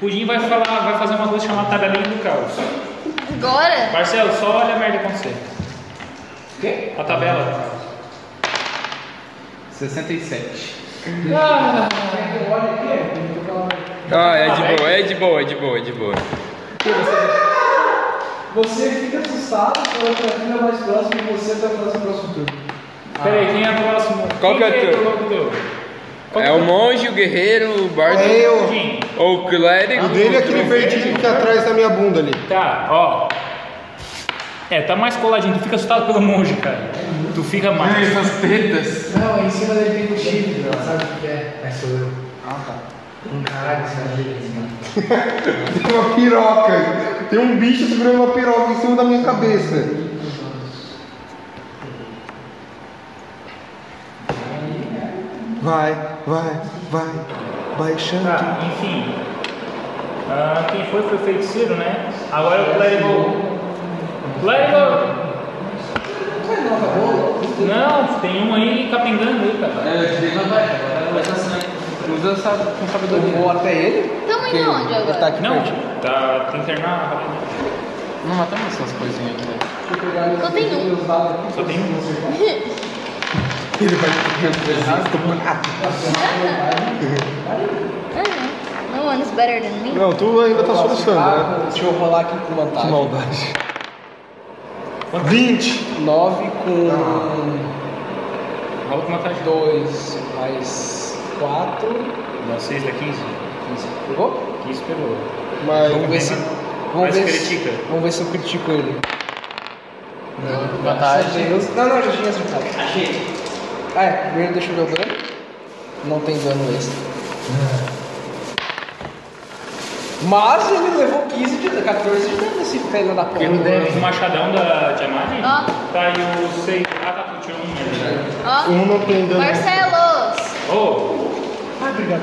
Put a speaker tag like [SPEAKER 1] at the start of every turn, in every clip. [SPEAKER 1] Pudim vai falar, vai fazer uma coisa chamada tabelinha do caos.
[SPEAKER 2] Agora?
[SPEAKER 1] Marcelo, só olha a merda acontecer.
[SPEAKER 3] Quê?
[SPEAKER 1] A tabela.
[SPEAKER 3] 67.
[SPEAKER 1] Ah,
[SPEAKER 3] Olha aqui, é. tem que tocar lá.
[SPEAKER 4] Ah, é de boa, é de boa, é de boa, é de boa.
[SPEAKER 3] Você fica assustado quando a tua filha é mais próxima e você vai fazer o próximo turno.
[SPEAKER 1] peraí, quem é o próximo?
[SPEAKER 4] Qual
[SPEAKER 1] Quem
[SPEAKER 4] que é o teu?
[SPEAKER 1] locutor? Qual
[SPEAKER 4] É
[SPEAKER 1] que
[SPEAKER 4] o monge, o guerreiro, o bardo.
[SPEAKER 5] É eu.
[SPEAKER 1] Pudim.
[SPEAKER 4] Ou o clérigo.
[SPEAKER 5] O dele é aquele verdinho que fica atrás da minha bunda ali.
[SPEAKER 1] Tá, ó. É, tá mais coladinho. Tu fica assustado pelo monge, cara. Tu fica
[SPEAKER 4] Ai,
[SPEAKER 1] mais.
[SPEAKER 4] essas tetas.
[SPEAKER 3] Não, em cima dele tem um chifre, ó. sabe o que é? É sou eu. Ah, tá. Um caralho, isso é beleza, mano.
[SPEAKER 5] Tem uma piroca. Tem um bicho segurando uma piroca em cima da minha cabeça. Vai, vai, vai. Baixando.
[SPEAKER 1] Tá, enfim. Ah, quem foi foi o feiticeiro, né? Agora é o clérigo. Clérigo! Não, tem um aí capengando aí, cara.
[SPEAKER 3] Usa essa com sabedoria. Ou até ele?
[SPEAKER 2] Tamo indo onde agora?
[SPEAKER 5] Tá
[SPEAKER 1] Não, tá, tem que terminar.
[SPEAKER 3] Não matamos essas coisinhas aqui.
[SPEAKER 2] Só tem um.
[SPEAKER 1] Só tem um.
[SPEAKER 5] Ele vai ficando
[SPEAKER 2] Ah, No one's better than me.
[SPEAKER 5] Não, tu ainda tá solucionando, né?
[SPEAKER 3] Deixa eu rolar aqui com
[SPEAKER 5] Que
[SPEAKER 3] vantagem.
[SPEAKER 5] maldade. 20.
[SPEAKER 3] 9 com
[SPEAKER 1] Rola com vantagem.
[SPEAKER 3] 2 mais 4.
[SPEAKER 1] Dá 6 da 15.
[SPEAKER 3] 15. Pegou?
[SPEAKER 1] 15 pegou.
[SPEAKER 3] Vamos
[SPEAKER 5] Mas um
[SPEAKER 3] ver se. Vamos
[SPEAKER 1] Mas
[SPEAKER 3] ver se,
[SPEAKER 1] critica.
[SPEAKER 3] vamos ver se eu critico ele. Não, vantagem. Não, não, já tinha acertado. Achei. Ah, é. Primeiro deixa eu ver o dano. Não tem dano extra. Mas ele levou 15 de dano, 14 de dano esse fela da porra.
[SPEAKER 1] O machadão da Diamante.
[SPEAKER 2] Ó.
[SPEAKER 1] Tá, e o 6. Ah, tá, tu tirou um ali.
[SPEAKER 2] Ó.
[SPEAKER 5] um não tem dano.
[SPEAKER 2] Marcelos!
[SPEAKER 1] Ô! Ah, obrigado.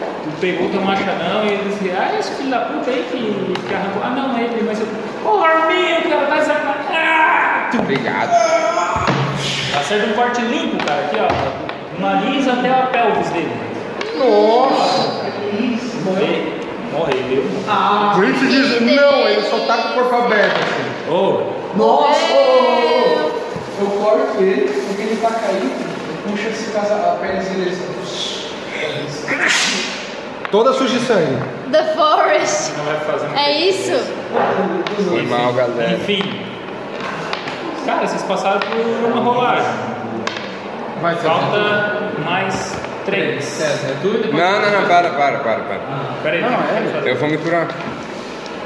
[SPEAKER 1] Tu pegou teu machadão e ele disse, ah, esse filho da puta aí que, que arrancou. Ah, não, é ele, mas eu. Porra, meu, cara, vai sacar. Ah!
[SPEAKER 4] Obrigado.
[SPEAKER 1] Acerta um corte limpo, cara, aqui, ó. Do nariz até a pelvis dele. Nossa! Morreu. Morreu.
[SPEAKER 5] Por isso diz, não, ele só tá com o corpo aberto assim.
[SPEAKER 1] Ô!
[SPEAKER 3] Nossa! ô, ô, ô. Eu corto ele, porque ele tá caído, puxa esse casa, a perna assim dele. assim.
[SPEAKER 5] Toda suja de sangue.
[SPEAKER 2] The Forest!
[SPEAKER 1] Não vai fazer uma
[SPEAKER 2] É isso?
[SPEAKER 4] Foi mal, galera.
[SPEAKER 1] Enfim. Cara, vocês passaram por uma rolagem.
[SPEAKER 3] Vai,
[SPEAKER 1] Falta mais três.
[SPEAKER 3] é tudo?
[SPEAKER 4] Não, não, não, para, para, para, para.
[SPEAKER 1] Pera aí,
[SPEAKER 3] Não, é,
[SPEAKER 4] Eu vou me curar.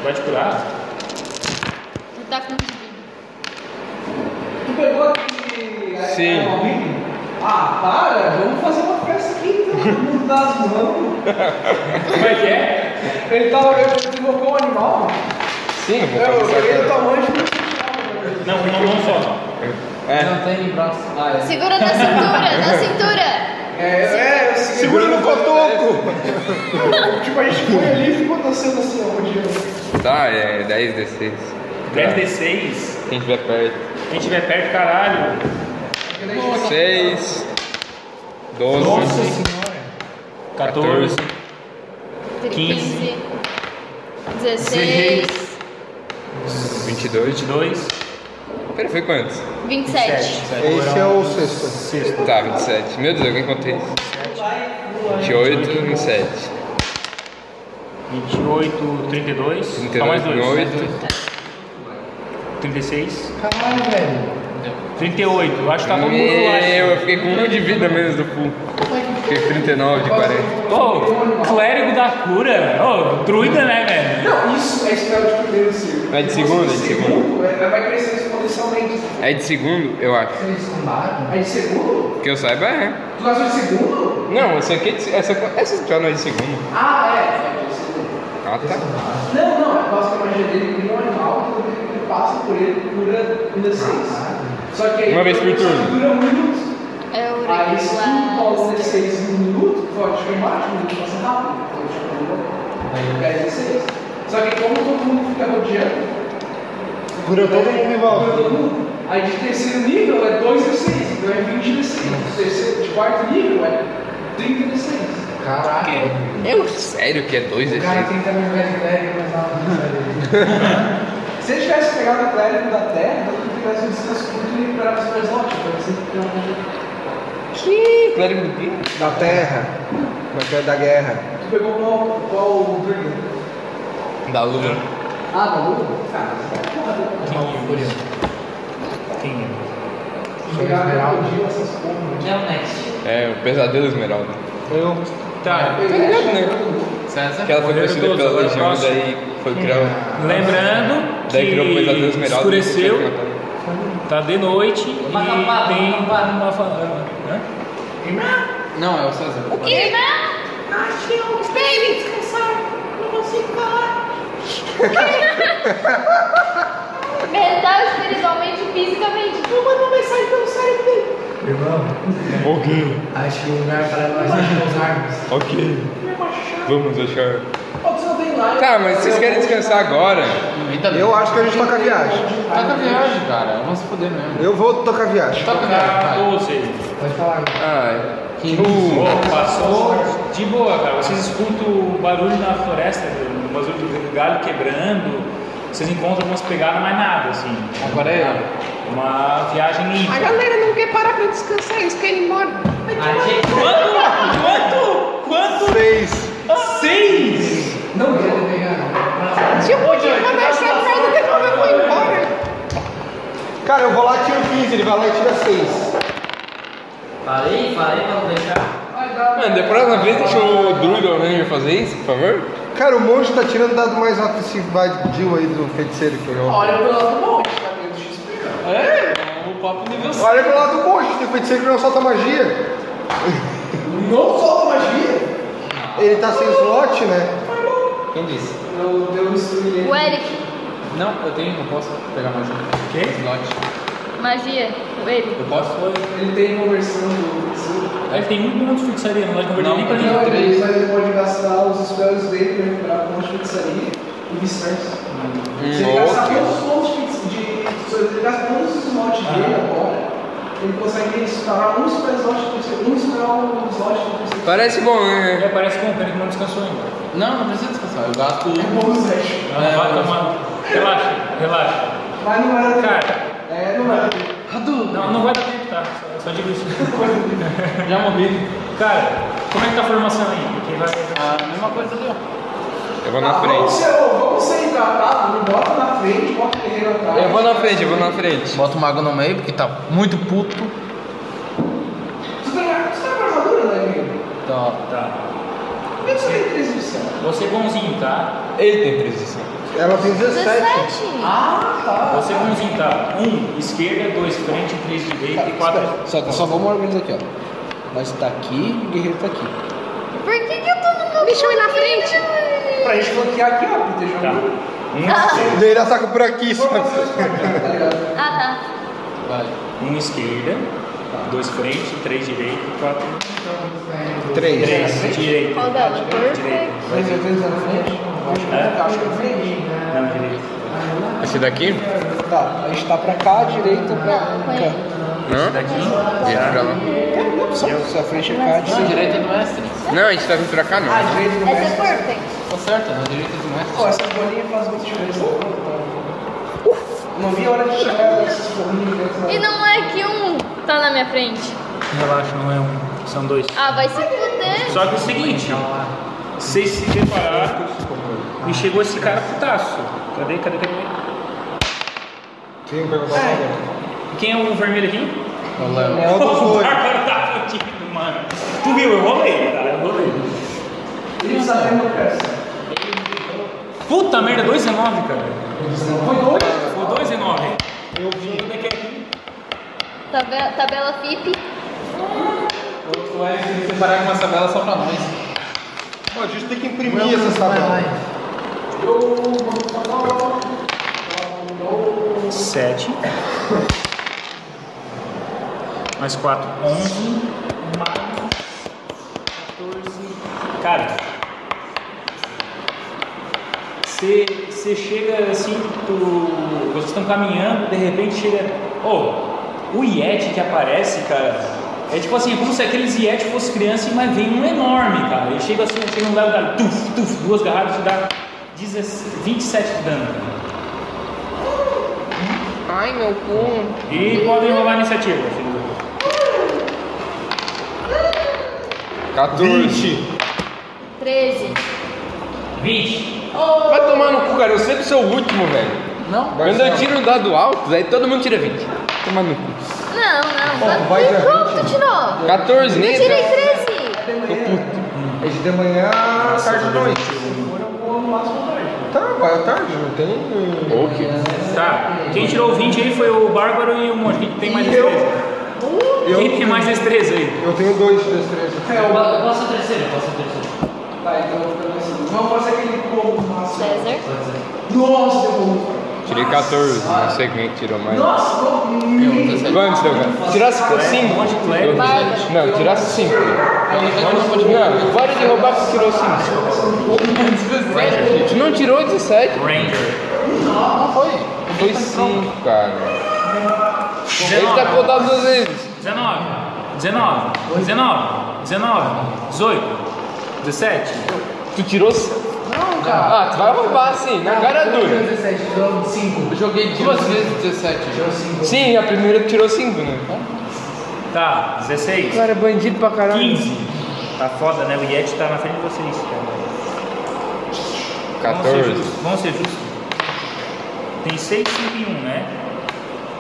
[SPEAKER 1] Vai te curar?
[SPEAKER 2] Tu tá com vida.
[SPEAKER 3] Tu pegou aquele. é,
[SPEAKER 4] Sim.
[SPEAKER 3] aquele Halloween? Ah, para! Vamos fazer uma festa aqui, então, todo mundo das mãos.
[SPEAKER 1] Como é que é?
[SPEAKER 3] Ele tava. Ele invocou um animal.
[SPEAKER 4] Sim, eu vou
[SPEAKER 3] Eu peguei do
[SPEAKER 4] passar.
[SPEAKER 3] tamanho de um
[SPEAKER 1] Não, não, não só. não.
[SPEAKER 4] É.
[SPEAKER 3] tem braço. Ah, é.
[SPEAKER 2] Segura na cintura, na cintura!
[SPEAKER 3] É, é, eu segui-
[SPEAKER 5] Segura no cotoco.
[SPEAKER 3] Tipo, a gente foi ali e ficou dançando assim, ó, rodinho.
[SPEAKER 4] Tá, é 10 D6.
[SPEAKER 1] 10d6.
[SPEAKER 4] Quem tiver perto.
[SPEAKER 1] Quem tiver perto, caralho.
[SPEAKER 3] tá.
[SPEAKER 4] 6, 12,
[SPEAKER 1] senhora. 14.
[SPEAKER 4] 14,
[SPEAKER 2] 15, 16,
[SPEAKER 4] 22.
[SPEAKER 1] 22.
[SPEAKER 4] Pera, foi quantos?
[SPEAKER 2] 27.
[SPEAKER 5] Esse é o sexto.
[SPEAKER 4] Tá, 27. Meu Deus, alguém contou isso? 28, 27.
[SPEAKER 1] 28, 32. Só mais dois.
[SPEAKER 4] 38,
[SPEAKER 1] 36.
[SPEAKER 3] Caralho, velho.
[SPEAKER 1] 38. Eu acho que tá todo
[SPEAKER 4] Meu,
[SPEAKER 1] mundo lá.
[SPEAKER 4] eu fiquei com um de vida menos do full. Fiquei 39 de 40.
[SPEAKER 1] Ô, clérigo da cura. Ô, druida, né, velho?
[SPEAKER 3] Não, isso é espelho de primeiro círculo.
[SPEAKER 4] É de segunda, é de
[SPEAKER 3] segundo. é- Vai crescer exponencialmente.
[SPEAKER 4] É de segundo, eu acho.
[SPEAKER 3] É de segundo?
[SPEAKER 4] Que eu saiba, é.
[SPEAKER 3] Tu gastou de segundo?
[SPEAKER 4] Não, essa aqui é de, se- essa, essa aqui não é de segundo.
[SPEAKER 3] Ah, é. É de segundo.
[SPEAKER 4] Ah, tá.
[SPEAKER 3] Não, não, é por causa que a magia dele cria um animal, então ele passa por ele, cura ainda seis. Só que aí
[SPEAKER 4] Uma vez por
[SPEAKER 3] isso
[SPEAKER 4] turno.
[SPEAKER 3] dura muito.
[SPEAKER 2] É o
[SPEAKER 3] Aí se tu
[SPEAKER 2] regular.
[SPEAKER 3] rola 16 em um minuto, pode chamar, um minuto passa rápido, pode chamar 10 16. Só que como todo mundo fica rodeando,
[SPEAKER 5] Cura todo mundo em
[SPEAKER 3] cura
[SPEAKER 5] volta.
[SPEAKER 3] todo mundo, aí de terceiro nível é 2 16, então é 20 16. De, terceiro, de quarto nível é 30 16. Caraca.
[SPEAKER 4] Eu? Sério que é dois
[SPEAKER 3] O cara
[SPEAKER 4] efeitos?
[SPEAKER 3] tenta me ver no clérigo, mas não consegue. Se ele tivesse pegado o clérigo da terra, eu tivesse um descanso curto e recuperava os dois lotes, pra você ter um-
[SPEAKER 4] Que? Clérigo do quê?
[SPEAKER 5] Da terra. Mas é da guerra.
[SPEAKER 3] Tu pegou qual, qual druida?
[SPEAKER 4] Da lua.
[SPEAKER 3] Ah, da lua? Ah, mas é porra do-
[SPEAKER 1] Quem é?
[SPEAKER 3] Pegar Merodil, essas porra.
[SPEAKER 1] um
[SPEAKER 6] É o Next.
[SPEAKER 4] É, o pesadelo esmeralda.
[SPEAKER 1] Tá.
[SPEAKER 3] Pegar
[SPEAKER 6] César.
[SPEAKER 4] Que ela foi
[SPEAKER 1] Morreram
[SPEAKER 4] conhecida
[SPEAKER 1] todos,
[SPEAKER 4] pela
[SPEAKER 1] agora
[SPEAKER 4] legião,
[SPEAKER 1] próximo.
[SPEAKER 4] daí foi criada.
[SPEAKER 1] Lembrando
[SPEAKER 4] Daí virou o pesadelo
[SPEAKER 1] que
[SPEAKER 4] esmeralda. e
[SPEAKER 1] escureceu,
[SPEAKER 4] depois foi criada.
[SPEAKER 1] tá de noite e
[SPEAKER 6] Vai acampar, vai
[SPEAKER 1] tem
[SPEAKER 6] acampar.
[SPEAKER 1] uma fa- Hã?
[SPEAKER 3] Não, é o César.
[SPEAKER 2] O quê? Achei um espelho descansar. Não consigo falar. Mental, espiritualmente e fisicamente. Eu mando uma mensagem pelo cérebro dele.
[SPEAKER 3] Acho que o lugar é para nós repousarmos.
[SPEAKER 4] Ok. Vamos achar.
[SPEAKER 3] Ô, você não tem lá.
[SPEAKER 4] Tá, mas vocês querem descansar agora?
[SPEAKER 5] Eu acho que a gente toca a viagem.
[SPEAKER 6] Toca viagem, cara. Vamos se fuder mesmo.
[SPEAKER 5] Eu vou tocar a viagem.
[SPEAKER 6] Toca viagem,
[SPEAKER 1] Tá,
[SPEAKER 6] cara.
[SPEAKER 1] ou seja,
[SPEAKER 3] Pode falar.
[SPEAKER 4] Ah,
[SPEAKER 1] pô, passou de boa, cara. Vocês escutam o barulho na floresta, o barulho do galho quebrando. Vocês encontram umas pegadas, mas nada, assim.
[SPEAKER 6] Agora é eu.
[SPEAKER 1] Uma viagem limpa.
[SPEAKER 3] não quer parar pra descansar, eles querem ir embora.
[SPEAKER 1] Quanto? Quanto? Quanto?
[SPEAKER 5] Seis.
[SPEAKER 1] Seis!
[SPEAKER 3] Não quero pegar.
[SPEAKER 2] Se eu podia mandar essa frase, eu devolver foi embora.
[SPEAKER 5] Cara, eu vou lá e tiro 15, ele vai lá e tira 6.
[SPEAKER 6] Falei, falei pra não deixar.
[SPEAKER 4] mano, da próxima vez deixa o druida ou o ranger fazer isso, por favor.
[SPEAKER 5] Cara, o monge tá tirando dado mais alto esse vadil aí do feiticeiro que eu jogo.
[SPEAKER 3] Olha pro lado do monte, tá vendo XP?
[SPEAKER 1] O papo nível
[SPEAKER 5] Olha pro lado do monge, tem feiticeiro que não solta magia.
[SPEAKER 3] Não solta magia.
[SPEAKER 5] Ele tá sem slot, né?
[SPEAKER 6] Quem disse?
[SPEAKER 3] Eu, eu destruí ele.
[SPEAKER 2] O Eric,
[SPEAKER 6] Não, eu tenho, não posso pegar mais um.
[SPEAKER 1] Quê?
[SPEAKER 6] Slot.
[SPEAKER 2] magia. O Eric.
[SPEAKER 6] Eu posso?
[SPEAKER 3] Ele tem conversão do Sul.
[SPEAKER 1] Aí tem um ponto de fixaria, não vai converter
[SPEAKER 6] Não,
[SPEAKER 1] nem pra
[SPEAKER 6] tem
[SPEAKER 1] ninguém.
[SPEAKER 6] outro.
[SPEAKER 3] Ele mas ele pode gastar os spells dele pra recuperar pontos de feitiçaria e vice-versa. Se ele gastar
[SPEAKER 4] Hum, ok.
[SPEAKER 3] todos os pontos de feitiçaria, se ele gastar todos os slots dele agora, ele consegue disparar um spell slot por segundo, um spell slot por segundo.
[SPEAKER 4] Parece bom, né?
[SPEAKER 1] É, parece que o Pênis não descansou ainda.
[SPEAKER 6] Não, não precisa descansar. Eu gasto. um,
[SPEAKER 3] É bônus action.
[SPEAKER 1] Vai tomar. Relaxa, relaxa.
[SPEAKER 3] Mas não era.
[SPEAKER 1] Cara,
[SPEAKER 3] É, não era.
[SPEAKER 1] não, não vai dar tempo, tá? Só, só digo isso.
[SPEAKER 6] Já morri.
[SPEAKER 1] Cara, como é que tá a formação aí? Porque vai.
[SPEAKER 6] A mesma coisa deu.
[SPEAKER 4] Eu vou na
[SPEAKER 3] Ah,
[SPEAKER 4] frente.
[SPEAKER 3] Vamos ser, ô, vamos ser hidratados, me bota na frente, bota o guerreiro atrás.
[SPEAKER 4] Eu vou na frente, eu vou na frente.
[SPEAKER 6] Bota o mago no meio, porque tá muito puto.
[SPEAKER 3] Tu tem, tu tem uma armadura, né, amigo?
[SPEAKER 6] Então,
[SPEAKER 1] Tá.
[SPEAKER 3] Por que tu tem três missões?
[SPEAKER 1] Você é bonzinho, tá?
[SPEAKER 4] Ele tem 3
[SPEAKER 5] Ela tem 17.
[SPEAKER 2] 17.
[SPEAKER 3] Ah, tá.
[SPEAKER 1] Você bonzinho, tá? Um, esquerda, dois, frente, três, direita e quatro.
[SPEAKER 3] Só, só vamos organizar aqui, ó. Nós tá aqui e o guerreiro tá aqui.
[SPEAKER 2] Por que que eu tô no meu Deixa eu ir na frente.
[SPEAKER 3] Pra gente bloquear aqui, ó, pro teu
[SPEAKER 1] Tá.
[SPEAKER 3] jogo.
[SPEAKER 2] Ah,
[SPEAKER 5] Ele ataca tá por aqui, sabe?
[SPEAKER 3] Informações pra cá, tá ligado?
[SPEAKER 2] ah,
[SPEAKER 6] vai.
[SPEAKER 1] Um esquerda, dois, frente, três, direita e quatro.
[SPEAKER 5] 3.
[SPEAKER 1] Três,
[SPEAKER 2] tá.
[SPEAKER 1] direita.
[SPEAKER 2] Rodela.
[SPEAKER 1] Direita.
[SPEAKER 2] Perfect.
[SPEAKER 3] Mas eu tenho na frente. Acho que
[SPEAKER 1] É?
[SPEAKER 3] eu acho que eu frente.
[SPEAKER 1] Não, direita.
[SPEAKER 4] Esse daqui?
[SPEAKER 3] Tá, a gente tá pra cá, à direita, pra
[SPEAKER 2] Não, foi
[SPEAKER 3] cá.
[SPEAKER 4] Hã? Ele pra lá.
[SPEAKER 3] Só, só a frente é cá, a
[SPEAKER 6] Não, a
[SPEAKER 3] direita.
[SPEAKER 6] direita do mestre.
[SPEAKER 4] Não, a gente tá vindo pra cá,
[SPEAKER 3] Ah, a
[SPEAKER 4] não.
[SPEAKER 3] direita não
[SPEAKER 2] Essa é
[SPEAKER 3] é.
[SPEAKER 2] perfect.
[SPEAKER 6] Tá certo, na direita do
[SPEAKER 3] Pô,
[SPEAKER 6] mestre.
[SPEAKER 3] essa bolinha faz muita diferença. Não vi a hora de chegar nessas bolinhas.
[SPEAKER 2] E
[SPEAKER 3] né?
[SPEAKER 2] não é que um tá na minha frente.
[SPEAKER 1] Relaxa, não é um. São dois.
[SPEAKER 2] Ah, vai se fuder.
[SPEAKER 1] Só que é o seguinte, vocês se prepararam e chegou esse cara putaço. Cadê, cadê, cadê?
[SPEAKER 5] Quem um vai botar o
[SPEAKER 1] Quem é o vermelho aqui?
[SPEAKER 6] Rolando.
[SPEAKER 5] É outro
[SPEAKER 1] o
[SPEAKER 5] foi.
[SPEAKER 1] Bárbaro tá fudido, mano. Tu viu, eu rolei, cara, eu rolei.
[SPEAKER 3] Ele não sabe uma peça.
[SPEAKER 1] Puta merda, 2 e 9, cara.
[SPEAKER 3] Foi dois.
[SPEAKER 1] Foi 2 e 9. Eu vi. Como é que é aqui?
[SPEAKER 2] Tabela, tabela FIP.
[SPEAKER 6] Tu vai separar com uma tabela só pra nós.
[SPEAKER 5] Pô, a gente tem que imprimir essa tabela.
[SPEAKER 3] Eu vou falar.
[SPEAKER 1] 7. Mais 4, 11. Mais 14. Cara. Você chega assim, tu, vocês estão caminhando, de repente chega. Ô, o Yeti que aparece, cara, É tipo assim, é como se aqueles Yeti fosse criança, mas vem um enorme, cara. Ele chega assim, chega um lado, dá tuf, tuf, duas garradas te dá 17 27 de dano.
[SPEAKER 2] Ai, meu cu.
[SPEAKER 1] E podem rolar a iniciativa, filho.
[SPEAKER 4] 14.
[SPEAKER 2] 13.
[SPEAKER 1] 20.
[SPEAKER 2] Oh.
[SPEAKER 4] Vai tomar no cu, cara. Eu sempre sou o último, velho.
[SPEAKER 3] Não?
[SPEAKER 4] Quando eu tiro um dado alto, aí todo mundo tira 20. Tomar no cu.
[SPEAKER 2] Não, não. Quanto-
[SPEAKER 5] vai dar
[SPEAKER 2] quanto tu tirou?
[SPEAKER 4] 14,
[SPEAKER 2] Eu
[SPEAKER 4] nem.
[SPEAKER 2] tirei 13.
[SPEAKER 5] de manhã. É de manhã, tarde à noite. Tá, vai à tarde, não tem.
[SPEAKER 4] Ô, que-
[SPEAKER 1] Tá. Quem tirou 20 aí foi o Bárbaro e o Monge. Quem tem mais
[SPEAKER 5] E eu?
[SPEAKER 1] destreza?
[SPEAKER 5] Eu,
[SPEAKER 1] Quem tem mais destreza aí?
[SPEAKER 5] eu tenho dois, dois, três.
[SPEAKER 7] Posso terceiro, posso terceiro.
[SPEAKER 3] Tá, então eu vou assim. Vamos fazer aquele povo massa.
[SPEAKER 2] César.
[SPEAKER 3] Nossa, deu bom.
[SPEAKER 4] Tirei 14. Não sei quem tirou mais.
[SPEAKER 3] Nossa, deu
[SPEAKER 2] um
[SPEAKER 4] Quantos deu, cara? Tirasse 5.
[SPEAKER 1] Monge Cleber.
[SPEAKER 4] Não, tirasse 5. Não, para de roubar porque tirou 5. Tu não tirou 17?
[SPEAKER 1] Ranger.
[SPEAKER 3] Não foi?
[SPEAKER 4] Foi 5, cara. Ele
[SPEAKER 5] tá
[SPEAKER 4] tacou dado duas vezes.
[SPEAKER 1] 19, 19, 19, 19, 18, 17.
[SPEAKER 4] Tu tirou. c-
[SPEAKER 3] Não, cara.
[SPEAKER 4] Ah, tu vai roubar sim, na cara dura.
[SPEAKER 3] 17, 5.
[SPEAKER 8] Eu joguei duas vezes 17.
[SPEAKER 4] Sim, a primeira tu tirou 5, né?
[SPEAKER 1] Tá, 16,
[SPEAKER 4] Cara, é bandido pra caralho.
[SPEAKER 1] 15. Tá foda, né? O Yeti tá na frente de vocês, cara. Vamos ser
[SPEAKER 4] 14.
[SPEAKER 1] justos, Vamos ser justos. Tem 6, 5 e 1, né?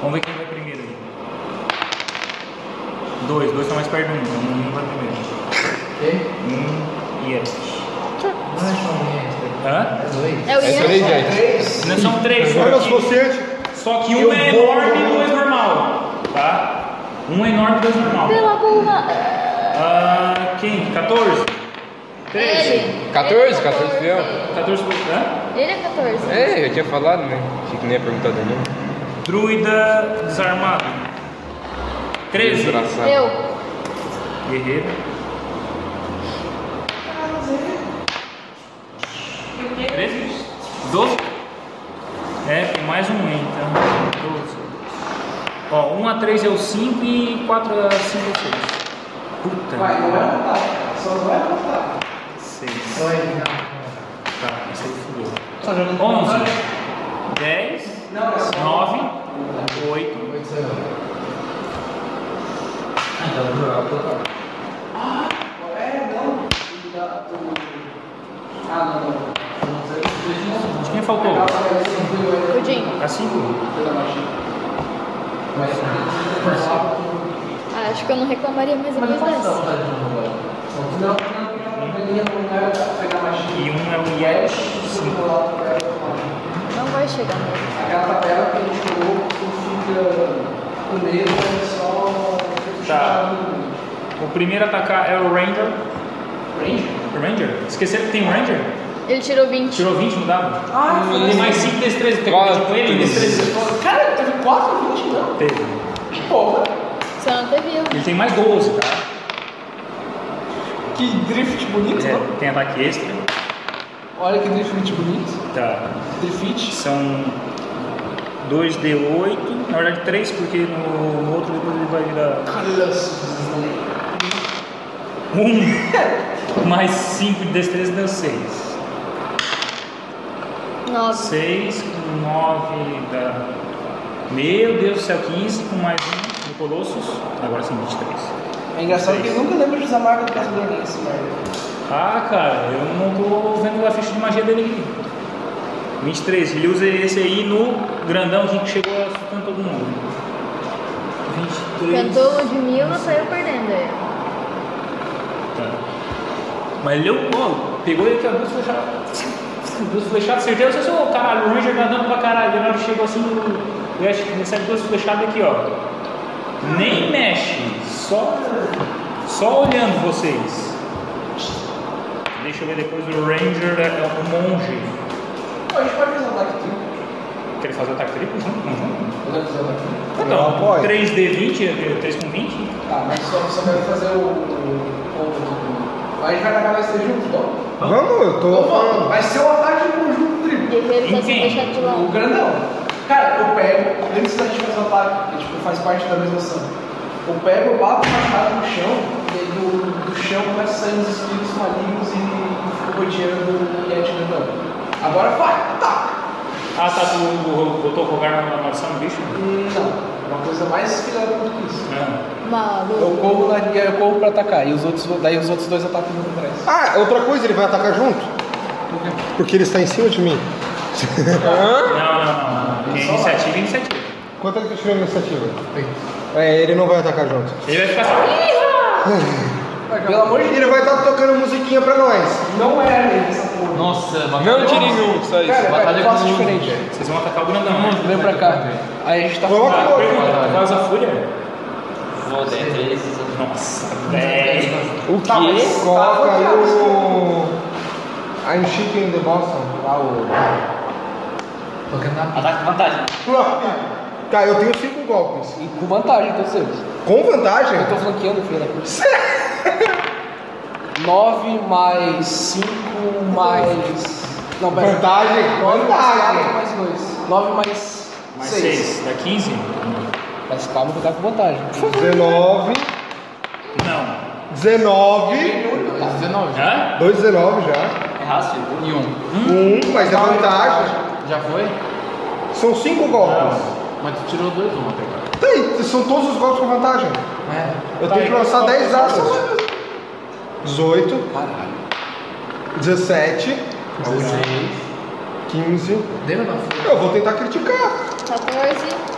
[SPEAKER 1] Vamos ver quem vai primeiro aí. Dois, dois estão mais perto de um, então um vai primeiro. Um Yeti. é um Hã?
[SPEAKER 2] É o
[SPEAKER 4] É isso aí,
[SPEAKER 2] Ian.
[SPEAKER 4] gente.
[SPEAKER 1] Não são três, só
[SPEAKER 5] Olha, se
[SPEAKER 1] que-
[SPEAKER 5] fosse antes.
[SPEAKER 1] Só que um
[SPEAKER 5] Eu
[SPEAKER 1] é
[SPEAKER 5] vou-
[SPEAKER 1] enorme e dois normal, tá? Um é enorme e dois normal.
[SPEAKER 2] Pela burra.
[SPEAKER 1] Ah, quem? 14? 13?
[SPEAKER 2] Ele.
[SPEAKER 4] 14,
[SPEAKER 2] Ele é
[SPEAKER 4] 14 deu.
[SPEAKER 1] 14 por hã?
[SPEAKER 2] Ele é 14.
[SPEAKER 4] É, eu tinha falado, né? Achei que nem ia perguntar de novo.
[SPEAKER 1] Druida desarmado. 13.
[SPEAKER 4] Desgraçado.
[SPEAKER 2] Deu.
[SPEAKER 1] Guerreiro. Treze? Doze? É, tem mais um aí, então. Doze. Ó, 1 a 3 é o 5 e 4 a 5 é o 6. Puta. Vai,
[SPEAKER 3] é?
[SPEAKER 1] não vai voltar.
[SPEAKER 3] tá.
[SPEAKER 1] Só não vai voltar. 6. Tá, isso aí fudeu.
[SPEAKER 3] Só jogando
[SPEAKER 1] 11, 10, 9, né? 8,
[SPEAKER 3] É, Ah,
[SPEAKER 1] de quem faltou? Tá
[SPEAKER 2] Pudim.
[SPEAKER 1] A 5.
[SPEAKER 2] Ah, acho que eu não né? reclamaria mais depois dessa.
[SPEAKER 1] E 1 um é o Yes.
[SPEAKER 2] Não vai chegar nele.
[SPEAKER 1] Tá. O primeiro a atacar é o Ranger. Ranger? Ranger? Esqueceram que tem um Ranger?
[SPEAKER 2] Ele tirou 20.
[SPEAKER 1] Tirou 20 no dado? Ah, Tem mais 5 destreza. Tem
[SPEAKER 4] Quatro.
[SPEAKER 1] com ele, destreza.
[SPEAKER 3] Cara, teve 4 20 não.
[SPEAKER 1] Teve.
[SPEAKER 3] Porra.
[SPEAKER 2] Você não teve eu.
[SPEAKER 1] Ele tem mais 12, tá?
[SPEAKER 3] Que drift bonito, não?
[SPEAKER 1] É, tem ataque extra.
[SPEAKER 3] Olha que drift bonito.
[SPEAKER 1] Tá.
[SPEAKER 3] Drift.
[SPEAKER 1] São 2D8. Na verdade, 3, porque no, no outro depois ele vai virar.
[SPEAKER 3] Caralho.
[SPEAKER 1] 1 mais 5 de destreza deu 6.
[SPEAKER 2] 9.
[SPEAKER 1] 6 com 9 da. Meu Deus do céu, 15 com mais 1 do Colossus. Agora são 23.
[SPEAKER 3] É engraçado que eu nunca lembro de usar marca do caçador nesse, velho.
[SPEAKER 1] Ah, cara, eu não tô vendo a ficha de magia dele aqui. 23, ele usa esse aí no grandão aqui que chegou assustando todo mundo. 23.
[SPEAKER 2] Cantou Ludmilla, saiu perdendo. é.
[SPEAKER 1] Tá. Mas ele deu- ó, pegou ele aqui, ó, duas flechadas. Duas flechadas, acertei. Eu disse, ô caralho, o Ranger tá dando pra caralho. Na hora que chegou assim, o Ash recebe duas flechadas aqui, ó. Nem mexe, só, só olhando vocês. Deixa eu ver depois, o Ranger é é o monge.
[SPEAKER 3] Pô, a gente pode fazer um ataque triplo.
[SPEAKER 1] Quer ele fazer o ataque triplo? Uhum, junto? Não, junto.
[SPEAKER 3] Podemos fazer um ataque
[SPEAKER 5] Não,
[SPEAKER 1] Então,
[SPEAKER 5] pode.
[SPEAKER 1] 3D20, é 3 com 20?
[SPEAKER 3] Tá, mas só, só vai fazer o... o ponto do... A gente vai atacar mais três juntos, bom?
[SPEAKER 5] Vamos, eu tô
[SPEAKER 3] Então vamos,
[SPEAKER 5] falando.
[SPEAKER 3] vai ser um ataque em conjunto triplo.
[SPEAKER 2] Guerreiro tá
[SPEAKER 1] Em quem?
[SPEAKER 2] sendo deixado de
[SPEAKER 3] O
[SPEAKER 2] lado.
[SPEAKER 3] tipo, grandão. Cara, eu pego, antes da gente fazer o ataque, a gente faz parte da mesma ação. Eu pego, bato o machado no chão, e aí do, do chão começa a sair os espíritos malignos e fico rodeando e atirando. ela. Agora vai, tá!
[SPEAKER 1] Ah, tá, tu ro- botou o rogar na maldição do bicho?
[SPEAKER 3] Hum, Não, uma coisa mais filha da puta que isso.
[SPEAKER 1] Não.
[SPEAKER 6] Eu
[SPEAKER 2] Maluco.
[SPEAKER 6] corro, na, eu corro pra atacar, e os outros, daí os outros dois atacam por trás.
[SPEAKER 5] Ah, outra coisa, ele vai atacar junto? Porque ele está em cima de mim.
[SPEAKER 1] Não, não, não. Iniciativa, iniciativa.
[SPEAKER 5] Quanto é que eu tirei a iniciativa? É, ele não vai atacar junto.
[SPEAKER 1] Ele vai ficar só.
[SPEAKER 3] Pelo amor de
[SPEAKER 5] Ele vai estar tocando musiquinha pra nós.
[SPEAKER 3] Deus, não era ele essa porra.
[SPEAKER 9] Nossa,
[SPEAKER 4] Não tirei um, só isso.
[SPEAKER 3] Cara, vai, eu faço diferente.
[SPEAKER 1] Vocês vão atacar o grandão, né?
[SPEAKER 6] Vem pra cá. Aí a gente tá
[SPEAKER 5] Coloca
[SPEAKER 1] Ah,
[SPEAKER 5] o outro.
[SPEAKER 1] pergunta, por causa da fúria?
[SPEAKER 9] Vou dentro deles.
[SPEAKER 1] Nossa, velho.
[SPEAKER 5] O
[SPEAKER 4] Ah,
[SPEAKER 5] quê? Coloca aí o. I'm Chicken in the Boston. Lá o.
[SPEAKER 9] Ataque com vantagem.
[SPEAKER 5] Tá, eu tenho cinco golpes.
[SPEAKER 6] E com vantagem, todos eles.
[SPEAKER 5] Com vantagem?
[SPEAKER 6] Eu tô flanqueando, filho da puta. 9 mais 5 mais. Não, pera.
[SPEAKER 5] Vantagem?
[SPEAKER 6] Nove mais
[SPEAKER 3] né?
[SPEAKER 6] quatro
[SPEAKER 5] Vantagem!
[SPEAKER 6] mais 2. 9 mais
[SPEAKER 1] Mais
[SPEAKER 6] 6.
[SPEAKER 1] 6, dá 15?
[SPEAKER 6] Mas calma que eu tava com vantagem.
[SPEAKER 5] 19.
[SPEAKER 1] Não.
[SPEAKER 5] 19.
[SPEAKER 4] 19.
[SPEAKER 1] Hã?
[SPEAKER 5] 2, 19 já.
[SPEAKER 9] É rápido.
[SPEAKER 4] E um.
[SPEAKER 5] Um, mas é vantagem.
[SPEAKER 4] Já foi?
[SPEAKER 5] São cinco golpes.
[SPEAKER 4] Mas tu tirou dois um até agora.
[SPEAKER 5] Tá aí, são todos os golpes com vantagem. Eu
[SPEAKER 1] Tá
[SPEAKER 5] tenho que
[SPEAKER 1] aí.
[SPEAKER 5] lançar 10 dados. 18. 17. 15.
[SPEAKER 4] Deu na frente.
[SPEAKER 5] Eu vou tentar criticar.
[SPEAKER 2] 14.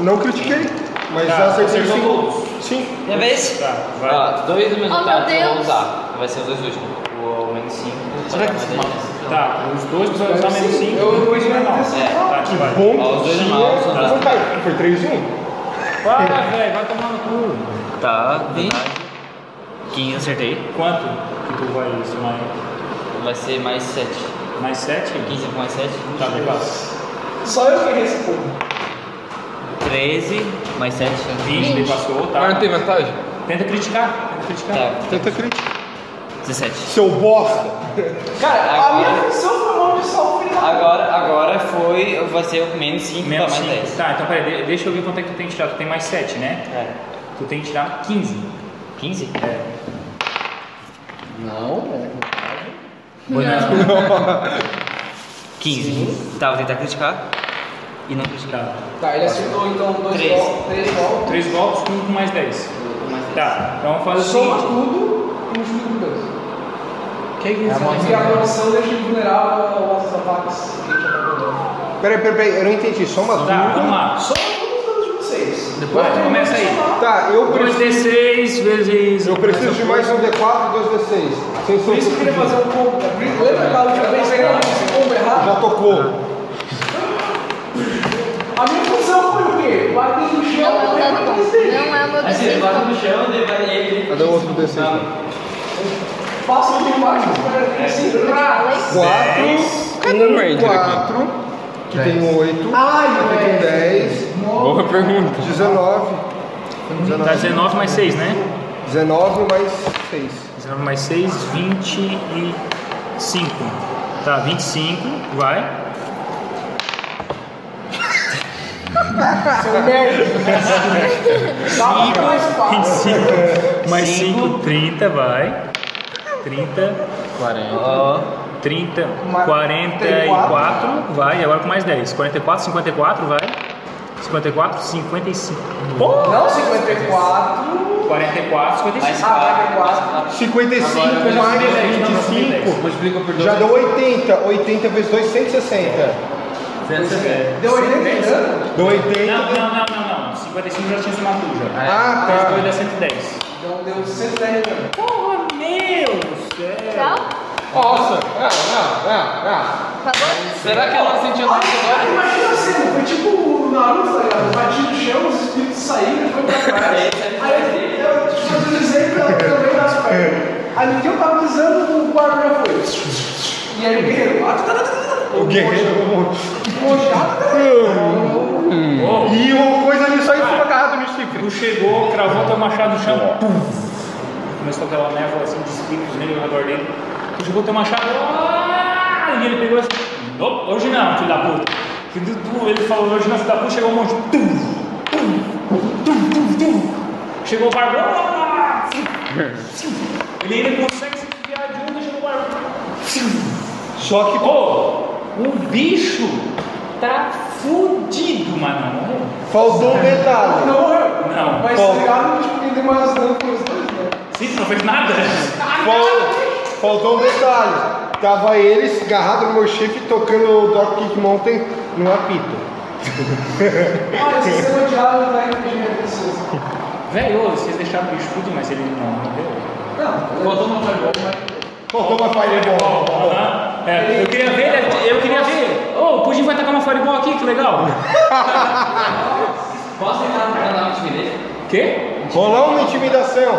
[SPEAKER 5] Não critiquei, mas
[SPEAKER 1] Tá,
[SPEAKER 5] acertei
[SPEAKER 1] acertou
[SPEAKER 5] cinco.
[SPEAKER 1] todos.
[SPEAKER 5] Sim.
[SPEAKER 9] Minha vez.
[SPEAKER 1] Tá, vai.
[SPEAKER 9] Ó, dois do mesmo
[SPEAKER 2] Oh,
[SPEAKER 9] tato,
[SPEAKER 2] meu
[SPEAKER 9] vou
[SPEAKER 2] Deus.
[SPEAKER 9] usar. Vai ser os dois últimos. O menos cinco.
[SPEAKER 4] Será que esse
[SPEAKER 9] Vai dar
[SPEAKER 4] mapa-
[SPEAKER 9] mais
[SPEAKER 1] Tá, os dois precisam usar menos 5.
[SPEAKER 3] Eu vou imaginar
[SPEAKER 9] É.
[SPEAKER 1] Tá, que vai.
[SPEAKER 5] Bom
[SPEAKER 9] Ó, os dois
[SPEAKER 5] dia.
[SPEAKER 9] animais, os dois.
[SPEAKER 5] Não caiu. Foi um. 3 e 1.
[SPEAKER 1] Para, velho, vai tomar no cu.
[SPEAKER 9] Tá, vem. 15, acertei.
[SPEAKER 1] Quanto que tu vai somar?
[SPEAKER 9] Vai ser mais 7.
[SPEAKER 1] Mais 7?
[SPEAKER 9] 15 com mais 7.
[SPEAKER 1] Tá, legal.
[SPEAKER 3] Só eu que esse porra.
[SPEAKER 9] 13 mais 7.
[SPEAKER 1] 20, ele passou, tá?
[SPEAKER 4] Mas não tem vantagem?
[SPEAKER 1] Tenta criticar, tenta criticar.
[SPEAKER 9] Tá,
[SPEAKER 5] Tenta criticar.
[SPEAKER 9] 17.
[SPEAKER 5] Seu bosta.
[SPEAKER 3] Cara, a
[SPEAKER 9] Agora-
[SPEAKER 3] minha função foi maldição, filho da puta.
[SPEAKER 9] Agora, agora foi. Vai ser o menos 5 para
[SPEAKER 1] Menos
[SPEAKER 9] mais
[SPEAKER 1] 5.
[SPEAKER 9] 10.
[SPEAKER 1] Tá, então peraí, de- deixa eu ver quanto é que tu tem que tirar. Tu tem mais 7, né?
[SPEAKER 9] É.
[SPEAKER 1] Tu tem que tirar 15.
[SPEAKER 9] 15?
[SPEAKER 1] É.
[SPEAKER 6] Não, velho.
[SPEAKER 9] 15. Tá, vou tentar criticar. E não criticar.
[SPEAKER 1] Tá.
[SPEAKER 3] Tá, ele acertou então dois
[SPEAKER 9] Três.
[SPEAKER 3] gol- três golpes.
[SPEAKER 1] 3 golpes, tudo com mais 10. Tá, então vamos fazer o
[SPEAKER 3] Soma
[SPEAKER 1] seguinte.
[SPEAKER 3] tudo e multiplica por dois.
[SPEAKER 6] Que que é isso?
[SPEAKER 3] Porque a maldição deixa ele vulnerável aos ataques que ele já tá rolando.
[SPEAKER 5] Peraí, peraí, peraí. Eu não entendi. Soma
[SPEAKER 1] Tá,
[SPEAKER 5] tudo.
[SPEAKER 1] vamos lá.
[SPEAKER 3] Soma todos os danos de vocês.
[SPEAKER 1] Depois começa aí.
[SPEAKER 5] Tá, eu preciso.
[SPEAKER 1] 2d6 vezes.
[SPEAKER 5] Eu preciso de mais um D4 e dois D6. Sem
[SPEAKER 3] Por isso que eu queria fazer um combo. Lembra aquela última vez que eu fiz esse combo errado?
[SPEAKER 5] Já tocou.
[SPEAKER 3] A minha função foi o quê? Bater no
[SPEAKER 2] Não
[SPEAKER 3] chão
[SPEAKER 2] é o
[SPEAKER 3] correr pra
[SPEAKER 2] dado
[SPEAKER 3] trás
[SPEAKER 2] bom.
[SPEAKER 3] dele.
[SPEAKER 2] Não é o meu
[SPEAKER 9] Aí você bate no
[SPEAKER 2] dado
[SPEAKER 9] chão, daí vai ele.
[SPEAKER 5] Cadê o outro D6?
[SPEAKER 3] Faça o que embaixo, espera assim. rá.
[SPEAKER 5] 4.
[SPEAKER 4] Cadê o Ranger aqui?
[SPEAKER 5] 4. Um, Que tem um 8.
[SPEAKER 3] Ai,
[SPEAKER 5] Que tem um 10.
[SPEAKER 4] Boa pergunta.
[SPEAKER 5] 19.
[SPEAKER 1] Tá 19 mais 6, né?
[SPEAKER 5] Tá. 19 mais 6.
[SPEAKER 1] 19 mais 6, 25. Tá, 25, vai.
[SPEAKER 3] Dá pra mais quatro.
[SPEAKER 1] 25 mais 5, 30, vai. 30,
[SPEAKER 4] 40.
[SPEAKER 9] Ó.
[SPEAKER 1] 30,
[SPEAKER 3] Uma-
[SPEAKER 1] 44, vai. E agora com mais 10. 44, 54, vai. 54, 55. Pô!
[SPEAKER 3] Não, 54.
[SPEAKER 1] 44, 55.
[SPEAKER 3] Ah, vai ter 4.
[SPEAKER 5] 55
[SPEAKER 1] eu já
[SPEAKER 5] mais
[SPEAKER 1] sei dez, não, eu sei
[SPEAKER 5] 25.
[SPEAKER 1] dez.
[SPEAKER 4] Multiplica por dois.
[SPEAKER 5] Já deu 80. 80 vezes 2, 160.
[SPEAKER 3] Deu 80 de dano?
[SPEAKER 5] Deu 80.
[SPEAKER 1] Não, não, não, não, não. 55 já tinha somado tudo já.
[SPEAKER 5] Ah,
[SPEAKER 1] Mais
[SPEAKER 5] tá.
[SPEAKER 1] 2 dá 110.
[SPEAKER 3] Então deu 110 de dano.
[SPEAKER 1] Porra, meu céu!
[SPEAKER 2] Tchau.
[SPEAKER 4] Nossa! Ah, ah, ah,
[SPEAKER 2] Acabou?
[SPEAKER 4] Será que ela sentiu nada
[SPEAKER 3] Olha,
[SPEAKER 4] agora?
[SPEAKER 3] imagina a cena, foi tipo o Naruto, tá ligado? Bati no chão, os espíritos saíram, foi pra trás. Aí eu, eu tipo, deslizei pela pela meio das pernas. Aí no que eu tava pisando, o guarda já foi. E aí o guerreiro. ah, tá, tá, tá, tá.
[SPEAKER 5] O guerreiro.
[SPEAKER 3] O monge, ah, tá, tá, tá.
[SPEAKER 5] E uma coisa ali saiu agarrado no chifre.
[SPEAKER 1] Tu chegou, cravou teu machado no chão, pum! Começou aquela névoa assim de espinhos nele ao redor dele. Tu chegou teu machado, ah! e ele pegou assim, "Nope, hoje não, filho da puta. E tu- tu- Ele falou, hoje não, filho da puta, chegou um monte, tum, tum, tum, tum, tum. Chegou o barco. "Ah!" Ele ainda consegue se desviar de um, chegou o barco. Só que, pô, o bicho tá fudido, mano.
[SPEAKER 5] Faltou um detalhe.
[SPEAKER 3] tá, Não morreu.
[SPEAKER 1] Não.
[SPEAKER 3] Mas
[SPEAKER 5] Bom.
[SPEAKER 3] tá ligado tipo, quem tem mais dano foi os dois, né?
[SPEAKER 1] Sim, não fez nada.
[SPEAKER 5] Fal- Faltou um detalhe. Tava eles agarrado no meu chifre tocando o Doc Kick Mountain no apito.
[SPEAKER 3] Olha, Ah, esse sistema de água não é inteligente, precisa.
[SPEAKER 1] Velho, vocês deixaram o bicho fudido, mas ele não morreu.
[SPEAKER 3] Não,
[SPEAKER 10] Botou no fireball, mas.
[SPEAKER 5] Faltou uma fireball.
[SPEAKER 1] Aham. É, eu queria ver, ele- eu queria ver. Ô, o Pudim vai tacar uma fireball aqui, que legal.
[SPEAKER 9] Posso tentar na de intimidez?
[SPEAKER 1] Quê?
[SPEAKER 5] Rolar uma intimidação.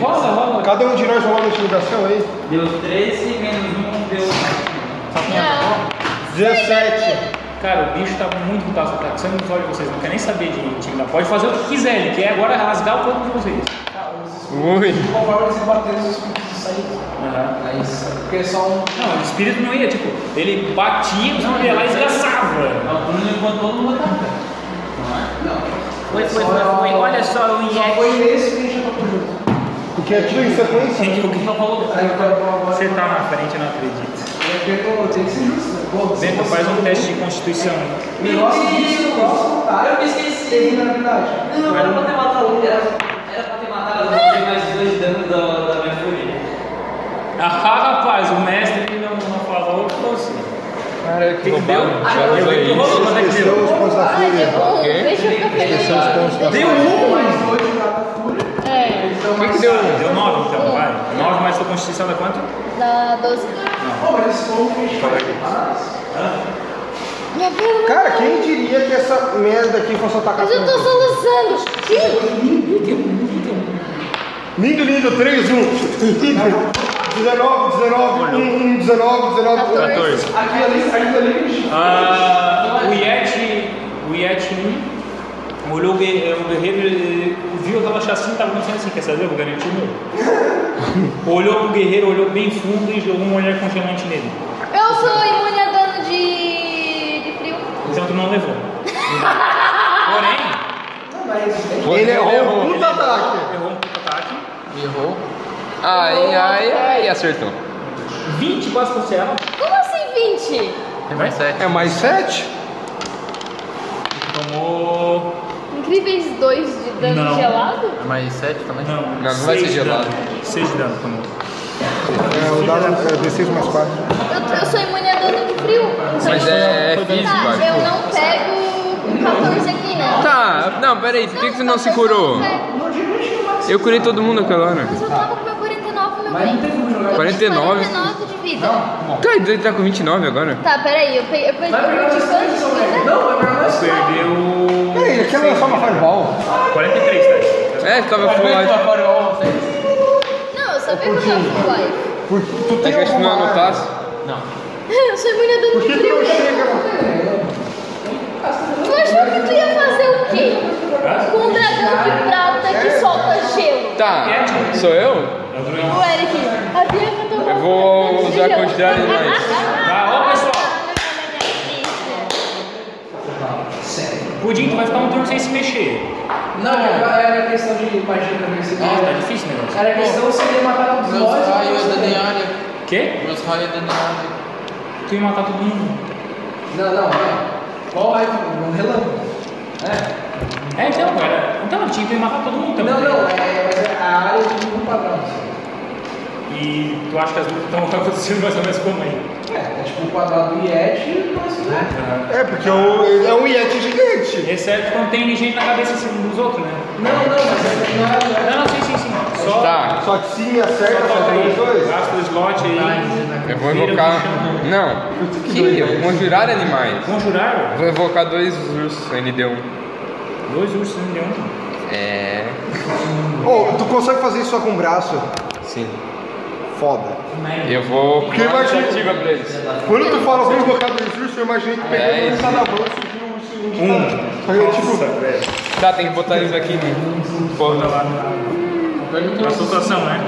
[SPEAKER 1] Rola, rola.
[SPEAKER 5] Cada um de nós rola uma intimidação aí.
[SPEAKER 9] Deu 13 menos 1, deu.
[SPEAKER 2] Não.
[SPEAKER 5] 17.
[SPEAKER 1] tá Cara, o bicho tá muito putaço com o ataque. Você não olha vocês, não quer nem saber de intimidar. Pode fazer o que quiser, ele quer agora rasgar o corpo de vocês.
[SPEAKER 5] Ui.
[SPEAKER 3] conforme eles bateram os espíritos de saída.
[SPEAKER 1] Aham.
[SPEAKER 3] Aí isso. Porque é só um.
[SPEAKER 1] Não, o espírito não ia, tipo, ele batia, não ia lá e esgaçava.
[SPEAKER 10] O Bruno levantou no ataque.
[SPEAKER 1] Foi, foi, foi, foi. Olha só o
[SPEAKER 3] Só
[SPEAKER 1] Inhex.
[SPEAKER 3] foi nesse que a gente tocou junto.
[SPEAKER 5] Porque é tiro em sequência. né?
[SPEAKER 3] Aí eu quero falar agora.
[SPEAKER 1] Você tá na frente, eu não acredito.
[SPEAKER 3] Eu tenho tem que ser justo, né? Pô, se
[SPEAKER 1] Zento,
[SPEAKER 3] você-
[SPEAKER 1] faz um teste de constituição.
[SPEAKER 3] O negócio disso, o negócio tá.
[SPEAKER 9] Eu me esqueci.
[SPEAKER 3] Tem vulnerabilidade.
[SPEAKER 9] Não, era pra ter matado. Era, era pra ter matado, eu tenho mais 2 de dano da, da minha fúria.
[SPEAKER 1] Ah, rapaz, o mestre não, não falou pra você.
[SPEAKER 4] Cara, que roubado.
[SPEAKER 1] Ah, eu vi que rolou, quanto é que
[SPEAKER 5] Esqueceu
[SPEAKER 1] deu?
[SPEAKER 5] os pontos da
[SPEAKER 2] Ai,
[SPEAKER 5] fúria.
[SPEAKER 2] deu um. Deixa eu ficar
[SPEAKER 5] Esqueceu os
[SPEAKER 2] feliz.
[SPEAKER 5] pontos da
[SPEAKER 1] Deu
[SPEAKER 5] fúria.
[SPEAKER 1] um!
[SPEAKER 3] Mais dois de cada fúria.
[SPEAKER 2] É.
[SPEAKER 3] Então,
[SPEAKER 4] O que
[SPEAKER 3] mais
[SPEAKER 4] que deu?
[SPEAKER 1] Deu nove, então, vai. Nove mais sua constituição dá quanto?
[SPEAKER 2] Dá 12.
[SPEAKER 3] Pô, mas esse povo fez parado.
[SPEAKER 2] Minha perna.
[SPEAKER 5] Cara, quem diria que essa merda aqui fosse atacar
[SPEAKER 2] Mas eu tô soluçando. Sim.
[SPEAKER 5] Lindo, lindo, um. 3, 1. 19, 19, 1, 19,
[SPEAKER 4] Tá
[SPEAKER 5] 19, 14.
[SPEAKER 3] Aquilo ali, aquilo ali, bicho.
[SPEAKER 1] Ah, o Yeti, o Yeti olhou o guerre- eh, o guerreiro, ele viu aquela chacina e tava pensando assim, quer saber, vou garantir o meu. olhou pro guerreiro, olhou bem fundo e jogou um olhar congelante nele.
[SPEAKER 2] Eu sou imune a dano de, de frio.
[SPEAKER 1] Então tu não levou. Porém,
[SPEAKER 3] Não, mas.
[SPEAKER 5] Ele errou um
[SPEAKER 4] errou.
[SPEAKER 5] puta ataque.
[SPEAKER 1] errou um puto ataque.
[SPEAKER 4] Errou. Ai, ai, ai, acertou.
[SPEAKER 1] 20 quase por cento.
[SPEAKER 2] Como assim 20?
[SPEAKER 4] É mais sete.
[SPEAKER 5] É mais 7?
[SPEAKER 1] Tomou.
[SPEAKER 2] Incríveis 2 de dano
[SPEAKER 1] Não.
[SPEAKER 2] gelado?
[SPEAKER 4] É mais sete também?
[SPEAKER 1] Não,
[SPEAKER 4] Não, não vai ser
[SPEAKER 1] seis de
[SPEAKER 4] gelado.
[SPEAKER 1] dano. 6 de dano tomou.
[SPEAKER 5] É, o dado é 16 mais 4.
[SPEAKER 2] Eu, eu sou imune a dano de frio. Então
[SPEAKER 4] Mas
[SPEAKER 2] eu
[SPEAKER 4] é- é
[SPEAKER 2] não...
[SPEAKER 4] físico,
[SPEAKER 2] tá,
[SPEAKER 4] acho.
[SPEAKER 2] eu não pego 14 aqui, né?
[SPEAKER 4] Tá, não, peraí, por que, que você não se
[SPEAKER 2] eu só
[SPEAKER 4] curou?
[SPEAKER 2] pego.
[SPEAKER 4] Eu curei todo mundo aquela hora.
[SPEAKER 2] Mas eu tava com meu 49, meu bem. Eu tenho
[SPEAKER 4] 49?
[SPEAKER 2] 49 de vida.
[SPEAKER 4] Tá, ele tá com 29 agora.
[SPEAKER 2] Tá, peraí, eu peguei. Eu peguei
[SPEAKER 3] Vai pegar mais dois, seu
[SPEAKER 5] né?
[SPEAKER 3] velho. Não,
[SPEAKER 5] é
[SPEAKER 3] vai pegar mais dois.
[SPEAKER 1] Perdeu.
[SPEAKER 5] Peraí, ele quer lançar uma fireball.
[SPEAKER 1] 43, tá?
[SPEAKER 4] É, tava full life.
[SPEAKER 2] Não, eu só pego o meu full life.
[SPEAKER 5] Por, tu
[SPEAKER 4] É
[SPEAKER 5] tem
[SPEAKER 4] que eu acho que não
[SPEAKER 5] alguma arma?
[SPEAKER 4] anotasse.
[SPEAKER 2] Eu sou imune a dano
[SPEAKER 5] Por que
[SPEAKER 2] de
[SPEAKER 5] tu
[SPEAKER 2] frio.
[SPEAKER 5] não
[SPEAKER 2] né?
[SPEAKER 5] chega
[SPEAKER 2] Tu achou que tu ia fazer o quê? Com um dragão de prata que solta gelo.
[SPEAKER 4] Tá, sou eu?
[SPEAKER 2] O Eric, a Bia tomou
[SPEAKER 4] Eu vou
[SPEAKER 2] um dragão de
[SPEAKER 4] usar
[SPEAKER 2] gelo.
[SPEAKER 4] quantidade de nós.
[SPEAKER 1] Tá, ó, pessoal. Pudim, tu vai ficar um turno sem se mexer.
[SPEAKER 3] Não, é era era questão de magia também. você
[SPEAKER 1] Ah, tá
[SPEAKER 3] queria-
[SPEAKER 1] difícil o negócio.
[SPEAKER 3] Era questão se ele matar todos
[SPEAKER 10] Meus
[SPEAKER 3] nós.
[SPEAKER 10] raios da minha área.
[SPEAKER 1] Quê?
[SPEAKER 10] Meus raios da minha área.
[SPEAKER 1] Tu ia matar todo mundo.
[SPEAKER 3] Não, não, não. Qual raio? Um relâmpago. É?
[SPEAKER 1] É, então, cara. Então, tinha que matar todo mundo. Então.
[SPEAKER 3] Não, não, é, mas é a área de um padrão. assim.
[SPEAKER 1] E tu acha que as lutas estão acontecendo mais ou menos como aí?
[SPEAKER 3] É, é tipo o quadrado do Yeti, mas né?
[SPEAKER 5] É, porque é um, é um Yeti gigante.
[SPEAKER 1] Exceto é quando tem gente na cabeça assim, dos outros, né?
[SPEAKER 3] Não, não, mas é- não é.
[SPEAKER 1] Não, não, sim, sim, sim. Só,
[SPEAKER 4] Tá,
[SPEAKER 5] Só que se me
[SPEAKER 1] só
[SPEAKER 5] acerta,
[SPEAKER 1] toca
[SPEAKER 5] só tem
[SPEAKER 1] aí.
[SPEAKER 5] os dois.
[SPEAKER 1] Gasta o slot aí. né?
[SPEAKER 4] eu vou
[SPEAKER 1] Vira pro
[SPEAKER 4] invocar.
[SPEAKER 1] chão.
[SPEAKER 4] Não, que? Eu vou conjurar animais.
[SPEAKER 1] Conjurar?
[SPEAKER 4] Vou invocar dois ursos ND1.
[SPEAKER 1] Dois ursos em leão.
[SPEAKER 4] É.
[SPEAKER 5] Ô, tu consegue fazer isso só com o braço?
[SPEAKER 4] Sim.
[SPEAKER 5] Foda.
[SPEAKER 4] Eu vou.
[SPEAKER 5] Porque imagina-
[SPEAKER 4] iniciativa pra eles.
[SPEAKER 5] Quando tu fala vamos colocar dois ursos, eu imaginei que
[SPEAKER 4] É
[SPEAKER 5] pegando um
[SPEAKER 4] isso.
[SPEAKER 5] de cada mão e surgiu o urso um de cada. Aí eu, tipo,
[SPEAKER 4] Tá, tem que botar eles aqui. né? Porra.
[SPEAKER 1] Na situação, né?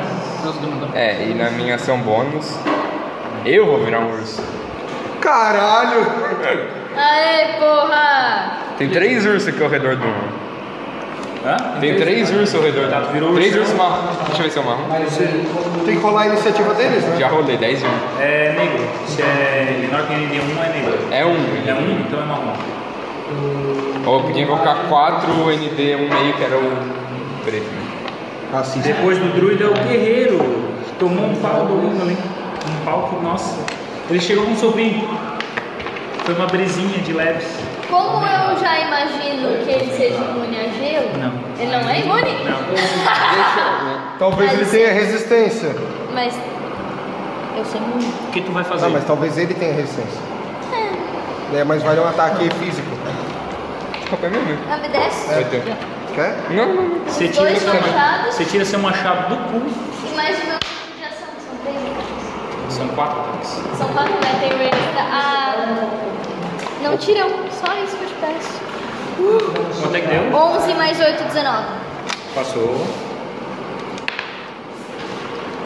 [SPEAKER 4] É, e na minha ação bônus, eu vou virar um urso.
[SPEAKER 5] caralho.
[SPEAKER 2] Aê, porra!
[SPEAKER 4] Tem três ursos aqui ao redor do mundo.
[SPEAKER 1] Hã?
[SPEAKER 4] Tem três ursos ao redor.
[SPEAKER 1] Tá, tu virou
[SPEAKER 4] três
[SPEAKER 1] ursão.
[SPEAKER 4] ursos marrom. Deixa eu ver se é o marrom.
[SPEAKER 5] Tem que rolar a iniciativa deles, né?
[SPEAKER 4] Já rolei, 10 e 1.
[SPEAKER 1] É negro. Se é menor que ND1, é negro.
[SPEAKER 4] É um.
[SPEAKER 1] É um, então é marrom.
[SPEAKER 4] Ou podia invocar 4 ND, um meio que era o preto. né?
[SPEAKER 5] Ah, sim.
[SPEAKER 1] Depois do druida é o guerreiro. Tomou um pau do Lula ali. Um pau que, nossa. Ele chegou com um sobrinho. Foi uma brisinha de leves.
[SPEAKER 2] Como eu já imagino que ele seja imune a gelo,
[SPEAKER 1] Não.
[SPEAKER 2] ele não é imune?
[SPEAKER 4] Deixa-
[SPEAKER 5] Talvez ele tenha resistência.
[SPEAKER 2] Mas eu sou imune.
[SPEAKER 1] O que tu vai fazer?
[SPEAKER 5] Ah, mas talvez ele tenha resistência. É, mas vale um ataque físico.
[SPEAKER 4] Desculpa, é meu mesmo.
[SPEAKER 2] Obedece?
[SPEAKER 4] Vai ter.
[SPEAKER 5] Quer?
[SPEAKER 4] Não, não, não.
[SPEAKER 1] É. Você tira,
[SPEAKER 2] Dois manchados
[SPEAKER 1] você tira seu machado do cu.
[SPEAKER 2] e mais o meu tipo de ação. São três ataques.
[SPEAKER 1] São quatro ataques.
[SPEAKER 2] São quatro, né? Tem o extra. Ah, não tiram. Só isso que eu te peço.
[SPEAKER 1] Quanto é que deu?
[SPEAKER 2] 11 mais 8, 19.
[SPEAKER 1] Passou,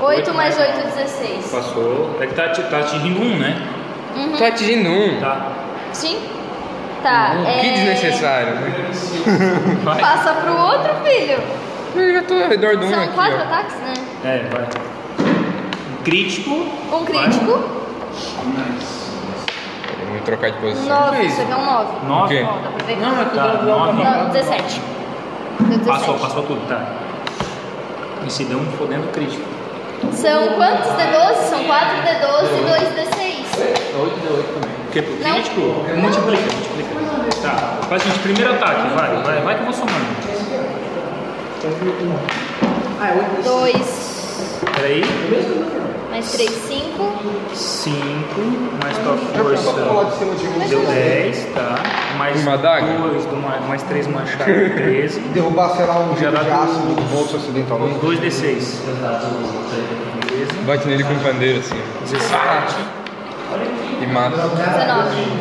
[SPEAKER 2] 8 mais 8, 16.
[SPEAKER 1] passou. É que tá, ati- tá atingindo um, né?
[SPEAKER 4] Tô atingindo um.
[SPEAKER 1] Tá.
[SPEAKER 2] Sim? Tá.
[SPEAKER 1] Uhum.
[SPEAKER 2] é...
[SPEAKER 4] Que desnecessário, né?
[SPEAKER 1] Vai.
[SPEAKER 2] Passa pro outro, filho.
[SPEAKER 4] Eu já tô ao redor do um
[SPEAKER 2] São quatro
[SPEAKER 4] aqui,
[SPEAKER 2] ataques, né?
[SPEAKER 1] É, vai. Crítico.
[SPEAKER 2] Um crítico.
[SPEAKER 4] ó. Vamos trocar de posição.
[SPEAKER 2] Nove. Isso aqui é um nove.
[SPEAKER 1] Nove.
[SPEAKER 4] Ok.
[SPEAKER 2] Dá pra ver?
[SPEAKER 1] Não, é que tá, nove.
[SPEAKER 2] Não, 17. Deu 17.
[SPEAKER 1] Passou, passou tudo, tá. E se deu um fodendo crítico.
[SPEAKER 2] São quantos D12? São 4 D12 e 2 D6.
[SPEAKER 1] Porque pro
[SPEAKER 2] Não.
[SPEAKER 1] crítico, multiplica, multiplica. Tá, faz gente, primeiro ataque, vai, vai, vai que eu vou somando.
[SPEAKER 2] 2
[SPEAKER 1] Peraí,
[SPEAKER 2] mais 3, 5.
[SPEAKER 1] 5, mais tua força,
[SPEAKER 5] cima de um.
[SPEAKER 1] deu 10, tá? Mais
[SPEAKER 4] Uma adaga?
[SPEAKER 1] dois, do ma- mais 3 machados, 13.
[SPEAKER 5] Derrubar, sei lá, um
[SPEAKER 1] Já dá
[SPEAKER 5] jogo de
[SPEAKER 1] tudo.
[SPEAKER 5] ácido do bolso acidentalmente.
[SPEAKER 1] 2 D6,
[SPEAKER 4] Bate nele com o pandeiro assim.
[SPEAKER 1] 17,
[SPEAKER 4] E mata.
[SPEAKER 2] 19.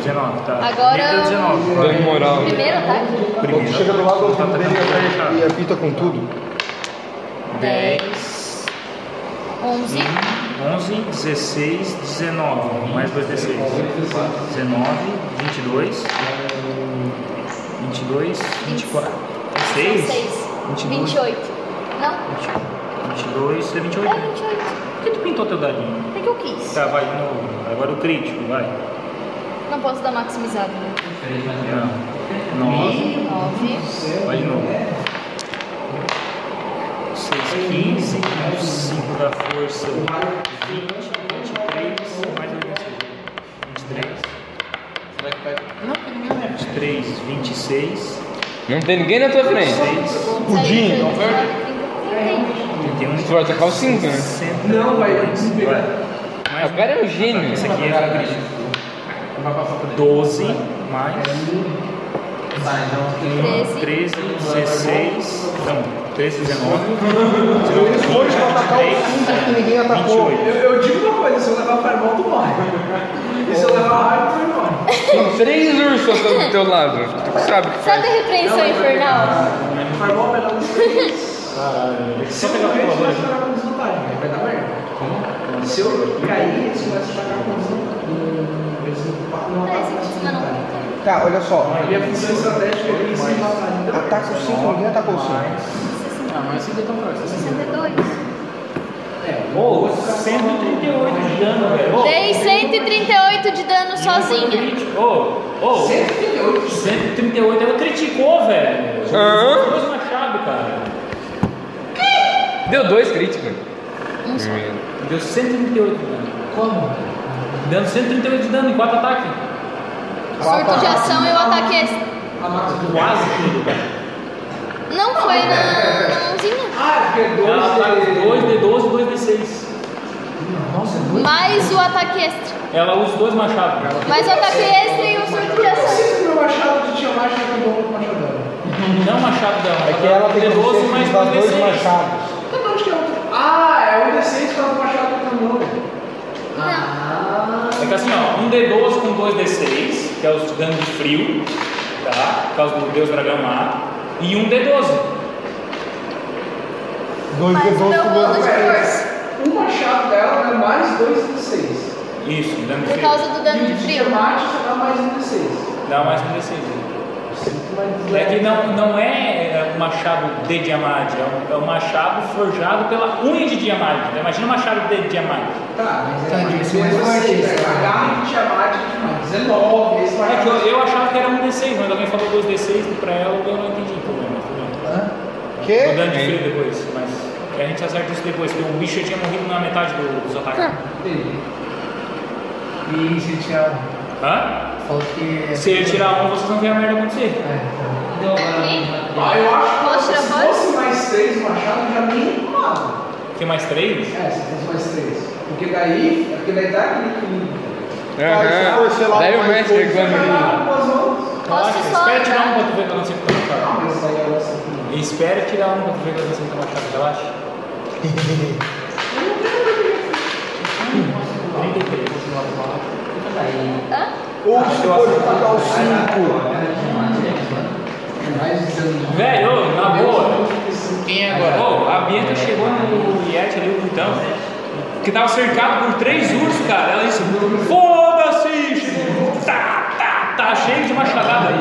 [SPEAKER 1] 19, tá?
[SPEAKER 2] Agora
[SPEAKER 1] Deu 19, vai.
[SPEAKER 4] Dano moral.
[SPEAKER 2] Primeiro ataque.
[SPEAKER 5] Quando
[SPEAKER 1] Primeiro.
[SPEAKER 5] chega do lado do
[SPEAKER 1] Tá, tá,
[SPEAKER 5] outro dele
[SPEAKER 1] tá, tá, tá.
[SPEAKER 5] e apita com tudo.
[SPEAKER 2] 10. 11.
[SPEAKER 1] 11, 16, 19. Mais 2 D6. 19, 22. 22, 24. 6?
[SPEAKER 2] 6.
[SPEAKER 1] 22.
[SPEAKER 2] 28. Não,
[SPEAKER 1] 22, é 28.
[SPEAKER 2] é 28.
[SPEAKER 1] Por que tu pintou teu dadinho?
[SPEAKER 2] É que eu quis.
[SPEAKER 1] Tá, vai de novo. Agora o crítico, vai.
[SPEAKER 2] Não posso dar maximizado. né?
[SPEAKER 1] Não. 9,
[SPEAKER 2] 9.
[SPEAKER 1] vai de novo. 6, 15, 5 da força. 20, 23, mais 2 D6. 23.
[SPEAKER 10] Será que vai.
[SPEAKER 1] 3, 26,
[SPEAKER 4] Não tem ninguém na tua frente.
[SPEAKER 1] 6,
[SPEAKER 2] Pudim.
[SPEAKER 4] Tu
[SPEAKER 1] 31,
[SPEAKER 4] vai atacar o 5, né?
[SPEAKER 1] 60.
[SPEAKER 10] Não, vai, vai
[SPEAKER 1] Vai.
[SPEAKER 4] Ah, O cara é um gênio.
[SPEAKER 1] Esse aqui é o crítico. 12 mais então
[SPEAKER 2] 13.
[SPEAKER 1] 13, 16. Não, 13, 19. 19,
[SPEAKER 5] Depois de atacar o 5 que ninguém atacou.
[SPEAKER 1] 28.
[SPEAKER 3] Eu, eu digo uma coisa, se eu levar o Fireball, tu morre. E se eu levar a Harry, tu morre.
[SPEAKER 4] Tem três ursos do teu lado. Tu que sabe o que
[SPEAKER 2] um. Sabe
[SPEAKER 4] faz.
[SPEAKER 2] a repreensão infernal?
[SPEAKER 3] Fireball vai dar um desvantagem.
[SPEAKER 1] Deixa
[SPEAKER 3] Se
[SPEAKER 1] eu
[SPEAKER 3] eu
[SPEAKER 1] pegar o
[SPEAKER 3] morrer, tu vai
[SPEAKER 1] calculador.
[SPEAKER 3] jogar com desvantagem. Aí Vai dar merda. Se eu cair, isso vai se jogar com desvantagem. Eles não pa- não
[SPEAKER 2] É, esse
[SPEAKER 3] atacam
[SPEAKER 2] aqui
[SPEAKER 3] mais
[SPEAKER 2] de cima não.
[SPEAKER 3] desvantagem.
[SPEAKER 5] Tá, olha só. tá
[SPEAKER 3] E a função estratégica é eles se matarem.
[SPEAKER 5] Ataca o 5, ninguém atacou o 5.
[SPEAKER 10] Ah, mas vocês estão fracos.
[SPEAKER 2] 62.
[SPEAKER 1] Ô, 138 de dano, velho. Ô,
[SPEAKER 2] Dei 138 de dano sozinha.
[SPEAKER 1] crítico. Ô, ô. 138. Ela criticou, velho.
[SPEAKER 4] Hã?
[SPEAKER 1] Dois machados, cara.
[SPEAKER 4] Deu dois críticos.
[SPEAKER 2] Um
[SPEAKER 1] Deu 138 de dano. Como? Dando 138 de dano em 4 ataques.
[SPEAKER 2] Surto de ação eu ataquei. esse.
[SPEAKER 1] Quase tudo, cara.
[SPEAKER 2] Não foi na na mãozinha.
[SPEAKER 3] Ah, porque
[SPEAKER 1] Ela tá
[SPEAKER 3] dois de-
[SPEAKER 1] 2 D12 e 2D6.
[SPEAKER 2] Mais o ataque extra.
[SPEAKER 1] Ela usa os dois machados.
[SPEAKER 2] Mas o ataque extra e o surto de ação.
[SPEAKER 3] Sempre é meu machado de tinha mais do que o outro machadão.
[SPEAKER 1] Não machado dela.
[SPEAKER 5] É que ela tem que
[SPEAKER 1] D12 mais
[SPEAKER 5] usar dois
[SPEAKER 1] 2D6.
[SPEAKER 5] machados.
[SPEAKER 3] Então, pra onde que é o outro? Ah, é o D6 para o machado do caminhão.
[SPEAKER 2] Não.
[SPEAKER 1] É que assim, ó, um D12 com 2D6, que é os danos de frio, tá? Por causa do Deus Dragão lá. E um D12.
[SPEAKER 5] Dois de
[SPEAKER 2] Mas o
[SPEAKER 5] 12
[SPEAKER 2] meu bônus de
[SPEAKER 5] com
[SPEAKER 2] força.
[SPEAKER 3] O machado dela é mais dois D6.
[SPEAKER 1] Isso, um dano de
[SPEAKER 2] Por
[SPEAKER 1] frio.
[SPEAKER 2] causa do dano de
[SPEAKER 3] E o
[SPEAKER 2] frio.
[SPEAKER 3] Tiamat dá mais um D6.
[SPEAKER 1] Dá mais um D6. né?
[SPEAKER 3] Tá,
[SPEAKER 1] É que não, não é um machado de diamante, é um, é um machado forjado pela unha de diamante. né? Imagina um machado de diamante.
[SPEAKER 3] Tá, mas é
[SPEAKER 6] Tá,
[SPEAKER 3] mais
[SPEAKER 6] isso é mais forte, isso.
[SPEAKER 3] Agarra de Tiamat de é mais 19, esse
[SPEAKER 1] É
[SPEAKER 3] vai
[SPEAKER 1] que eu, eu achava que era um D6, mas alguém falou dois D6 pra ela eu não entendi. Problema, problema. Tô
[SPEAKER 5] Que?
[SPEAKER 1] dando de frio depois, mas que a gente acerta isso depois, porque o bicho tinha morrido na metade do- dos ataques.
[SPEAKER 2] Tá.
[SPEAKER 6] E se eu tirar um?
[SPEAKER 1] Hã?
[SPEAKER 6] Falou que.
[SPEAKER 1] Se eu tirar um, vocês vão ver a merda acontecer.
[SPEAKER 6] É, tá.
[SPEAKER 3] Ah, eu acho que
[SPEAKER 2] Mostra
[SPEAKER 3] se
[SPEAKER 2] a voz.
[SPEAKER 3] fosse mais 3 machado, já me enrolava.
[SPEAKER 1] Tem mais três?
[SPEAKER 3] É, se fosse mais 3. Porque daí, é porque daí dá aquele equilíbrio.
[SPEAKER 5] Cara, se for, sei lá,
[SPEAKER 4] Daí o
[SPEAKER 5] mais
[SPEAKER 4] mestre
[SPEAKER 5] coisa,
[SPEAKER 4] reclama de mim.
[SPEAKER 3] Ah, mas vamos.
[SPEAKER 2] Posso
[SPEAKER 1] Relaxa,
[SPEAKER 2] só
[SPEAKER 1] espera tirar um
[SPEAKER 2] andar?
[SPEAKER 1] pra tu ver que eu não sei o que eu tô falando.
[SPEAKER 3] Ah, mas daí é nossa opinião.
[SPEAKER 1] E espera tirar um pra tu ver que eu não sei o que eu tô falando. Relaxa. 33.
[SPEAKER 2] Hã?
[SPEAKER 5] Ou se for pagar os 5.
[SPEAKER 6] Mais desanimado.
[SPEAKER 1] Velho, na boa.
[SPEAKER 4] Quem agora?
[SPEAKER 1] Ô, a Bianca chegou no Yeti ali, o Vitão, que tava cercado por três ursos, cara. Ela disse: Foda-se! Chegou, Tá, tá, tá, cheio de machadada.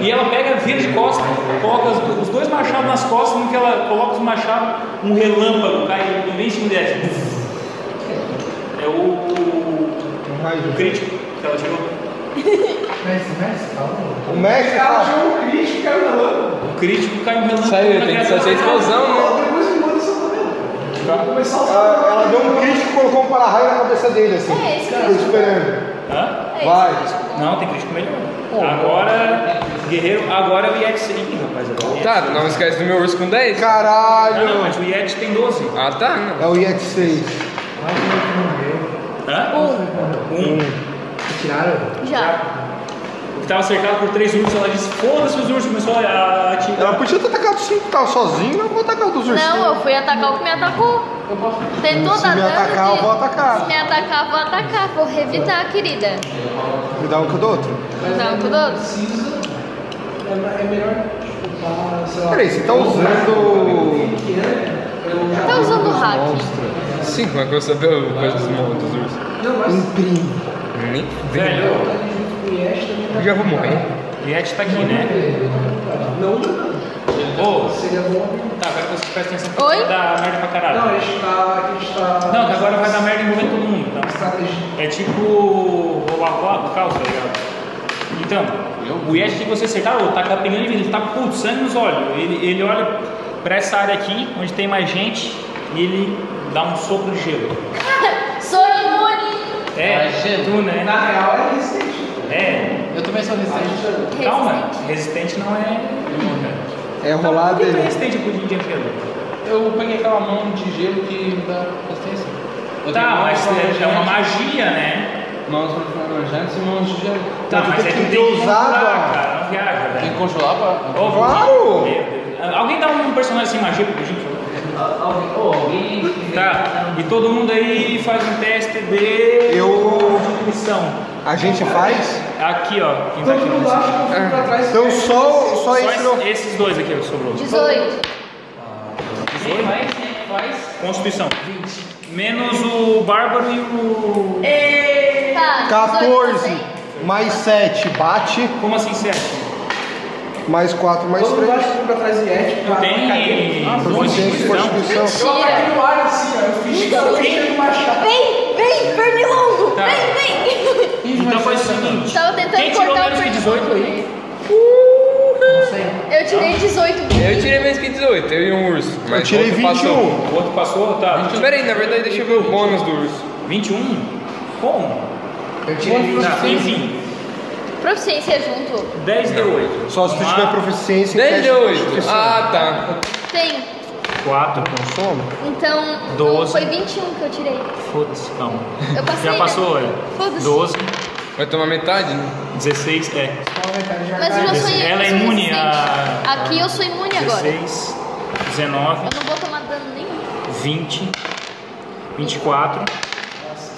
[SPEAKER 1] E ela pega, vira de costas, coloca os- os dois machados nas costas, no que ela coloca os machados, um relâmpago cai bem em cima do Yeti. É o,
[SPEAKER 5] Um
[SPEAKER 1] o
[SPEAKER 5] raio.
[SPEAKER 1] crítico que ela tirou.
[SPEAKER 6] Mestre, mestre, calma.
[SPEAKER 5] O mestre tá,
[SPEAKER 3] Ela
[SPEAKER 5] fala.
[SPEAKER 3] achou um crítico e caiu na lama.
[SPEAKER 1] O crítico cai um relâmpago.
[SPEAKER 4] Saiu,
[SPEAKER 1] na
[SPEAKER 4] tem que
[SPEAKER 1] cabeça
[SPEAKER 4] fazer
[SPEAKER 1] dela.
[SPEAKER 4] explosão, né?
[SPEAKER 3] Depois ele manda seu cabelo. Vai começar o seu
[SPEAKER 5] ah, Ela deu um crítico e colocou um para-raio na cabeça dele, assim.
[SPEAKER 2] É esse
[SPEAKER 5] Tô
[SPEAKER 2] crítico.
[SPEAKER 5] esperando.
[SPEAKER 1] Hã?
[SPEAKER 2] É isso.
[SPEAKER 5] Vai.
[SPEAKER 1] Não, tem crítico melhor. Agora, guerreiro, agora é o Yeti. Ih, rapaz, agora é o Yeti.
[SPEAKER 4] Tá, não esquece do meu urso com 10.
[SPEAKER 1] Ah, não, mas
[SPEAKER 5] Caralho.
[SPEAKER 1] o Yeti tem 12.
[SPEAKER 4] Ah, tá. Não.
[SPEAKER 5] É o Yeti 6.
[SPEAKER 1] Hã? Um.
[SPEAKER 6] Tiraram?
[SPEAKER 2] Já.
[SPEAKER 1] O que tava cercado por três ursos, ela disse: foda-se os ursos, começou a
[SPEAKER 5] Ela
[SPEAKER 1] atirar.
[SPEAKER 5] podia ter atacado os 5 que tava sozinho, mas eu vou atacar o dos ursinhos.
[SPEAKER 2] Não, eu fui atacar o que me atacou. Tentou
[SPEAKER 5] Se
[SPEAKER 2] dar
[SPEAKER 5] me
[SPEAKER 2] dano
[SPEAKER 5] atacar,
[SPEAKER 2] de-
[SPEAKER 5] eu vou atacar.
[SPEAKER 2] Se me atacar, eu vou atacar. Vou revidar, querida.
[SPEAKER 5] Me dá um que o do outro.
[SPEAKER 2] Não, com todos.
[SPEAKER 3] precisa. É, é melhor chutar, sei lá.
[SPEAKER 5] Peraí, você tá usando.
[SPEAKER 3] Que ano? Eu já
[SPEAKER 2] Tá usando hack.
[SPEAKER 4] Sim, como é que eu sabia o coisa dos mon- dos ursos?
[SPEAKER 3] Não, mas
[SPEAKER 5] Imprime.
[SPEAKER 4] Nem
[SPEAKER 1] Velho,
[SPEAKER 3] o
[SPEAKER 4] é,
[SPEAKER 3] Yesh também tá.
[SPEAKER 4] Eu já vou morrer.
[SPEAKER 1] o Yeti tá aqui, né?
[SPEAKER 3] Não,
[SPEAKER 1] Ô,
[SPEAKER 3] seria bom.
[SPEAKER 1] tá, agora vocês prestem atenção que
[SPEAKER 2] Oi?
[SPEAKER 1] vai dar merda pra caralho.
[SPEAKER 3] Não, a gente tá. A gente tá.
[SPEAKER 1] Não, que agora vai dar merda em momento todo mundo, tá?
[SPEAKER 3] Estratégia.
[SPEAKER 1] É tipo rolar rolar do caos, tá ligado? Então, o Yeti que você acertar, ô, tá capengando de vida, ele tá com sangue nos olhos. Ele, ele olha pra essa área aqui, onde tem mais gente, e ele dá um sopro de gelo.
[SPEAKER 2] Sou imune.
[SPEAKER 1] É,
[SPEAKER 4] Mais Ah, gelo?
[SPEAKER 1] tu, né?
[SPEAKER 3] Na real, é resistente.
[SPEAKER 1] É,
[SPEAKER 4] Eu também sou resistente.
[SPEAKER 1] calma, resistente não é.
[SPEAKER 5] É
[SPEAKER 1] Por
[SPEAKER 5] rolar
[SPEAKER 1] que que é
[SPEAKER 5] dele.
[SPEAKER 1] resistente o pudim de gelo?
[SPEAKER 4] Eu peguei aquela mão de gelo que me dá resistência. Eu
[SPEAKER 1] Tá,
[SPEAKER 4] tenho
[SPEAKER 1] mas
[SPEAKER 4] mãos
[SPEAKER 1] é, é uma
[SPEAKER 4] flamejantes,
[SPEAKER 1] magia, né?
[SPEAKER 4] Mãos flamejantes e mãos de gelo.
[SPEAKER 1] Tá,
[SPEAKER 5] tu
[SPEAKER 1] mas é
[SPEAKER 5] tem que
[SPEAKER 1] que
[SPEAKER 5] ter
[SPEAKER 1] tem que
[SPEAKER 5] usado,
[SPEAKER 1] controlar,
[SPEAKER 5] ó.
[SPEAKER 1] cara, não viaja,
[SPEAKER 4] Tem que
[SPEAKER 1] velho.
[SPEAKER 4] controlar pra...
[SPEAKER 1] Ô,
[SPEAKER 5] Claro!
[SPEAKER 1] Pudim, meu Deus. Alguém dá um personagem sem magia pro pudim, por favor?
[SPEAKER 9] Ô, alguém.
[SPEAKER 1] Tá, e todo mundo aí faz um teste de.
[SPEAKER 5] Eu-
[SPEAKER 1] Missão.
[SPEAKER 5] A gente faz?
[SPEAKER 1] Aqui, ó. Quem tá
[SPEAKER 3] Todo
[SPEAKER 1] aqui
[SPEAKER 3] mundo acha que eu fui pra trás.
[SPEAKER 5] Então só, só
[SPEAKER 1] Só
[SPEAKER 5] esse não.
[SPEAKER 1] esse- esses dois aqui ó, sobrou.
[SPEAKER 2] 18.
[SPEAKER 9] Quem faz? Quem faz?
[SPEAKER 1] Constituição. Menos o Bárbaro e o.
[SPEAKER 2] Tá.
[SPEAKER 5] 14
[SPEAKER 2] 18 também.
[SPEAKER 5] mais 7 bate,
[SPEAKER 1] Como assim, sete?
[SPEAKER 5] mais 4 mais
[SPEAKER 3] Todo mundo
[SPEAKER 5] 3.
[SPEAKER 3] acha que eu fui pra trás de Yesh.
[SPEAKER 6] Tá,
[SPEAKER 3] pra-
[SPEAKER 1] Tem.
[SPEAKER 5] Ah,
[SPEAKER 1] dois de
[SPEAKER 5] Proficiência de
[SPEAKER 1] Constituição?
[SPEAKER 5] Constituição.
[SPEAKER 3] Eu ataquei no ar assim, ó. Eu fiz que eu fiz com o machado.
[SPEAKER 2] Vem, vem, pernilongo.
[SPEAKER 1] Tá.
[SPEAKER 2] Vem, vem.
[SPEAKER 1] Então faz o seguinte.
[SPEAKER 2] Tava tentando
[SPEAKER 1] Quem tirou
[SPEAKER 2] cortar o
[SPEAKER 1] menos que 18 aí?
[SPEAKER 2] Eu tirei 18.
[SPEAKER 4] Eu tirei menos que 18, eu e um urso. Mas
[SPEAKER 5] Eu tirei
[SPEAKER 4] outro passou.
[SPEAKER 5] 21.
[SPEAKER 1] O outro passou, tá.
[SPEAKER 4] Espera aí, na verdade, deixa eu ver o bônus do urso.
[SPEAKER 1] 21? Como?
[SPEAKER 6] Eu tirei
[SPEAKER 1] Tá,
[SPEAKER 6] 25.
[SPEAKER 1] enfim.
[SPEAKER 2] Proficiência junto.
[SPEAKER 1] 10 deu Ah, 8.
[SPEAKER 5] Só se tu tiver proficiência em
[SPEAKER 4] 10
[SPEAKER 5] teste de
[SPEAKER 4] deu 8.
[SPEAKER 5] Constituição.
[SPEAKER 4] Ah, tá.
[SPEAKER 2] Tem.
[SPEAKER 1] 4.
[SPEAKER 5] Soma.
[SPEAKER 2] Então,
[SPEAKER 1] Doze.
[SPEAKER 2] foi 21 que eu tirei.
[SPEAKER 1] Foda-se, calma.
[SPEAKER 2] Eu passei.
[SPEAKER 1] Já
[SPEAKER 2] né?
[SPEAKER 1] passou, é. olha.
[SPEAKER 2] Foda-se.
[SPEAKER 1] 12,
[SPEAKER 4] tá. Vai tomar metade? né?
[SPEAKER 1] 16, é.
[SPEAKER 2] Mas eu já sou eu
[SPEAKER 1] Ela é
[SPEAKER 2] sou
[SPEAKER 1] imune
[SPEAKER 2] resistente.
[SPEAKER 1] a-
[SPEAKER 2] Aqui eu sou imune agora.
[SPEAKER 1] 16, 19,
[SPEAKER 2] Eu não vou tomar dano nenhum.
[SPEAKER 1] 20, 24,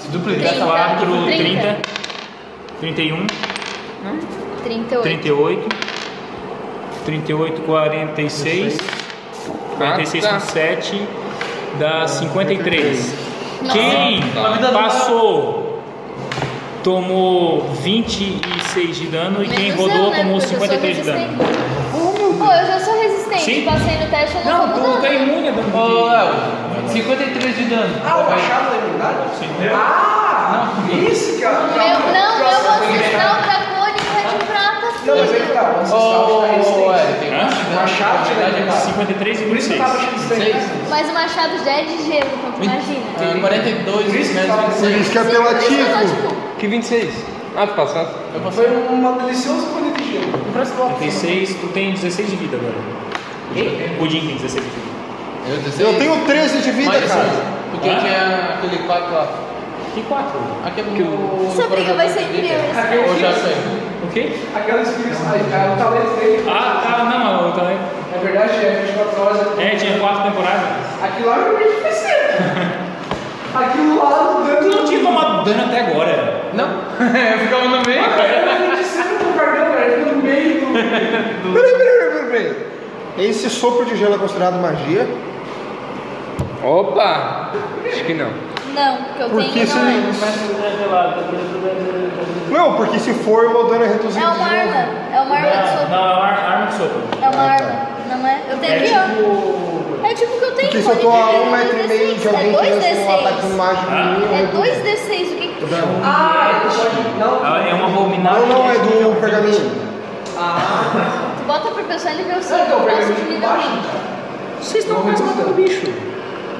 [SPEAKER 4] Se duplicar.
[SPEAKER 1] 24,
[SPEAKER 2] 30.
[SPEAKER 1] 30, 31,
[SPEAKER 2] 38.
[SPEAKER 1] 38, 38, 46, 46
[SPEAKER 4] Ah, tá.
[SPEAKER 1] com 7, dá 53. Quem
[SPEAKER 4] Tá.
[SPEAKER 1] passou tomou 26 de dano e
[SPEAKER 2] Menos
[SPEAKER 1] quem
[SPEAKER 2] eu,
[SPEAKER 1] rodou
[SPEAKER 2] né?
[SPEAKER 1] tomou
[SPEAKER 2] Porque eu sou
[SPEAKER 1] 53 de dano.
[SPEAKER 2] resistente. Pô, eu já sou resistente.
[SPEAKER 1] Sim.
[SPEAKER 2] Passei no teste, eu não,
[SPEAKER 1] Não,
[SPEAKER 2] tomo
[SPEAKER 1] tu
[SPEAKER 2] dano.
[SPEAKER 1] tá imune a
[SPEAKER 4] Ô,
[SPEAKER 1] dano.
[SPEAKER 4] Léo, 53 de dano.
[SPEAKER 3] Ah, o machado é blindado? Ah, isso que é.
[SPEAKER 2] Meu, não, meu ancestral dracônico é de prata,
[SPEAKER 3] Não, mas
[SPEAKER 5] é-
[SPEAKER 3] aí que
[SPEAKER 2] filho.
[SPEAKER 3] tá, o ancestral está
[SPEAKER 4] Ô,
[SPEAKER 3] resistente.
[SPEAKER 4] Eric,
[SPEAKER 1] Hã?
[SPEAKER 3] O machado tira
[SPEAKER 4] verdade,
[SPEAKER 3] de
[SPEAKER 4] é
[SPEAKER 3] prata.
[SPEAKER 1] 53 e
[SPEAKER 3] Por isso que
[SPEAKER 1] 26.
[SPEAKER 3] tava achando estranho.
[SPEAKER 4] Seis?
[SPEAKER 2] Mas o machado já é de gelo, então tu imagina.
[SPEAKER 4] Ah, 42 menos 26.
[SPEAKER 5] Isso que é
[SPEAKER 2] Não,
[SPEAKER 5] apelativo.
[SPEAKER 2] tipo,
[SPEAKER 4] Que 26? Ah, tu passaste. Eu
[SPEAKER 3] Foi
[SPEAKER 4] passei.
[SPEAKER 3] uma deliciosa colheita de gelo. Um preço bom.
[SPEAKER 1] 36, tu tem 16 de vida agora. O Jim tem 16 de vida.
[SPEAKER 4] Eu, 16.
[SPEAKER 5] Eu tenho 13 de vida,
[SPEAKER 4] Mais
[SPEAKER 5] cara.
[SPEAKER 4] um, Porque
[SPEAKER 1] Hã?
[SPEAKER 4] tinha aquele 4 lá.
[SPEAKER 1] Que 4?
[SPEAKER 4] Aqui é porque o.
[SPEAKER 2] Essa briga vai ser incrível.
[SPEAKER 4] Eu já sei.
[SPEAKER 1] O quê?
[SPEAKER 3] Aquela experiência. Ah, o talento dele.
[SPEAKER 1] Ah, tá, não, eu tava-
[SPEAKER 3] Na verdade, é 24 horas.
[SPEAKER 1] É, tinha 4 temporadas.
[SPEAKER 3] Aquilo lá é meio difícil. Aquilo lá
[SPEAKER 1] Tu
[SPEAKER 3] dando.
[SPEAKER 1] não tinha tomado dano até agora.
[SPEAKER 4] Não? eu ficava no meio.
[SPEAKER 3] Era dizendo pro cartão, era no meio do.
[SPEAKER 4] um.
[SPEAKER 5] Peraí, peraí, peraí, peraí. Esse sopro de gelo é considerado magia?
[SPEAKER 4] Opa! Acho que não.
[SPEAKER 2] Não, porque eu
[SPEAKER 5] Porque
[SPEAKER 2] tenho
[SPEAKER 5] se-
[SPEAKER 2] não é.
[SPEAKER 5] Não, porque se for, o meu dano é reduzido.
[SPEAKER 2] É uma
[SPEAKER 5] de novo.
[SPEAKER 2] arma. É uma arma de
[SPEAKER 1] Não,
[SPEAKER 2] sopro.
[SPEAKER 1] não, é uma ar- arma de sopro.
[SPEAKER 2] É uma arma. Não é? Eu tenho
[SPEAKER 1] É
[SPEAKER 2] aqui, ó. É tipo o que eu tenho.
[SPEAKER 5] Porque se eu tô a
[SPEAKER 2] Olha,
[SPEAKER 5] um metro e meio de alguém que
[SPEAKER 2] É
[SPEAKER 5] lança um ataque
[SPEAKER 2] 2d6.
[SPEAKER 5] mágico
[SPEAKER 1] Ah.
[SPEAKER 5] em mim, eu
[SPEAKER 2] É
[SPEAKER 5] reduzo.
[SPEAKER 2] 2d6. O que que tu chama?
[SPEAKER 3] Ah, pode. Não.
[SPEAKER 1] Ah, É uma abominável.
[SPEAKER 5] Não, não, é do pergaminho.
[SPEAKER 2] Ah, Tu bota pra pessoa nível 5.
[SPEAKER 3] Será que é o
[SPEAKER 2] Eu passo de
[SPEAKER 3] pergaminho de
[SPEAKER 2] nível
[SPEAKER 3] baixo?
[SPEAKER 2] 20.
[SPEAKER 1] Vocês estão
[SPEAKER 3] Vamos
[SPEAKER 1] quase
[SPEAKER 3] mudar.
[SPEAKER 1] matando o bicho.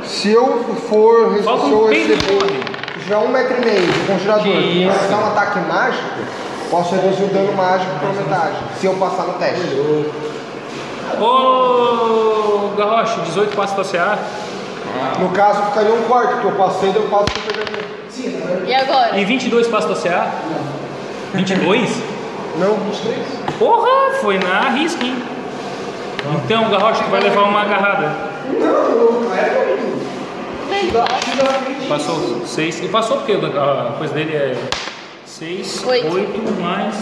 [SPEAKER 5] Se eu for, se
[SPEAKER 1] Falta um
[SPEAKER 5] eu
[SPEAKER 1] peito
[SPEAKER 5] receber já um metro e meio de conjurador
[SPEAKER 4] Que
[SPEAKER 5] e lançar um ataque mágico, posso reduzir o dano mágico por metade, se eu passar no teste.
[SPEAKER 1] Ô, Garrosh, 18 passa pra CA.
[SPEAKER 5] No caso, ficaria um quarto, porque eu passei, deu passo pro pergaminho.
[SPEAKER 2] E agora?
[SPEAKER 1] E 22 passa pra CA. 22?
[SPEAKER 5] Não, não sei.
[SPEAKER 1] Porra, foi na risca, hein? Então, Garrosh, tu vai levar uma agarrada.
[SPEAKER 2] Bem, bota.
[SPEAKER 1] Passou 6. E passou porque a coisa dele é 6,
[SPEAKER 2] Oito.
[SPEAKER 1] 8 mais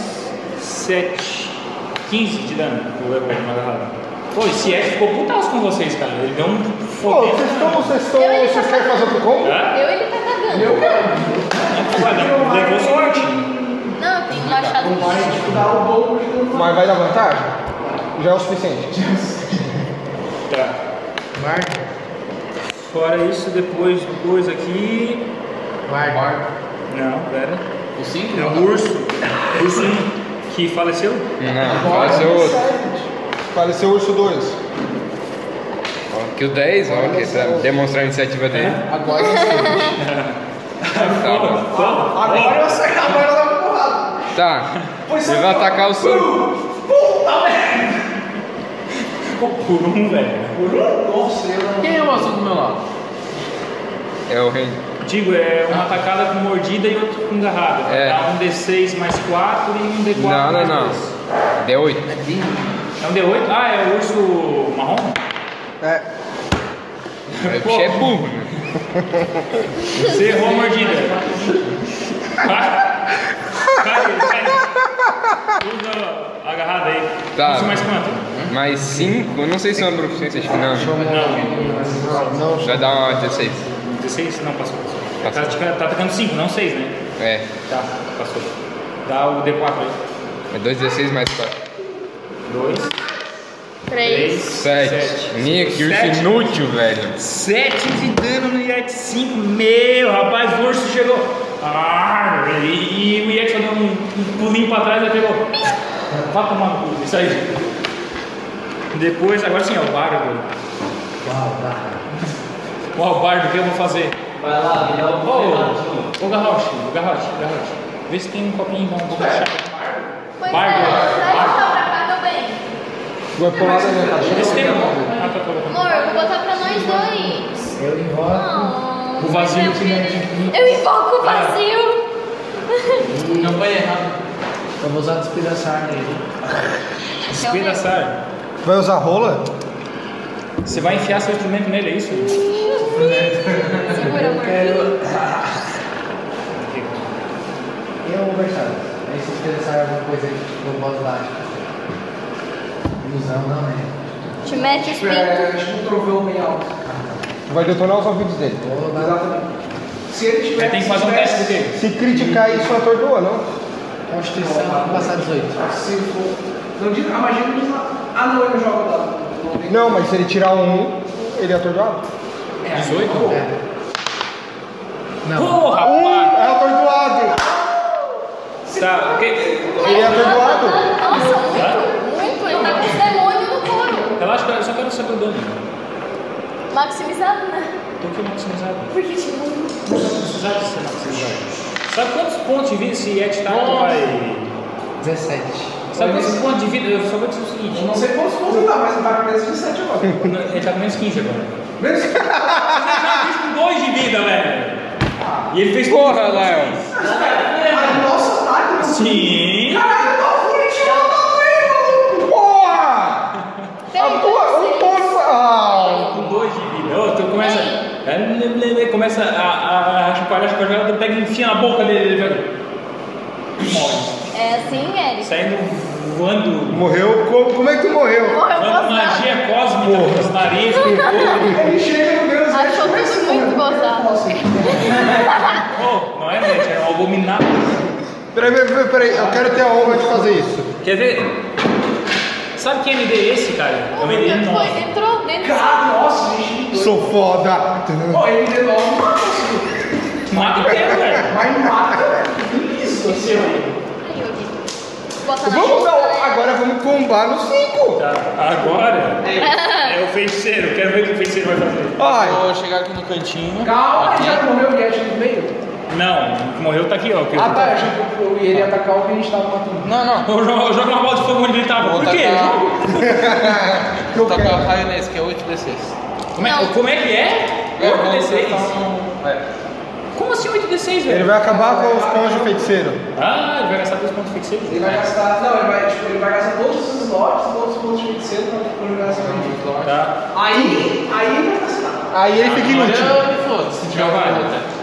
[SPEAKER 1] 7. 15 de dano. Tu levou uma agarrada. é Pô, esse Ed ficou putaço com vocês, cara. Ele deu um
[SPEAKER 5] Pô,
[SPEAKER 1] fodendo.
[SPEAKER 5] vocês estão, vocês estão,
[SPEAKER 2] Eu ia
[SPEAKER 5] vocês
[SPEAKER 2] falar-
[SPEAKER 5] querem fazer outro combo?
[SPEAKER 1] Hã?
[SPEAKER 2] Eu ele tá cagando.
[SPEAKER 1] Não, Levou sorte.
[SPEAKER 2] Não, eu tenho um machado de
[SPEAKER 5] Mas vai dar vantagem? Já é o suficiente.
[SPEAKER 1] Tá.
[SPEAKER 6] Marca.
[SPEAKER 1] Fora isso, depois do dois aqui.
[SPEAKER 6] Marca.
[SPEAKER 1] Não, pera.
[SPEAKER 4] O 5?
[SPEAKER 1] É o urso. Urso um, que faleceu?
[SPEAKER 4] Não, pode ser outro.
[SPEAKER 5] Pareceu o urso 2.
[SPEAKER 4] Ó, Que o 10, ó, que tá demonstrando a iniciativa dele.
[SPEAKER 5] Agora sim.
[SPEAKER 4] Tá bom.
[SPEAKER 3] Agora eu saio da barra da porrada.
[SPEAKER 4] Tá.
[SPEAKER 3] Pois
[SPEAKER 4] Ele
[SPEAKER 3] é,
[SPEAKER 4] vai
[SPEAKER 3] então.
[SPEAKER 4] atacar o seu.
[SPEAKER 3] Puta merda!
[SPEAKER 1] Ficou por um, velho.
[SPEAKER 3] Por um? Nossa, eu não.
[SPEAKER 4] Quem é o azul do meu lado? É o rei.
[SPEAKER 1] Digo, é uma atacada com mordida e outra com garrada.
[SPEAKER 4] Ah. É.
[SPEAKER 1] Dá um D6 mais 4 e um D4
[SPEAKER 4] Não, não,
[SPEAKER 1] mais
[SPEAKER 4] não.
[SPEAKER 1] dois.
[SPEAKER 4] D8.
[SPEAKER 1] É um D8? Ah, é o urso marrom?
[SPEAKER 5] É,
[SPEAKER 4] O bicho é burro, né?
[SPEAKER 1] Você errou a mordida. Cai, cai. Usa a garrada aí.
[SPEAKER 4] Tá.
[SPEAKER 1] Usa mais quanto?
[SPEAKER 4] Mais 5, não sei se é uma proficiência, acho que não.
[SPEAKER 1] Não,
[SPEAKER 5] não,
[SPEAKER 4] Vai dar uma 16.
[SPEAKER 1] 16 não passou.
[SPEAKER 4] Passou.
[SPEAKER 1] Tá, tá atacando 5, não 6, né?
[SPEAKER 4] É.
[SPEAKER 1] Tá, passou. Dá o D4 aí.
[SPEAKER 4] É 2, 16 mais 4.
[SPEAKER 1] 2, 3,
[SPEAKER 2] 3.
[SPEAKER 4] 7. Nick, que urso inútil, velho.
[SPEAKER 1] 7 de dano no Yeti 5. Meu rapaz, o urso chegou. Ah, e o Yeti só deu um, um pulinho pra trás e pegou. Vá tomar no cu, isso aí. Depois, agora sim, é o bardo. Ó, o bardo, o que eu vou fazer?
[SPEAKER 9] Vai lá, me dá um pouco.
[SPEAKER 1] Ô, Garrote, ô, Garrote, Garrote. Vê se tem um copinho bom pra puxar.
[SPEAKER 2] Pois
[SPEAKER 1] Barba.
[SPEAKER 2] é, traz o chá pra cá, meu bem.
[SPEAKER 5] vai pular da minha
[SPEAKER 1] Vê se
[SPEAKER 5] caixa.
[SPEAKER 1] tem um. Ah, tá, tá,
[SPEAKER 2] Amor, eu vou botar pra nós dois.
[SPEAKER 6] Eu
[SPEAKER 5] Tá.
[SPEAKER 6] invoco.
[SPEAKER 2] Ah,
[SPEAKER 1] O vazio que
[SPEAKER 2] meu
[SPEAKER 1] não é
[SPEAKER 2] filho. Eu invoco o vazio.
[SPEAKER 4] Não foi errado.
[SPEAKER 6] Eu vou usar despedaçar nele.
[SPEAKER 1] tá. Despedaçar.
[SPEAKER 5] Vai usar rola?
[SPEAKER 1] Você vai enfiar seu instrumento nele, é isso?
[SPEAKER 2] Segura, amor.
[SPEAKER 6] Eu vou conversar. Aí se despedaçar alguma coisa aí, tipo, eu boto baixo. Ilusão não, né?
[SPEAKER 2] Te mete os
[SPEAKER 3] É,
[SPEAKER 2] pintos.
[SPEAKER 3] acho que um trovão bem alto.
[SPEAKER 5] Vai detonar os ouvidos dele.
[SPEAKER 6] Vou lá.
[SPEAKER 3] Exatamente. Se ele tiver.
[SPEAKER 1] Aí tem que fazer um teste do quê?
[SPEAKER 5] Se criticar isso, atordoa, não?
[SPEAKER 6] Constituição, passar 18.
[SPEAKER 3] Se for. Não diz. A magia não diz nada. Ah, não, ele não joga dado. Não tem-
[SPEAKER 5] Não, mas se ele tirar um, ele é atordoado.
[SPEAKER 1] 18?
[SPEAKER 6] né? Não.
[SPEAKER 1] Porra, rapaz!
[SPEAKER 5] É atordoado!
[SPEAKER 1] Tá, ok.
[SPEAKER 5] Ele é atordoado.
[SPEAKER 2] Nossa, muito, muito. Ele tá com esse demônio no couro.
[SPEAKER 1] Relaxa, cara, eu só quero saber o dano.
[SPEAKER 2] Maximizado, né?
[SPEAKER 1] Tô aqui maximizado.
[SPEAKER 2] Porque tipo.
[SPEAKER 1] Precisava de ser maximizado. Sabe quantos pontos de vida esse Et tá vai.
[SPEAKER 6] 17.
[SPEAKER 1] Sabe quantos pontos de vida? Eu só vou dizer o
[SPEAKER 3] Eu não
[SPEAKER 1] seguinte:
[SPEAKER 3] sei quantos pontos dá, mas ele tá com menos de 7 agora.
[SPEAKER 1] ele tá com menos 15 agora. Ah,
[SPEAKER 3] Menos de 7.
[SPEAKER 1] com 2 de vida, velho. E ele fez
[SPEAKER 4] Porra,
[SPEAKER 1] tudo.
[SPEAKER 4] Léo.
[SPEAKER 3] Mas nosso ataque não
[SPEAKER 1] Sim.
[SPEAKER 3] Caralho, não fui tirando a maluco!
[SPEAKER 5] Porra! A tua, Ah, um ponto. Ah,
[SPEAKER 1] Com 2 de vida. Ô, tu começa. É, lê, lê, lê, Começa a chacoalhar, a chacoalhar, tu pega e enfia na boca dele, ele vai.
[SPEAKER 2] É assim, Eric?
[SPEAKER 1] Saindo voando.
[SPEAKER 5] morreu? Como, como é que tu morreu?
[SPEAKER 2] Morreu
[SPEAKER 1] Voando
[SPEAKER 2] gozado.
[SPEAKER 1] magia cósmica pelos narizes.
[SPEAKER 3] Ele chega no
[SPEAKER 5] né?
[SPEAKER 3] menos
[SPEAKER 2] Achou tudo muito gozado.
[SPEAKER 1] Ô, não é, gente, é um abominável.
[SPEAKER 5] Peraí, peraí, peraí, peraí, eu quero ter a honra de fazer isso.
[SPEAKER 1] Quer ver? Sabe que MD é esse, cara? É um MD
[SPEAKER 2] Foi,
[SPEAKER 1] nosso.
[SPEAKER 2] entrou dentro.
[SPEAKER 3] Cara, Ah, nossa, gente.
[SPEAKER 5] Sou foda.
[SPEAKER 3] Pô, ele de novo mata assim.
[SPEAKER 1] Mata o tempo, velho.
[SPEAKER 3] Mas mata, velho. Isso, assim, ó.
[SPEAKER 2] Aí, Yogi. Bota na
[SPEAKER 5] Vamos
[SPEAKER 2] boca,
[SPEAKER 5] não,
[SPEAKER 2] né?
[SPEAKER 5] agora vamos combar no 5.
[SPEAKER 1] Tá, agora é o feiticeiro. Quero ver o que o feiticeiro vai fazer.
[SPEAKER 5] Ai,
[SPEAKER 4] Vou chegar aqui no cantinho.
[SPEAKER 3] Calma, ele já morreu o Guedes no meio.
[SPEAKER 1] Não, o que morreu tá aqui, ó. que eu-
[SPEAKER 3] Ah, tá, eu achei que eu- eu- ele ia atacar o que a gente tava matando.
[SPEAKER 4] Não, não.
[SPEAKER 1] Eu jogo, eu jogo uma bola de fogo onde ele tava.
[SPEAKER 4] Vou
[SPEAKER 1] Por quê?
[SPEAKER 4] tacar-
[SPEAKER 5] que eu
[SPEAKER 4] Vou tacar o
[SPEAKER 5] quero.
[SPEAKER 4] raio nesse, que é 8 D6.
[SPEAKER 1] Como é,
[SPEAKER 2] Não.
[SPEAKER 1] como é que é? 8 D6?
[SPEAKER 3] um- é,
[SPEAKER 1] Como assim 8 D6,
[SPEAKER 5] Ele
[SPEAKER 1] velho?
[SPEAKER 5] vai acabar com os pontos de feiticeiro.
[SPEAKER 4] É.
[SPEAKER 1] Ah, ele vai gastar dois pontos fixeiros?
[SPEAKER 3] Ele vai gastar. Não, ele vai, tipo, ele vai gastar todos os slots, todos os pontos de feiticeiro pra pra jogar essa magia.
[SPEAKER 1] Tá.
[SPEAKER 3] Aí, aí ele vai gastar.
[SPEAKER 5] Aí ele fica inútil.
[SPEAKER 4] Olha, foda-se, se tiver
[SPEAKER 1] Já
[SPEAKER 4] uma
[SPEAKER 1] Então vai.
[SPEAKER 4] luta.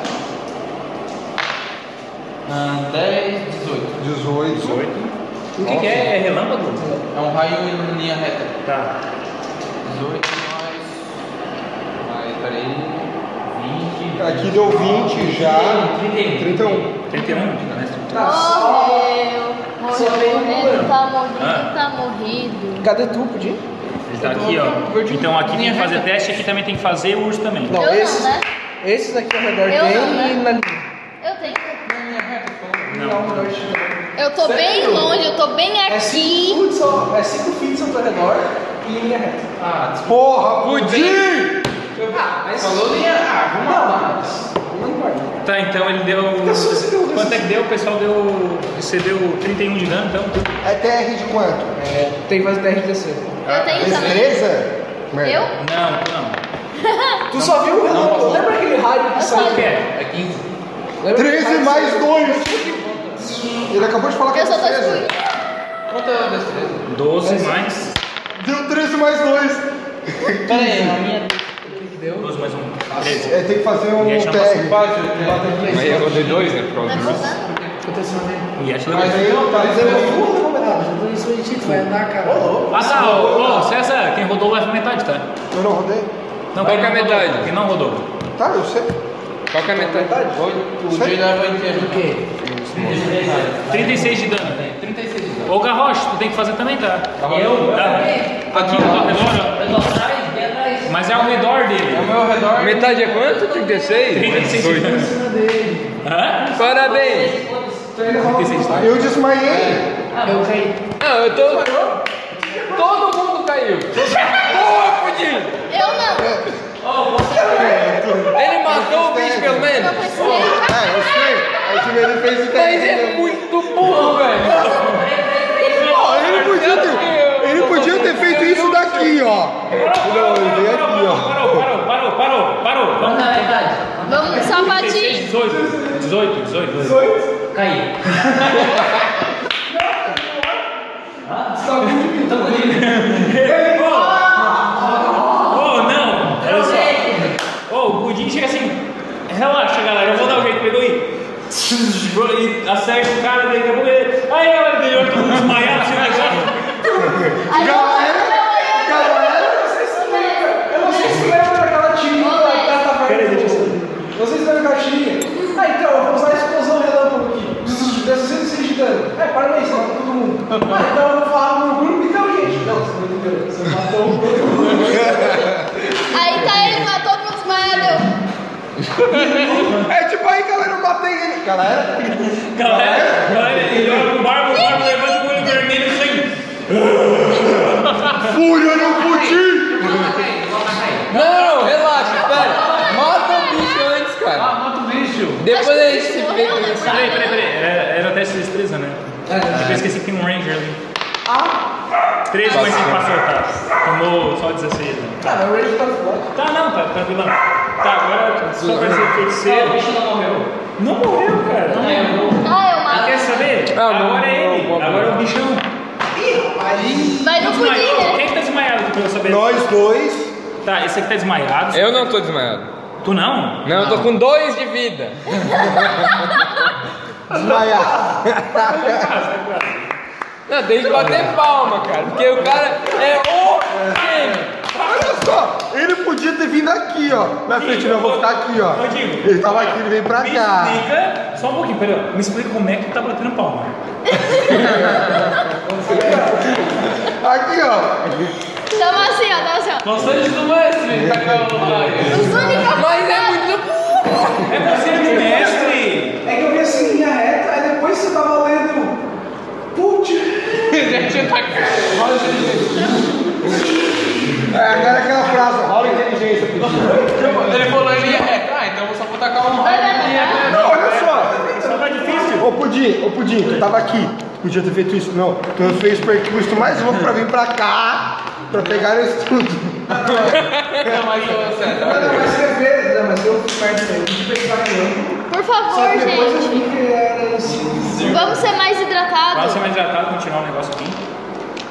[SPEAKER 4] Ah, 10, 18.
[SPEAKER 5] 18.
[SPEAKER 1] 8. O que, que é? É relâmpago?
[SPEAKER 4] É um raio em linha reta.
[SPEAKER 1] Tá.
[SPEAKER 4] 18 mais. Mais, peraí. 20.
[SPEAKER 5] Aqui deu 20 já.
[SPEAKER 1] 31.
[SPEAKER 5] 31.
[SPEAKER 1] 31?
[SPEAKER 3] Tá, só. Só
[SPEAKER 2] Morreu,
[SPEAKER 3] tem
[SPEAKER 2] morreu,
[SPEAKER 3] um
[SPEAKER 2] morrendo,
[SPEAKER 3] número.
[SPEAKER 2] tá morrendo,
[SPEAKER 1] Ah.
[SPEAKER 2] tá morrido.
[SPEAKER 6] Cadê tu, podia?
[SPEAKER 1] Ele tá aqui, ó. Então aqui tem que fazer teste, aqui também tem que fazer, o urso também.
[SPEAKER 6] Não,
[SPEAKER 2] Eu não,
[SPEAKER 6] esses,
[SPEAKER 2] né?
[SPEAKER 6] esses aqui ao redor
[SPEAKER 2] Eu
[SPEAKER 6] tem
[SPEAKER 2] não, né?
[SPEAKER 6] e na linha.
[SPEAKER 2] Eu tenho.
[SPEAKER 1] Não.
[SPEAKER 2] Eu tô bem longe, eu tô bem
[SPEAKER 3] É
[SPEAKER 2] aqui.
[SPEAKER 3] 5 é cinco feet ao teu redor e linha reta.
[SPEAKER 5] Porra, Pudim!
[SPEAKER 3] Ah, mas. Falou linha. Ah, vamos lá. mas Não importa.
[SPEAKER 1] Tá, então ele deu.
[SPEAKER 3] só esse deu,
[SPEAKER 1] Quanto é que deu? O pessoal deu. Você deu 31 de dano, então.
[SPEAKER 5] É TR de quanto?
[SPEAKER 6] É, tem que fazer teste de terceiro.
[SPEAKER 2] Eu tenho também.
[SPEAKER 5] Destreza?
[SPEAKER 2] Eu?
[SPEAKER 5] Ah, Merda.
[SPEAKER 1] Não, não.
[SPEAKER 3] Tu só viu o relâmpago. Lembra aquele raio que
[SPEAKER 2] Eu
[SPEAKER 3] saiu?
[SPEAKER 1] O que é?
[SPEAKER 4] É 15.
[SPEAKER 3] Lembra
[SPEAKER 5] 13
[SPEAKER 3] aquele raio
[SPEAKER 5] mais
[SPEAKER 3] que
[SPEAKER 5] 2. Ele acabou de falar que é
[SPEAKER 2] Eu só tô
[SPEAKER 5] destreza.
[SPEAKER 2] escuro.
[SPEAKER 4] Quanto é a destreza?
[SPEAKER 1] 12 mais.
[SPEAKER 5] Deu 13 mais 2.
[SPEAKER 4] Pera aí, a minha.
[SPEAKER 1] 12 mais 1. 13.
[SPEAKER 5] É, tem que fazer um
[SPEAKER 1] E aí
[SPEAKER 5] TR.
[SPEAKER 1] chama
[SPEAKER 5] Mas
[SPEAKER 4] assim.
[SPEAKER 10] Mas eu dei dois, né?
[SPEAKER 2] Tá
[SPEAKER 10] Provavelmente.
[SPEAKER 2] gozando?
[SPEAKER 1] E acho
[SPEAKER 5] Mas
[SPEAKER 1] legal.
[SPEAKER 5] aí eu tá dizendo.
[SPEAKER 1] Ah tá, ô, ô, César, quem rodou leva metade, tá?
[SPEAKER 5] Eu não rodei?
[SPEAKER 1] Não,
[SPEAKER 4] Qual
[SPEAKER 1] quem
[SPEAKER 4] que é a
[SPEAKER 1] não rodou,
[SPEAKER 4] metade?
[SPEAKER 1] Quem não rodou?
[SPEAKER 5] Tá, eu sei.
[SPEAKER 4] Qual que é a metade? Oito. O Jay leva inteiro. O quê?
[SPEAKER 1] 36 de dano.
[SPEAKER 4] 36 de dano.
[SPEAKER 1] Ô Garrocha, tu tem que fazer também, tá?
[SPEAKER 4] Eu?
[SPEAKER 1] Tá. Aqui, ó, ao redor,
[SPEAKER 9] Eu tô atrás, bem atrás.
[SPEAKER 1] ó. Mas é ao redor dele.
[SPEAKER 4] É o meu redor.
[SPEAKER 10] Metade é quanto? 36?
[SPEAKER 1] 36 de dano. Hã?
[SPEAKER 10] Parabéns!
[SPEAKER 5] Eu desmaiei.
[SPEAKER 10] Não, eu tô. Todo mundo caiu! Boa, Pudim!
[SPEAKER 2] Eu não.
[SPEAKER 10] Ele matou o bicho pelo menos!
[SPEAKER 2] Eu pensei.
[SPEAKER 5] Ah, eu sei. A time ele fez o
[SPEAKER 10] Mas é
[SPEAKER 5] TR.
[SPEAKER 10] muito burro, velho!
[SPEAKER 5] Ó, ele podia ter. Ele podia ter feito isso daqui, ó. Não, ele é aqui, ó.
[SPEAKER 1] Parou, parou, parou, parou, parou. Vamos
[SPEAKER 9] Quanto é a metade?
[SPEAKER 2] Vamos,
[SPEAKER 1] 36,
[SPEAKER 2] sapatinho.
[SPEAKER 1] 18, 18, 18. 18.
[SPEAKER 9] Caiu.
[SPEAKER 1] Oh, não. Olha só. Oh, o Pudim chega assim. Relaxa, galera, eu vou dar um jeito. Pegou aí. E acerta o cara, daí acabou ele. Aí, galera, dele, todo mundo desmaiado, assim, mas ó.
[SPEAKER 2] Aí eu
[SPEAKER 3] Eu não sei se tu lembra. Eu não sei se tu lembra daquela tirinha lá da taverna. Não sei se tu lembra daquela tirinha. É, tá Ah, então eu vou falar no grupo, então, gente. Não, você não entendeu. Você matou o grupo.
[SPEAKER 2] Aí tá ele lá, todo mundo desmaiado.
[SPEAKER 5] É tipo aí, galera, eu matei ele. Galera,
[SPEAKER 1] Galera, galera, ele olha pro barco, o barco levanta o olho vermelho e sangue.
[SPEAKER 5] fúria no pudim!
[SPEAKER 4] Não, relaxa, pera. Mata o bicho antes, cara.
[SPEAKER 1] Ah, mata o bicho.
[SPEAKER 4] Depois a gente se vê.
[SPEAKER 2] morreu, né?
[SPEAKER 1] Peraí, peraí, peraí. Era, era teste de destreza, né?
[SPEAKER 5] É
[SPEAKER 1] Acho que eu esqueci que tem um ranger ali. Ah! 3 mas ele passou, tá? Tomou só 16, né?
[SPEAKER 3] Cara, o Rage tá forte.
[SPEAKER 1] Tá, não, tá tranquilão. Tá, agora só pra ser feiticeiro.
[SPEAKER 9] O bicho não morreu.
[SPEAKER 1] Não morreu, cara.
[SPEAKER 9] Não errou.
[SPEAKER 2] Ah, eu
[SPEAKER 1] Ah, Quer
[SPEAKER 2] mato.
[SPEAKER 1] saber?
[SPEAKER 4] Ah, não,
[SPEAKER 1] agora é
[SPEAKER 4] não,
[SPEAKER 1] ele.
[SPEAKER 4] não, não.
[SPEAKER 1] agora é o bichão.
[SPEAKER 2] Mas não
[SPEAKER 1] Desmaiou.
[SPEAKER 2] podia, né?
[SPEAKER 1] Quem que tá desmaiado aqui pra eu saber?
[SPEAKER 5] Nós dois.
[SPEAKER 1] Tá, esse aqui tá desmaiado.
[SPEAKER 4] Eu não tô desmaiado.
[SPEAKER 1] Tu não?
[SPEAKER 4] Não, eu tô com dois de vida.
[SPEAKER 5] Desmaiar.
[SPEAKER 4] Não, tem que bater palma, cara. Porque o cara é o game.
[SPEAKER 5] Olha só, ele podia ter vindo aqui, ó. Na frente, não, eu vou ficar aqui, ó.
[SPEAKER 1] Ô, Diego,
[SPEAKER 5] Ele tava aqui, ele veio pra
[SPEAKER 1] Me
[SPEAKER 5] cá.
[SPEAKER 1] explica, só um pouquinho, peraí. Me explica como é que tu tá batendo palma.
[SPEAKER 5] Aqui, ó.
[SPEAKER 2] Tamo assim, ó, tamo assim, ó.
[SPEAKER 10] Nós somos do mestre, tá com
[SPEAKER 2] Os únicos
[SPEAKER 4] Mas é muito.
[SPEAKER 1] É conselho do mestre.
[SPEAKER 3] É que eu vi assim, linha reta, aí depois você tava lendo. Putz,
[SPEAKER 5] É, agora aquela frase, olha a inteligência.
[SPEAKER 10] Ele falou em linha reta. Ah, então eu só vou tacar um raio em linha reta.
[SPEAKER 5] Não,
[SPEAKER 1] É,
[SPEAKER 5] olha só.
[SPEAKER 1] Só tá difícil.
[SPEAKER 5] Ô Pudim, ô Pudim, tu tava aqui. Tu podia ter feito isso, não. Tu fez percurso mais louco pra vir pra cá, pra pegar esse tudo.
[SPEAKER 10] Não, mas eu, sério.
[SPEAKER 3] não, mas você vê, não, mas eu perto dele, de pensar que eu.
[SPEAKER 2] Por
[SPEAKER 3] Só
[SPEAKER 2] favor,
[SPEAKER 3] que depois eu vi
[SPEAKER 2] gente.
[SPEAKER 3] que era assim.
[SPEAKER 2] Vamos ser mais
[SPEAKER 1] Agora
[SPEAKER 2] hidratados.
[SPEAKER 1] você vai hidratado, tá, continuar o negócio aqui.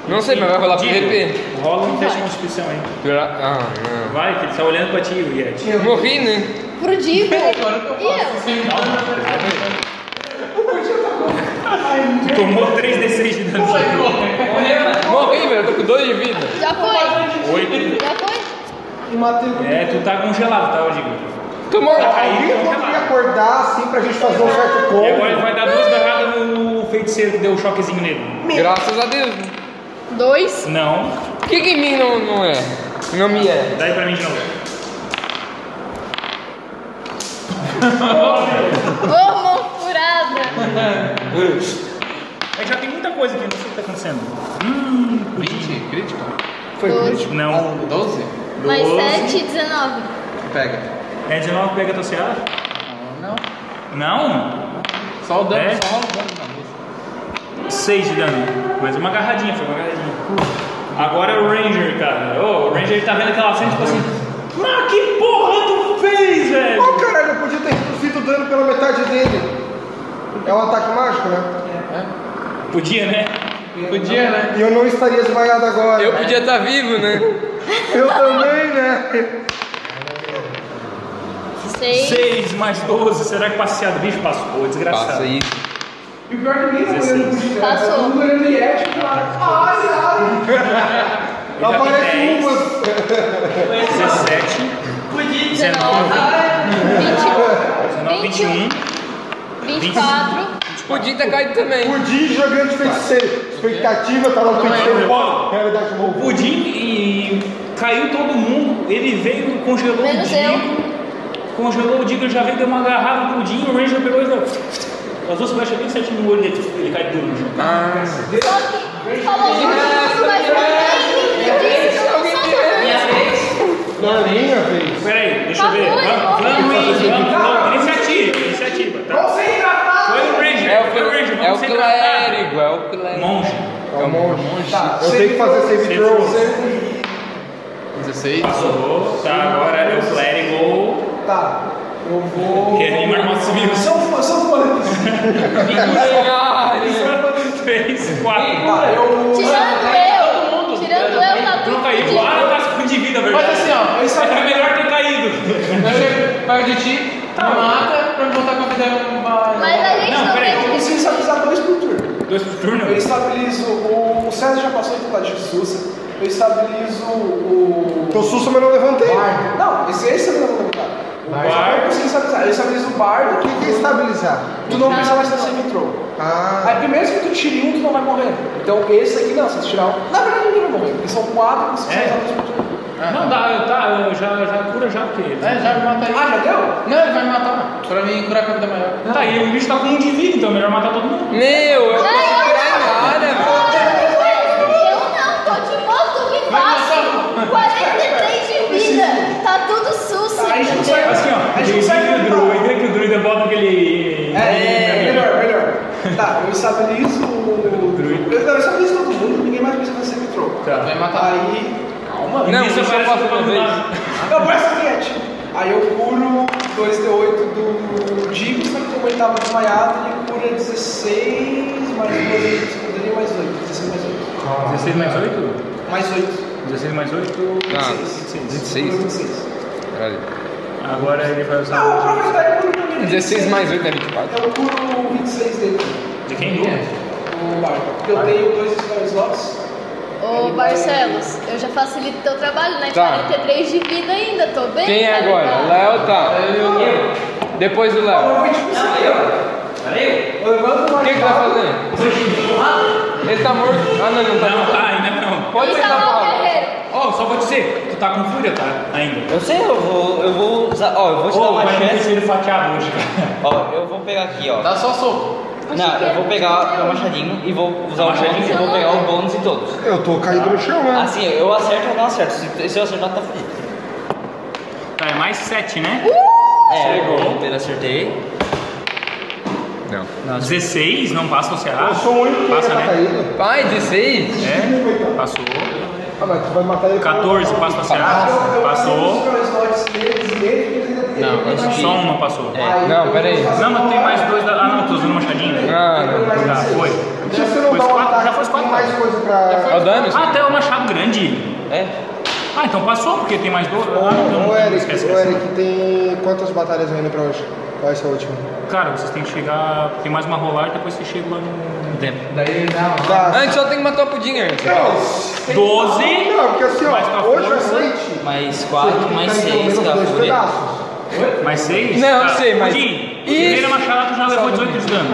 [SPEAKER 4] Não sei, mas vai rolar pro
[SPEAKER 1] Diego,
[SPEAKER 4] VP.
[SPEAKER 1] Rola um teste de constituição aí.
[SPEAKER 4] Ah, não.
[SPEAKER 1] Vai, que ele tá olhando pra ti, Yeti.
[SPEAKER 4] Eu morri, né?
[SPEAKER 2] Pro Divo.
[SPEAKER 10] Agora que eu
[SPEAKER 2] E eu?
[SPEAKER 10] faço assim.
[SPEAKER 1] tá Tu tomou 3d6 de dano.
[SPEAKER 10] Morreu, né?
[SPEAKER 4] Morri, velho. Eu tô com dois de vida.
[SPEAKER 2] Já foi?
[SPEAKER 1] 8.
[SPEAKER 2] Já foi?
[SPEAKER 3] E matei o
[SPEAKER 1] É, tu tá congelado, tá, Digo?
[SPEAKER 4] Tomou.
[SPEAKER 1] Tá caído,
[SPEAKER 5] Alguém pode me
[SPEAKER 1] congelado.
[SPEAKER 5] acordar assim pra gente fazer um certo
[SPEAKER 1] E agora ele
[SPEAKER 5] combo.
[SPEAKER 1] vai dar duas garradas no feiticeiro que deu o choquezinho nele.
[SPEAKER 4] Graças a Deus. né?
[SPEAKER 2] Dois.
[SPEAKER 1] Não.
[SPEAKER 4] Por que que em mim não, não é? Não me é.
[SPEAKER 1] Dá aí pra mim de novo.
[SPEAKER 2] Ô, furada.
[SPEAKER 1] É que já tem muita coisa aqui, não sei o que tá acontecendo. Tipo,
[SPEAKER 10] 20, crítico.
[SPEAKER 5] Foi
[SPEAKER 2] Doze.
[SPEAKER 1] Não.
[SPEAKER 10] 12?
[SPEAKER 2] Mais
[SPEAKER 1] Doze.
[SPEAKER 2] sete, dezenove.
[SPEAKER 10] Pega.
[SPEAKER 1] É 19, pega a tua CA?
[SPEAKER 10] Não.
[SPEAKER 1] Não?
[SPEAKER 10] Só o dano,
[SPEAKER 1] É?
[SPEAKER 10] só rola o dano na mesa.
[SPEAKER 1] 6 de dano. Mas uma agarradinha, foi uma agarradinha. Agora é o Ranger, cara. Ô, o Ranger ele tá vendo aquela cena, tipo assim. Mas que porra tu fez, velho?
[SPEAKER 5] Ô caralho, eu podia ter reduzido o dano pela metade dele. É um ataque mágico, né?
[SPEAKER 1] Podia, né?
[SPEAKER 10] Podia, né?
[SPEAKER 1] É.
[SPEAKER 5] E eu não estaria desmaiado agora.
[SPEAKER 4] Eu podia estar vivo, né?
[SPEAKER 5] Eu também, né?
[SPEAKER 2] Seis.
[SPEAKER 1] 6 mais 12, será que passei do bicho? Passou, desgraçado.
[SPEAKER 4] Passa isso.
[SPEAKER 3] E o pior que ninguém tá olhando pro Gigi.
[SPEAKER 2] Passou.
[SPEAKER 3] Todo mundo olhando e é tipo, ai, ai.
[SPEAKER 1] Eu já
[SPEAKER 5] Aparece
[SPEAKER 1] tenho
[SPEAKER 5] umas.
[SPEAKER 1] 17,
[SPEAKER 9] Podia.
[SPEAKER 1] 19,
[SPEAKER 2] Vinte e um.
[SPEAKER 1] 21.
[SPEAKER 2] Vinte e quatro.
[SPEAKER 4] Podia ter caído também.
[SPEAKER 5] Pudim jogando de feiticeiro. Expectativa, tá lá
[SPEAKER 1] é
[SPEAKER 5] no feiticeiro. Bola. Realidade
[SPEAKER 1] O
[SPEAKER 5] roubou.
[SPEAKER 1] Pudim e caiu todo mundo. Ele veio, congelou
[SPEAKER 2] Menos
[SPEAKER 1] o Digo. Congelou o Digo, ele já veio, deu uma garrada no Pudim. O Ranger pegou e falou. As duas flechas bem certinho no olho dele. Ele cai duro no chão.
[SPEAKER 4] Tá.
[SPEAKER 2] Só que falou que não mais ninguém disse que eu não sou
[SPEAKER 9] Minha
[SPEAKER 2] jornalista.
[SPEAKER 9] vez.
[SPEAKER 5] Na é minha vez.
[SPEAKER 1] Peraí, deixa eu ver.
[SPEAKER 2] Favor,
[SPEAKER 1] Vamos,
[SPEAKER 2] favor.
[SPEAKER 1] vamos, vamos,
[SPEAKER 4] Tá
[SPEAKER 1] vamos. Iniciativa, iniciativa. Tá? Foi o Ranger,
[SPEAKER 4] É o,
[SPEAKER 1] foi o Ranger.
[SPEAKER 4] é o
[SPEAKER 1] Vamos se tratar.
[SPEAKER 4] clérigo, é o clérigo.
[SPEAKER 1] Monge.
[SPEAKER 5] É um monge. Tá, eu tenho que fazer save
[SPEAKER 1] Save
[SPEAKER 5] throw.
[SPEAKER 1] throw.
[SPEAKER 10] 16.
[SPEAKER 1] Passou. Tá, agora é o clérigo.
[SPEAKER 3] Tá, eu vou.
[SPEAKER 1] Que é Neymar Marcos
[SPEAKER 3] São, são quantos?
[SPEAKER 4] Caralho.
[SPEAKER 1] 3, 4.
[SPEAKER 3] Tá, eu.
[SPEAKER 2] Tirando eu. Tirando eu, tá
[SPEAKER 1] Não
[SPEAKER 2] tudo
[SPEAKER 1] caiu.
[SPEAKER 2] fodido.
[SPEAKER 1] Ah, tá com de vida,
[SPEAKER 10] Mas
[SPEAKER 1] verdade.
[SPEAKER 10] assim, ó, eu
[SPEAKER 1] Era
[SPEAKER 10] saio-
[SPEAKER 1] melhor ter caído.
[SPEAKER 10] eu chego perto de ti,
[SPEAKER 3] Tá
[SPEAKER 10] me mata, pra me voltar com a vida uma...
[SPEAKER 2] Mas a gente
[SPEAKER 1] Não,
[SPEAKER 2] não
[SPEAKER 1] peraí,
[SPEAKER 3] é, Eu
[SPEAKER 2] perde.
[SPEAKER 3] preciso estabilizar dois por turno.
[SPEAKER 1] Dois por turno?
[SPEAKER 3] Eu estabilizo o. O César já passou do lado de Jesus. Eu estabilizo o.
[SPEAKER 5] Tô susto, mas não levantei.
[SPEAKER 3] Não, esse, é esse eu não vou levantar.
[SPEAKER 1] Bardo.
[SPEAKER 3] Eu preciso estabilizar. estabiliza, estabiliza o bardo.
[SPEAKER 5] O que é estabilizar?
[SPEAKER 3] Tu não precisa mais fazer save throw.
[SPEAKER 5] Ah,
[SPEAKER 3] Aqui mesmo que tu tire um, tu não vai morrer. Então esse aqui não, se tu tirar um. Na verdade ninguém vai morrer, porque são quatro que são
[SPEAKER 1] É?
[SPEAKER 3] é.
[SPEAKER 1] Não dá, eu, tá, eu já, já cura já, porque.
[SPEAKER 10] É, já me mata aí.
[SPEAKER 3] Ah, já deu?
[SPEAKER 10] Não, ele vai me matar. Pra mim, curar com a vida maior.
[SPEAKER 1] Tá, e o bicho tá com um de vida, então é melhor matar todo mundo.
[SPEAKER 4] Meu, eu não posso curar em nada.
[SPEAKER 2] Eu não, tô de boa, tô que faço. 43 de vida. Tá tudo susto.
[SPEAKER 3] Tá, a gente não sai.
[SPEAKER 1] Assim, ó,
[SPEAKER 3] A gente
[SPEAKER 1] tem
[SPEAKER 3] não sai
[SPEAKER 1] que o
[SPEAKER 3] cantar.
[SPEAKER 1] druida, que o é druida bota aquele.
[SPEAKER 3] É, melhor, melhor. Tá, eu estabilizo o.
[SPEAKER 1] Druida.
[SPEAKER 3] Eu, não, eu estabilizo todo mundo, ninguém mais precisa fazer save throw.
[SPEAKER 1] Tá.
[SPEAKER 10] Vai matar.
[SPEAKER 3] Aí. Calma.
[SPEAKER 4] Não,
[SPEAKER 1] Isso
[SPEAKER 4] isso eu
[SPEAKER 1] aparece
[SPEAKER 4] faço uma
[SPEAKER 1] todo
[SPEAKER 4] vez.
[SPEAKER 1] lado.
[SPEAKER 3] Não, parece que é tipo. Aí eu curo 2D8 do Digos, só que como ele tava desmaiado, ele cura 16 mais 2, poderia mais 8, 16 mais 8.
[SPEAKER 1] 16 mais 8?
[SPEAKER 3] Mais 8,
[SPEAKER 1] 16 mais 8?
[SPEAKER 4] Ah,
[SPEAKER 3] 26.
[SPEAKER 4] 16?
[SPEAKER 3] Cura 26.
[SPEAKER 4] Caralho.
[SPEAKER 1] Agora ele vai usar.
[SPEAKER 3] Não, eu vou aproveitar e curo o menino.
[SPEAKER 4] 16 Tá. mais 8 é 24.
[SPEAKER 3] Eu curo 26 dele,
[SPEAKER 1] De quem? Do?
[SPEAKER 3] o barco. Porque eu tenho dois spell slots.
[SPEAKER 2] Ô, Barcelos, eu já facilito teu trabalho, né?
[SPEAKER 4] Tá.
[SPEAKER 2] 43 de vida ainda, tô bem.
[SPEAKER 4] Quem é
[SPEAKER 2] tá
[SPEAKER 4] agora?
[SPEAKER 2] ligado?
[SPEAKER 4] Léo tá.
[SPEAKER 9] Eu?
[SPEAKER 4] Depois do Léo.
[SPEAKER 3] Eu vou tipo
[SPEAKER 9] Não,
[SPEAKER 3] assim,
[SPEAKER 9] eu? Valeu?
[SPEAKER 3] eu levanto
[SPEAKER 4] O
[SPEAKER 3] uma
[SPEAKER 4] que que tá fazendo? Ele tá morto. Ah, não, ele não tá
[SPEAKER 1] Não,
[SPEAKER 4] morto.
[SPEAKER 1] tá, ainda não.
[SPEAKER 4] Pode
[SPEAKER 2] Quem tá
[SPEAKER 4] tentar
[SPEAKER 2] lá, o
[SPEAKER 4] falar.
[SPEAKER 2] guerreiro?
[SPEAKER 1] Ó, só vou dizer, tu tá com fúria, tá? Ainda.
[SPEAKER 9] Eu sei, eu vou. Eu vou usar. Ó, eu vou te dar
[SPEAKER 1] Ô,
[SPEAKER 9] uma
[SPEAKER 1] vai ter
[SPEAKER 9] chance.
[SPEAKER 1] sido fatiado hoje, cara.
[SPEAKER 9] Ó, eu vou pegar aqui, ó.
[SPEAKER 10] Dá Tá só soco.
[SPEAKER 9] Não, eu vou pegar o machadinho e vou usar o bônus e vou pegar o bônus em todos.
[SPEAKER 5] eu tô caído no chão, né?
[SPEAKER 9] Assim, eu acerto ou não acerto. Se, se eu acertar, tá fudido.
[SPEAKER 1] Tá, é mais 7, né?
[SPEAKER 9] É, eu acertei.
[SPEAKER 4] Não.
[SPEAKER 1] 16, não passa o Ceará.
[SPEAKER 5] Ah, Eu sou o único que ainda
[SPEAKER 1] Passa,
[SPEAKER 5] tá
[SPEAKER 1] né?
[SPEAKER 5] caído.
[SPEAKER 4] Pai, 16?
[SPEAKER 1] É, passou.
[SPEAKER 5] Ah, mas tu vai matar ele. com-
[SPEAKER 1] 14, passa o Ceará. Passou.
[SPEAKER 3] Eu levanto os spell slots deles, deles,
[SPEAKER 10] Não,
[SPEAKER 3] deles.
[SPEAKER 10] acho
[SPEAKER 1] Só um não passou.
[SPEAKER 4] Não, peraí.
[SPEAKER 1] Não, mas tem mais dois da. Ah, não, tô usando o machadinho. né?
[SPEAKER 4] Ah, não.
[SPEAKER 1] Tá, foi.
[SPEAKER 5] Se você não
[SPEAKER 1] Foi
[SPEAKER 5] dá um
[SPEAKER 1] quatro,
[SPEAKER 5] ataque,
[SPEAKER 1] já foi quatro,
[SPEAKER 5] tem mais
[SPEAKER 1] né?
[SPEAKER 5] coisa pra...
[SPEAKER 4] É o dano?
[SPEAKER 1] Ah, até o machado grande.
[SPEAKER 9] É.
[SPEAKER 1] Ah, então passou, porque tem mais dois. Ah,
[SPEAKER 5] Ô,
[SPEAKER 1] não,
[SPEAKER 5] ô,
[SPEAKER 1] não,
[SPEAKER 5] Eric,
[SPEAKER 1] esquece,
[SPEAKER 5] ô,
[SPEAKER 1] esquece.
[SPEAKER 5] Eric, tem quantas batalhas ainda pra hoje? Qual é a sua última?
[SPEAKER 1] Cara, vocês têm que chegar. Tem mais uma rolagem, depois vocês chegam lá no tempo.
[SPEAKER 10] Daí dá uma.
[SPEAKER 5] Tá.
[SPEAKER 4] Antes Ah, só tem que matar o pudim né? antes.
[SPEAKER 5] Não,
[SPEAKER 1] 12.
[SPEAKER 5] não, porque assim,
[SPEAKER 1] Mais tua
[SPEAKER 5] ó, hoje à
[SPEAKER 1] força.
[SPEAKER 5] noite...
[SPEAKER 9] Mais 4, mais
[SPEAKER 5] Tá em pelo
[SPEAKER 9] 6
[SPEAKER 5] menos
[SPEAKER 9] da
[SPEAKER 5] dois
[SPEAKER 9] fúria.
[SPEAKER 5] pedaços.
[SPEAKER 1] Mais seis?
[SPEAKER 4] Não, eu sei, mas-
[SPEAKER 1] Jim,
[SPEAKER 4] Isso.
[SPEAKER 1] primeira machada tu já levou 18 de dano.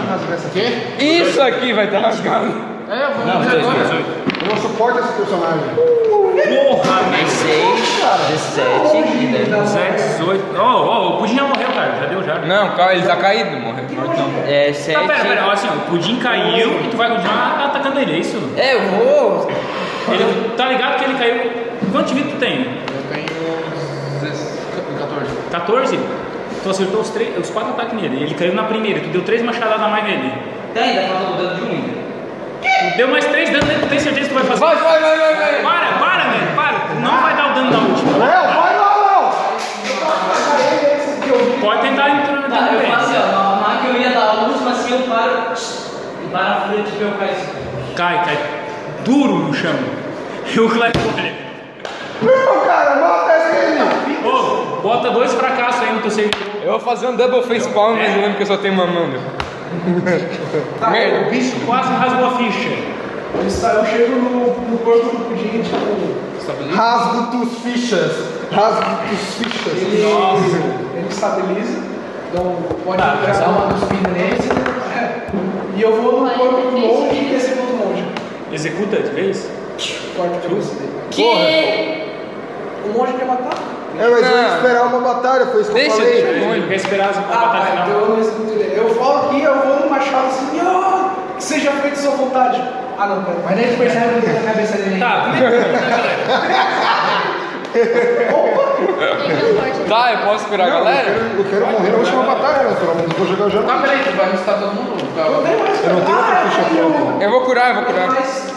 [SPEAKER 4] Isso aqui vai tá estar rasgado.
[SPEAKER 10] É, eu vou
[SPEAKER 1] Não,
[SPEAKER 10] fazer
[SPEAKER 1] 18,
[SPEAKER 10] agora.
[SPEAKER 1] 18.
[SPEAKER 5] Eu não suporto esse personagem.
[SPEAKER 1] Porra,
[SPEAKER 9] Mais
[SPEAKER 1] mas. Tá
[SPEAKER 9] 6, 17 e 10.
[SPEAKER 1] 17, 18. Ó, ó, o Pudim já morreu, cara. Já deu já.
[SPEAKER 4] Não, calma, ele tá caído, morreu. Morto não.
[SPEAKER 9] É,
[SPEAKER 1] Tá, pera, pera, ó,
[SPEAKER 9] 7.
[SPEAKER 1] assim, ó, o Pudim caiu e tu vai continuar atacando ele, é isso?
[SPEAKER 9] É, eu vou.
[SPEAKER 1] Ele, tá ligado que ele caiu. Quanto de vida tu tem?
[SPEAKER 10] Eu tenho 16, 14.
[SPEAKER 1] 14? Tu acertou os, três, os quatro ataques nele. Ele caiu na primeira, tu deu três machadadas a mais nele.
[SPEAKER 9] Tá, ainda falta o dano de 1 ainda.
[SPEAKER 1] Tu deu mais três dano nele, tu tem certeza que tu vai fazer.
[SPEAKER 4] Vai, vai, vai, vai, vai.
[SPEAKER 1] Para, para, velho, para. Não vai dar o dano da última.
[SPEAKER 5] Léo, vai lá,
[SPEAKER 1] Pode tentar entrar
[SPEAKER 9] Tá, eu faço
[SPEAKER 1] também.
[SPEAKER 9] assim, ó. Na hora que eu ia dar a última, assim eu paro. E para a fúria de meu pai.
[SPEAKER 1] assim. Cai, cai. Duro no chão. E o Clepton olha.
[SPEAKER 5] Léo! Não, cara, mata ele!
[SPEAKER 1] Ô, bota dois fracassos aí no teu save.
[SPEAKER 4] Eu vou fazer um double face palm, mas eu lembro que eu só tenho uma mão, meu.
[SPEAKER 3] Tá.
[SPEAKER 4] Merda.
[SPEAKER 1] Quase rasgou a ficha.
[SPEAKER 3] Eu sa- eu chego no, no corpo do pudim, tipo,
[SPEAKER 5] Rasgo tuas fichas! Rasgo tuas fichas!
[SPEAKER 3] ele, ele estabiliza, então pode
[SPEAKER 1] Tá,
[SPEAKER 3] entrar
[SPEAKER 1] dá uma
[SPEAKER 3] cuspida nele. E eu vou no corpo do monge e percebo outro monge.
[SPEAKER 1] Executa de vez?
[SPEAKER 3] Corta a cabeça dele.
[SPEAKER 2] Que?
[SPEAKER 3] O monge quer matar?
[SPEAKER 5] É, mas eu
[SPEAKER 4] Não.
[SPEAKER 5] ia esperar uma batalha, foi isso que eu
[SPEAKER 4] Deixa
[SPEAKER 5] falei.
[SPEAKER 4] eu-
[SPEAKER 1] Ele quer esperar as- a
[SPEAKER 3] Ah,
[SPEAKER 1] batalha
[SPEAKER 3] tá, então
[SPEAKER 1] final.
[SPEAKER 3] eu não executo ele. Eu vou aqui, eu vou no machado assim, "Ah, que seja feito sua vontade. Ah, não, pera.
[SPEAKER 10] Mas daí tu percebe o que tá na cabeça dele.
[SPEAKER 1] Tá, como é que funciona, galera?
[SPEAKER 2] Quem que é o forte?
[SPEAKER 4] Tá, eu posso esperar a
[SPEAKER 5] Não, eu
[SPEAKER 4] galera?
[SPEAKER 5] quero, eu quero morrer na última batalha, né? Pelo menos eu vou jogar o jogo.
[SPEAKER 10] Tá, peraí, tu vai ressuscitar todo mundo? Tá,
[SPEAKER 3] Não tem mais
[SPEAKER 5] Eu não tenho outra
[SPEAKER 3] ah,
[SPEAKER 5] ficha
[SPEAKER 3] tem
[SPEAKER 5] pronta.
[SPEAKER 4] Eu vou curar, eu vou
[SPEAKER 3] o-
[SPEAKER 4] curar.
[SPEAKER 3] mais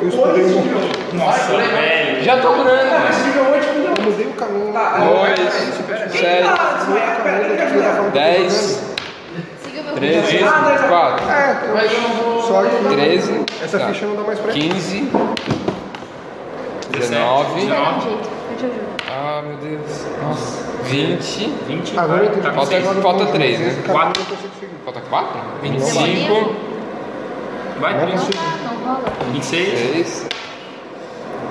[SPEAKER 5] Eu escutei
[SPEAKER 3] dois
[SPEAKER 5] um
[SPEAKER 3] de-
[SPEAKER 1] Nossa, velho.
[SPEAKER 4] Já tô
[SPEAKER 3] Ah,
[SPEAKER 4] curando.
[SPEAKER 3] mas nível 8 não
[SPEAKER 5] Eu mudei o caminho.
[SPEAKER 3] Tá, aí-
[SPEAKER 4] Dois, sete,
[SPEAKER 3] Ah, desmaiar, pera, ele quer ajudar.
[SPEAKER 4] dez,
[SPEAKER 2] Siga o meu
[SPEAKER 4] treze,
[SPEAKER 2] filho.
[SPEAKER 4] quatro,
[SPEAKER 5] É,
[SPEAKER 10] Mas eu não vou.
[SPEAKER 5] só que.
[SPEAKER 4] treze,
[SPEAKER 5] Essa
[SPEAKER 4] tá.
[SPEAKER 5] ficha não dá mais pra ele.
[SPEAKER 4] 15,
[SPEAKER 2] Vai dar
[SPEAKER 4] 19,
[SPEAKER 2] um jeito, eu te ajudo.
[SPEAKER 4] ah meu Deus, nossa, 20,
[SPEAKER 1] 20.
[SPEAKER 5] Agora eu entendi.
[SPEAKER 1] tá com
[SPEAKER 4] Falta-
[SPEAKER 1] seis.
[SPEAKER 4] falta três, né?
[SPEAKER 5] Quatro. Eu não consigo seguir.
[SPEAKER 4] falta 4?
[SPEAKER 2] Demoníaco?
[SPEAKER 4] 25,
[SPEAKER 1] Vai,
[SPEAKER 5] Não,
[SPEAKER 1] 20.
[SPEAKER 2] Não, não rola.
[SPEAKER 1] 26.
[SPEAKER 4] 6,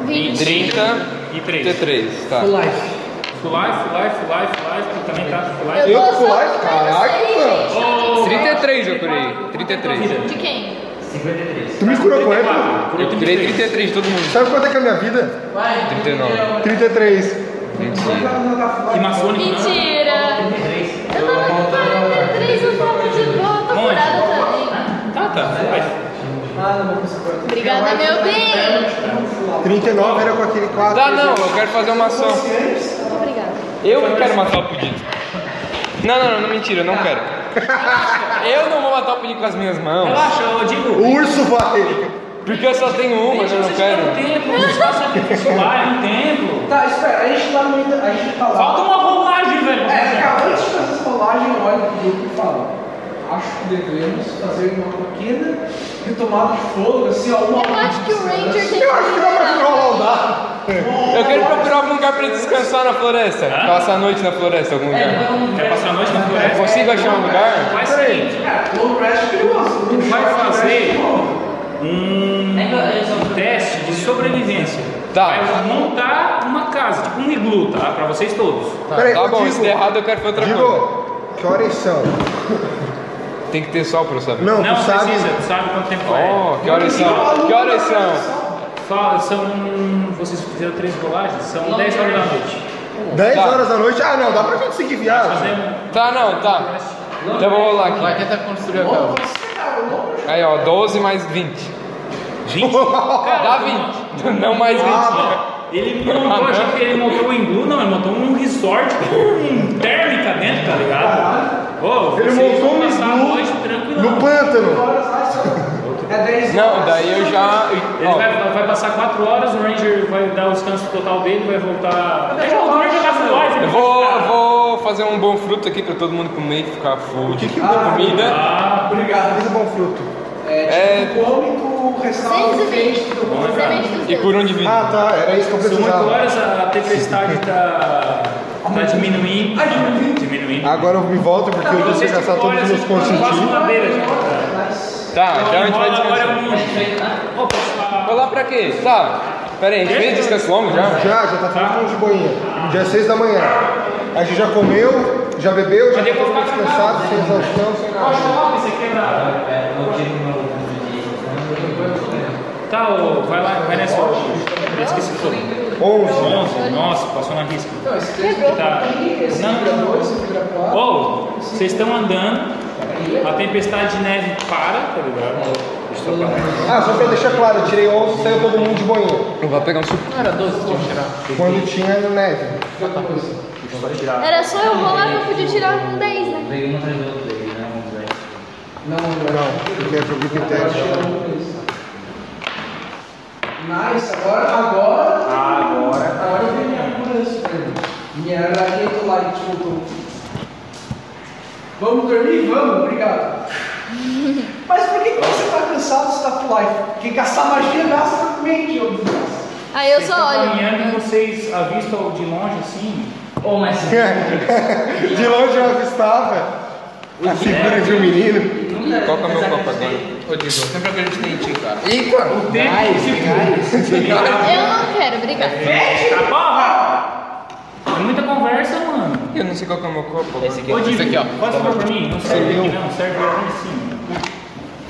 [SPEAKER 2] 20.
[SPEAKER 4] 30
[SPEAKER 2] Ah,
[SPEAKER 1] E 3.
[SPEAKER 4] 33, tá.
[SPEAKER 10] Life.
[SPEAKER 1] Full life, full life, full life, full life, que também tá full life.
[SPEAKER 5] Eu
[SPEAKER 2] tô
[SPEAKER 5] tô lá,
[SPEAKER 2] sofrendo
[SPEAKER 5] caraca,
[SPEAKER 2] isso aí, gente.
[SPEAKER 4] 33 eu curei. 33.
[SPEAKER 2] De quem?
[SPEAKER 9] 53.
[SPEAKER 5] Tu me curou correto?
[SPEAKER 4] Eu curei 33 de todo mundo.
[SPEAKER 5] Sabe quanto é que é a minha vida?
[SPEAKER 10] Vai,
[SPEAKER 4] 39.
[SPEAKER 5] 33.
[SPEAKER 4] Mentira.
[SPEAKER 1] Que maçônico, né?
[SPEAKER 2] Mentira! Eu tava com 43, eu tava de boa, tô
[SPEAKER 1] Onde?
[SPEAKER 2] curada também.
[SPEAKER 1] Tá, tá, full life.
[SPEAKER 2] Obrigada, meu bem!
[SPEAKER 5] 39 era com aquele 4.
[SPEAKER 4] Dá Tá, não, eu quero fazer uma ação.
[SPEAKER 2] Obrigada.
[SPEAKER 4] Eu que quero matar o pudim. Não, não, não, não, mentira, eu não quero. Eu não vou matar o pudim com as minhas mãos.
[SPEAKER 1] Relaxa, eu digo.
[SPEAKER 5] O urso vai.
[SPEAKER 4] Porque eu só tenho uma,
[SPEAKER 1] Gente,
[SPEAKER 4] eu não
[SPEAKER 1] vocês têm um
[SPEAKER 4] quero.
[SPEAKER 1] tempo, vocês passam aqui pro celular, um tempo.
[SPEAKER 3] Tá, espera, a gente tá no meio da. A gente tá lá.
[SPEAKER 1] Falta uma rolagem, velho.
[SPEAKER 3] É, cara, antes de fazer essa rolagem, olha o Felipe e fala. Acho que devemos fazer uma pequena retomada de fogo, assim, ó. Uma
[SPEAKER 2] Eu acho que o Ranger tem que.
[SPEAKER 5] Eu acho que dá pra tirar o rodar.
[SPEAKER 4] Eu
[SPEAKER 3] é,
[SPEAKER 4] quero procurar algum lugar pra descansar na floresta. Passar a noite na floresta, algum
[SPEAKER 5] É,
[SPEAKER 4] lugar.
[SPEAKER 1] Quer passar a noite na floresta?
[SPEAKER 4] Consigo achar um lugar?
[SPEAKER 1] Faz o seguinte,
[SPEAKER 4] um
[SPEAKER 3] Cara, low crash é perigoso.
[SPEAKER 1] tu vai fazer
[SPEAKER 9] É que
[SPEAKER 1] um
[SPEAKER 9] a gente só-
[SPEAKER 1] teste de sobrevivência.
[SPEAKER 4] Tá.
[SPEAKER 1] Vai montar uma casa, tipo um iglu, tá? Pra vocês todos.
[SPEAKER 5] Peraí,
[SPEAKER 4] Tá
[SPEAKER 5] eu
[SPEAKER 4] bom,
[SPEAKER 5] digo-
[SPEAKER 4] se der errado eu quero fazer outra coisa.
[SPEAKER 5] Digo, que horas são?
[SPEAKER 4] Tem que ter sol pra eu saber.
[SPEAKER 5] Não,
[SPEAKER 1] Não,
[SPEAKER 5] tu sabe.
[SPEAKER 1] precisa, tu sabe quanto tempo é.
[SPEAKER 4] Oh, que horas são? Que horas são?
[SPEAKER 1] Fala, são. Vocês fizeram três rolagens? São 10 horas da noite.
[SPEAKER 5] 10
[SPEAKER 4] Tá.
[SPEAKER 5] horas da noite. Ah, não, dá pra conseguir viagem.
[SPEAKER 1] Fazer
[SPEAKER 4] Tá, não, tá. Então vou rolar
[SPEAKER 10] Vai
[SPEAKER 4] aqui.
[SPEAKER 10] tentar construir a casa.
[SPEAKER 4] Aí, ó, 12 mais 20.
[SPEAKER 1] 20?
[SPEAKER 4] Dá 20. Não mais 20.
[SPEAKER 5] Tá
[SPEAKER 1] Ele montou, eu achei que ele montou um iglu, não, ele montou um resort com um térmica dentro, tá ligado? Ô,
[SPEAKER 5] Ele
[SPEAKER 1] vocês
[SPEAKER 5] montou
[SPEAKER 1] vão
[SPEAKER 5] um
[SPEAKER 1] passar a
[SPEAKER 5] iglu
[SPEAKER 1] noite
[SPEAKER 5] No
[SPEAKER 1] tranquilão.
[SPEAKER 5] pântano.
[SPEAKER 3] É 10
[SPEAKER 4] Não, daí eu já.
[SPEAKER 1] Ele
[SPEAKER 4] Ó,
[SPEAKER 1] vai, vai passar 4 horas, o Ranger vai dar o descanso total dele, vai voltar. Deixa o Ranger já full life,
[SPEAKER 4] eu vou, eu vou fazer um bom fruto aqui pra todo mundo comer e ficar full de comida.
[SPEAKER 5] Obrigado. Isso é bom fruto.
[SPEAKER 4] É,
[SPEAKER 3] Come tu restaura tipo o
[SPEAKER 2] 120.
[SPEAKER 3] peixe.
[SPEAKER 2] Semente dos
[SPEAKER 4] e
[SPEAKER 2] dedos.
[SPEAKER 4] cura um de vida.
[SPEAKER 5] Ah, tá. Era isso que eu
[SPEAKER 1] São 8
[SPEAKER 5] precisava.
[SPEAKER 1] horas, a tempestade tá, tá diminuindo. diminuindo.
[SPEAKER 5] Agora eu me volto porque eu tenho que
[SPEAKER 1] Vocês
[SPEAKER 5] gastar
[SPEAKER 1] tipo, olha
[SPEAKER 5] todos os meus
[SPEAKER 1] assim, passam
[SPEAKER 5] consentidos.
[SPEAKER 1] na beira. gente.
[SPEAKER 4] Tá, já a gente vai
[SPEAKER 1] Rola Agora
[SPEAKER 4] descansar.
[SPEAKER 1] um... Opa,
[SPEAKER 4] Vou lá pra quê? Tá. Pera aí, a gente fez descanso longo já?
[SPEAKER 5] Já, já tá todo mundo de boinha. Já é 6 da manhã. A gente já comeu, já bebeu, já
[SPEAKER 1] Mas depois
[SPEAKER 5] ficou
[SPEAKER 1] vai ficar
[SPEAKER 5] descansado, sem exaustão, sem nada.
[SPEAKER 1] você quebra.
[SPEAKER 9] É, não tive meu.
[SPEAKER 1] é Tá, ô, vai lá, vai nessa hora. Eu esqueci tudo.
[SPEAKER 5] 11.
[SPEAKER 1] 11, nossa, passou na risca.
[SPEAKER 2] Quebrou.
[SPEAKER 1] Tá. Não, não. Ou, vocês estão andando, a tempestade de neve para, tá ligado? Deixa eu parar.
[SPEAKER 5] Ah, só pra deixar claro, eu tirei 11 e saiu todo mundo de boinha.
[SPEAKER 4] Eu vou pegar um suco.
[SPEAKER 10] Não era 12 tinha que tirar.
[SPEAKER 5] Quando tinha no neve.
[SPEAKER 2] Era só eu rolar que eu podia tirar um 10, né?
[SPEAKER 9] Veio um atrás do outro aí, né? Vamos ver.
[SPEAKER 5] Não, porque é pro grupo inteiro.
[SPEAKER 3] Nice, agora, agora. Agora. Agora eu vi minha cura. velho. Minha armadilha do light voltou. Vamos dormir? Vamos, obrigado. Mas por que, que você tá cansado se tá full life? Porque gastar magia gasta mente, ô desgraça.
[SPEAKER 2] Aí eu
[SPEAKER 1] Vocês
[SPEAKER 2] só
[SPEAKER 1] estão
[SPEAKER 2] olho.
[SPEAKER 1] caminhando e vocês avistam de longe assim.
[SPEAKER 9] Ô, mas.
[SPEAKER 5] De longe eu avistava a figura de um menino.
[SPEAKER 4] Qual que é o meu copo agora?
[SPEAKER 10] Ô, Digo, sempre acreditei em ti, cara.
[SPEAKER 1] O tempo, tipo,
[SPEAKER 2] Eu não quero, obrigada.
[SPEAKER 1] tá porra! É muita conversa, mano.
[SPEAKER 4] Eu não sei qual que é o meu copo.
[SPEAKER 10] Esse aqui,
[SPEAKER 1] Ô,
[SPEAKER 10] esse
[SPEAKER 1] Divi,
[SPEAKER 10] aqui, ó.
[SPEAKER 1] faz
[SPEAKER 4] Tá
[SPEAKER 1] favor pra mim, não serve aqui não, serve lá em cima.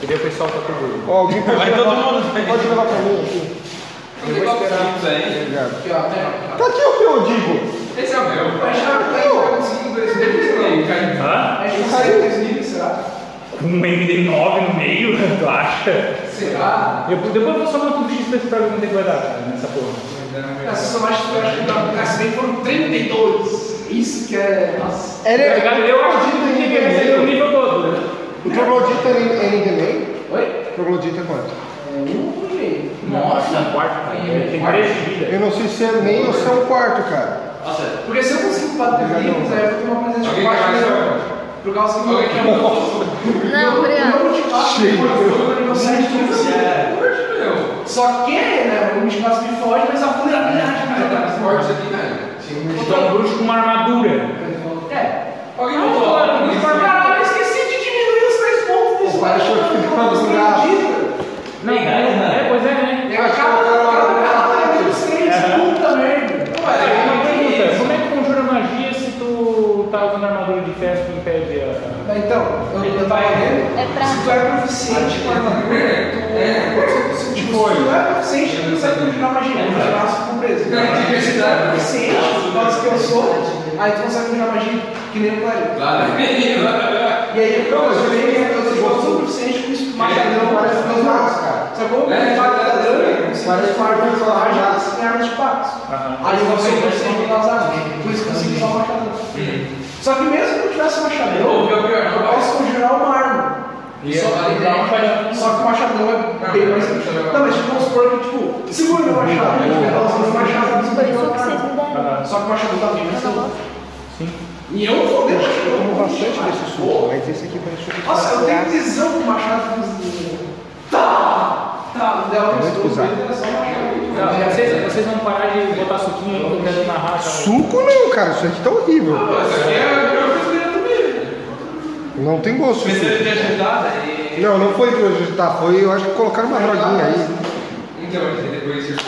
[SPEAKER 1] E daí o pessoal tá tudo.
[SPEAKER 5] Ó, alguém pode levar, pode levar pra mim aqui.
[SPEAKER 3] Aqui, ó, né?
[SPEAKER 5] Tá aqui o que eu digo.
[SPEAKER 10] Esse é o meu.
[SPEAKER 3] A gente vai conseguir dois níveis, né?
[SPEAKER 1] Hã?
[SPEAKER 3] A gente consegue dois níveis, será?
[SPEAKER 1] Com um MD9 no meio, tu acha?
[SPEAKER 3] Será?
[SPEAKER 1] Eu, depois eu vou somar tudo X pra ver quanto é que vai dar cara, nessa porra.
[SPEAKER 3] Essa só mais que eu acho que na Castlevania foram 32. Isso que é. Nossa.
[SPEAKER 1] Tá
[SPEAKER 5] Era
[SPEAKER 1] ligado? Eu acho que tem que ver o nível todo, né?
[SPEAKER 5] o troglodita é NDMA?
[SPEAKER 3] Oi?
[SPEAKER 5] Troglodita é quanto?
[SPEAKER 3] É um e meio.
[SPEAKER 1] Nossa, quarto. Tem três de vida.
[SPEAKER 5] Eu não sei se é meio ou se é um quarto, cara.
[SPEAKER 9] Nossa,
[SPEAKER 3] Porque se eu consigo bater livros, aí eu vou ter uma presença de baixo mesmo. Por causa que eu
[SPEAKER 2] Não, obrigada.
[SPEAKER 3] não te passo ele consegue te Só que, né, o multipasso me foge, mas a vulnerabilidade me dá forte.
[SPEAKER 1] Tu é um bruxo com uma armadura.
[SPEAKER 3] É.
[SPEAKER 10] Alguém
[SPEAKER 3] Ah,
[SPEAKER 10] voltou?
[SPEAKER 3] mano, mas pra caralho, eu esqueci de diminuir os três pontos desse
[SPEAKER 5] Vai, deixa eu ficar no lugar.
[SPEAKER 1] Não, é, é, pois é, né?
[SPEAKER 3] Eu acabo de ficar no lugar, eu não sei, puta merda.
[SPEAKER 1] Uma pergunta, como é que conjura tá que impede a.
[SPEAKER 3] Mas Então, eu, eu tava vendo.
[SPEAKER 2] É pra-
[SPEAKER 3] Se tu é proficiente com a armadura, tu é. Se tipo, se tu é proficiente, tu não sabe continuar magia, tu vai continuar surpreso. Se tu É não é proficiente, quase que eu sou, aí tu não sabe continuar magia, que nem o Clarim. E aí eu procurei, eu sou proficiente com isso, machadão, parece meus magos, cara. Sacou? Como é que vai dar dano? Se parece uma arma de machado, "Ah, você tem arma de patos. Aí eu sou proficiente com as armas, por isso que eu consigo usar o machadão. Só que mesmo que eu tivesse machadão,
[SPEAKER 10] Ou, pior, pior, não
[SPEAKER 3] eu
[SPEAKER 10] vai.
[SPEAKER 3] posso conjurar um uma arma.
[SPEAKER 10] Só vale dar um faz-
[SPEAKER 3] Só que o machadão é bem mais. Não, mas tipo, vamos supor que, tipo, segura o machado. Ela usa o machado e
[SPEAKER 2] Foi
[SPEAKER 3] segura
[SPEAKER 2] isso
[SPEAKER 3] o
[SPEAKER 2] que vocês me
[SPEAKER 3] machado.
[SPEAKER 2] deram.
[SPEAKER 3] Só que o machado tá bem mais. E eu
[SPEAKER 5] Eu
[SPEAKER 3] fodeu,
[SPEAKER 5] como bastante desse suco, mas esse aqui parece que
[SPEAKER 3] Nossa, eu tenho
[SPEAKER 5] tá
[SPEAKER 3] visão com o machado dos. Tá! Tá, dela
[SPEAKER 5] Muito bizarro.
[SPEAKER 1] Não, é vocês, vocês vão parar de botar suquinho aí tentando narrar. Tá?
[SPEAKER 5] Suco não, cara, isso aqui tá horrível.
[SPEAKER 9] é
[SPEAKER 5] Não tem gosto. isso.
[SPEAKER 10] Precisa de agendada e.
[SPEAKER 5] Não, não foi de hoje, tá? Foi, eu acho que colocaram uma droguinha aí.
[SPEAKER 10] Então, depois isso.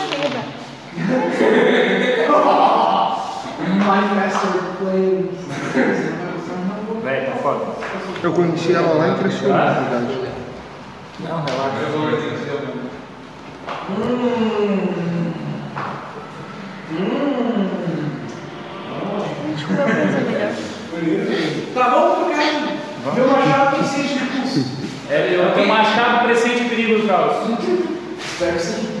[SPEAKER 3] Mind Master Play.
[SPEAKER 1] Véi, tá foda.
[SPEAKER 5] Eu conheci ela lá em Criciúma, na
[SPEAKER 9] Ah.
[SPEAKER 5] verdade.
[SPEAKER 1] Não, relaxa.
[SPEAKER 2] Acho que o meu fez o melhor.
[SPEAKER 3] Tá, vamos trocar. Meu machado tem sede de pulso.
[SPEAKER 1] É, eu tenho machado presente perigo do caos.
[SPEAKER 3] Espero que sim.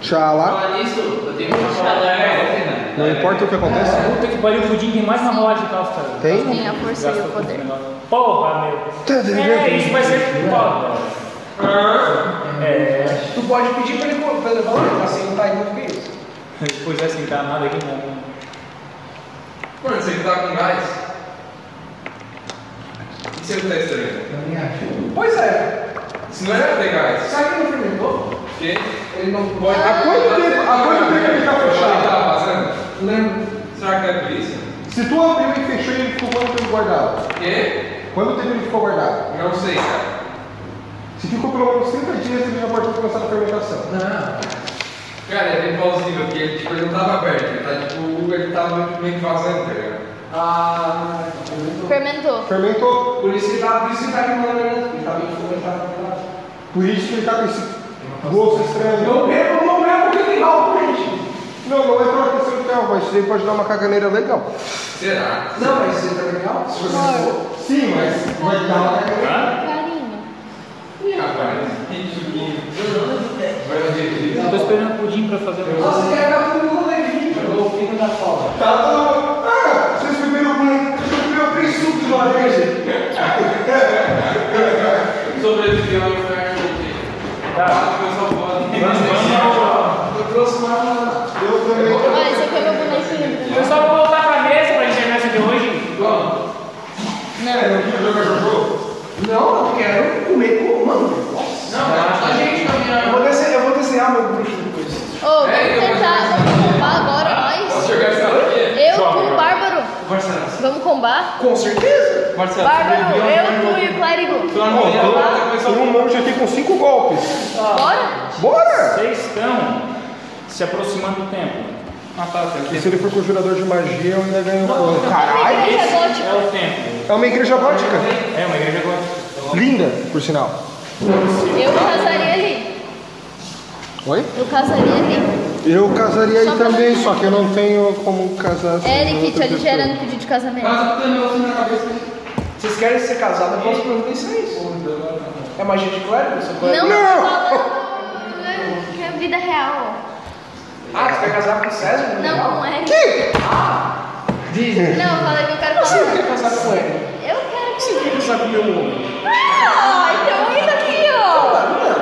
[SPEAKER 5] Tchala.
[SPEAKER 9] Falar nisso, eu tenho que falar né? da arma.
[SPEAKER 5] Não importa o que acontece.
[SPEAKER 1] Puta que pariu, o pudim tem mais na rolagem de caos, cara.
[SPEAKER 5] Tem?
[SPEAKER 2] Tem é a força e
[SPEAKER 1] Gastou
[SPEAKER 2] o
[SPEAKER 1] tudo esse
[SPEAKER 2] poder.
[SPEAKER 1] negócio. Porra, meu. É, isso vai ser foda. É.
[SPEAKER 3] Tu pode pedir pra ele co- pra ele levar ele, tá sem vontade de fazer isso.
[SPEAKER 1] Pois é, sem dar nada aqui, né? não.
[SPEAKER 10] Mano, você que tá com gás. O que você tá estranho?
[SPEAKER 3] Pois é.
[SPEAKER 10] Isso não era ter gás.
[SPEAKER 3] Será que ele não fermentou?
[SPEAKER 10] Porque
[SPEAKER 3] Ele não pode.
[SPEAKER 5] Há quanto tempo, há quanto tempo ele tá
[SPEAKER 10] ele
[SPEAKER 5] fechado?
[SPEAKER 10] tava vazando.
[SPEAKER 3] Lembro.
[SPEAKER 10] Será que é por isso?
[SPEAKER 5] Se tu abriu e fechou, ele ficou quanto tempo guardado?
[SPEAKER 10] Porque
[SPEAKER 5] Quanto tempo ele ficou guardado?
[SPEAKER 10] não sei, cara.
[SPEAKER 5] Se ficou pelo menos 30 dias, ele já pode começar a fermentação.
[SPEAKER 10] Cara, é bem plausível, porque ele, tipo, ele não tava aberto. Ele tá tipo, ele tava meio que vazando, tá ligado?
[SPEAKER 3] Ah, fermentou.
[SPEAKER 2] Fermentou.
[SPEAKER 5] Fermentou.
[SPEAKER 3] Por isso ele tá, por isso ele tá queimando ele. Ele tá bem fermentado.
[SPEAKER 5] Por isso ele tá com esse gosto estranho.
[SPEAKER 3] Não bebo, não bebo, porque tem álcool, gente.
[SPEAKER 5] Não, não é pela questão do carro, mas isso aí pode dar uma caganeira legal.
[SPEAKER 10] Será?
[SPEAKER 3] Não, mas você tá legal? Se você for.
[SPEAKER 5] Sim, mas vai dar uma caganeira.
[SPEAKER 1] Hã?
[SPEAKER 2] Carinho.
[SPEAKER 10] Ih, rapaz, que chuguinho. Vai no dia
[SPEAKER 1] Eu tô esperando o pudim pra fazer o
[SPEAKER 3] Nossa, ele acaba tudo no levinho. Jogou o filho da foda.
[SPEAKER 5] Tá, tá, tá. Ah, vocês beberam banho, vocês beberam três sucos né, de laranja.
[SPEAKER 10] Sobreviveu ao inferno aqui.
[SPEAKER 1] Tá.
[SPEAKER 10] Eu só
[SPEAKER 1] Vamos, vamos.
[SPEAKER 3] Eu trouxe uma.
[SPEAKER 5] Eu também.
[SPEAKER 2] Olha, esse aqui é meu bonequinho.
[SPEAKER 1] Pessoal, vamos voltar pra mesa pra gente terminar isso de hoje.
[SPEAKER 5] É, não quis jogar jogo.
[SPEAKER 3] Não, eu quero comer com. Mano, nossa.
[SPEAKER 10] Não, mas a gente tá
[SPEAKER 3] Eu
[SPEAKER 10] virando.
[SPEAKER 3] vou desenhar, eu vou desenhar meu bruxo depois.
[SPEAKER 2] Ô, vamos tentar. Vamos combar agora nós.
[SPEAKER 10] Posso jogar essa aqui?
[SPEAKER 2] Eu com o Bárbaro. Vamos combar?
[SPEAKER 3] Com certeza!
[SPEAKER 2] Bárbaro, eu, tu e o Clérigo. Vamos combar?
[SPEAKER 5] Tem um monte aqui com cinco golpes.
[SPEAKER 2] Bora?
[SPEAKER 5] Bora!
[SPEAKER 1] Vocês estão se aproximando do tempo. Ah, tá, tá.
[SPEAKER 5] E se ele for conjurador de magia, eu ainda ganho um.
[SPEAKER 2] Uma
[SPEAKER 5] Caralho!
[SPEAKER 2] igreja
[SPEAKER 1] Esse é
[SPEAKER 2] gótica.
[SPEAKER 1] o tempo.
[SPEAKER 5] É uma igreja gótica.
[SPEAKER 1] É uma igreja gótica.
[SPEAKER 5] Linda, por sinal.
[SPEAKER 2] Eu casaria ali.
[SPEAKER 5] Oi?
[SPEAKER 2] Eu casaria ali.
[SPEAKER 5] Eu casaria aí
[SPEAKER 2] Só pra-
[SPEAKER 5] também, só que eu não tenho como casar. assim, com
[SPEAKER 2] Eric,
[SPEAKER 5] outra
[SPEAKER 2] tô lhe
[SPEAKER 5] pessoa.
[SPEAKER 2] gerando pedido de casamento.
[SPEAKER 10] Mas eu tô tendo assim na cabeça.
[SPEAKER 3] Vocês querem ser casados, eu posso providenciar isso. É magia de clérigo? Seu clérigo?
[SPEAKER 2] Não,
[SPEAKER 5] Não!
[SPEAKER 2] falando que é vida real.
[SPEAKER 3] Ah, você quer casar com o César?
[SPEAKER 2] Não, não é. Que? Não, eu falei que eu quero
[SPEAKER 3] Você quer
[SPEAKER 2] falar.
[SPEAKER 3] casar com ele?
[SPEAKER 2] Eu quero
[SPEAKER 3] Você quer casar com o meu homem?
[SPEAKER 2] Ah, então é isso aqui, ó.
[SPEAKER 3] Claro,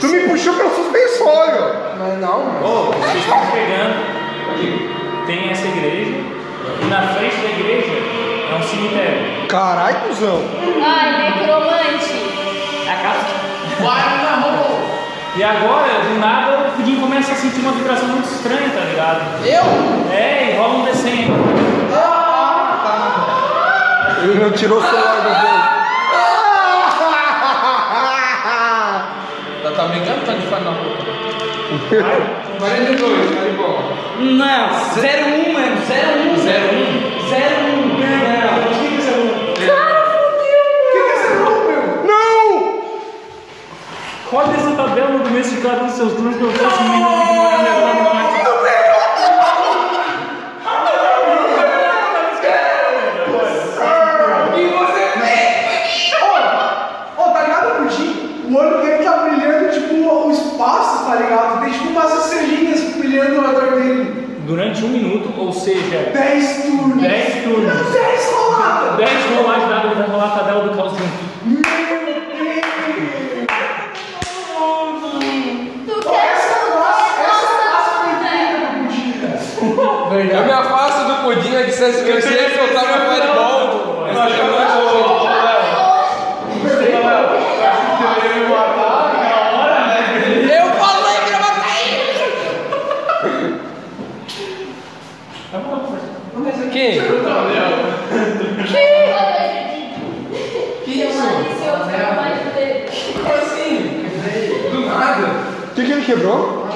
[SPEAKER 5] Tu me puxou pra suspensório!
[SPEAKER 3] não. Mas não.
[SPEAKER 1] Ô, Oh, vocês estão chegando. Tem essa igreja. E na frente da igreja é um cemitério.
[SPEAKER 5] Caralho, cuzão!
[SPEAKER 2] Ai, necromante.
[SPEAKER 1] É a casa. E agora, do nada, o pudim começa a sentir uma vibração muito estranha, tá ligado? Eu? É, e rola um descendo.
[SPEAKER 5] Ele não tirou o celular do bolso.
[SPEAKER 10] Tá, tá brincando? Tá de fora na boca.
[SPEAKER 1] Vai.
[SPEAKER 10] 42, tá de boa.
[SPEAKER 9] Não, 01, mano. 01. 01. 01. Não.
[SPEAKER 10] um.
[SPEAKER 3] Mas o que que você não
[SPEAKER 5] é um,
[SPEAKER 1] um seus turnos pra eu ver se o menino que mora na minha casa mais.
[SPEAKER 3] E você vem! Ô, ô, tá ligado o pudim? O olho dele tá brilhando, tipo, o espaço, tá ligado? Tem tipo umas estrelinhas brilhando atrás dele.
[SPEAKER 1] Durante um minuto, ou seja,
[SPEAKER 3] 10 turnos.
[SPEAKER 1] 10 turnos.
[SPEAKER 3] Não, 10 roladas.
[SPEAKER 1] 10 rolagens de dado, ele vai rolar a tabela do caosinho.
[SPEAKER 3] Meu Deus!
[SPEAKER 2] Tu
[SPEAKER 3] Ó,
[SPEAKER 2] quer
[SPEAKER 3] é Essa é classe, essa classe foi
[SPEAKER 2] é.
[SPEAKER 3] feita pro pudim, né? cara.
[SPEAKER 6] Verdade.
[SPEAKER 4] Eu me afasto do pudim a distância que eu sei é soltar meu fireball. Eu acho que eu vou- Eu falei que não vai cair! Tá Quem?
[SPEAKER 2] Que é isso?
[SPEAKER 10] Do nada.
[SPEAKER 5] O que, que ele quebrou?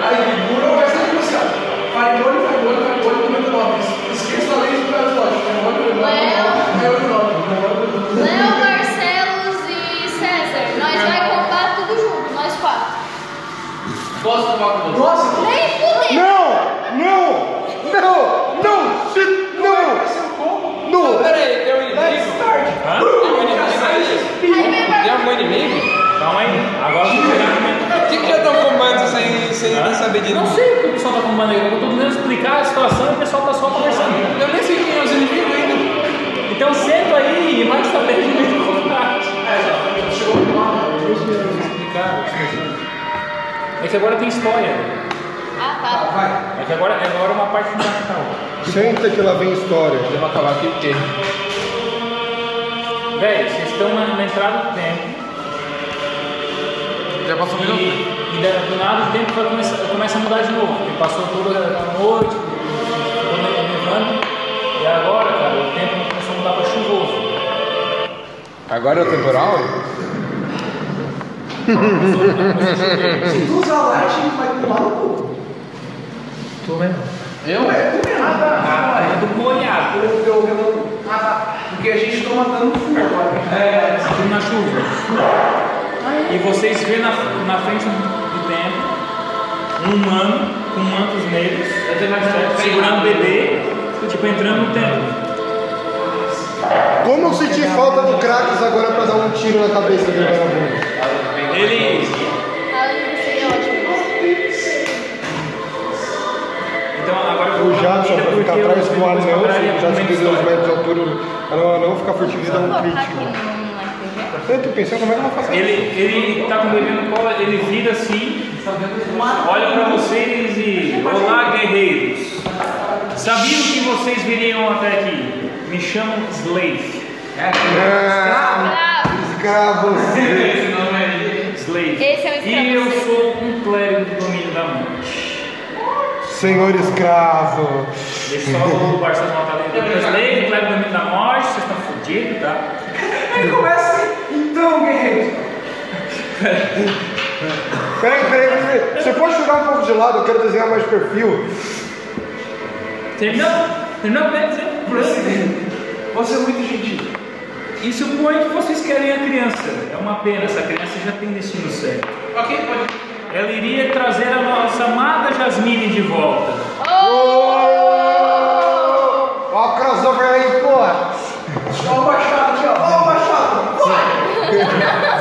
[SPEAKER 3] Aí, Bruno vai ser crucial. Vai olho, vai olho, vai olho, número 9. Esqueça a lei de Brasil, lógico. Vai olho, vai olho, vai olho, vai olho.
[SPEAKER 2] Léo, Barcelos e César. Nós vai combar tudo junto, nós quatro.
[SPEAKER 9] Posso tomar com você?
[SPEAKER 3] Nossa,
[SPEAKER 2] Nem fudeu.
[SPEAKER 5] Não! Não! Não! Não! Shit!
[SPEAKER 10] é
[SPEAKER 4] Não,
[SPEAKER 5] Não! Não!
[SPEAKER 4] peraí, tem um inimigo?
[SPEAKER 1] Hã?
[SPEAKER 3] Uh,
[SPEAKER 4] Tem um inimigo aí?
[SPEAKER 2] Aí vem
[SPEAKER 4] Tem
[SPEAKER 2] pra
[SPEAKER 4] algum inimigo?
[SPEAKER 1] Calma aí, agora eu vou pegar
[SPEAKER 4] Por que que já dá um comando sem, sem nem saber de
[SPEAKER 1] Não
[SPEAKER 4] nada?
[SPEAKER 1] sei porque o pessoal tá com maneira, eu tô tentando explicar a situação e o pessoal tá só conversando.
[SPEAKER 4] Eu nem sei quem é os inimigos ainda.
[SPEAKER 1] Então senta aí e mais também de vez em quando. É que agora tem história.
[SPEAKER 2] Ah, tá.
[SPEAKER 1] É que agora, é agora uma parte fundamental.
[SPEAKER 5] Senta que lá vem história.
[SPEAKER 4] Eu vou acabar aqui porque...
[SPEAKER 1] Velho, vocês estão na, na entrada do tempo
[SPEAKER 4] Já passou um
[SPEAKER 1] e,
[SPEAKER 4] minuto?
[SPEAKER 1] e da- do nada o tempo vai começar, começa a mudar de novo. Porque passou toda a noite, ficou ne- nevando. E agora, cara, o tempo começou a mudar pra chuvoso.
[SPEAKER 4] Agora é o temporal?
[SPEAKER 3] se tu usar lá, a gente vai tomar no cu.
[SPEAKER 4] Eu?
[SPEAKER 3] É, tu é nada.
[SPEAKER 1] Ah, é do molhado.
[SPEAKER 3] Eu, eu, eu, ah, tá. Porque a gente toma dano full agora.
[SPEAKER 1] É, tudo na chuva. E vocês vê na, na frente do tempo um humano com mantos negros segurando um bebê, tipo entrando no templo.
[SPEAKER 5] Como eu senti falta do Kratos agora pra dar um tiro na cabeça dele vagabundo?
[SPEAKER 1] Ele.
[SPEAKER 2] Aí seria é ótimo.
[SPEAKER 1] Então agora eu
[SPEAKER 5] O
[SPEAKER 1] vou dar
[SPEAKER 5] Jadson
[SPEAKER 1] comida
[SPEAKER 5] pra ficar
[SPEAKER 1] porque eu
[SPEAKER 5] atrás
[SPEAKER 1] vou
[SPEAKER 5] com o
[SPEAKER 1] depois
[SPEAKER 5] anão,
[SPEAKER 1] parar
[SPEAKER 5] se
[SPEAKER 1] e
[SPEAKER 5] o Jadson
[SPEAKER 1] argumento
[SPEAKER 5] tem 2
[SPEAKER 1] histórico.
[SPEAKER 5] metros de altura, o anão anão fica furtivo e dá um
[SPEAKER 2] Colocar
[SPEAKER 5] crítico.
[SPEAKER 2] tá aqui
[SPEAKER 5] Eu tô pensando como é que eu vou fazer.
[SPEAKER 1] Ele, ele tá com o bebê no colo, ele vira assim, olha pra vocês e. Olá, guerreiros! Sabiam que vocês viriam até aqui? Me chamam Slave.
[SPEAKER 5] Ah,
[SPEAKER 2] no
[SPEAKER 1] tá
[SPEAKER 2] Bravo.
[SPEAKER 5] Escravo!
[SPEAKER 10] Esse nome aí.
[SPEAKER 1] Slave.
[SPEAKER 2] Esse é o escravo.
[SPEAKER 1] E eu sou um clérigo do domínio da morte.
[SPEAKER 5] Senhor escravo!
[SPEAKER 1] Deixa só é o Barça montar dentro do brasileiro, clérigo do domínio da morte, vocês estão fodidos, tá?
[SPEAKER 3] Aí começa, então, guerreiro.
[SPEAKER 5] Peraí, peraí, peraí, peraí. Você pode jogar um pouco de lado, eu quero desenhar mais perfil.
[SPEAKER 1] Terminou? Terminou bem, dizer?
[SPEAKER 3] Você é muito gentil.
[SPEAKER 1] Isso põe que vocês querem a criança. É uma pena, essa criança já tem destino certo.
[SPEAKER 10] Ok, pode.
[SPEAKER 1] Ela iria trazer a nossa amada Jasmine de volta.
[SPEAKER 5] Ó, o crossover aí, porra!
[SPEAKER 3] Ó o machado aqui, ó. Ó o machado.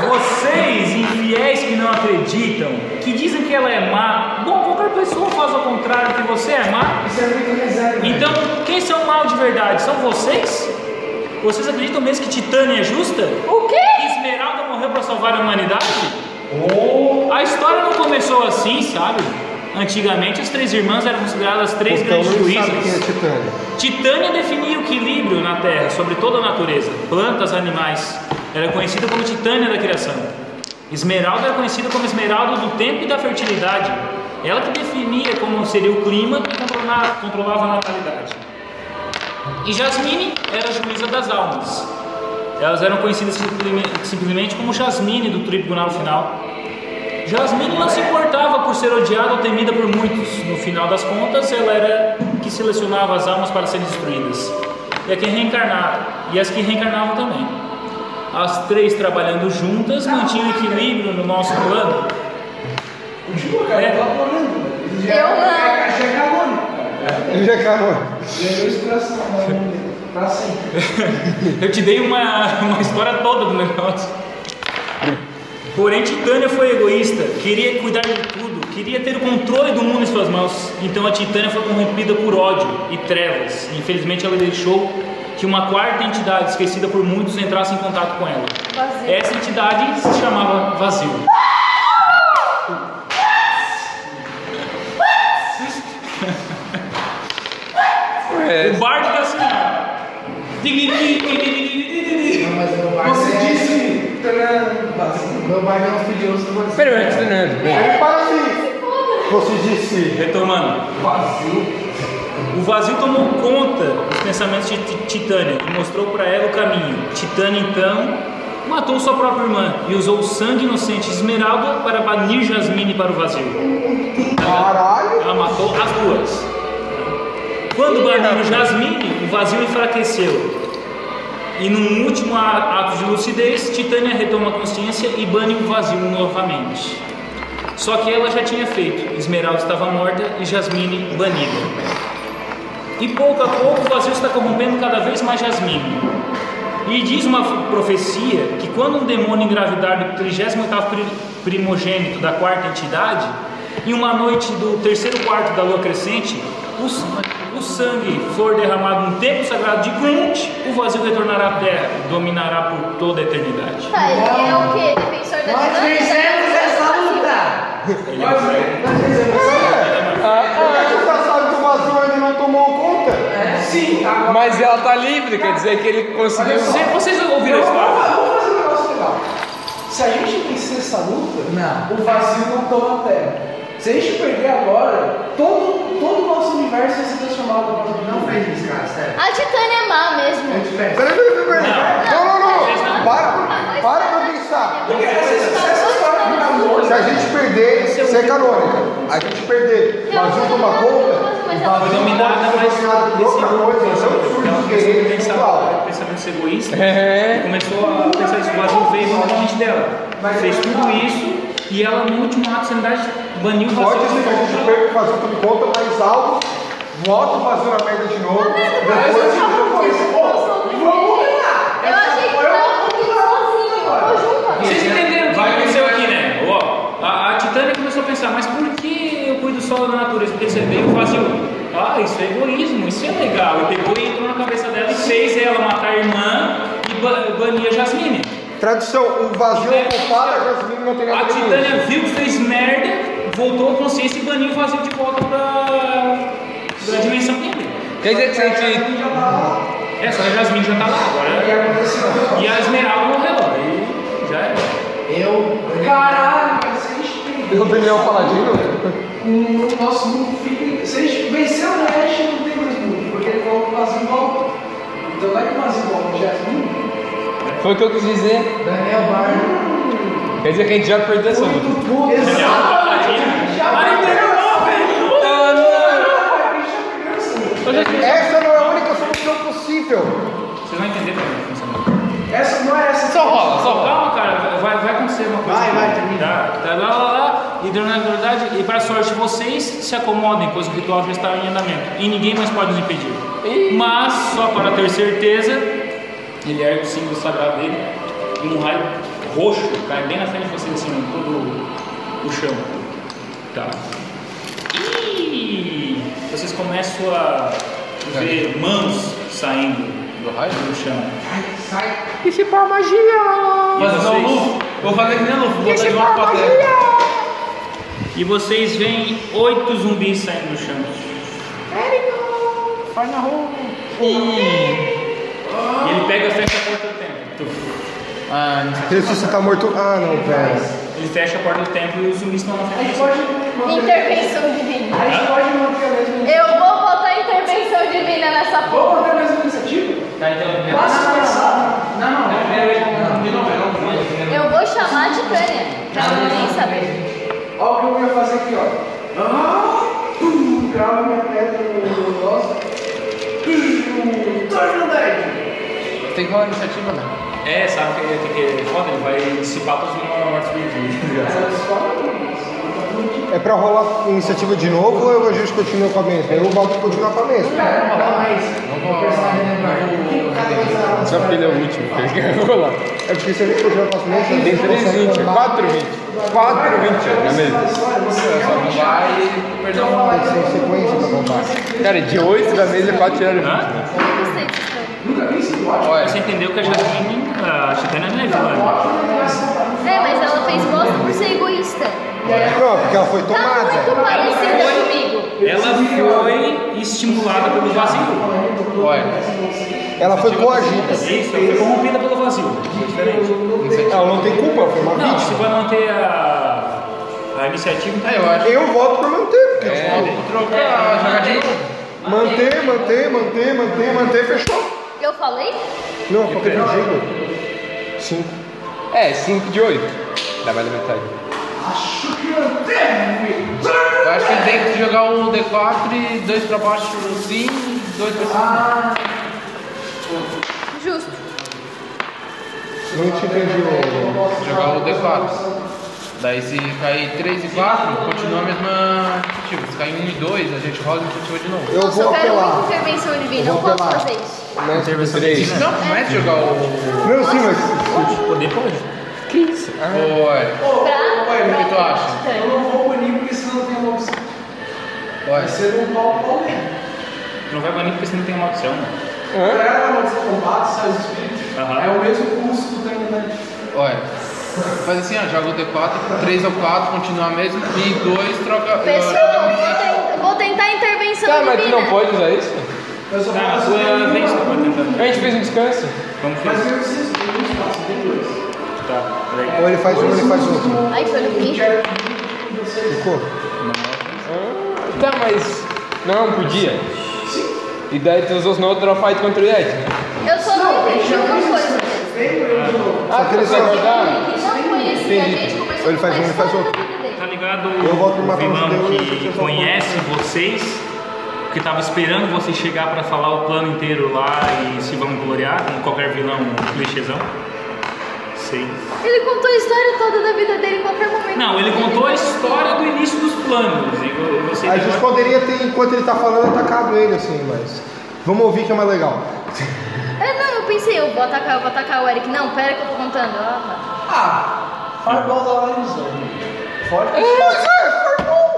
[SPEAKER 1] Vocês, infiéis que não acreditam, que dizem que ela é má, bom, qualquer pessoa faz o contrário que você é má,
[SPEAKER 3] Isso é muito reserva.
[SPEAKER 1] Então, quem são mal de verdade? São vocês? Vocês acreditam mesmo que Titânia é justa?
[SPEAKER 2] O
[SPEAKER 1] Que
[SPEAKER 2] quê?
[SPEAKER 1] Esmeralda morreu para salvar a humanidade?
[SPEAKER 5] Oh.
[SPEAKER 1] A história não começou assim, sabe? Antigamente, as três irmãs eram consideradas as três
[SPEAKER 5] Então
[SPEAKER 1] grandes
[SPEAKER 5] não sabe quem é
[SPEAKER 1] juízas.
[SPEAKER 5] Titânia.
[SPEAKER 1] Titânia definia o equilíbrio na Terra sobre toda a natureza, plantas, animais. Era conhecida como Titânia da criação. Esmeralda era conhecida como Esmeralda do tempo e da fertilidade. Ela que definia como seria o clima e controlava- controlava a natalidade. E Jasmine era a juíza das almas. Elas eram conhecidas simplime- simplesmente como Jasmine do tribunal final. Jasmine não se importava por ser odiada ou temida por muitos. No final das contas, ela era que selecionava as almas para serem destruídas. E a que reencarnava, e as que reencarnavam também. As três trabalhando juntas mantinham equilíbrio no nosso plano.
[SPEAKER 3] Continua, cara.
[SPEAKER 1] É.
[SPEAKER 3] Tá morrendo. Já-
[SPEAKER 2] Eu não.
[SPEAKER 3] É, já é canônico, cara.
[SPEAKER 5] Ele já acabou.
[SPEAKER 3] Ganhou inspiração da mão dele. Pra sempre.
[SPEAKER 1] Eu te dei uma, uma história toda do negócio. Porém, Titânia foi egoísta, queria cuidar de tudo, queria ter o controle do mundo em suas mãos. Então a Titânia foi corrompida por ódio e trevas. Infelizmente, ela deixou que uma quarta entidade, esquecida por muitos, entrasse em contato com ela.
[SPEAKER 2] Vazio.
[SPEAKER 1] Essa entidade se chamava Vazio.
[SPEAKER 4] É.
[SPEAKER 1] O bardo tá assim. ó.
[SPEAKER 6] Mas meu bar
[SPEAKER 3] Você
[SPEAKER 6] é...
[SPEAKER 3] disse. Tanã, vazio.
[SPEAKER 6] Meu bar não é um filhoso do você.
[SPEAKER 4] Peraí, Fernando. peraí.
[SPEAKER 5] Ele para assim. Você disse.
[SPEAKER 1] Retomando.
[SPEAKER 3] Vazio.
[SPEAKER 1] O vazio tomou conta dos pensamentos de Ti- Titânia e mostrou para ela o caminho. Titânia então matou sua própria irmã e usou o sangue inocente de Esmeralda para banir Jasmine para o vazio.
[SPEAKER 5] Caralho.
[SPEAKER 1] Ela matou as duas. Quando baniram Jasmine, o vazio enfraqueceu. E num último a- ato de lucidez, Titânia retoma a consciência e bane o vazio novamente. Só que ela já tinha feito. Esmeralda estava morta e Jasmine banida. E pouco a pouco o vazio está corrompendo cada vez mais Jasmine. E diz uma f- profecia que quando um demônio engravidar do 38º pri- primogênito da quarta entidade, em uma noite do terceiro quarto da lua crescente, o, s- o sangue for derramado no templo sagrado de Grunt, o vazio retornará à terra e dominará por toda a eternidade.
[SPEAKER 2] Tá, ele é o quê? Defensor da
[SPEAKER 6] Nós
[SPEAKER 2] Titânia?
[SPEAKER 6] fizemos essa luta!
[SPEAKER 1] Ele é o Vazio.
[SPEAKER 5] Como é que o passado do vazio ainda não tomou conta?
[SPEAKER 3] Sim, agora.
[SPEAKER 4] Mas ela tá livre, quer dizer que ele conseguiu.
[SPEAKER 1] Você- Vocês ouviram a
[SPEAKER 3] Vamos
[SPEAKER 1] história?
[SPEAKER 3] vamos fazer um negócio legal. Se a gente vencer essa luta,
[SPEAKER 6] Não.
[SPEAKER 3] o vazio não toma a terra. Se a gente perder agora, todo, todo o nosso universo vai se transformar no vazio.
[SPEAKER 6] Não fez isso, cara, sério.
[SPEAKER 2] A Titânia é má mesmo.
[SPEAKER 6] Peraí,
[SPEAKER 5] Peraí, peraí, peraí. Não, não, não. Para, para pra
[SPEAKER 2] tá
[SPEAKER 5] pensar.
[SPEAKER 3] Porque essa, essa história do calor,
[SPEAKER 5] Se a gente perder, isso é canônica. A gente perder, o vazio toma conta.
[SPEAKER 1] Foi dominada,
[SPEAKER 5] Foi
[SPEAKER 1] mas
[SPEAKER 5] dominada por outra coisa,
[SPEAKER 1] esse-
[SPEAKER 5] não por
[SPEAKER 1] ela
[SPEAKER 5] um
[SPEAKER 1] começou a
[SPEAKER 5] guerreiro
[SPEAKER 1] pensar
[SPEAKER 5] individual.
[SPEAKER 1] pensamentos egoístas.
[SPEAKER 4] É.
[SPEAKER 1] e Começou a pensar isso, o vazio veio na mente dela. Fez tudo isso e ela no último ato de sanidade baniu o
[SPEAKER 5] Pode
[SPEAKER 1] vazio.
[SPEAKER 5] ser que a gente perca o vazio tome conta, mas algo volta o vazio na merda de novo. Depois.
[SPEAKER 2] Eu achei que tava comigo sozinho. Tô junto agora.
[SPEAKER 1] Vocês entenderam o que aconteceu aqui, né? Ó, a, a Titânia começou a pensar, mas por que eu cuido só da natureza? Porque você veio e fazia. Ah, isso é egoísmo, isso é legal. E pegou e entrou na cabeça dela e fez ela matar a irmã e ba bania a Jasmine.
[SPEAKER 5] Tradução, o vazio é culpado, a Jasmine não tem nada
[SPEAKER 1] A
[SPEAKER 5] a ver com isso.
[SPEAKER 1] Titânia viu que fez merda, voltou a consciência e baniu o vazio de volta pra, pra dimensão dele.
[SPEAKER 4] Quer dizer que se a gente.
[SPEAKER 1] É, só que a Jasmine já tá lá agora. E a Esmeralda morreu. Aí já era.
[SPEAKER 6] Eu.
[SPEAKER 3] caralho, se a gente perder,
[SPEAKER 5] O Daniel Paladino?
[SPEAKER 3] o um nosso mundo fica. Se a gente vencer o Nash, não tem mais mundo, porque ele volta, o vazio volta. Então vai que o vazio volta já é
[SPEAKER 4] Foi o que eu quis dizer.
[SPEAKER 6] Daniel Bar.
[SPEAKER 4] Quer dizer que a gente já perdeu essa luta.
[SPEAKER 1] tá
[SPEAKER 4] Tá, não.
[SPEAKER 5] Essa não é a única solução possível.
[SPEAKER 1] Vocês vão entender como é que funciona.
[SPEAKER 3] Essa não é essa.
[SPEAKER 4] Só rola, só rola.
[SPEAKER 1] Calma, cara, vai, vai acontecer uma coisa.
[SPEAKER 6] Vai, vai, termina.
[SPEAKER 1] Tá, tá, lá, lá, lá. E na verdade, e para sorte de vocês, se acomodem, pois o ritual já está em andamento. E ninguém mais pode nos impedir. Mas, só para ter certeza, ele ergue o símbolo sagrado dele e um raio roxo cai bem na frente de vocês, assim, em todo o chão. Tá. E vocês começam a ver mãos saindo
[SPEAKER 4] Do raio?
[SPEAKER 1] do chão.
[SPEAKER 4] Principal magia!
[SPEAKER 1] E
[SPEAKER 4] Mas não,
[SPEAKER 6] um
[SPEAKER 1] vocês?
[SPEAKER 4] Lu. Vou fazer que nem Lu. Vou botar de volta pra terra.
[SPEAKER 1] E vocês veem oito zumbis saindo do chão. E ele pega e fecha a porta do templo. Tuf.
[SPEAKER 4] Ah, não sei.
[SPEAKER 5] Ressuscitar morto. Ah, não, velho.
[SPEAKER 1] Ele fecha a porta do templo e os zumbis estão na
[SPEAKER 3] A gente
[SPEAKER 1] frente.
[SPEAKER 3] pode manter,
[SPEAKER 2] Intervenção divina.
[SPEAKER 3] a gente pode manter a mesma.
[SPEAKER 2] Eu vou botar intervenção divina nessa porra.
[SPEAKER 3] Vamos manter um a mesma iniciativa?
[SPEAKER 9] Tá, então, é
[SPEAKER 3] Lá se começar. Não, não,
[SPEAKER 9] a primeira vez que eu vi, não, eu não vi, eu vi.
[SPEAKER 2] Eu vou chamar de Tânia, pra ela nem saber.
[SPEAKER 3] Olha o que eu ia fazer aqui, ó. Ah, pum, grava minha pedra no negócio. Pum, um Torno 10.
[SPEAKER 4] Tem que rolar iniciativa, não.
[SPEAKER 1] É, sabe que, que, que foda, ele vai dissipar todos os mortos vivos.
[SPEAKER 5] É pra rolar iniciativa de novo ou a gente continua com a mesma? Eu volto a continuar com a mesma.
[SPEAKER 4] Só porque ele é o último, que ele quer rolar.
[SPEAKER 5] É porque se a gente continuar com a mesma, a gente
[SPEAKER 4] Tem 3
[SPEAKER 5] consegue
[SPEAKER 4] 20,
[SPEAKER 5] levantar.
[SPEAKER 4] 4 20. 4 20 é, na mesa.
[SPEAKER 5] Tem que ser em sequência pra bombar.
[SPEAKER 4] Cara, de 8 da mesa, 4 tiraram 20. né?
[SPEAKER 2] Eu não sei disso, não.
[SPEAKER 1] Você entendeu que a Jasmine, a Chitana não é vilã.
[SPEAKER 2] É, mas ela fez bosta por ser egoísta.
[SPEAKER 5] Não, porque ela foi
[SPEAKER 2] Tá
[SPEAKER 5] tomada.
[SPEAKER 2] muito parecida comigo.
[SPEAKER 1] Ela foi estimulada pelo vazio. É
[SPEAKER 4] Olha,
[SPEAKER 5] Ela foi coagida.
[SPEAKER 1] Isso, ela foi corrompida pelo vazio. Foi diferente.
[SPEAKER 5] Ela não tem culpa, foi uma
[SPEAKER 1] Não,
[SPEAKER 5] vítima.
[SPEAKER 1] se vai manter a, a iniciativa, então
[SPEAKER 4] aí eu acho.
[SPEAKER 5] Eu voto pra manter, porque
[SPEAKER 4] É, trocar, jogar de novo.
[SPEAKER 5] tipo, manter, manter, manter, manter, manter, fechou.
[SPEAKER 2] Eu falei?
[SPEAKER 5] Não, porque eu digo. Cinco.
[SPEAKER 4] É, 5 de 8. Dá mais da metade. Eu acho que tem que jogar um D4, 2 pra baixo sim, 2 pra cima.
[SPEAKER 2] Justo.
[SPEAKER 5] Não te entendi o.
[SPEAKER 4] Jogar um D4. Daí se cair 3 e 4, continua a mesma iniciativa. Se cair 1 e 2, a gente rola e iniciativa de novo.
[SPEAKER 5] Eu
[SPEAKER 2] Nossa,
[SPEAKER 5] vou
[SPEAKER 2] eu quero
[SPEAKER 5] apelar.
[SPEAKER 2] muita intervenção divina.
[SPEAKER 5] Eu
[SPEAKER 2] Não
[SPEAKER 5] vou
[SPEAKER 2] posso
[SPEAKER 5] apelar.
[SPEAKER 2] fazer isso.
[SPEAKER 4] Isso não começa a jogar o.
[SPEAKER 5] Não, sim, mas.
[SPEAKER 1] poder pode.
[SPEAKER 4] Oi,
[SPEAKER 2] Pra...
[SPEAKER 4] Ué, o que tu acha?
[SPEAKER 3] Eu não vou banir porque senão tem uma opção. um
[SPEAKER 4] oi.
[SPEAKER 3] Você não pau o pau
[SPEAKER 1] Não vai banir porque você não tem uma opção. né?
[SPEAKER 3] Pra ela não descombar, sai os espíritos.
[SPEAKER 1] Aham.
[SPEAKER 3] É o mesmo curso do tempo, né?
[SPEAKER 4] Olha, faz assim, ó, joga o D4, 3 ou 4, continua mesmo, e 2 troca.
[SPEAKER 2] Pessoal, eu vou ten- vou tentar a intervenção
[SPEAKER 5] Tá,
[SPEAKER 4] Tá,
[SPEAKER 2] divina.
[SPEAKER 4] pode usar isso?
[SPEAKER 3] Eu só
[SPEAKER 1] Tá, a
[SPEAKER 3] faço
[SPEAKER 1] sua
[SPEAKER 3] um
[SPEAKER 1] vez, tu vai tentando.
[SPEAKER 4] A gente fez um descanso.
[SPEAKER 1] Vamos
[SPEAKER 3] Mas
[SPEAKER 1] fazer.
[SPEAKER 3] eu preciso de um espaço, tem dois.
[SPEAKER 1] Tá, peraí.
[SPEAKER 5] Ou ele faz um, ele faz outro.
[SPEAKER 2] Ai, foi no fim.
[SPEAKER 5] Ficou?
[SPEAKER 4] Tá, mas. Não, podia. E daí tu usou no outro fight contra o Yeti, né?
[SPEAKER 2] Eu só não entendi uma coisa. mesmo.
[SPEAKER 4] Ah,
[SPEAKER 5] Só
[SPEAKER 4] tá
[SPEAKER 5] que ele só.
[SPEAKER 2] Que não conhecia a gente, começou
[SPEAKER 5] Ou ele faz
[SPEAKER 2] a
[SPEAKER 5] um, ele
[SPEAKER 2] conversar
[SPEAKER 5] faz outro.
[SPEAKER 2] sobre a vida dele.
[SPEAKER 1] Tá ligado
[SPEAKER 5] Eu volto pra
[SPEAKER 1] o
[SPEAKER 5] matar
[SPEAKER 1] vilão
[SPEAKER 5] os deuses,
[SPEAKER 1] que
[SPEAKER 5] eu só vou-
[SPEAKER 1] conhece vocês, que tava esperando você chegar pra falar o plano inteiro lá e se vangloriar, como qualquer vilão clichêzão? Sei.
[SPEAKER 2] Ele contou a história toda da vida dele em qualquer momento.
[SPEAKER 1] Não, ele contou a história do início dos planos. E vo- você
[SPEAKER 5] A gente poderia ter, enquanto ele tá falando, atacado ele assim, mas. Vamos ouvir que é mais legal.
[SPEAKER 2] É, não, eu pensei, eu vou atacar, eu vou atacar o Eric. Não, pera que eu tô contando. Ah,
[SPEAKER 3] Ah, Fireball da Larizão.
[SPEAKER 5] É,
[SPEAKER 3] Forte.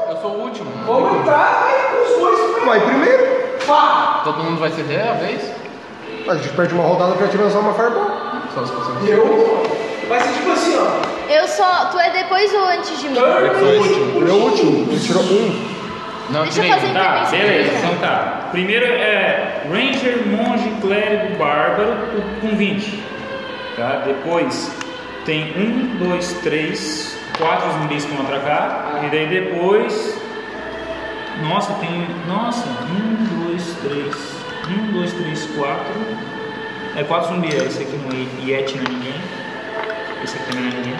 [SPEAKER 4] Eu sou o último.
[SPEAKER 3] Vamos entrar aí os dois pra
[SPEAKER 5] Vai primeiro.
[SPEAKER 3] pá.
[SPEAKER 4] tá- Todo mundo vai é ceder a vez?
[SPEAKER 5] A gente perde uma rodada pra tirar só uma fireball.
[SPEAKER 4] Só os pessoas.
[SPEAKER 3] Eu. Vai ser tipo assim, ó.
[SPEAKER 2] tá. Eu só. Tu é depois ou antes de mim?
[SPEAKER 5] Ele é o último. Ele tirou um.
[SPEAKER 4] Não,
[SPEAKER 2] Deixa eu
[SPEAKER 4] tirei.
[SPEAKER 2] fazer-
[SPEAKER 1] Tá,
[SPEAKER 2] Tem
[SPEAKER 1] beleza,
[SPEAKER 2] que ser
[SPEAKER 1] então tá. Primeiro é Ranger, Monge, Clérigo, Bárbaro com- com 20. Tá? Depois tem 1, 2, 3, 4 zumbis que vão atracar. E daí depois. Nossa, tem. Nossa, 1, 2, 3. 1, 2, 3, 4. É 4 zumbis. Esse aqui não é Yeti, não é ninguém. Esse aqui não é ninguém.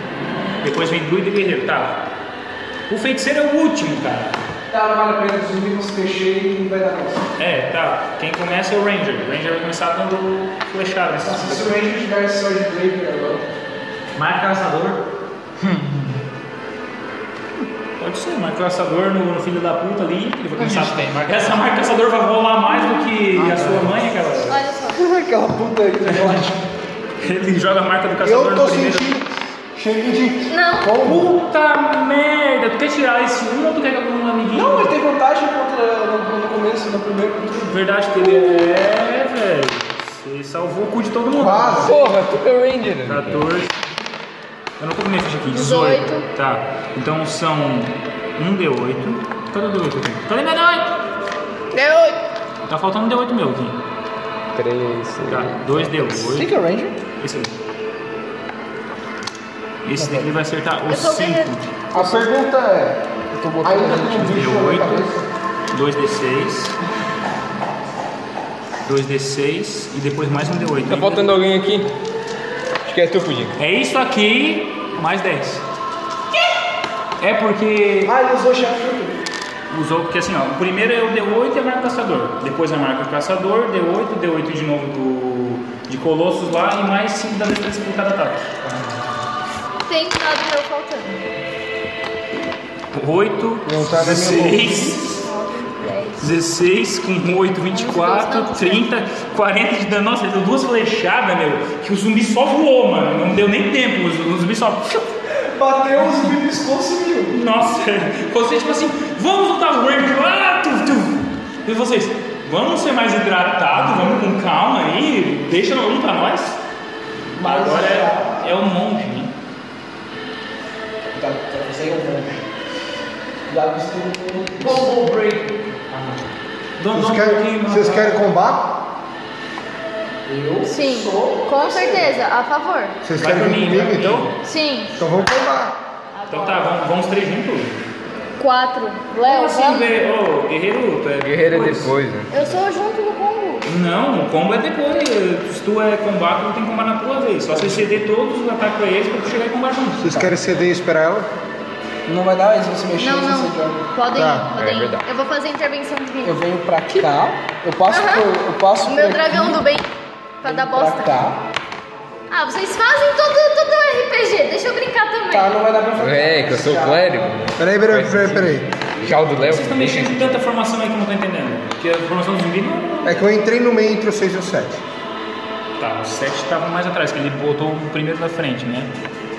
[SPEAKER 1] Depois vem Druida e Guerreiro. Tá. O feiticeiro é o último, cara.
[SPEAKER 3] Tá, não vale a pena, os inimigos fechei e não vai dar coisa.
[SPEAKER 1] É, tá. Quem começa é o Ranger. O Ranger vai começar dando flechada.
[SPEAKER 3] Nossa, se o Ranger tivesse só de Blade agora.
[SPEAKER 9] Marca caçador.
[SPEAKER 1] Pode ser, marca o caçador no, no filho da puta ali. Ele vai
[SPEAKER 4] A
[SPEAKER 1] começar.
[SPEAKER 4] gente tem marca-
[SPEAKER 1] Essa marca caçador vai rolar mais do que a sua mãe, cara.
[SPEAKER 2] Olha só.
[SPEAKER 5] Aquela puta aí.
[SPEAKER 1] Ele joga a marca do caçador
[SPEAKER 5] Eu tô
[SPEAKER 1] no primeiro.
[SPEAKER 5] sentindo. Chega de.
[SPEAKER 2] Não.
[SPEAKER 5] Combo.
[SPEAKER 1] Puta merda! Tu quer tirar esse um ou tu quer que algum amiguinho?
[SPEAKER 3] Não, ele tem vantagem contra no, no começo, no primeiro.
[SPEAKER 1] Verdade que ele é, velho. Você salvou o cu de todo mundo.
[SPEAKER 5] Quase.
[SPEAKER 4] Porra, tu é o Ranger.
[SPEAKER 1] 14. Eu não tô com minha ficha aqui.
[SPEAKER 2] 18.
[SPEAKER 1] 18. Tá. Então são 1 D8. Cadê o D8 aqui? Cadê meu D8?
[SPEAKER 2] Não.
[SPEAKER 1] Tá faltando um D8 meu aqui.
[SPEAKER 4] 3.
[SPEAKER 1] Tá. 2
[SPEAKER 6] Quem
[SPEAKER 1] D8.
[SPEAKER 6] que é o Ranger?
[SPEAKER 1] Esse aqui. Esse daqui ele vai acertar
[SPEAKER 2] Eu
[SPEAKER 1] os
[SPEAKER 2] sou
[SPEAKER 1] 5.
[SPEAKER 2] guerreiro.
[SPEAKER 5] A pergunta é.
[SPEAKER 6] Eu tô botando
[SPEAKER 5] Ainda tem um
[SPEAKER 6] gente.
[SPEAKER 5] bicho na minha cabeça.
[SPEAKER 1] 2 D6. 2 D6 e depois mais um D8.
[SPEAKER 4] Tá faltando alguém aqui? Acho que é tu, Pudim.
[SPEAKER 1] É isso aqui, mais 10. É porque
[SPEAKER 3] Ah, ele usou chave junto.
[SPEAKER 1] usou, porque assim, ó, o primeiro é o D8 e a marca do caçador. Depois a marca do caçador, D8, D8 de novo do, de Colossus lá e mais 5 da destreza por cada ataque.
[SPEAKER 2] Tem dado meu faltando.
[SPEAKER 1] 8,
[SPEAKER 5] Não tá na minha
[SPEAKER 1] 16, 16 com 8, 24, 30, 40 de dano. Nossa, ele deu duas flechadas, meu, que o zumbi só voou, mano. Não deu nem tempo, o zumbi só.
[SPEAKER 3] Bateu os bichos consumiu.
[SPEAKER 1] Nossa, vocês tipo assim, vamos lutar o Ranger lá, tu, tu. E vocês, vamos ser mais hidratados, vamos com calma aí, deixa um pra nós. Mas agora é, é o monge, né?
[SPEAKER 6] Tá, tá, você é um monge. Já visto um-
[SPEAKER 9] Combo break.
[SPEAKER 1] Dom,
[SPEAKER 5] Vocês
[SPEAKER 1] dom,
[SPEAKER 5] querem,
[SPEAKER 1] pouquinho, não,
[SPEAKER 5] vocês
[SPEAKER 1] tá.
[SPEAKER 5] querem combate?
[SPEAKER 2] Sim, com certeza, a favor.
[SPEAKER 5] Vocês
[SPEAKER 1] Vai
[SPEAKER 5] querem
[SPEAKER 1] pra
[SPEAKER 5] vir
[SPEAKER 1] mim, vai
[SPEAKER 5] comigo
[SPEAKER 1] pra
[SPEAKER 5] então?
[SPEAKER 1] mim.
[SPEAKER 2] Sim.
[SPEAKER 5] Então vamos combar.
[SPEAKER 1] Então tá, vamos, vamos três juntos.
[SPEAKER 2] Quatro.
[SPEAKER 1] Como
[SPEAKER 2] Léo,
[SPEAKER 1] assim,
[SPEAKER 2] vamos.
[SPEAKER 1] velho? Ô, guerreiro, tu é
[SPEAKER 4] Guerreiro é depois, né?
[SPEAKER 2] Eu sou junto do combo.
[SPEAKER 1] Não, o combo é depois. Se tu é combate, tu tem que combar na tua vez. Só você ceder todos os ataques pra eles pra tu chegar e combar junto.
[SPEAKER 5] Vocês querem ceder e esperar ela?
[SPEAKER 6] Não vai dar mais você mexer
[SPEAKER 2] Não,
[SPEAKER 6] você
[SPEAKER 2] não.
[SPEAKER 6] joga.
[SPEAKER 2] Podem,
[SPEAKER 5] Tá,
[SPEAKER 4] é
[SPEAKER 2] podem.
[SPEAKER 4] verdade.
[SPEAKER 2] Eu vou fazer a intervenção divina.
[SPEAKER 6] Eu venho pra cá. Eu passo
[SPEAKER 2] Aham.
[SPEAKER 6] por. Eu passo
[SPEAKER 2] O meu
[SPEAKER 6] por
[SPEAKER 2] dragão
[SPEAKER 6] aqui,
[SPEAKER 2] do bem. Pra dar bosta.
[SPEAKER 6] Pra cá.
[SPEAKER 2] Ah, vocês fazem todo, todo RPG. Deixa eu brincar também.
[SPEAKER 6] Tá, não vai dar pra enfrentar.
[SPEAKER 4] É, que eu sou clérigo.
[SPEAKER 5] Peraí, peraí, peraí, peraí.
[SPEAKER 4] Já o do Léo.
[SPEAKER 1] É, Vocês estão mexendo com tanta formação aí que eu não tô entendendo. Porque a formação do zumbi não.
[SPEAKER 5] É que eu entrei no meio entre o 6 e o 7.
[SPEAKER 1] Tá, os sete estavam mais atrás, que ele botou o primeiro na frente, né?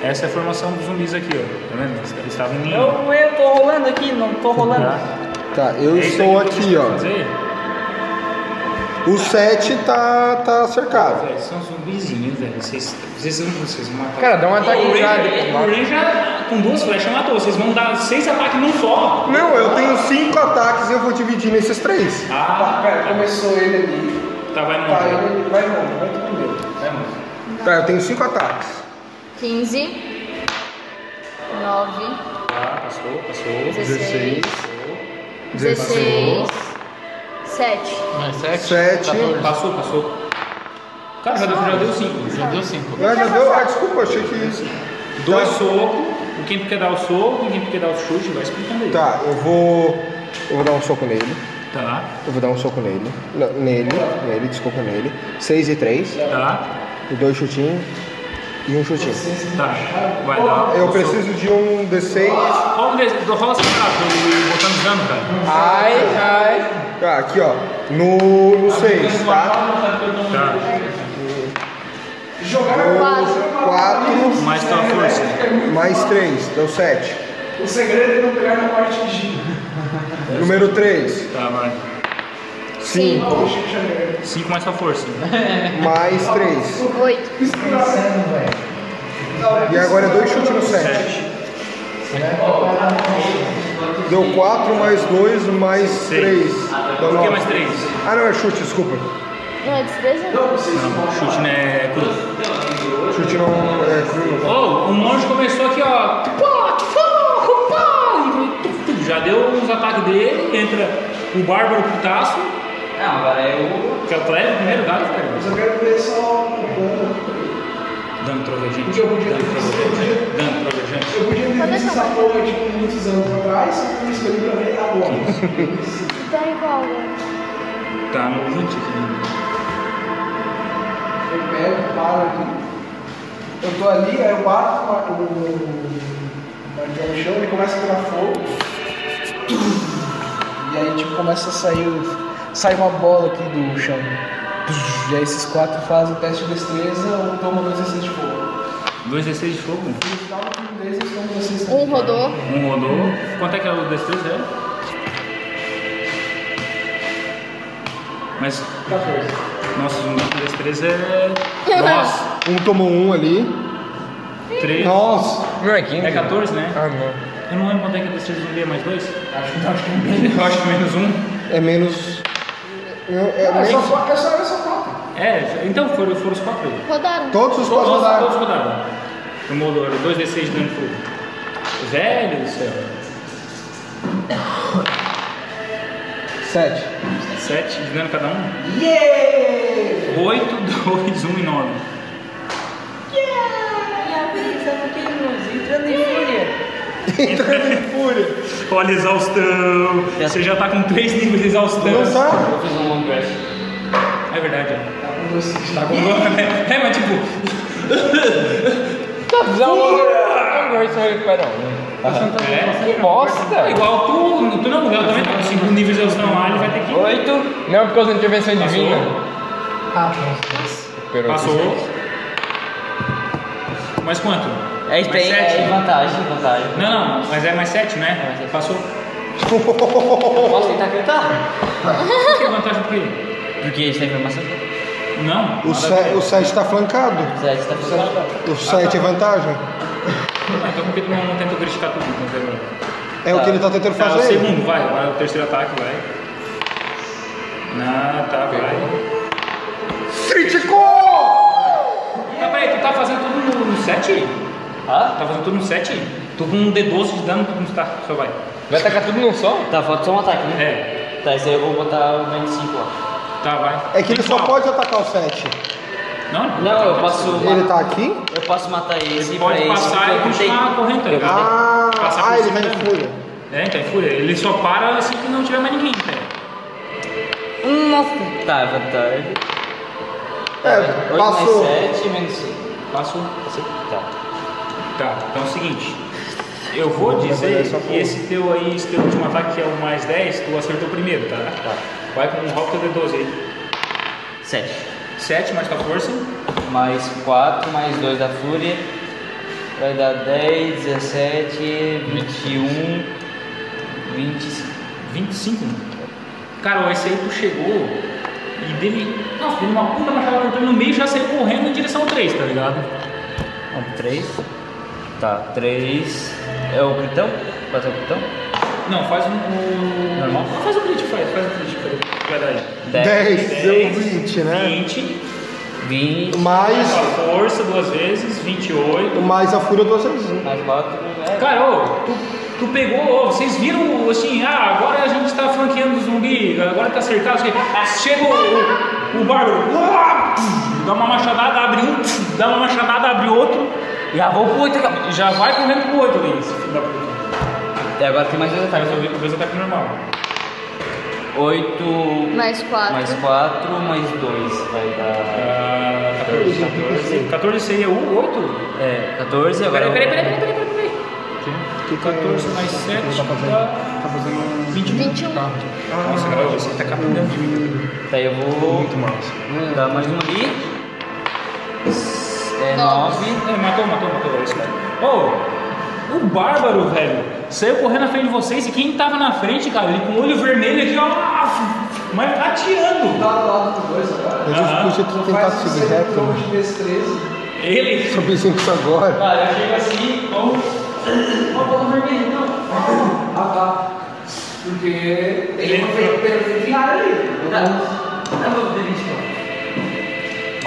[SPEAKER 1] Essa é a formação dos zumbis aqui, ó. Tá vendo? Eles- Eles estavam em.
[SPEAKER 9] Eu, Então eu tô rolando aqui, não tô rolando.
[SPEAKER 1] Tá?
[SPEAKER 5] Tá, eu
[SPEAKER 1] É isso
[SPEAKER 5] estou
[SPEAKER 1] aí que
[SPEAKER 5] aqui,
[SPEAKER 1] vocês vão
[SPEAKER 5] ó.
[SPEAKER 1] fazer?
[SPEAKER 5] O 7 tá, tá cercado.
[SPEAKER 1] Velho, são zumbizinhos, velho. Vocês, vocês, vão- vocês vão matar.
[SPEAKER 4] Cara, dá um
[SPEAKER 5] tá
[SPEAKER 4] ataque
[SPEAKER 1] o
[SPEAKER 4] rápido,
[SPEAKER 1] Ranger, o
[SPEAKER 4] mata.
[SPEAKER 1] Ranger com duas flechas matou. Vocês vão dar seis ataques num só.
[SPEAKER 5] Não, eu tenho 5 ataques e eu vou dividir nesses 3.
[SPEAKER 1] Ah,
[SPEAKER 3] Ah, pera, começou ele ali.
[SPEAKER 1] tá, vai no.
[SPEAKER 3] Tá, ele vai longe, vai tudo primeiro.
[SPEAKER 5] Tá, eu tenho 5 ataques.
[SPEAKER 2] 15. 9.
[SPEAKER 1] Tá, passou, passou.
[SPEAKER 2] 16. 16.
[SPEAKER 5] Dezesseis.
[SPEAKER 2] 7.
[SPEAKER 4] Mais
[SPEAKER 5] é-
[SPEAKER 4] sete.
[SPEAKER 5] Sete.
[SPEAKER 4] 14.
[SPEAKER 1] Passou, passou. Cara, já deu, já deu cinco.
[SPEAKER 4] Já deu cinco.
[SPEAKER 5] Ah, já deu? Ah, desculpa, achei que isso.
[SPEAKER 1] Dois
[SPEAKER 5] Tá.
[SPEAKER 1] socos. um Quem tu quer dar o soco, um quem tu quer dar o chute, vai explicando aí.
[SPEAKER 5] Tá, eu vou. Eu vou dar um soco nele.
[SPEAKER 1] Tá,
[SPEAKER 5] Eu vou dar um soco nele. Não, nele, nele, desculpa, nele. 6 e 3.
[SPEAKER 1] tá,
[SPEAKER 5] E dois chutinhos. E um chutinho.
[SPEAKER 1] tá. Vai dar.
[SPEAKER 5] Eu preciso de um D6.
[SPEAKER 1] Rola um desse- rola separado, tô botando dano, cara.
[SPEAKER 4] Ai, ai.
[SPEAKER 5] Tá, aqui ó. No, no 6, tá?
[SPEAKER 1] Tá,
[SPEAKER 3] Jogar
[SPEAKER 2] Quatro.
[SPEAKER 5] 4
[SPEAKER 1] mais tua força.
[SPEAKER 5] mais 3, deu 7.
[SPEAKER 3] O segredo é não pegar na parte de giro.
[SPEAKER 5] Número 3,
[SPEAKER 1] Tá, vai.
[SPEAKER 5] 5
[SPEAKER 1] Cinco mais tua força.
[SPEAKER 5] mais 3.
[SPEAKER 2] 8.
[SPEAKER 5] E agora é dois chutes no 7. Deu 4 mais 2 mais
[SPEAKER 1] Seis.
[SPEAKER 5] 3.
[SPEAKER 1] Por
[SPEAKER 5] Deu
[SPEAKER 1] que
[SPEAKER 5] 9.
[SPEAKER 1] mais três?
[SPEAKER 5] Ah, não, é chute, desculpa.
[SPEAKER 2] Não é destreza?
[SPEAKER 1] Não, chute, né? Cruz.
[SPEAKER 5] Chute não é cru.
[SPEAKER 1] Oh, o monge começou aqui, ó. Tupá, tupá, tupá, e tu, tu, Já deu uns ataques dele, entra o bárbaro putaço,
[SPEAKER 9] Não, agora eu.
[SPEAKER 1] que é o Cleve, primeiro dado, cara.
[SPEAKER 3] Eu quero ver só um dano.
[SPEAKER 1] Dano trovejante.
[SPEAKER 3] Porque eu podia ter
[SPEAKER 1] Dano trovejante. Dano trovejante.
[SPEAKER 3] Eu podia ter
[SPEAKER 2] Pode
[SPEAKER 3] visto
[SPEAKER 2] deixar.
[SPEAKER 3] essa porra tipo muitos anos atrás, e escolhi pra ver agora.
[SPEAKER 2] Tá igual agora.
[SPEAKER 1] Tá no né? 20 aqui.
[SPEAKER 3] Eu pego, paro ali. Eu tô ali, aí eu bato com a- com o martelo no chão, ele começa a pegar fogo.
[SPEAKER 6] E aí, tipo, começa a sair. o- Sai uma bola aqui do chão. E aí, esses quatro fazem o teste de destreza
[SPEAKER 3] um
[SPEAKER 6] ou tomam dois exercícios de fogo.
[SPEAKER 1] 2 d de fogo.
[SPEAKER 3] No final do turno deles, eles tomam vocês
[SPEAKER 2] Um rodou.
[SPEAKER 1] Um rodou. Quanto é que é o destreza dela? Mas. Nossa, o destreza é. Nossa,
[SPEAKER 5] Um tomou um ali.
[SPEAKER 1] 3.
[SPEAKER 5] Nossa!
[SPEAKER 4] Não é 15?
[SPEAKER 1] É 14, né?
[SPEAKER 4] Ah, não.
[SPEAKER 1] Eu não lembro quanto é que é destreza do zumbi, é mais dois? Acho que, acho que, menos um.
[SPEAKER 5] É menos. É, é
[SPEAKER 3] É só
[SPEAKER 5] menos.
[SPEAKER 3] quatro, é só, é só quatro.
[SPEAKER 1] É, então foram, foram os quatro.
[SPEAKER 2] Rodaram.
[SPEAKER 5] Todos os
[SPEAKER 1] Todos,
[SPEAKER 5] quatro
[SPEAKER 1] todos
[SPEAKER 5] rodaram.
[SPEAKER 1] rodaram. Tomou agora 2d6 de dano de fogo. Velho do céu.
[SPEAKER 5] 7.
[SPEAKER 1] 7 de dano cada um.
[SPEAKER 3] Yeah!
[SPEAKER 1] 8, 2, 1 e 9.
[SPEAKER 9] Minha vez, eu fiquei entrando em fúria.
[SPEAKER 5] Entrando em fúria.
[SPEAKER 1] Olha, exaustão. Você já tá com 3 níveis de exaustão.
[SPEAKER 5] Não tá? sabe?
[SPEAKER 9] Eu fiz um long rest.
[SPEAKER 1] É verdade. Tá com você. né? É, mas tipo,
[SPEAKER 4] Tá bizarro. Eu não gosto de recuperar
[SPEAKER 5] Tá
[SPEAKER 1] é.
[SPEAKER 4] um. Que bosta.
[SPEAKER 1] igual tu, tu não, o Léo também tá com 5 níveis de exaustão lá, ele vai ter que.
[SPEAKER 4] Oito. Não, por causa da intervenção
[SPEAKER 5] Tá
[SPEAKER 4] divina.
[SPEAKER 5] né?
[SPEAKER 6] Ah, tá.
[SPEAKER 4] Recuperou.
[SPEAKER 1] Passou. Mais quanto?
[SPEAKER 9] É,
[SPEAKER 1] Mais
[SPEAKER 9] tem
[SPEAKER 1] sete?
[SPEAKER 9] é, vantagem, vantagem.
[SPEAKER 1] Não, não, mas é mais 7, né? Passou.
[SPEAKER 9] Eu posso tentar gritar?
[SPEAKER 1] Por que vantagem por quê?
[SPEAKER 9] Porque isso é informação.
[SPEAKER 1] Não.
[SPEAKER 5] O,
[SPEAKER 1] nada a ver.
[SPEAKER 5] site o site tá flancado.
[SPEAKER 9] Zé, você tá fazendo.
[SPEAKER 5] O site é vantagem.
[SPEAKER 1] Ah, Então por que tu não, não tentou criticar tudo? Então, pegou.
[SPEAKER 5] É o que ele tá tentando
[SPEAKER 1] Tá, o
[SPEAKER 5] fazer.
[SPEAKER 1] segundo, vai, vai, o terceiro ataque, vai. Ah, tá, vai.
[SPEAKER 5] Criticou!
[SPEAKER 1] Tá, peraí, tu tá fazendo tudo no 7?
[SPEAKER 9] Hã?
[SPEAKER 1] Tá fazendo tudo no 7? Tu com um D12 de dano, tu não tá, só vai.
[SPEAKER 4] Vai atacar tudo num só?
[SPEAKER 9] Tá, falta só um ataque, né?
[SPEAKER 1] É,
[SPEAKER 9] Tá, esse aí eu vou botar o 25 lá.
[SPEAKER 1] tá, vai.
[SPEAKER 5] É que ele só
[SPEAKER 1] Qual?
[SPEAKER 5] pode atacar o 7.
[SPEAKER 1] Não,
[SPEAKER 9] Não, eu posso.
[SPEAKER 5] Ele tá aqui?
[SPEAKER 9] Eu posso matar esse
[SPEAKER 1] Ele
[SPEAKER 9] pra
[SPEAKER 1] pode
[SPEAKER 9] esse.
[SPEAKER 1] passar
[SPEAKER 9] porque
[SPEAKER 1] e
[SPEAKER 9] eu contei.
[SPEAKER 1] continuar correndo, tá
[SPEAKER 9] Eu
[SPEAKER 1] ligado?
[SPEAKER 9] contei.
[SPEAKER 5] Ah,
[SPEAKER 1] Passar por
[SPEAKER 5] ah ele
[SPEAKER 1] cima
[SPEAKER 5] tá em
[SPEAKER 1] dele.
[SPEAKER 5] fúria.
[SPEAKER 1] É, então é fúria. Ele só para assim que não tiver mais ninguém, tá?
[SPEAKER 9] Hum, nossa. Tá, vantagem.
[SPEAKER 5] É,
[SPEAKER 9] 8
[SPEAKER 5] passou.
[SPEAKER 9] mais 7, menos 5.
[SPEAKER 1] Passou.
[SPEAKER 9] Tá.
[SPEAKER 1] Tá, então é o seguinte. Eu vou dizer que esse teu aí, esse teu último ataque, que é o mais 10, tu acertou primeiro, tá?
[SPEAKER 9] Tá.
[SPEAKER 1] Vai com um rock teu D12 aí.
[SPEAKER 9] 7.
[SPEAKER 1] 7 mais tua força.
[SPEAKER 9] Mais 4, mais 2 da Fúria. Vai dar 10, 17, 21, 25.
[SPEAKER 1] 25. né? Cara, esse aí tu chegou e dele. Nossa, dele uma puta machada cortando no meio e já saiu correndo em direção ao 3, tá ligado? É
[SPEAKER 9] 3. Tá, 3. É o gritão? Fazer o gritão?
[SPEAKER 1] Não, faz um. um-
[SPEAKER 9] Normal?
[SPEAKER 1] Faz o crítico, faz, faz o crítico. peraí, Vai dar aí.
[SPEAKER 5] 10, deu 20, né?
[SPEAKER 1] 20,
[SPEAKER 9] 20,
[SPEAKER 1] mais tua
[SPEAKER 5] Mais,
[SPEAKER 1] força duas vezes, 28.
[SPEAKER 5] mais a fúria duas vezes. né?
[SPEAKER 9] mais 4. É.
[SPEAKER 1] Cara, ô, tu, tu pegou, ô, vocês viram assim, ah, agora a gente tá flanqueando o zumbi, agora tá cercado, assim, chega o, o, o bárbaro, uá, pf, dá uma machadada, abre um, pf, dá uma machadada, abre outro, já vou pro oito, cara, já vai correndo pro oito ali, esse filho da puta.
[SPEAKER 9] E É, agora tem mais 2
[SPEAKER 1] Tá,
[SPEAKER 9] ataques.
[SPEAKER 1] resolvi com o mesmo ataque normal.
[SPEAKER 9] 8.
[SPEAKER 2] Mais quatro.
[SPEAKER 9] Mais 4, mais 2. Vai dar.
[SPEAKER 1] Ah, 14, 14, 14 seria um, o 8?
[SPEAKER 9] É, 14. Agora.
[SPEAKER 1] Peraí, peraí,
[SPEAKER 9] eu-
[SPEAKER 1] peraí, peraí, peraí, peraí, peraí. Tá 14 mais 7 dá
[SPEAKER 5] Tá fazendo um
[SPEAKER 1] 21.
[SPEAKER 2] 21.
[SPEAKER 1] Nossa, cara, você tá capitando de mim.
[SPEAKER 9] Tá, eu vou.
[SPEAKER 5] muito mais.
[SPEAKER 9] Dá mais um ali. É
[SPEAKER 2] Nove.
[SPEAKER 9] 9.
[SPEAKER 1] É, matou, matou, matou. É isso mesmo. Ô, o Bárbaro, velho, saiu correndo na frente de vocês e quem tava na frente, cara, ele com o olho vermelho aqui, ó, mas atirando.
[SPEAKER 3] Tá do lado dos dois agora.
[SPEAKER 5] A
[SPEAKER 1] Aham.
[SPEAKER 5] gente podia tentar
[SPEAKER 3] Faz um
[SPEAKER 5] subir
[SPEAKER 3] segundo jogo
[SPEAKER 5] reto.
[SPEAKER 3] de destreza.
[SPEAKER 1] Ele.
[SPEAKER 5] Só pensei nisso agora.
[SPEAKER 9] Cara, eu chego assim, então.
[SPEAKER 3] Ah, tá. Porque ele não veio pelo veterinário ali.
[SPEAKER 9] É então.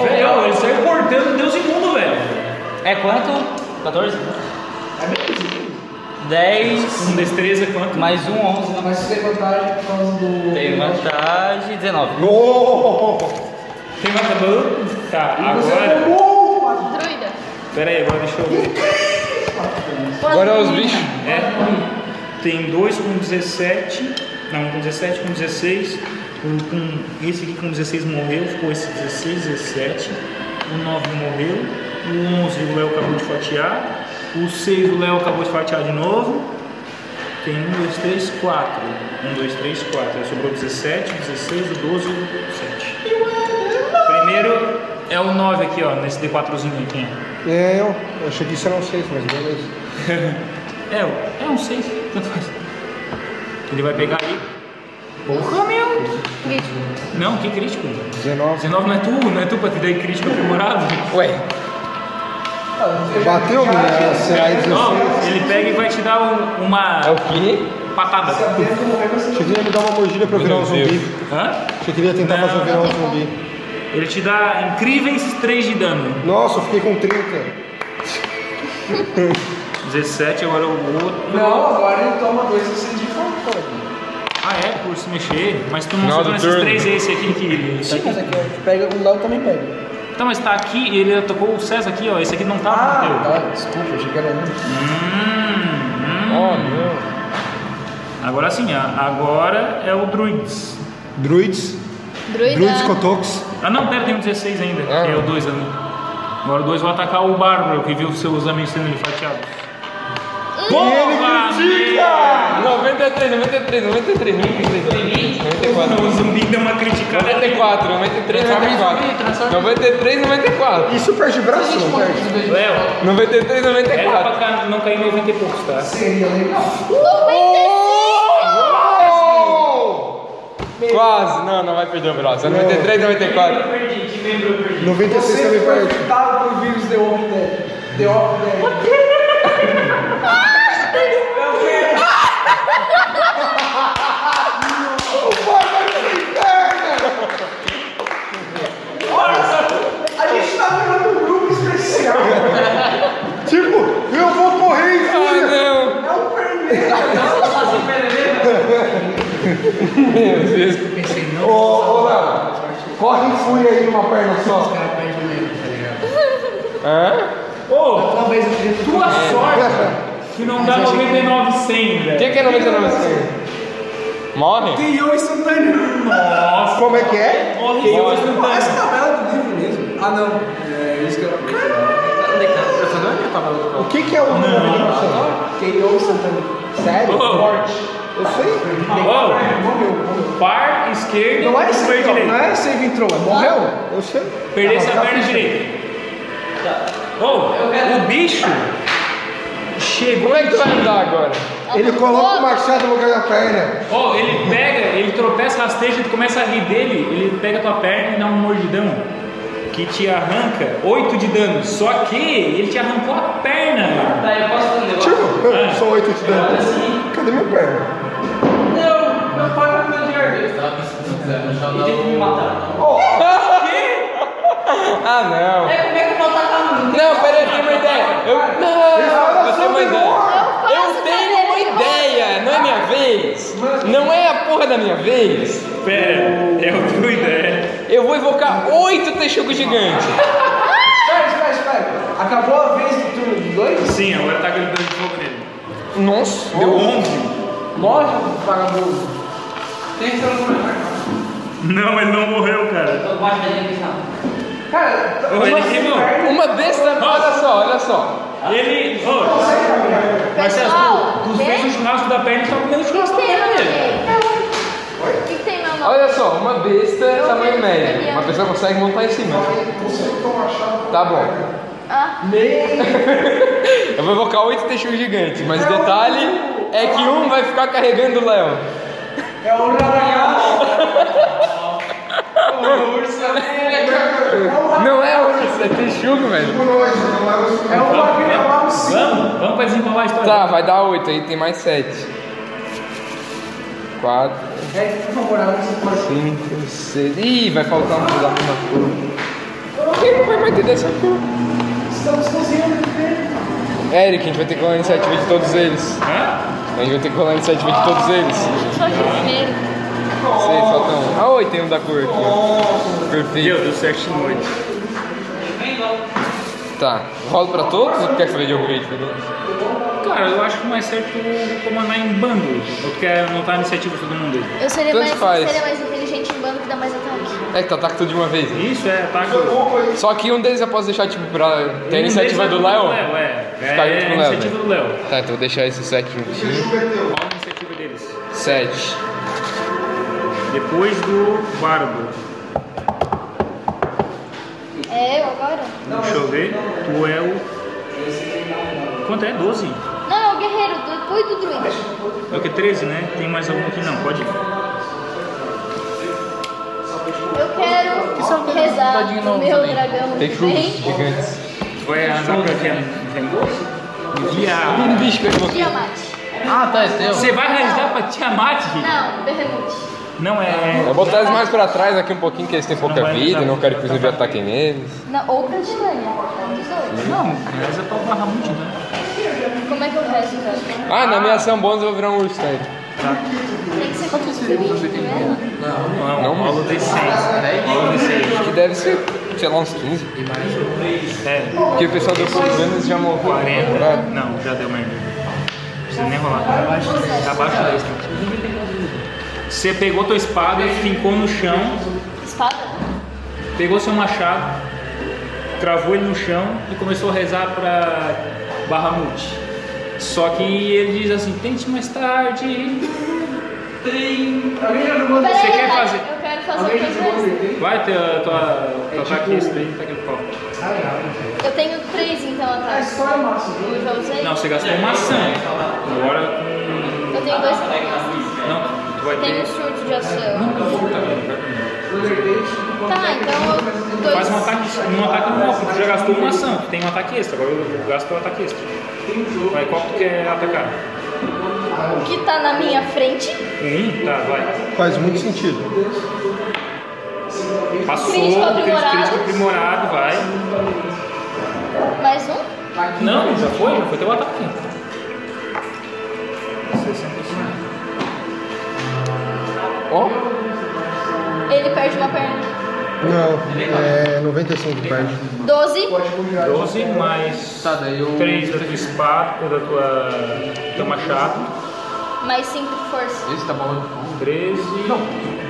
[SPEAKER 1] Velho, ele saiu cortando Deus e mundo, velho.
[SPEAKER 9] É quanto? 14? É 10
[SPEAKER 1] Com Um destreza quanto?
[SPEAKER 9] mais 1, 11.
[SPEAKER 3] Mas isso tem vantagem por causa do.
[SPEAKER 9] Tem vantagem, 19.
[SPEAKER 1] Tem matador? Tá,
[SPEAKER 3] Você
[SPEAKER 1] agora.
[SPEAKER 3] tomou uma
[SPEAKER 2] Druida.
[SPEAKER 1] Pera aí, agora deixa eu ver.
[SPEAKER 4] Agora é os bichos.
[SPEAKER 1] É. Tem dois com 17. Não, com 17, com 16. Um com, esse aqui com 16 morreu, ficou esse 16, 17. O 9 morreu. O 11 o Léo acabou de fatiar. O 6 o Léo acabou de fatiar de novo. Tem 1, 2, 3, 4. 1, 2, 3, 4. Aí sobrou 17, 16, o 12 e o 7. Primeiro é o 9 aqui, ó, nesse D4zinho aqui.
[SPEAKER 5] É, eu eu achei que isso era um 6, mas beleza.
[SPEAKER 1] É, é um 6, tanto faz. Ele vai pegar aí. Porra, meu!
[SPEAKER 2] Crítico.
[SPEAKER 1] Não, que crítico.
[SPEAKER 5] 19.
[SPEAKER 1] 19 não é tu, não é tu pra te dar crítico aprimorado.
[SPEAKER 4] Ué,
[SPEAKER 5] Bateu, menina? Será aí 16?
[SPEAKER 1] Não, ele pega e vai te dar um- uma
[SPEAKER 4] é o quê?
[SPEAKER 1] patada.
[SPEAKER 5] Achei que ele ia me dar uma mordida pra eu virar um zumbi.
[SPEAKER 1] Hã?
[SPEAKER 5] Achei que ele ia tentar
[SPEAKER 1] Não.
[SPEAKER 5] fazer eu virar um zumbi.
[SPEAKER 1] Ele te dá incríveis 3 de dano.
[SPEAKER 5] Nossa, eu fiquei com 30.
[SPEAKER 1] 17, agora o outro.
[SPEAKER 3] Não, agora ele toma dois de fantôme.
[SPEAKER 1] Ah, é, por se mexer. Mas tu não
[SPEAKER 4] Final
[SPEAKER 1] soltou
[SPEAKER 4] do
[SPEAKER 1] nesses
[SPEAKER 4] turno.
[SPEAKER 1] 3 esse aqui que.
[SPEAKER 6] Essa
[SPEAKER 3] é
[SPEAKER 6] aqui, ó. Pega o Léo também pega.
[SPEAKER 1] Tá, mas tá aqui,
[SPEAKER 3] tá.
[SPEAKER 1] ele tocou o César aqui, ó. Esse aqui não tava no tá, teu.
[SPEAKER 6] Ah, desculpa, achei que era um.
[SPEAKER 1] Hum, hum.
[SPEAKER 4] Oh, não.
[SPEAKER 1] Agora sim, a- agora é o Druids.
[SPEAKER 5] Druids. Druids
[SPEAKER 2] Druida.
[SPEAKER 5] Cotox.
[SPEAKER 1] Ah não, pera, tem o 16 ainda,
[SPEAKER 4] Ah.
[SPEAKER 1] que é o 2 ali. Agora o 2 vai atacar o Bárbaro, que viu seus amigos sendo fatiados.
[SPEAKER 5] E ele
[SPEAKER 1] Porra,
[SPEAKER 5] critica!
[SPEAKER 4] 93, 93, 93, 93, 94.
[SPEAKER 1] O zumbi deu uma criticada.
[SPEAKER 4] 94, 93, 94. 93, 94.
[SPEAKER 5] Isso perde braço, não perde?
[SPEAKER 1] Léo,
[SPEAKER 4] 93,
[SPEAKER 1] era
[SPEAKER 4] 94.
[SPEAKER 1] pra ca- não cair em 90 e poucos, tá?
[SPEAKER 4] Quase. Não, não vai perder o braço. É 93, 94.
[SPEAKER 5] 96 também
[SPEAKER 3] foi
[SPEAKER 5] perde.
[SPEAKER 3] infectado pelo vírus The Walking Dead. The Walking Dead. A gente tá virando um grupo especial.
[SPEAKER 5] Tipo, eu vou correr em
[SPEAKER 4] Ah,
[SPEAKER 5] fúria.
[SPEAKER 4] não.
[SPEAKER 3] É um permeio.
[SPEAKER 4] Meu Deus.
[SPEAKER 5] Ô, ô, Léo, corre em fúria aí uma perna só.
[SPEAKER 4] Hã?
[SPEAKER 1] Ô, tua sorte que não dá 99 100, velho.
[SPEAKER 4] Quem que é 99 assim? Morre?
[SPEAKER 3] E eu instantâneo.
[SPEAKER 1] Nossa,
[SPEAKER 5] Como é que é?
[SPEAKER 1] morre eu instantâneo.
[SPEAKER 4] tá
[SPEAKER 3] Essa
[SPEAKER 9] Tá,
[SPEAKER 3] tabela do livro mesmo. Ah, não. É isso que eu.
[SPEAKER 5] O que que é o Não.
[SPEAKER 3] KO instantâneo.
[SPEAKER 5] Sério?
[SPEAKER 1] Ô,
[SPEAKER 5] Eu sei.
[SPEAKER 1] ô,
[SPEAKER 3] Morreu, morreu.
[SPEAKER 1] par esquerdo,
[SPEAKER 3] Não é
[SPEAKER 1] super
[SPEAKER 3] save throw, não
[SPEAKER 1] direito.
[SPEAKER 4] né?
[SPEAKER 3] é save and throw, é morreu.
[SPEAKER 5] Eu sei.
[SPEAKER 1] Perdesse
[SPEAKER 4] tá
[SPEAKER 1] a perna direita. Ô, o bicho chegou.
[SPEAKER 4] Como é que tu vai andar agora?
[SPEAKER 2] Um.
[SPEAKER 5] Ele coloca o machado no lugar da perna.
[SPEAKER 1] Ó, ele pega, ele tropeça, rasteja, tu começa a rir dele, ele pega tua perna e dá um mordidão que te arranca 8 de dano. Só que ele te arrancou a perna, mano.
[SPEAKER 9] Tá, eu posso fazer um negócio?
[SPEAKER 1] É.
[SPEAKER 5] Tipo, só oito de dano. Cadê minha perna?
[SPEAKER 9] Não, meu pai vai me odiar. Ele tem que me matar.
[SPEAKER 4] Ah, não.
[SPEAKER 9] É, como é que eu vou atacar no
[SPEAKER 4] Não, peraí, eu tenho uma ideia. Eu... Não, eu tenho uma ideia. Eu
[SPEAKER 2] faço
[SPEAKER 4] tenho uma
[SPEAKER 2] cadeira de
[SPEAKER 4] ideia. Não é minha vez. Não é a porra da minha vez.
[SPEAKER 1] Pera, é o druida, é.
[SPEAKER 4] Eu vou invocar oito texugos gigantes.
[SPEAKER 3] Espera, espera, espera. Acabou a vez do turno de dois?
[SPEAKER 1] Sim, agora tá gritando de fogo nele.
[SPEAKER 4] Nossa.
[SPEAKER 1] Deu 11?
[SPEAKER 3] Morre, vagabundo.
[SPEAKER 1] Não, ele não morreu, cara.
[SPEAKER 9] Eu baixo da gente, não.
[SPEAKER 3] Cara,
[SPEAKER 1] Ô, ele queimou.
[SPEAKER 4] um. Uma dessa. Olha só, olha só.
[SPEAKER 1] Ele. Ô, Marcelo, tu, tu fez o churrasco da perna e tá comendo o churrasco da perna dele.
[SPEAKER 2] O que que tem meu nome?
[SPEAKER 4] Olha só, uma besta tamanho médio. Uma pessoa consegue montar em cima. Tá bom.
[SPEAKER 2] Ah,
[SPEAKER 4] Eu vou invocar oito texugos gigantes, mas o detalhe é que um vai ficar carregando o Léo.
[SPEAKER 3] é o Raragaço.
[SPEAKER 4] Não é urso, é texugo, velho.
[SPEAKER 3] É o
[SPEAKER 1] Tá.
[SPEAKER 3] Raragaço. É o Sim.
[SPEAKER 1] Vamos, vamos pra desenrolar a história.
[SPEAKER 4] Tá, vai dar oito aí, tem mais sete. Quatro,
[SPEAKER 3] É, por favor, agora você pode.
[SPEAKER 4] cinco, seis. Ih, vai faltar um da mesma cor. Quem não vai mais ter dessa cor?
[SPEAKER 3] Estamos cozinhando dentro.
[SPEAKER 4] Eric, a gente vai ter que colar iniciativa de todos eles.
[SPEAKER 1] Hã?
[SPEAKER 4] A gente vai ter que colar iniciativa de todos eles.
[SPEAKER 2] sou vermelho.
[SPEAKER 4] Seis, falta um. Ah, oito, tem um da cor aqui. ó. Perfeito.
[SPEAKER 1] Meu Deus, certinho noite.
[SPEAKER 4] Tá, rola pra todos ou quer fazer de upgrade?
[SPEAKER 1] Cara, eu acho que mais certo comandar em bando. Eu quero montar a iniciativa de todo mundo.
[SPEAKER 2] Eu seria
[SPEAKER 4] Tanto
[SPEAKER 2] mais,
[SPEAKER 4] faz.
[SPEAKER 2] seria mais inteligente em bando que dá mais ataque.
[SPEAKER 4] É que tu ataca tudo de uma vez.
[SPEAKER 1] Isso é ataque.
[SPEAKER 4] Só que um deles eu posso deixar, tipo, pra...
[SPEAKER 1] Um
[SPEAKER 4] Tem a iniciativa do Léo?
[SPEAKER 1] É, é,
[SPEAKER 4] Ficar junto
[SPEAKER 1] é
[SPEAKER 4] com
[SPEAKER 1] a
[SPEAKER 4] o Léo,
[SPEAKER 1] iniciativa do Léo.
[SPEAKER 4] Tá, então vou deixar esses sete juntinhos.
[SPEAKER 1] Qual a iniciativa deles?
[SPEAKER 4] Sete.
[SPEAKER 1] Depois do Bárbaro.
[SPEAKER 2] É eu agora?
[SPEAKER 1] Deixa eu ver. Tu é o. Quanto é? 12?
[SPEAKER 2] Não, é o guerreiro, do- depois do druida.
[SPEAKER 1] É o que? 13, né? Tem mais algum aqui? Não, pode ir.
[SPEAKER 2] Eu quero rezar o meu dragão
[SPEAKER 4] Tem churros
[SPEAKER 2] bem.
[SPEAKER 4] gigantes.
[SPEAKER 1] Foi a Zaka que é.
[SPEAKER 4] Um
[SPEAKER 1] Via.
[SPEAKER 4] bicho que eu invoquei.
[SPEAKER 2] Diamante.
[SPEAKER 4] Ah, tá, esse teu.
[SPEAKER 1] Você vai realizar pra Tiamat?
[SPEAKER 2] Não, berremute.
[SPEAKER 1] Não é.
[SPEAKER 4] Eu vou botar eles mais pra trás aqui um pouquinho, que eles têm pouca
[SPEAKER 1] Não vai
[SPEAKER 4] vida,
[SPEAKER 1] ajudar.
[SPEAKER 4] não quero que os inimigos ataquem neles.
[SPEAKER 2] Não, ou Castanha. Um dos dois.
[SPEAKER 1] Não, reza pra barra muito, né?
[SPEAKER 2] Como é que eu rezo, cara?
[SPEAKER 4] Ah, na minha sambonza eu vou virar um urso também.
[SPEAKER 2] Tem que ser com os né?
[SPEAKER 1] Não, um não. Rolo de 6. Rolo de 6.
[SPEAKER 4] Que deve ser, sei lá, uns 15.
[SPEAKER 1] É.
[SPEAKER 4] Porque o pessoal deu problemas e já morreu.
[SPEAKER 1] 40. Não, já deu merda. precisa nem rolar. Abaixo Tá abaixo da distância. Você pegou tua espada, fincou no chão,
[SPEAKER 2] Espada?
[SPEAKER 1] pegou seu machado, cravou ele no chão e começou a rezar pra Bahamut. Só que ele diz assim, tente mais tarde. Tem.
[SPEAKER 3] Alguém já jogou
[SPEAKER 2] Peraí,
[SPEAKER 1] Você quer
[SPEAKER 2] eu quero-
[SPEAKER 1] fazer?
[SPEAKER 2] Eu quero fazer
[SPEAKER 3] Alguém já
[SPEAKER 2] outras
[SPEAKER 3] jogou
[SPEAKER 2] vezes.
[SPEAKER 3] Undertale?
[SPEAKER 1] Vai, tua, tua, tua
[SPEAKER 3] É
[SPEAKER 1] ataque
[SPEAKER 3] tipo-
[SPEAKER 1] extra aí, tá aqui no pau.
[SPEAKER 2] Eu tenho três, então,
[SPEAKER 3] A
[SPEAKER 2] atrás.
[SPEAKER 3] história é massa, viu?
[SPEAKER 2] Eu já usei?
[SPEAKER 1] Não, você gastou uma ação. Agora com.
[SPEAKER 2] Eu tenho dois. Eu
[SPEAKER 1] Não, tu vai
[SPEAKER 2] tenho
[SPEAKER 1] ter. Tá,
[SPEAKER 2] um surto de ação.
[SPEAKER 1] Não,
[SPEAKER 2] Tá, então eu... Dois.
[SPEAKER 1] Faz um ataque, um ataque novo, tu já gastou uma ação, tu tem um ataque extra, agora eu gasto o ataque extra. Vai, qual que tu quer atacar?
[SPEAKER 2] O que tá na minha frente?
[SPEAKER 1] Um? Tá, vai.
[SPEAKER 5] Faz muito sentido.
[SPEAKER 1] Passou,
[SPEAKER 2] Crítico
[SPEAKER 1] crítico
[SPEAKER 2] aprimorado.
[SPEAKER 1] crítico aprimorado, vai.
[SPEAKER 2] Mais um?
[SPEAKER 1] Não, já foi, já foi teu ataque. 65.
[SPEAKER 4] Ó,
[SPEAKER 2] Ele perde uma perna.
[SPEAKER 5] Não, é 95 perde.
[SPEAKER 2] Doze.
[SPEAKER 1] 12 mais
[SPEAKER 4] tá, daí eu.
[SPEAKER 1] 3 da tua espada, da tua, teu machado.
[SPEAKER 2] Mais cinco de força.
[SPEAKER 4] Esse tá bom.
[SPEAKER 1] 13. Não,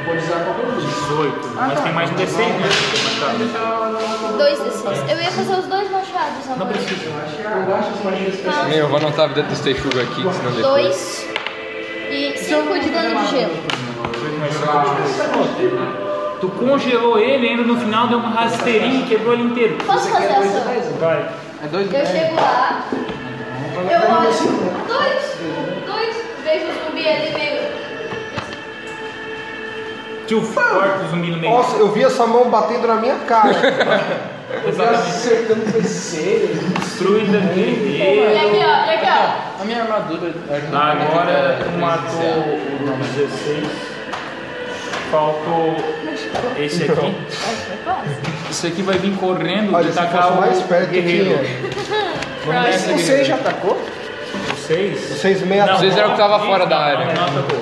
[SPEAKER 3] Pode usar qualquer um.
[SPEAKER 1] 18. Mas tem mais um D6, né? Teu machado.
[SPEAKER 2] Dois desses. Eu ia fazer os dois machados, amor. Não precisa.
[SPEAKER 3] Eu gosto das magias
[SPEAKER 2] Tá.
[SPEAKER 4] Eu vou anotar a vida dos texuga aqui, que senão depois.
[SPEAKER 2] Dois. E cinco de dano de gelo.
[SPEAKER 1] Tu congelou ele, ainda no final deu uma rasteirinha e quebrou ele inteiro.
[SPEAKER 2] Posso fazer ação?
[SPEAKER 1] Vai.
[SPEAKER 4] É dois
[SPEAKER 2] Eu chego lá. Eu olho. Dois. Dois. Vejo o zumbi ali meio...
[SPEAKER 1] Tio, corta o zumbi no meio.
[SPEAKER 5] Nossa, eu vi essa mão batendo na minha cara.
[SPEAKER 1] Exatamente.
[SPEAKER 3] acertando terceiro.
[SPEAKER 1] Destruída
[SPEAKER 2] E
[SPEAKER 1] dele.
[SPEAKER 2] aqui, ó. E aqui,
[SPEAKER 4] A minha
[SPEAKER 9] é
[SPEAKER 4] armadura.
[SPEAKER 1] Agora um tu matou o 16. Faltou esse aqui.
[SPEAKER 2] ó.
[SPEAKER 1] Esse aqui vai vir correndo
[SPEAKER 5] Olha,
[SPEAKER 1] e
[SPEAKER 5] se fosse
[SPEAKER 1] tacar o
[SPEAKER 5] mais perto
[SPEAKER 1] guerreiro.
[SPEAKER 5] tinha.
[SPEAKER 1] Vamos nessa,
[SPEAKER 5] O
[SPEAKER 1] guerreiro.
[SPEAKER 5] 6 já atacou?
[SPEAKER 1] O 6?
[SPEAKER 5] Seis meia.
[SPEAKER 4] O seis era o que tava fora da área.
[SPEAKER 1] Não, não atacou.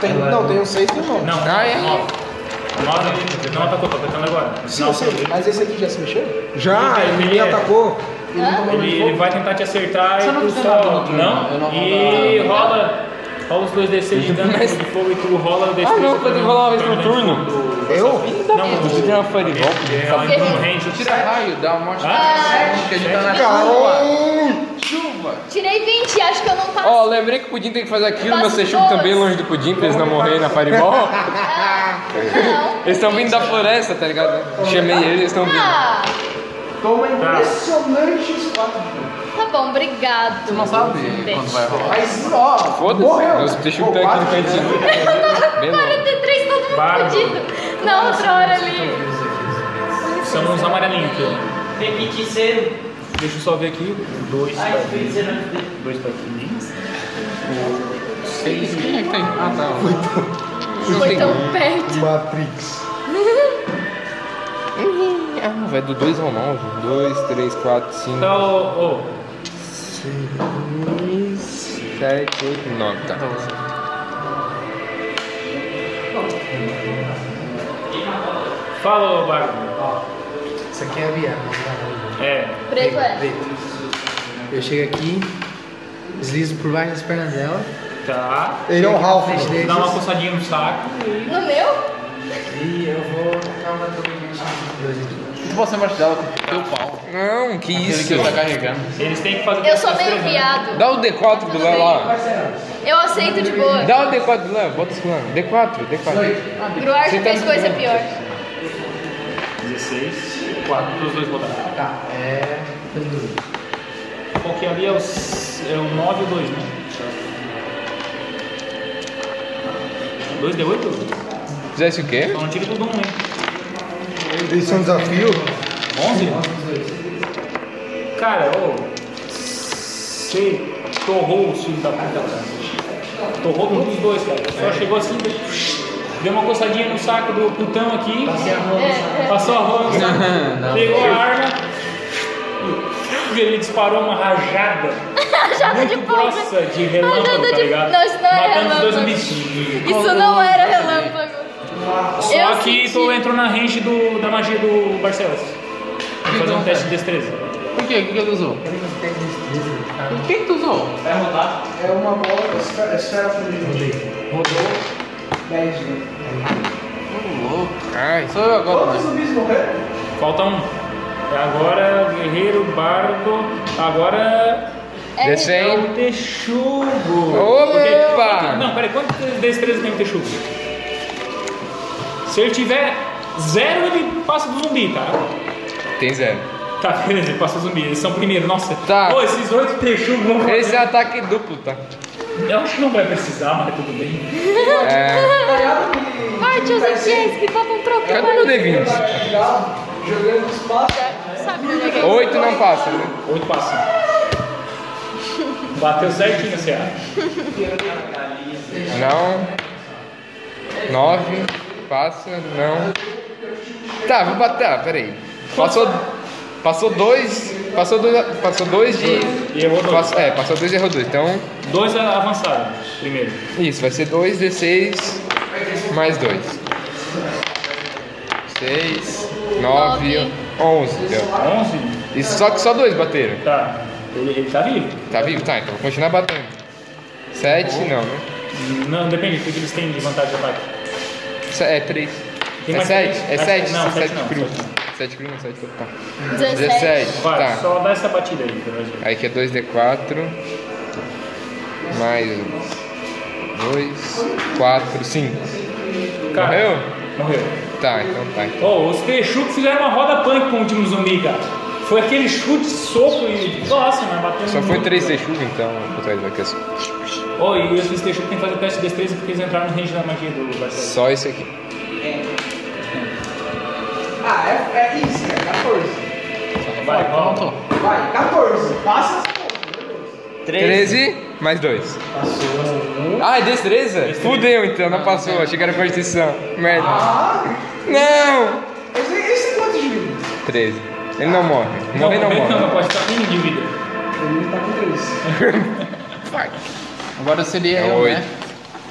[SPEAKER 6] Tem, não, tem um 6 e um 9.
[SPEAKER 1] Não.
[SPEAKER 4] Ah, é?
[SPEAKER 1] Nota, não atacou, tô apertando agora.
[SPEAKER 6] Sim,
[SPEAKER 1] Não,
[SPEAKER 6] eu sei. Mas esse aqui já se mexeu?
[SPEAKER 5] Já,
[SPEAKER 1] Ele-
[SPEAKER 5] ele
[SPEAKER 1] ele
[SPEAKER 5] me
[SPEAKER 1] é.
[SPEAKER 5] atacou.
[SPEAKER 1] Ele, ele vai tentar te acertar
[SPEAKER 4] Você
[SPEAKER 1] e
[SPEAKER 4] não
[SPEAKER 1] tu
[SPEAKER 4] precisa
[SPEAKER 1] só.
[SPEAKER 4] nada, não.
[SPEAKER 1] Não?
[SPEAKER 4] Eu não vou
[SPEAKER 1] E rola. Rola os dois D6 de dano de fogo e tu rola o D6
[SPEAKER 4] Ah, não,
[SPEAKER 1] de
[SPEAKER 4] quando
[SPEAKER 1] dano
[SPEAKER 4] rolar uma vez
[SPEAKER 1] de
[SPEAKER 4] por
[SPEAKER 1] dano de
[SPEAKER 4] turno. tá
[SPEAKER 1] fogo do-
[SPEAKER 5] Eu?
[SPEAKER 1] Não,
[SPEAKER 4] Você tem uma fireball?
[SPEAKER 1] É, ela entra no range.
[SPEAKER 4] Tira raio, dá uma morte.
[SPEAKER 1] Ah,
[SPEAKER 4] Que a gente tá na chuva.
[SPEAKER 5] Caramba!
[SPEAKER 4] Chuva.
[SPEAKER 2] Tirei 20. Acho que eu não passo.
[SPEAKER 4] Ó, lembrei que o Pudim tem que fazer aquilo, meu Seixugo também longe do Pudim, pra eles não morrerem na fireball.
[SPEAKER 2] Ah, não.
[SPEAKER 4] Eles estão vindo da floresta, tá ligado? Chamei eles, eles estão vindo.
[SPEAKER 2] Ah,
[SPEAKER 3] Toma
[SPEAKER 1] Tá.
[SPEAKER 3] impressionante espaço de dano.
[SPEAKER 2] tá bom. Obrigado.
[SPEAKER 4] Tu não sabe quando vai rolar.
[SPEAKER 3] Mas, ó,
[SPEAKER 4] Foda-se, o Seixugo tá aqui no cantinho. Bem longe.
[SPEAKER 2] 43, todo mundo
[SPEAKER 1] Bárbaro.
[SPEAKER 2] fudido. Na outra hora ali.
[SPEAKER 1] São os amarelinhos é um aqui. ó.
[SPEAKER 9] Feiticeiro.
[SPEAKER 1] Deixa eu só ver aqui. Dois pra
[SPEAKER 9] Ai,
[SPEAKER 1] aqui.
[SPEAKER 9] feiticeiro. antes
[SPEAKER 1] Dois pra aqui.
[SPEAKER 4] Quem é que tem? Ah, tá. Não
[SPEAKER 2] Foi
[SPEAKER 4] tem.
[SPEAKER 2] tão perto.
[SPEAKER 5] Matrix.
[SPEAKER 4] Ah, vai do 2 ao 9. 2, 3, 4, 5,
[SPEAKER 1] Então, ô,
[SPEAKER 4] 7, 8, 9. Tá.
[SPEAKER 1] fala, ô Bárbara.
[SPEAKER 6] Isso aqui é a Biana.
[SPEAKER 1] É.
[SPEAKER 2] Preto é.
[SPEAKER 6] Eu chego aqui, deslizo por baixo das pernas dela.
[SPEAKER 1] Tá.
[SPEAKER 5] Ele é um Ralph.
[SPEAKER 6] Frente
[SPEAKER 5] mano.
[SPEAKER 6] deles.
[SPEAKER 1] Dá uma coçadinha no saco.
[SPEAKER 2] No meu?
[SPEAKER 6] E eu vou tacar uma torre de dois aqui.
[SPEAKER 4] Tu pode ser embaixo dela com o teu pau. Não, que isso. que ele tá carregando.
[SPEAKER 1] Eles têm que fazer.
[SPEAKER 2] Eu sou meio viado.
[SPEAKER 4] Dá o D4 do Léo lá.
[SPEAKER 2] Eu aceito de boa.
[SPEAKER 4] Dá o D4 do Léo, bota esse lá. D4, D4.
[SPEAKER 2] Gruar
[SPEAKER 4] Você
[SPEAKER 2] já
[SPEAKER 4] tá
[SPEAKER 2] fez
[SPEAKER 4] me
[SPEAKER 2] coisa
[SPEAKER 4] vendo?
[SPEAKER 2] pior.
[SPEAKER 1] 16. 4. Os dois botaram.
[SPEAKER 6] Tá, é.
[SPEAKER 1] Qual que ali é o, s- é o 9 ou 2, né? 2 de 8?
[SPEAKER 4] Fizesse o quê?
[SPEAKER 1] Então não tira tudo um, hein?
[SPEAKER 5] Isso é um desafio.
[SPEAKER 1] 11? Cara, ô. Você torrou o filho da puta, cara. Torrou num dos dois, cara. Só chegou assim, deu uma coçadinha no saco do putão aqui.
[SPEAKER 2] É, é.
[SPEAKER 1] Passou a rola no saco. Pegou a arma. e Ele disparou uma rajada.
[SPEAKER 2] Rajada de
[SPEAKER 1] muito
[SPEAKER 2] pólvora.
[SPEAKER 1] grossa de relâmpago, tá
[SPEAKER 2] Rajada de-
[SPEAKER 1] ligado?
[SPEAKER 2] Não, isso não é
[SPEAKER 1] Matando os dois
[SPEAKER 2] relâmpago.
[SPEAKER 1] zumbis.
[SPEAKER 2] Isso não era relâmpago.
[SPEAKER 1] Só
[SPEAKER 2] Eu
[SPEAKER 1] que
[SPEAKER 2] senti.
[SPEAKER 1] tu entrou na range do, da magia do Barcelos. Vou fazer um teste de destreza.
[SPEAKER 4] Por quê? O que que ele usou?
[SPEAKER 1] um
[SPEAKER 4] O que que tu usou?
[SPEAKER 1] Vai rodar.
[SPEAKER 3] É uma bola que esfera, esfera fundida.
[SPEAKER 1] Rodou.
[SPEAKER 3] 10 de
[SPEAKER 4] Ô, louco. Ai, sou eu agora, né?
[SPEAKER 3] Quantos
[SPEAKER 4] mano.
[SPEAKER 3] zumbis morreram?
[SPEAKER 1] Falta um. E Agora, guerreiro, bardo. Agora. É
[SPEAKER 4] Descendo.
[SPEAKER 1] o texugo.
[SPEAKER 4] Opa!
[SPEAKER 1] Porque- quanto- Não, peraí, quantas destrezas tem o texugo? Se ele tiver zero, ele passa do zumbi, tá?
[SPEAKER 4] Tem zero.
[SPEAKER 1] Tá, beleza, ele passa do zumbi. Eles são primeiro, nossa.
[SPEAKER 4] Tá.
[SPEAKER 1] Pô, esses oito texugos vão fazer-
[SPEAKER 4] Esse é ataque duplo, tá?
[SPEAKER 1] Eu acho que não vai precisar, mas tudo bem.
[SPEAKER 4] É.
[SPEAKER 3] Tá ligado que.
[SPEAKER 11] Ai, tio
[SPEAKER 3] vai ser
[SPEAKER 11] Santiago, que papo troco.
[SPEAKER 4] Cadê meu
[SPEAKER 3] um
[SPEAKER 4] D20?
[SPEAKER 3] cara ligado, Jogando no espaço.
[SPEAKER 11] Sabe onde é que eu-
[SPEAKER 4] Oito não passa, né?
[SPEAKER 1] Oito passa. Bateu certinho, você acha?
[SPEAKER 4] Não. Nove. Passa, não. Tá, vou bater. Ah, peraí. Passou. Passou dois. Passou dois. Passou dois de.
[SPEAKER 1] E errou dois.
[SPEAKER 4] Pass- é, passou dois e errou dois. Então,
[SPEAKER 1] Dois avançaram primeiro.
[SPEAKER 4] isso, vai ser dois D6 mais dois. Seis, nove,
[SPEAKER 11] Nove.
[SPEAKER 4] onze. Deu.
[SPEAKER 1] Onze?
[SPEAKER 4] Isso, só que só dois bateram.
[SPEAKER 1] Tá. Ele, ele tá vivo.
[SPEAKER 4] Tá vivo? Tá, então vou continuar batendo. Sete, não, né?
[SPEAKER 1] Não, depende do que eles têm de vantagem de ataque.
[SPEAKER 4] Se- É 3.
[SPEAKER 1] Tem
[SPEAKER 4] É
[SPEAKER 1] mais
[SPEAKER 4] 7,
[SPEAKER 1] três?
[SPEAKER 4] é
[SPEAKER 1] Ah,
[SPEAKER 4] 7,
[SPEAKER 1] não,
[SPEAKER 4] são
[SPEAKER 1] sete
[SPEAKER 4] 7
[SPEAKER 1] não,
[SPEAKER 4] crimes.
[SPEAKER 1] sete
[SPEAKER 4] 7 crimes, 7 total.
[SPEAKER 11] Dezessete.
[SPEAKER 4] 17,
[SPEAKER 1] Vai,
[SPEAKER 4] tá.
[SPEAKER 1] só dá essa batida aí tá pra gente.
[SPEAKER 4] Aí que é 2d4. Mais 2, 4, 5.
[SPEAKER 1] Cara,
[SPEAKER 4] Morreu?
[SPEAKER 1] Morreu.
[SPEAKER 4] Tá, então tá.
[SPEAKER 1] Ó, os Texucos fizeram uma roda punk com o time zumbi, cara. Foi aquele chute, soco e. Nossa, mas bateu
[SPEAKER 4] Só
[SPEAKER 1] muito,
[SPEAKER 4] foi 3
[SPEAKER 1] cara.
[SPEAKER 4] d chuva, então. Vou botar ele aqui assim.
[SPEAKER 1] Ó, e esses Texucos têm que fazer teste de destreza porque eles entraram no range da magia do Barcelona.
[SPEAKER 4] Só esse aqui.
[SPEAKER 3] Ah, é, é easy, é 14.
[SPEAKER 1] Vai, volta.
[SPEAKER 3] Vai, 14. Passa essa porra.
[SPEAKER 4] 13 mais 2. Passou. Ah, é destreza? Fudeu então,
[SPEAKER 1] Ah,
[SPEAKER 4] não passou. Achei que era constituição. Merda.
[SPEAKER 3] Ah,
[SPEAKER 4] Não!
[SPEAKER 3] esse, esse é quanto de vida?
[SPEAKER 4] 13. Ele não morre. Morre não
[SPEAKER 1] não,
[SPEAKER 4] morre.
[SPEAKER 1] não, pode estar um de vida.
[SPEAKER 3] Ele tá com 3.
[SPEAKER 4] Agora seria
[SPEAKER 12] eu,
[SPEAKER 4] É oito.
[SPEAKER 12] né?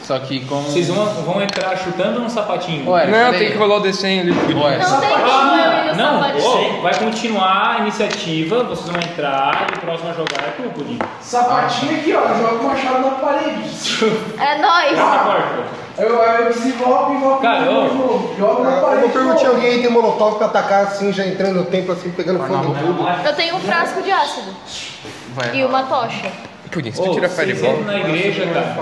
[SPEAKER 12] Só que como.
[SPEAKER 1] Vocês vão, vão entrar chutando um sapatinho.
[SPEAKER 12] Ué,
[SPEAKER 4] Não,
[SPEAKER 12] peraí.
[SPEAKER 4] tem que rolar o desenho ali.
[SPEAKER 12] Ué,
[SPEAKER 11] Não tem como eu ir
[SPEAKER 1] Ah,
[SPEAKER 11] no
[SPEAKER 1] não,
[SPEAKER 11] sapatinho.
[SPEAKER 1] ó, vai continuar a iniciativa, vocês vão entrar e o próximo a jogar é tu, Pudim.
[SPEAKER 3] Sapatinho aqui, ó. Joga o machado na parede.
[SPEAKER 11] É nóis.
[SPEAKER 1] Essa porta.
[SPEAKER 3] Eu, eu desenvolvo, envolvo
[SPEAKER 1] Cara,
[SPEAKER 3] tudo
[SPEAKER 1] eu-
[SPEAKER 3] de novo. Joga na
[SPEAKER 5] Eu
[SPEAKER 3] parede.
[SPEAKER 5] vou perguntar
[SPEAKER 3] pô.
[SPEAKER 5] alguém aí tem molotov pra atacar assim, já entrando no templo assim, pegando fogo em tudo.
[SPEAKER 11] Eu tenho um frasco de ácido. E uma tocha.
[SPEAKER 4] Pudim, se
[SPEAKER 1] Ô,
[SPEAKER 4] tu tira
[SPEAKER 1] vocês
[SPEAKER 4] fireball.
[SPEAKER 1] entram na igreja, cara,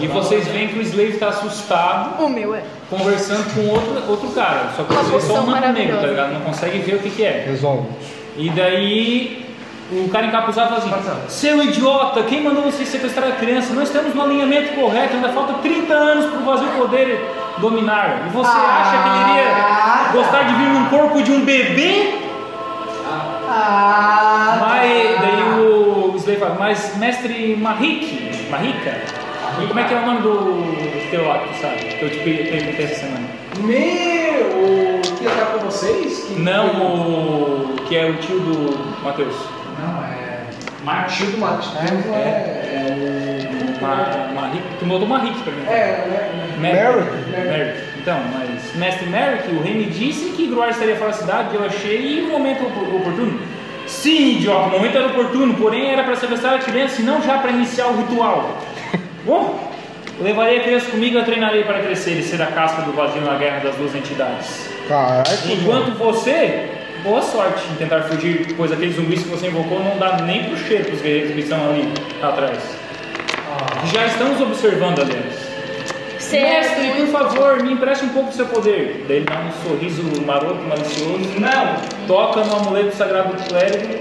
[SPEAKER 1] e vocês veem que o Slave tá assustado,
[SPEAKER 11] O meu é.
[SPEAKER 1] conversando com outro, outro cara. Só que
[SPEAKER 11] Uma
[SPEAKER 1] vocês são
[SPEAKER 11] poção
[SPEAKER 1] humano negro, tá
[SPEAKER 11] maravilhosa.
[SPEAKER 1] ligado? Não consegue ver o que que é.
[SPEAKER 5] Resolve.
[SPEAKER 1] E daí... O cara encapuzado fala assim, seu idiota, quem mandou vocês sequestrar a criança? Nós estamos no alinhamento correto, ainda falta 30 anos pro vazio poder dominar. E você acha que ele iria gostar de vir num corpo de um bebê? Mas, daí o Slay fala, mas mestre Mahik, Mahika, e como é que é o nome do teu ato, sabe? Que eu te pe- perguntei essa semana.
[SPEAKER 3] Meu, o que tá com vocês? Que-
[SPEAKER 1] Não o que é o tio do Matheus.
[SPEAKER 3] Não, é.
[SPEAKER 1] Márcio.
[SPEAKER 3] Tudo mate. Não é.
[SPEAKER 1] Ma, Mahik, tu mudou Mahik pra mim.
[SPEAKER 3] É. É,
[SPEAKER 1] Merrick.
[SPEAKER 5] Merrick.
[SPEAKER 1] Merrick. Então, mas mestre Merrick, o rei me disse que Gruar estaria fora da cidade, eu achei o momento op- oportuno. Sim, idiota, o momento era oportuno, porém era para sequestrar a criança e não já para iniciar o ritual. Bom, levarei a criança comigo e a treinarei para crescer e ser a casca do vazio na guerra das duas entidades.
[SPEAKER 5] Caralho,
[SPEAKER 1] Enquanto você, boa sorte em tentar fugir, pois aqueles zumbis que você invocou não dá nem pro cheiro pros guerreiros que estão ali atrás. Já estamos observando, aliás.
[SPEAKER 11] Você
[SPEAKER 2] é
[SPEAKER 1] Mestre,
[SPEAKER 2] assim.
[SPEAKER 1] por favor, me empreste um pouco do seu poder. Daí ele dá um sorriso maroto, malicioso. Não! Toca no amuleto sagrado do clérigo.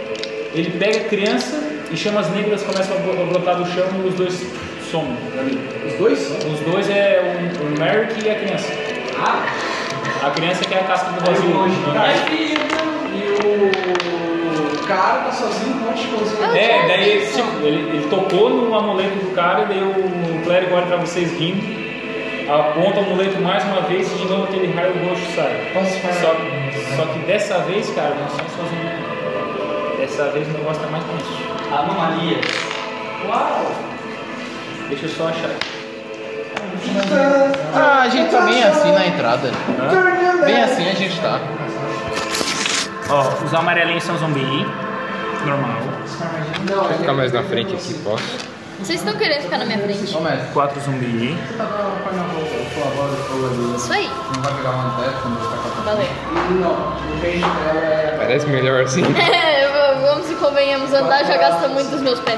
[SPEAKER 1] Ele pega a criança e chama as negras, começam a bro- a brotar do chão e os dois somem ali.
[SPEAKER 3] Os dois são.
[SPEAKER 1] Os dois é o, o Merrick e a criança. A criança que é a casca do vazio.
[SPEAKER 3] Tá.
[SPEAKER 1] É
[SPEAKER 3] E o cara tá sozinho com um monte de coisa.
[SPEAKER 1] É, daí tipo, ele, ele tocou no amuleto do cara, daí o clérigo olha pra vocês rindo, aponta o amuleto mais uma vez e de novo aquele raio roxo sai.
[SPEAKER 3] Posso falar?
[SPEAKER 1] Só, só que dessa vez, cara, não são sozinhos. não. Dessa vez o negócio tá mais tenso.
[SPEAKER 9] Anomalia.
[SPEAKER 1] Deixa eu só achar.
[SPEAKER 12] Ah, a gente tá bem assim na entrada.
[SPEAKER 3] Hã?
[SPEAKER 12] Bem assim a gente tá.
[SPEAKER 1] Ó, os amarelinhos são zumbi. Normal.
[SPEAKER 4] Deixa eu ficar mais na frente aqui, posso?
[SPEAKER 2] Vocês estão querendo ficar na minha frente?
[SPEAKER 1] Quatro zumbi.
[SPEAKER 2] Isso aí.
[SPEAKER 13] Não vai pegar uma testa, não vai ficar
[SPEAKER 2] Valeu.
[SPEAKER 4] Parece melhor assim.
[SPEAKER 2] É, vamos e convenhamos, andar já gasta muito os meus pés.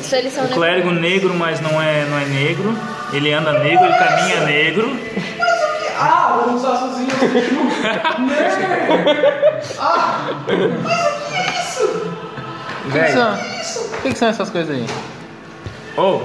[SPEAKER 2] Isso eles são né?
[SPEAKER 1] O clérigo negro, mas não é, não é negro. Ele anda negro, ele caminha negro.
[SPEAKER 3] Ah, o Sassuzinho
[SPEAKER 4] Velho.
[SPEAKER 9] O que, que são essas coisas aí?
[SPEAKER 1] Oh,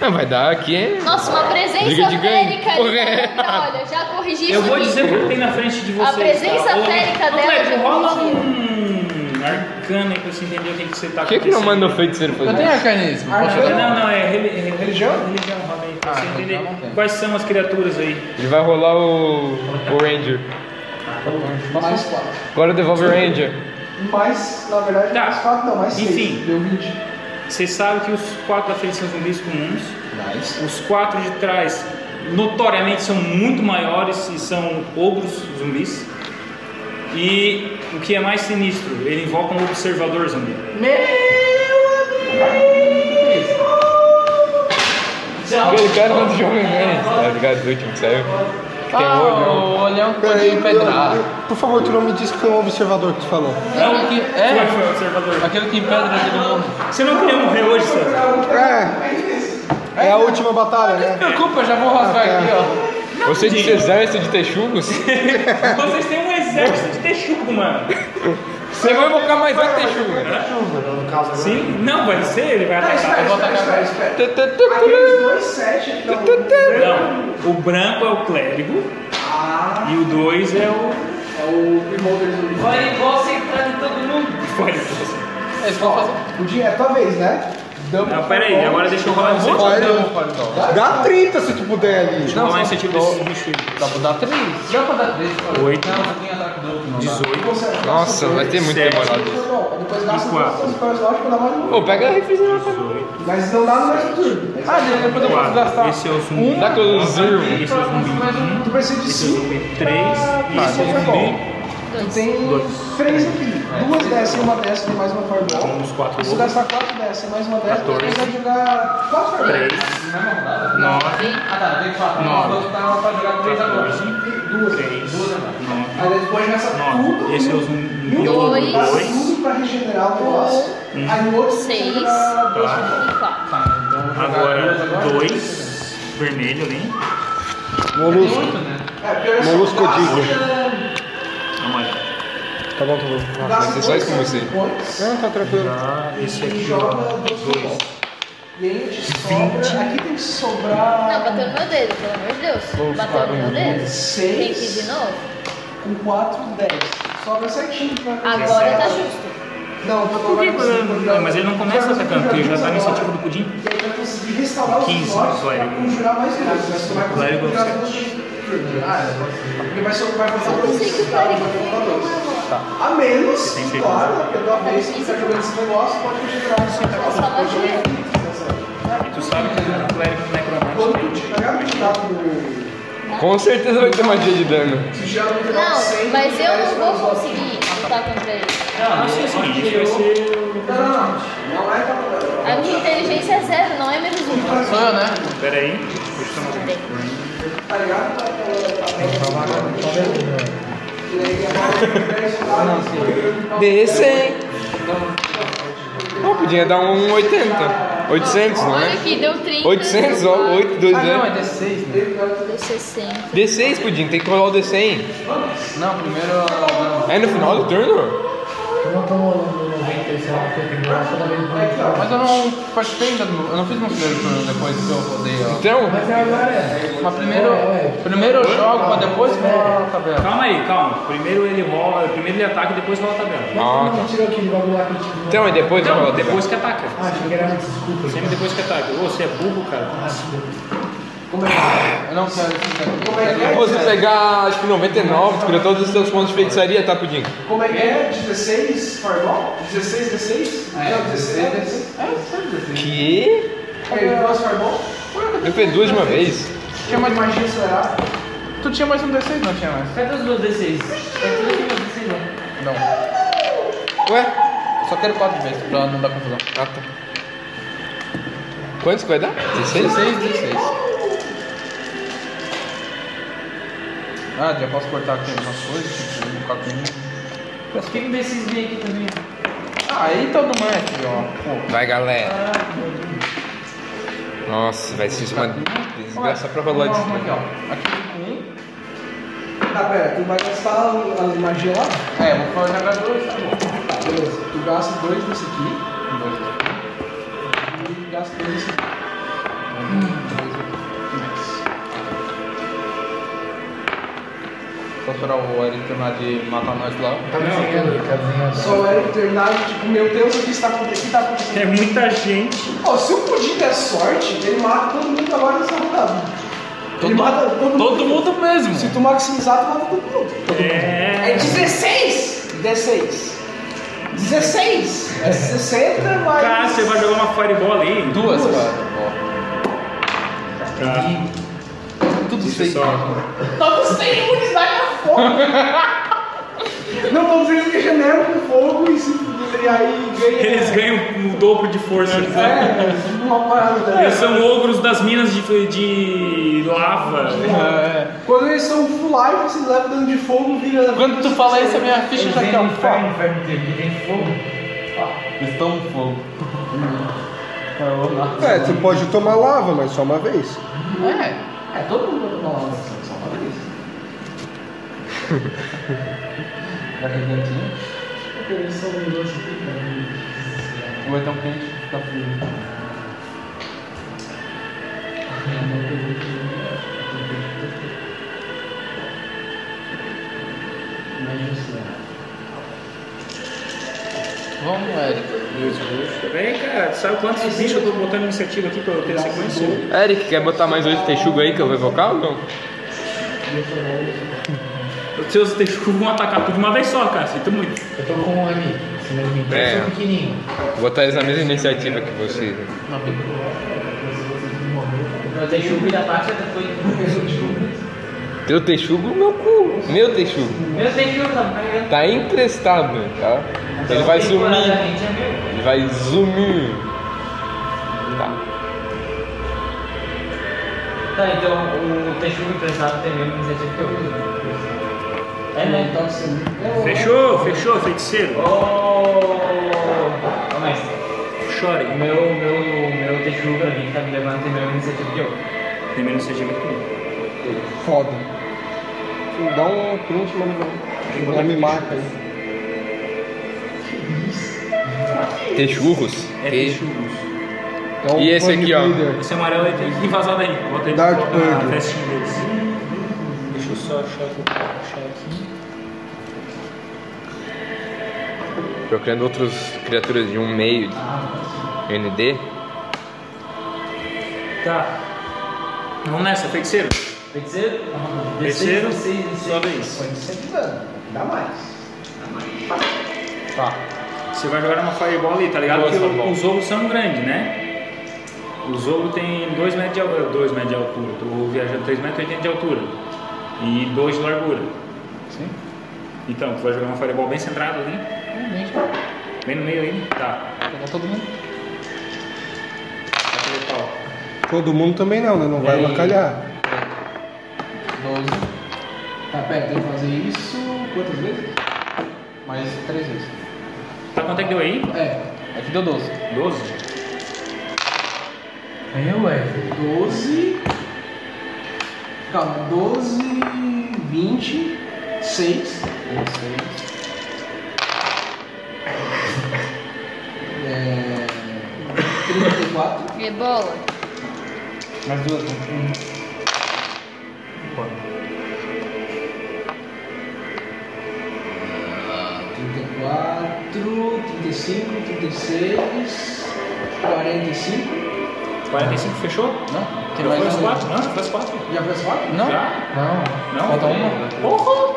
[SPEAKER 4] Não, vai dar aqui, hein?
[SPEAKER 2] Nossa, uma presença
[SPEAKER 4] Diga de ganho.
[SPEAKER 2] férica ali
[SPEAKER 4] Porra, é.
[SPEAKER 2] na Olha, já corrigi
[SPEAKER 1] eu
[SPEAKER 2] isso
[SPEAKER 1] vou
[SPEAKER 2] aqui.
[SPEAKER 1] dizer o que tem na frente de vocês.
[SPEAKER 2] A presença
[SPEAKER 1] tá? Ô,
[SPEAKER 2] férica
[SPEAKER 1] ô,
[SPEAKER 2] dela
[SPEAKER 1] Clérigo,
[SPEAKER 2] já tá
[SPEAKER 1] rola
[SPEAKER 2] corrigiu.
[SPEAKER 1] um arcana aí pra você entender o que, que você tá
[SPEAKER 4] Por que, que não
[SPEAKER 1] acontecendo.
[SPEAKER 4] manda o feiticeiro fazer
[SPEAKER 9] Eu tenho arcanismo. posso
[SPEAKER 1] Não,
[SPEAKER 9] jogar?
[SPEAKER 1] não, é reli- é religião? Religião, rola aí. Pra
[SPEAKER 9] Ah,
[SPEAKER 1] você
[SPEAKER 9] religião
[SPEAKER 1] entender
[SPEAKER 9] não tem.
[SPEAKER 1] quais são as criaturas aí.
[SPEAKER 4] Ele vai rolar o, o Ranger.
[SPEAKER 14] Mais quatro.
[SPEAKER 4] Agora devolve o Ranger.
[SPEAKER 3] Mas, na verdade,
[SPEAKER 1] Tá.
[SPEAKER 3] mais 4 não, mais 6.
[SPEAKER 1] Enfim.
[SPEAKER 3] Deu 20.
[SPEAKER 1] Você sabe que os quatro da frente são zumbis comuns.
[SPEAKER 9] Nice.
[SPEAKER 1] Os quatro de trás, notoriamente, são muito maiores e são ogros zumbis. E o que é mais sinistro, ele invoca um observador zumbi.
[SPEAKER 4] Aquele cara não joga ganha. Tá ligado? O último que saiu. Que tem
[SPEAKER 9] Ah,
[SPEAKER 4] olho.
[SPEAKER 9] o olhão que pode
[SPEAKER 5] Peraí,
[SPEAKER 9] empedrar.
[SPEAKER 5] eu- por favor, tu não me diz que foi um observador que tu falou.
[SPEAKER 9] Aquele que,
[SPEAKER 1] Foi,
[SPEAKER 9] é,
[SPEAKER 1] foi, observador.
[SPEAKER 9] aquele que empedra todo mundo.
[SPEAKER 1] Você não queria morrer hoje, César?
[SPEAKER 5] É. É a última batalha, né?
[SPEAKER 9] Desculpa, já vou rasgar aqui, ó.
[SPEAKER 4] Você disse exército de texugos?
[SPEAKER 1] Vocês têm um exército de texugo, mano.
[SPEAKER 4] Você vai invocar mais um texugo.
[SPEAKER 1] Sim? Não, vai ser, ele vai Tá, atacar.
[SPEAKER 3] Espera, espera, espera, espera.
[SPEAKER 4] Tã, tã, tã, tã.
[SPEAKER 3] Aqueles dois 7 aqui um, não.
[SPEAKER 1] Não, o branco é o clérigo e o dois é o.
[SPEAKER 3] É o Beholder do
[SPEAKER 15] Vai igual você entrar em todo mundo.
[SPEAKER 1] Pode ser.
[SPEAKER 9] Eles vão fazer.
[SPEAKER 3] O dia é tua vez, né? Damos
[SPEAKER 1] Não, pera aí, agora deixa eu rolar um
[SPEAKER 5] Ó,
[SPEAKER 1] incentivo.
[SPEAKER 5] ele- Dá 30 se tu puder ali.
[SPEAKER 1] Deixa eu rolar um incentivo desses bichos aí.
[SPEAKER 9] Dá pra dar três. Já pra dar três, pode.
[SPEAKER 1] Oito.
[SPEAKER 9] Não, não tem ataque duplo, não dá.
[SPEAKER 1] 18
[SPEAKER 4] Nossa, vai ter muito
[SPEAKER 1] Sete.
[SPEAKER 4] demorado isso.
[SPEAKER 3] um, Bom, depois gasta
[SPEAKER 1] E quatro.
[SPEAKER 3] todas as coisas lógicas, dá mais um.
[SPEAKER 4] Ô, pega a né? refrigerante.
[SPEAKER 3] Mas não dá no mesmo turno.
[SPEAKER 9] Ah, depois eu posso
[SPEAKER 1] Quatro.
[SPEAKER 9] gastar.
[SPEAKER 1] Esse é o zumbi.
[SPEAKER 4] Dá com o zero.
[SPEAKER 1] Esse é o zumbi
[SPEAKER 3] Tu precisa
[SPEAKER 1] 1,
[SPEAKER 3] de
[SPEAKER 1] esse é o
[SPEAKER 3] 5,
[SPEAKER 1] zumbi 3 e esse é o zumbi
[SPEAKER 3] tem 3 aqui. Duas dessas e uma dessa e mais uma fireball.
[SPEAKER 1] Vamos, quatro
[SPEAKER 3] Se tu
[SPEAKER 1] outros.
[SPEAKER 3] gastar 4 dessas e mais uma dessa, tu
[SPEAKER 1] 14.
[SPEAKER 3] vai jogar 4 fireball.
[SPEAKER 1] 3, 9,
[SPEAKER 15] Ah tá, tem que falar. Não, eu tava pra jogar com três agora.
[SPEAKER 1] 14, 3, 9,
[SPEAKER 3] Aí depois gasta
[SPEAKER 1] 9.
[SPEAKER 3] tudo.
[SPEAKER 1] Esse é o
[SPEAKER 3] E
[SPEAKER 1] zumbi
[SPEAKER 3] o
[SPEAKER 2] Dois.
[SPEAKER 1] 2.
[SPEAKER 3] tudo pra regenerar o negócio.
[SPEAKER 1] Um.
[SPEAKER 3] Aí no outro
[SPEAKER 2] Seis.
[SPEAKER 3] você joga duas
[SPEAKER 1] Tá.
[SPEAKER 3] fireball.
[SPEAKER 2] E quatro.
[SPEAKER 1] Agora 2, vermelho ali,
[SPEAKER 5] Molusco.
[SPEAKER 3] É, porque olha só,
[SPEAKER 5] Molusco
[SPEAKER 3] gasta-
[SPEAKER 5] Digno.
[SPEAKER 1] amarelo.
[SPEAKER 5] Tá bom, tá bom.
[SPEAKER 3] gasta
[SPEAKER 4] Vai ser só
[SPEAKER 3] dois
[SPEAKER 4] isso com você.
[SPEAKER 3] points
[SPEAKER 5] Não, tá tranquilo.
[SPEAKER 1] Tá, esse
[SPEAKER 3] E
[SPEAKER 1] aqui
[SPEAKER 3] joga
[SPEAKER 1] ó,
[SPEAKER 3] dois
[SPEAKER 1] dois.
[SPEAKER 3] fireball. E aí a gente sobra. Aqui tem que sobrar.
[SPEAKER 2] Não, bateu no meu dedo, pelo amor de Deus. Bateu no meu dedo. Tem que ir de
[SPEAKER 3] 6
[SPEAKER 2] novo?
[SPEAKER 3] com 4, 10. Sobra certinho pra
[SPEAKER 2] Agora tá justo.
[SPEAKER 3] Não,
[SPEAKER 1] Por
[SPEAKER 3] vou colocar
[SPEAKER 1] que
[SPEAKER 3] com cinco,
[SPEAKER 1] que- Não, mas ele não começa
[SPEAKER 3] Joga
[SPEAKER 1] atacando,
[SPEAKER 3] com
[SPEAKER 1] porque ele já tá no
[SPEAKER 3] joga
[SPEAKER 1] incentivo do
[SPEAKER 3] agora.
[SPEAKER 1] pudim.
[SPEAKER 3] E aí vai conseguir restaurar os
[SPEAKER 1] 15,
[SPEAKER 3] lotes
[SPEAKER 1] vai.
[SPEAKER 3] pra conjurar mais coisas. Mas tu vai conseguir
[SPEAKER 1] Vai,
[SPEAKER 3] conjurar
[SPEAKER 1] você.
[SPEAKER 3] duas turnos. Ah, é. Porque vai ser- vai fazer
[SPEAKER 2] Eu
[SPEAKER 3] dois
[SPEAKER 2] sei que o
[SPEAKER 3] resultados,
[SPEAKER 2] clérigo
[SPEAKER 3] vai
[SPEAKER 2] tem
[SPEAKER 3] colocar
[SPEAKER 2] que
[SPEAKER 3] dois.
[SPEAKER 2] tomar agora.
[SPEAKER 3] A menos,
[SPEAKER 1] Tem que-
[SPEAKER 3] claro, né, porque da vez que você tá jogando esse negócio, pode um conjurar
[SPEAKER 2] é
[SPEAKER 3] mais
[SPEAKER 2] Tá Só magia.
[SPEAKER 1] E tu sabe que o clérigo necromante
[SPEAKER 3] Quando tu chegar no tirado do.
[SPEAKER 4] Com certeza vai ter magia de dano.
[SPEAKER 3] Se gerar no final de 100,
[SPEAKER 2] Não, mas eu
[SPEAKER 3] dez,
[SPEAKER 2] não vou
[SPEAKER 3] mais
[SPEAKER 2] conseguir lutar contra ele.
[SPEAKER 1] Não, isso é o seguinte, isso vai ser...
[SPEAKER 3] Não, não, não. Não é pra.
[SPEAKER 2] A minha inteligência é zero, não é menos um.
[SPEAKER 9] Sou eu, né?
[SPEAKER 1] Pera aí, deixa eu tomar um
[SPEAKER 3] Tá ligado? Tá- tá- E aí, agora,
[SPEAKER 4] Descem. Pô, podia dar um 80. 800, não
[SPEAKER 2] Olha
[SPEAKER 4] é?
[SPEAKER 2] aqui, deu 30.
[SPEAKER 4] 800, ó, 8, 2
[SPEAKER 9] Ah, não, é
[SPEAKER 4] anos.
[SPEAKER 9] D6, né?
[SPEAKER 2] Deu 60.
[SPEAKER 4] D6, Pudim, tem que rolar o D100.
[SPEAKER 9] Não, primeiro. Não.
[SPEAKER 4] É no final do turno?
[SPEAKER 9] Mas eu não participei ainda do. Eu não fiz meu primeiro turno depois que eu rodei, ó.
[SPEAKER 4] Então,
[SPEAKER 9] Mas primeiro, primeiro eu jogo pra depois que eu vou na tabela.
[SPEAKER 1] Calma aí, calma. Primeiro ele rola, primeiro ele ataca e depois rola a tabela.
[SPEAKER 4] ah, tá.
[SPEAKER 6] tipo,
[SPEAKER 4] Então, e depois eu
[SPEAKER 1] Não,
[SPEAKER 4] rolo.
[SPEAKER 1] depois que ataca.
[SPEAKER 3] Ah,
[SPEAKER 1] Sempre depois que ataca. Ô, Você é burro, cara.
[SPEAKER 9] Eu não quero ficar
[SPEAKER 3] é
[SPEAKER 4] Pô, se tu pegar, acho que 99, tu cura todos os seus pontos de feitiçaria, tá, Pudim?
[SPEAKER 3] Como é que é? 16 Fireball? 16, 16? Não, 16, 16.
[SPEAKER 4] Que?
[SPEAKER 3] Ele duas Fireball?
[SPEAKER 4] Eu fiz duas de uma vez.
[SPEAKER 3] Tinha mais magia acelerada.
[SPEAKER 9] aqui. Tu tinha mais um D6, não tinha mais?
[SPEAKER 15] Cadê os meus D6? Cadê os meus D6 não?
[SPEAKER 9] Não.
[SPEAKER 4] Ué?
[SPEAKER 12] Só quero quatro vezes pra não dar confusão.
[SPEAKER 4] Ah, tá. Quantos que vai dar? 16?
[SPEAKER 12] 16, 16. Ah, já posso cortar aqui algumas coisas, tipo, um capim.
[SPEAKER 1] Fica um desses meio aqui também. ó.
[SPEAKER 12] Ah, aí todo mundo é aqui, ó.
[SPEAKER 4] Vai, galera. Nossa, vai ser uma desgraça pra
[SPEAKER 3] Tá
[SPEAKER 4] rolar
[SPEAKER 12] Vamos
[SPEAKER 4] disso.
[SPEAKER 12] arrumar Aqui, ó. Aqui um.
[SPEAKER 3] Ah, pera, tu vai gastar as magias lá?
[SPEAKER 12] É, vou fazer agora dois, tá bom.
[SPEAKER 3] Tá, beleza. Tu gasta dois desse aqui. E gasta dois desse aqui.
[SPEAKER 12] Só esperar o Eric terminar de matar nós lá.
[SPEAKER 6] Tá desenhando, tá desenhando.
[SPEAKER 3] Só o Eric terminar e tipo, meu Deus, o que está acontecendo? O que está acontecendo?
[SPEAKER 1] É muita gente.
[SPEAKER 3] Ó, se o Pudim der sorte, ele mata todo mundo agora nessa rodada. Ele mata todo mundo.
[SPEAKER 1] Todo mundo mesmo.
[SPEAKER 3] Se tu maximizar, tu mata todo mundo. É
[SPEAKER 1] É.
[SPEAKER 3] 16! 16. 16! É 60 mais.
[SPEAKER 1] Cara, você vai jogar uma fireball aí.
[SPEAKER 12] Duas, cara.
[SPEAKER 1] Tá.
[SPEAKER 12] Tudo
[SPEAKER 1] Deixa eu
[SPEAKER 12] feito.
[SPEAKER 1] só.
[SPEAKER 3] Todos têm imunidade a fogo! Não todos eles que generam com fogo e, se, e aí ganha.
[SPEAKER 1] Eles ganham o dobro de força.
[SPEAKER 3] É, uma parada.
[SPEAKER 1] Eles são ogros das minas de, de lava.
[SPEAKER 12] É.
[SPEAKER 3] Quando eles são full life, você leva dano de fogo, vira.
[SPEAKER 12] Quando tu fala isso, a minha ficha
[SPEAKER 9] tá
[SPEAKER 12] já caiu. Fogo.
[SPEAKER 9] inferno teve, tem fogo.
[SPEAKER 12] Eles estão fogo.
[SPEAKER 5] É, você pode tomar lava, mas só uma vez.
[SPEAKER 12] É.
[SPEAKER 3] É, todo mundo vai tomar uma ação, só uma vez.
[SPEAKER 9] Tá
[SPEAKER 12] Vai ter cantinho.
[SPEAKER 3] Eles são dois aqui,
[SPEAKER 12] Vai
[SPEAKER 9] é
[SPEAKER 12] ter um quente. Tá frio. Vamos, Eric.
[SPEAKER 1] Vem, cara, sabe quantos bichos eu tô botando iniciativa aqui pra eu ter sequência?
[SPEAKER 4] Eric, quer botar mais dois texugos aí que eu vou evocar ou não?
[SPEAKER 1] Os seus texugos vão atacar tudo de uma vez só, cara. Sinto muito.
[SPEAKER 6] Eu tô com um ali. Esse mesmo
[SPEAKER 4] É.
[SPEAKER 6] é. um pequenininho.
[SPEAKER 4] Vou botar eles na mesma iniciativa que vocês. né?
[SPEAKER 9] Eu dei chuva da parte depois.
[SPEAKER 4] Teu texugo, meu cu. Meu texugo.
[SPEAKER 9] Meu tem chuva, tá pegando.
[SPEAKER 4] Tá emprestado, tá? Ele vai sumir.
[SPEAKER 9] Temporariamente é meu.
[SPEAKER 4] Ele vai sumir. Tá.
[SPEAKER 9] Tá, então o Teixuga emprestado tem mesmo iniciativa que eu uso. É, né? Então sim.
[SPEAKER 1] Fechou, fechou, feiticeiro.
[SPEAKER 9] Oh! Ô, mestre.
[SPEAKER 1] Chore.
[SPEAKER 9] O meu, meu, meu Teixuga ali tá me levando tem mesmo iniciativa que eu.
[SPEAKER 1] Tem menos iniciativa que eu.
[SPEAKER 5] Foda. Dá um print, mano. Ela me marca aí.
[SPEAKER 4] Texugos.
[SPEAKER 1] É texugos.
[SPEAKER 5] Dá um
[SPEAKER 4] E esse
[SPEAKER 5] punk
[SPEAKER 4] aqui, ó.
[SPEAKER 5] leader.
[SPEAKER 1] Esse é amarelo aí tem que vazar daí. Bota aí
[SPEAKER 5] Dark
[SPEAKER 1] bota
[SPEAKER 5] Purple.
[SPEAKER 1] na festinha deles. Deixa eu só achar que eu vou achar aqui.
[SPEAKER 4] Procurando outras criaturas de um meio de ND.
[SPEAKER 1] Tá. Vamos nessa, feiticeiro.
[SPEAKER 9] Feiticeiro?
[SPEAKER 1] Feiticeiro,
[SPEAKER 9] Feiticeiro?
[SPEAKER 1] sua vez.
[SPEAKER 3] Pode ser de dano, dá mais.
[SPEAKER 1] Tá. Você vai jogar uma fireball ali, tá ligado?
[SPEAKER 4] Boa,
[SPEAKER 1] Porque
[SPEAKER 4] fireball.
[SPEAKER 1] os ogros são grandes, né? Os ogros tem 2 metros, de al- eh, dois metros de altura. Tô viajando 3 metros e 80 de altura. E 2 de largura. Sim. Então, tu vai jogar uma fireball bem centrada ali. Bem no meio aí. Tá.
[SPEAKER 12] Pegou todo mundo.
[SPEAKER 1] Vai pegar o pau.
[SPEAKER 5] Todo mundo também não, né? Não vai bacalhar.
[SPEAKER 12] Doze.
[SPEAKER 3] Tá, pera, tem que fazer isso quantas vezes?
[SPEAKER 12] Mais três vezes.
[SPEAKER 1] Tá, quanto é que deu aí?
[SPEAKER 3] É,
[SPEAKER 12] Aqui deu doze.
[SPEAKER 1] 12?
[SPEAKER 3] 12. Calma, 12, 20, 6.
[SPEAKER 12] 16.
[SPEAKER 3] É, 34.
[SPEAKER 11] Rebola.
[SPEAKER 12] Mais duas. né?
[SPEAKER 3] trinta e 35, 36, 45.
[SPEAKER 1] 45 fechou? Não.
[SPEAKER 12] Tem
[SPEAKER 1] Já
[SPEAKER 12] mais
[SPEAKER 1] foi as
[SPEAKER 12] um.
[SPEAKER 1] 4? Não, já foi as 4.
[SPEAKER 3] Já foi as quatro?
[SPEAKER 12] Não?
[SPEAKER 1] Já?
[SPEAKER 12] Não.
[SPEAKER 1] Não?
[SPEAKER 12] Falta uma.
[SPEAKER 1] Porra!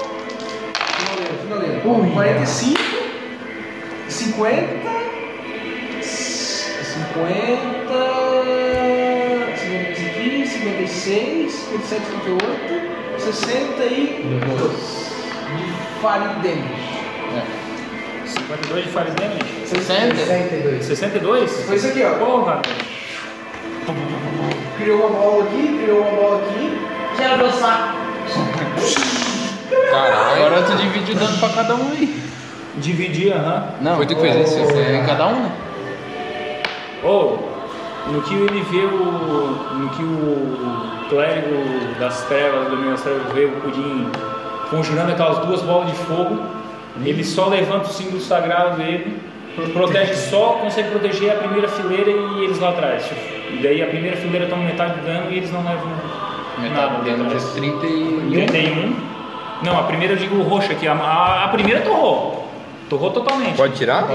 [SPEAKER 3] Finaleiro, finaleiro. 45, 50, 50, 55, 56, 57, 58, 60 e 2 de fire damage.
[SPEAKER 12] É.
[SPEAKER 1] 52 de Fire Damage?
[SPEAKER 6] 62.
[SPEAKER 1] 62?
[SPEAKER 3] Foi isso aqui, ó.
[SPEAKER 1] Porra!
[SPEAKER 3] Criou uma bola aqui, criou uma bola aqui.
[SPEAKER 9] Quero meu saco.
[SPEAKER 4] Caralho.
[SPEAKER 12] Agora tu divide o dano pra cada um aí.
[SPEAKER 1] Dividir, aham.
[SPEAKER 12] Não,
[SPEAKER 4] Foi tu que fez isso?
[SPEAKER 12] é em cada um, né?
[SPEAKER 1] Ou, no que ele vê o. No que o clérigo das trevas, do meu trevas, vê o Pudim conjurando aquelas duas bolas de fogo, ele só levanta o símbolo sagrado dele, protege só, consegue proteger a primeira fileira e eles lá atrás. E daí a primeira fileira toma metade do dano e eles não levam nada
[SPEAKER 12] Metade
[SPEAKER 1] lá
[SPEAKER 12] dentro
[SPEAKER 1] atrás.
[SPEAKER 9] né?
[SPEAKER 12] de 30 e.
[SPEAKER 1] 31. Não, a primeira eu digo roxa aqui. A, a, a primeira torrou. Torrou totalmente.
[SPEAKER 4] Pode tirar?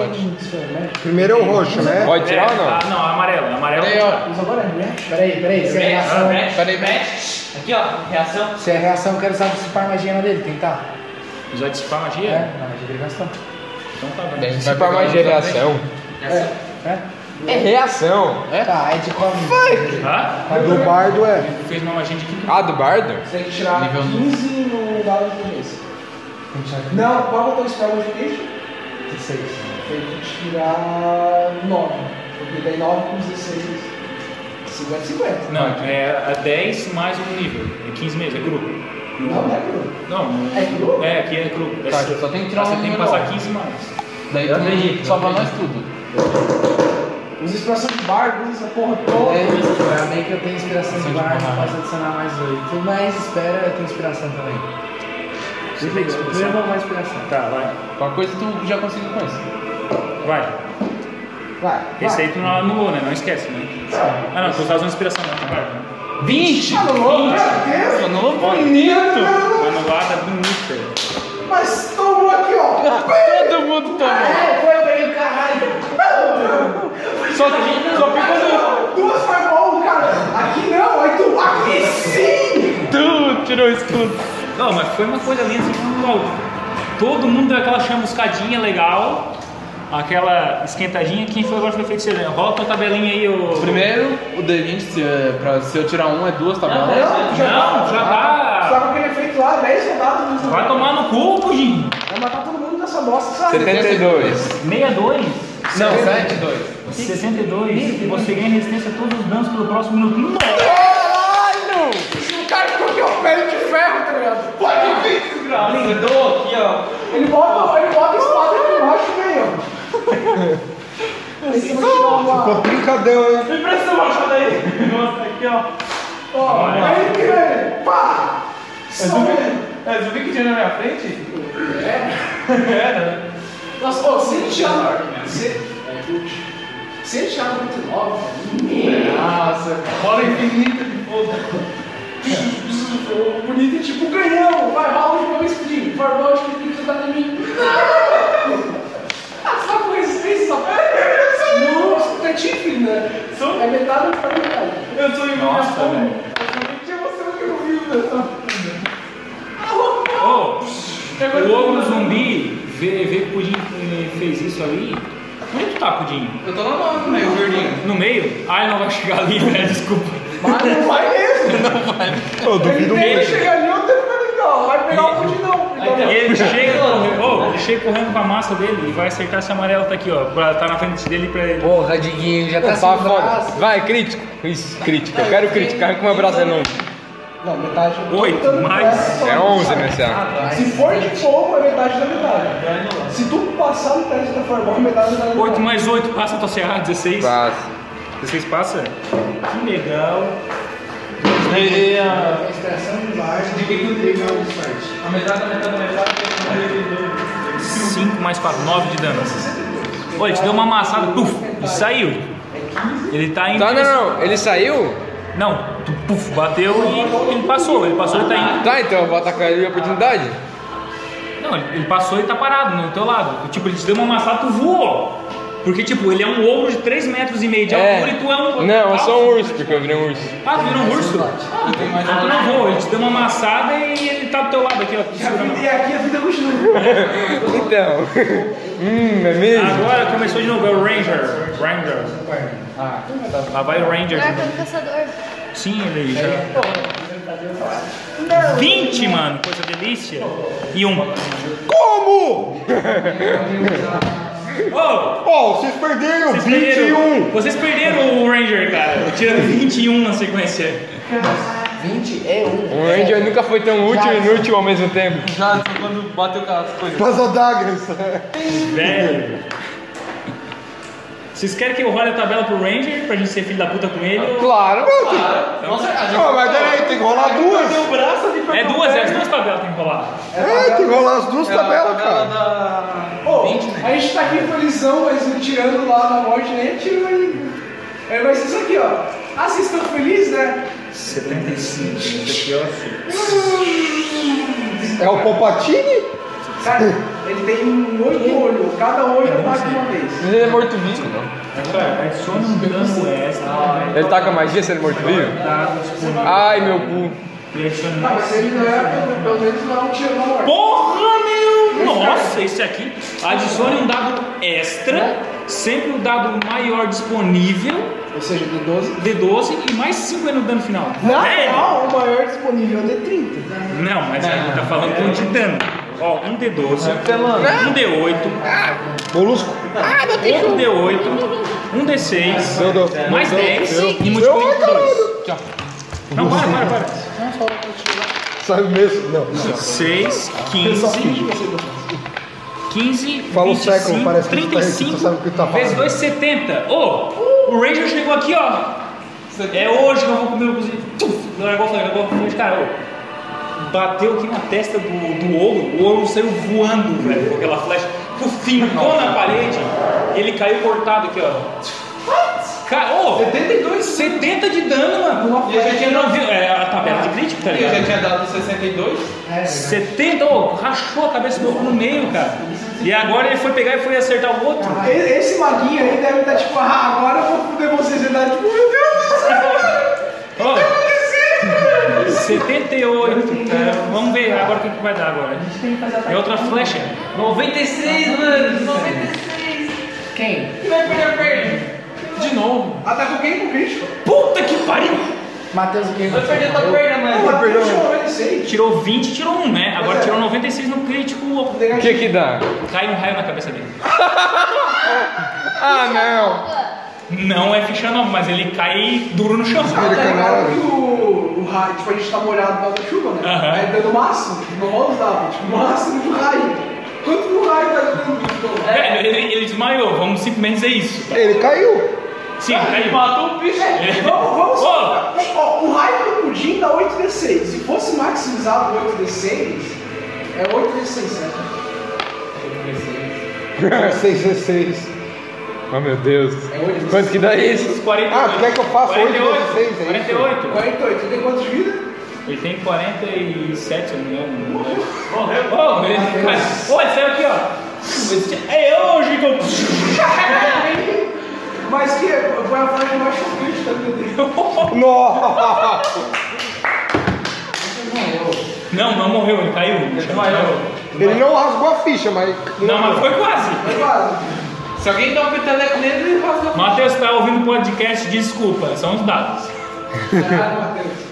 [SPEAKER 5] Primeiro é o roxo, né?
[SPEAKER 4] Pode tirar ou
[SPEAKER 1] É,
[SPEAKER 4] não?
[SPEAKER 1] ah, não, amarelo. Amarelo
[SPEAKER 12] Aí,
[SPEAKER 1] não
[SPEAKER 12] ó.
[SPEAKER 1] tá.
[SPEAKER 6] Mas agora é reação. Peraí, peraí. Se é reação,
[SPEAKER 9] Match,
[SPEAKER 12] Peraí,
[SPEAKER 9] match. Aqui ó, reação.
[SPEAKER 6] se é reação eu quero saber se a magia na dele. Tentar.
[SPEAKER 1] Já dissipar magia?
[SPEAKER 6] É, na magia que ele gastou.
[SPEAKER 1] Então tá bom.
[SPEAKER 12] Daí
[SPEAKER 4] Se
[SPEAKER 12] vai
[SPEAKER 4] pra mais
[SPEAKER 12] pegar um
[SPEAKER 4] geração.
[SPEAKER 9] Reação.
[SPEAKER 6] É?
[SPEAKER 4] É reação.
[SPEAKER 6] Tá, aí de qual
[SPEAKER 1] Hã?
[SPEAKER 5] A do bardo é.
[SPEAKER 1] Fez uma magia de quinta.
[SPEAKER 4] Ah, do bardo?
[SPEAKER 3] Você tem que tirar
[SPEAKER 12] Nível
[SPEAKER 3] 15 no dado de começo. Não, qual é o teu spell modification? 16. Tem que tirar 9. Porque daí 9 com 16. 50, 50.
[SPEAKER 1] Não, é a 10 mais um nível. É 15 mesmo, é grupo.
[SPEAKER 3] Não, não é cru.
[SPEAKER 1] Não, não-
[SPEAKER 3] É grupo?
[SPEAKER 1] É, aqui é grupo. É
[SPEAKER 12] Tá,
[SPEAKER 1] só-
[SPEAKER 12] só tem que tirar
[SPEAKER 1] Ah, Você
[SPEAKER 12] um
[SPEAKER 1] tem que
[SPEAKER 12] número
[SPEAKER 1] passar
[SPEAKER 12] alto.
[SPEAKER 1] 15 mais.
[SPEAKER 12] Daí
[SPEAKER 9] Eu acredito,
[SPEAKER 12] tu
[SPEAKER 9] eu
[SPEAKER 12] sobra nós
[SPEAKER 9] acredito.
[SPEAKER 12] tudo.
[SPEAKER 3] Os expressões de bardo, essa porra toda.
[SPEAKER 6] É isso, cara. meio que eu tenho inspiração de bardo, posso adicionar mais 8. Mas espera, eu tenho inspiração também. Eu vou mais inspiração.
[SPEAKER 1] Tá, vai.
[SPEAKER 12] Qualquer coisa tu já conseguiu com isso.
[SPEAKER 1] Vai.
[SPEAKER 3] Vai.
[SPEAKER 1] Esse aí tu não anulou, né? Não esquece, né? Ah, não, tu tá usando inspiração, né? Vai. Tá
[SPEAKER 12] 20!
[SPEAKER 3] Meu
[SPEAKER 12] Não vou
[SPEAKER 3] Deus!
[SPEAKER 1] Anulada bonita.
[SPEAKER 3] Mas tomou aqui, ó.
[SPEAKER 12] Todo mundo tomou.
[SPEAKER 3] É, foi, eu peguei o caralho.
[SPEAKER 12] Só, só ficou
[SPEAKER 3] Duas foi bom, cara. Aqui não, aí tu. Aqui sim!
[SPEAKER 12] no... Tu tirou isso tudo.
[SPEAKER 1] Não, mas foi uma coisa linda, assim, uau. todo mundo deu aquela chamuscadinha legal, aquela esquentadinha, quem foi agora foi feiticeiro, né? Rola tua tabelinha aí, o...
[SPEAKER 12] Primeiro, o D20, se, é, pra, se eu tirar um, é duas tabelas.
[SPEAKER 3] Não, já
[SPEAKER 1] Não, já
[SPEAKER 3] Só
[SPEAKER 1] tá...
[SPEAKER 3] com aquele efeito é lá, 10 soldados.
[SPEAKER 1] Vai tomar no cu, Pudim!
[SPEAKER 3] né, Vai matar todo mundo nessa bosta,
[SPEAKER 4] Ah,
[SPEAKER 3] sabe?
[SPEAKER 4] 72.
[SPEAKER 1] 62,
[SPEAKER 12] Não, 7, 2.
[SPEAKER 1] 62, você ganha resistência a todos os danos pelo próximo minuto. Não!
[SPEAKER 3] O cara ficou aqui, ó, pé de ferro, tá ligado? Pode vir!
[SPEAKER 9] Lindou aqui ó.
[SPEAKER 3] Ele bota, ele bota a espada aqui embaixo e ganhou. Aí você vai tirar uma-
[SPEAKER 5] Ficou trincadão, hein?
[SPEAKER 9] Me presta uma machada aí. Nossa, aqui ó.
[SPEAKER 3] Ó, aí ele ganha. Pá! Só ele.
[SPEAKER 9] É, você viu que tinha na minha frente?
[SPEAKER 3] Nossa, ó, se ele tirar. Se é, chute. Se ele tirar 99, é.
[SPEAKER 12] Nossa,
[SPEAKER 9] Bola infinita de fogo.
[SPEAKER 3] O bonito é tipo canhão, vai, rola um de novo explodir, vai, rola de novo explodir, tá em mim. Ah, só coincidência, só. Não, tá difícil, né? É metade pra metade.
[SPEAKER 9] Eu tô em
[SPEAKER 1] Nossa, velho.
[SPEAKER 3] Tinha você que eu vi, né?
[SPEAKER 1] Ô, Oh, o ogro zumbi vê, vê que o Pudim eh, fez isso ali. Onde tu tá, Pudim?
[SPEAKER 12] eu tô na mão, né, o verdinho.
[SPEAKER 1] No meio? Ah, ele não vai chegar ali, velho, desculpa.
[SPEAKER 3] Mas não vai mesmo.
[SPEAKER 5] Eu duvido
[SPEAKER 3] Ele
[SPEAKER 5] muito.
[SPEAKER 3] chegar ali, eu tenho que ficar legal, vai pegar o pudim não.
[SPEAKER 9] Aí tem-
[SPEAKER 1] E ele chega, correndo- ô, ele chega correndo com a massa dele e vai acertar esse amarelo tá aqui, ó. Pra, tá na frente dele pra ele.
[SPEAKER 6] Porra, Diguinho, ele já tá
[SPEAKER 4] Tá
[SPEAKER 6] sem
[SPEAKER 4] foda.
[SPEAKER 6] braço.
[SPEAKER 4] Vai, crítico. Isso, crítico. Eu quero criticar com uma braça enorme.
[SPEAKER 3] Não, metade.
[SPEAKER 1] Oito, mais.
[SPEAKER 4] É 11
[SPEAKER 5] né?
[SPEAKER 4] nesse ano.
[SPEAKER 3] Se for de fogo, é metade da metade. Se tu passar no teste da formal, é metade da metade.
[SPEAKER 1] 8 mais 8, passa a tua CA, 16.
[SPEAKER 4] Passa.
[SPEAKER 1] 16 passa? Que legal.
[SPEAKER 9] A metade da metade da metade.
[SPEAKER 1] 5 mais 4, 9 de dano. Ô, ele te deu uma amassada, puf, e saiu. Ele tá indo.
[SPEAKER 4] Tá, não, não. Ele saiu?
[SPEAKER 1] Não, tu, puf, bateu e ele passou. Ele passou e tá indo.
[SPEAKER 4] Tá, então eu vou atacar ele de oportunidade.
[SPEAKER 1] Não, ele ele passou e tá parado no teu lado. Tipo, ele te deu uma amassada, tu voou. Porque, tipo, ele é um ogro de 3 metros e meio de altura e tu é um.
[SPEAKER 4] Não, eu sou um urso, porque eu virei um urso.
[SPEAKER 1] Ah, tu virou um urso? Ah, tu não voa, ele te deu uma amassada e ele tá do teu lado aqui, ó. te segurando.
[SPEAKER 3] E aqui a vida continua.
[SPEAKER 4] Então. hum, é mesmo?
[SPEAKER 1] Agora começou de novo, é o Ranger. Ranger. Lá vai o Ranger.
[SPEAKER 11] Marca do caçador.
[SPEAKER 1] Sim, ele já. 20, mano. Coisa delícia. E um.
[SPEAKER 5] Como?
[SPEAKER 1] Oh,
[SPEAKER 5] Oh, vocês perderam
[SPEAKER 1] vocês
[SPEAKER 5] 21!
[SPEAKER 1] perderam. Vocês perderam o Ranger, cara. Tirando 21 na sequência.
[SPEAKER 6] 20 é 1.
[SPEAKER 4] O Ranger nunca foi tão útil e inútil ao mesmo tempo.
[SPEAKER 12] Já quando bateu com as
[SPEAKER 5] um
[SPEAKER 12] coisas.
[SPEAKER 5] Pasodagras!
[SPEAKER 1] Velho. Vocês querem que eu role a tabela pro Ranger pra gente ser filho da puta com ele?
[SPEAKER 6] Ah,
[SPEAKER 1] ou-
[SPEAKER 4] Claro!
[SPEAKER 12] Nossa, a gente
[SPEAKER 5] Ah, mas peraí, tem que rolar duas!
[SPEAKER 1] É duas, é as duas tabelas que tem que rolar.
[SPEAKER 5] É, tem que rolar as duas tabelas, cara!
[SPEAKER 12] cara.
[SPEAKER 3] Pô, a
[SPEAKER 1] né?
[SPEAKER 3] gente tá aqui felizão, mas não tirando lá na morte, nem tirou ele. É, mas isso aqui, ó. Ah, vocês estão felizes, né?
[SPEAKER 1] 75.
[SPEAKER 5] É o Popatini?
[SPEAKER 3] Cara, ele tem um oito olhos, cada
[SPEAKER 1] É
[SPEAKER 3] olho ataca uma vez.
[SPEAKER 4] Ele é morto-vivo, não?
[SPEAKER 1] Adiciona um dano extra.
[SPEAKER 4] Ele tá com a magia se ele é morto-vivo? Ai, meu cu.
[SPEAKER 1] E adiciona um-
[SPEAKER 3] Ah, mas ele não é, pelo- pelo menos não é um tiro na morte.
[SPEAKER 1] Porra, meu! Nossa, esse aqui. Adicione um dado extra, sempre o dado maior disponível,
[SPEAKER 6] É? Ou seja, de 12.
[SPEAKER 1] D12, e mais 5 é no dano final.
[SPEAKER 3] Na
[SPEAKER 1] Velho!
[SPEAKER 3] real, Ah, o maior disponível é o D30.
[SPEAKER 1] Não, mas a gente tá falando com de dano. Ó, um D12, um D8,
[SPEAKER 5] Molusco?
[SPEAKER 1] outro D8, um D6,
[SPEAKER 5] Meu Deus.
[SPEAKER 1] mais
[SPEAKER 5] Meu Deus.
[SPEAKER 1] 10 e multiplica por 2. Não, para, para, para.
[SPEAKER 5] Sabe mesmo? Não.
[SPEAKER 1] 6, 15. 15,
[SPEAKER 5] Fala o
[SPEAKER 1] 25,
[SPEAKER 5] século, parece que tu tá- que tu
[SPEAKER 1] 35,
[SPEAKER 5] sabe o que tu tá falando.
[SPEAKER 1] vezes 2, 70. Ô, o Ranger chegou aqui, ó. É hoje que eu vou comer o cozinho. Tuf, largou, largou, largou de cara, ô. Bateu aqui na testa do, do ouro, o ouro saiu voando, velho, com aquela flecha. Tu fincou na parede, ele caiu cortado aqui, ó. Cara, ô, 72, 70 de dano, mano. com uma
[SPEAKER 12] E a
[SPEAKER 1] flecha
[SPEAKER 12] gente
[SPEAKER 1] que não viu. É a tabela de crítico, tá
[SPEAKER 12] E eu
[SPEAKER 1] ligado?
[SPEAKER 12] já tinha dado 62.
[SPEAKER 1] 70, ô, rachou a cabeça do outro no meio, cara. E agora ele foi pegar e foi acertar o outro.
[SPEAKER 3] E- Esse maguinho aí deve estar tipo, ah, agora eu vou fuder vocês. Ele tá tipo, meu Deus do céu,
[SPEAKER 1] Ó,
[SPEAKER 3] cara.
[SPEAKER 1] 78, cara. Vamos ver agora o que, que vai dar agora. É outra flecha. 96, mano. 96.
[SPEAKER 6] Quem?
[SPEAKER 1] Vai perder a perna. De novo.
[SPEAKER 3] Atacou quem Ah, tá com crítico?
[SPEAKER 1] Puta que pariu.
[SPEAKER 6] Matheus o quê?
[SPEAKER 9] Vai perder tua perna,
[SPEAKER 3] Não,
[SPEAKER 9] mano.
[SPEAKER 3] atacou o crítico, eu não sei.
[SPEAKER 1] Tirou 20, tirou 1, né? Agora
[SPEAKER 3] Pois é.
[SPEAKER 1] tirou 96 no crítico.
[SPEAKER 4] O que que dá?
[SPEAKER 1] Cai um raio na cabeça dele.
[SPEAKER 4] Ah, não!
[SPEAKER 1] Não é ficha nova, mas ele cai duro no chão.
[SPEAKER 3] Ah, tá ligado que o, o raio, tipo, a gente tá molhado na chuva, né?
[SPEAKER 1] Aham.
[SPEAKER 3] Aí dando máximo, tipo, não rola os dados, tipo, máximo de raio. Quanto do raio tá dando? Tipo,
[SPEAKER 1] Velho, ele, ele desmaiou. Vamos simplesmente dizer isso.
[SPEAKER 5] Ele caiu!
[SPEAKER 1] Sim, caiu.
[SPEAKER 3] Matou o bicho.
[SPEAKER 1] É.
[SPEAKER 3] Vamos, vamos.
[SPEAKER 1] Ô!
[SPEAKER 3] Ó, o raio do pudim dá 8d6. Se fosse maximizado 8d6, é 8d6, certo?
[SPEAKER 5] 666.
[SPEAKER 4] Oh, meu Deus.
[SPEAKER 3] É 8d6.
[SPEAKER 4] Quanto que dá isso?
[SPEAKER 1] 48.
[SPEAKER 5] Ah, tu quer que eu faça
[SPEAKER 1] 48?
[SPEAKER 5] 8 vezes seis, é
[SPEAKER 1] 48.
[SPEAKER 3] 48, ele tem quanto de vida?
[SPEAKER 1] Ele tem 47, se eu não me engano. Morreu. Oh, ele, cara, oh, ele saiu aqui, ó. É hoje que eu.
[SPEAKER 3] Mas que foi a faixa mais chocante da vida dele.
[SPEAKER 5] Nossa!
[SPEAKER 1] Não, não morreu, ele caiu. Ele desmaiou.
[SPEAKER 5] Ele não rasgou a ficha, mas.
[SPEAKER 1] Não, mas foi quase.
[SPEAKER 3] Mas claro,
[SPEAKER 12] Se alguém dá um peteleco nele, ele rasga a
[SPEAKER 1] Matheus, tá ouvindo o podcast? Desculpa, são os dados.
[SPEAKER 3] caralho, Matheus.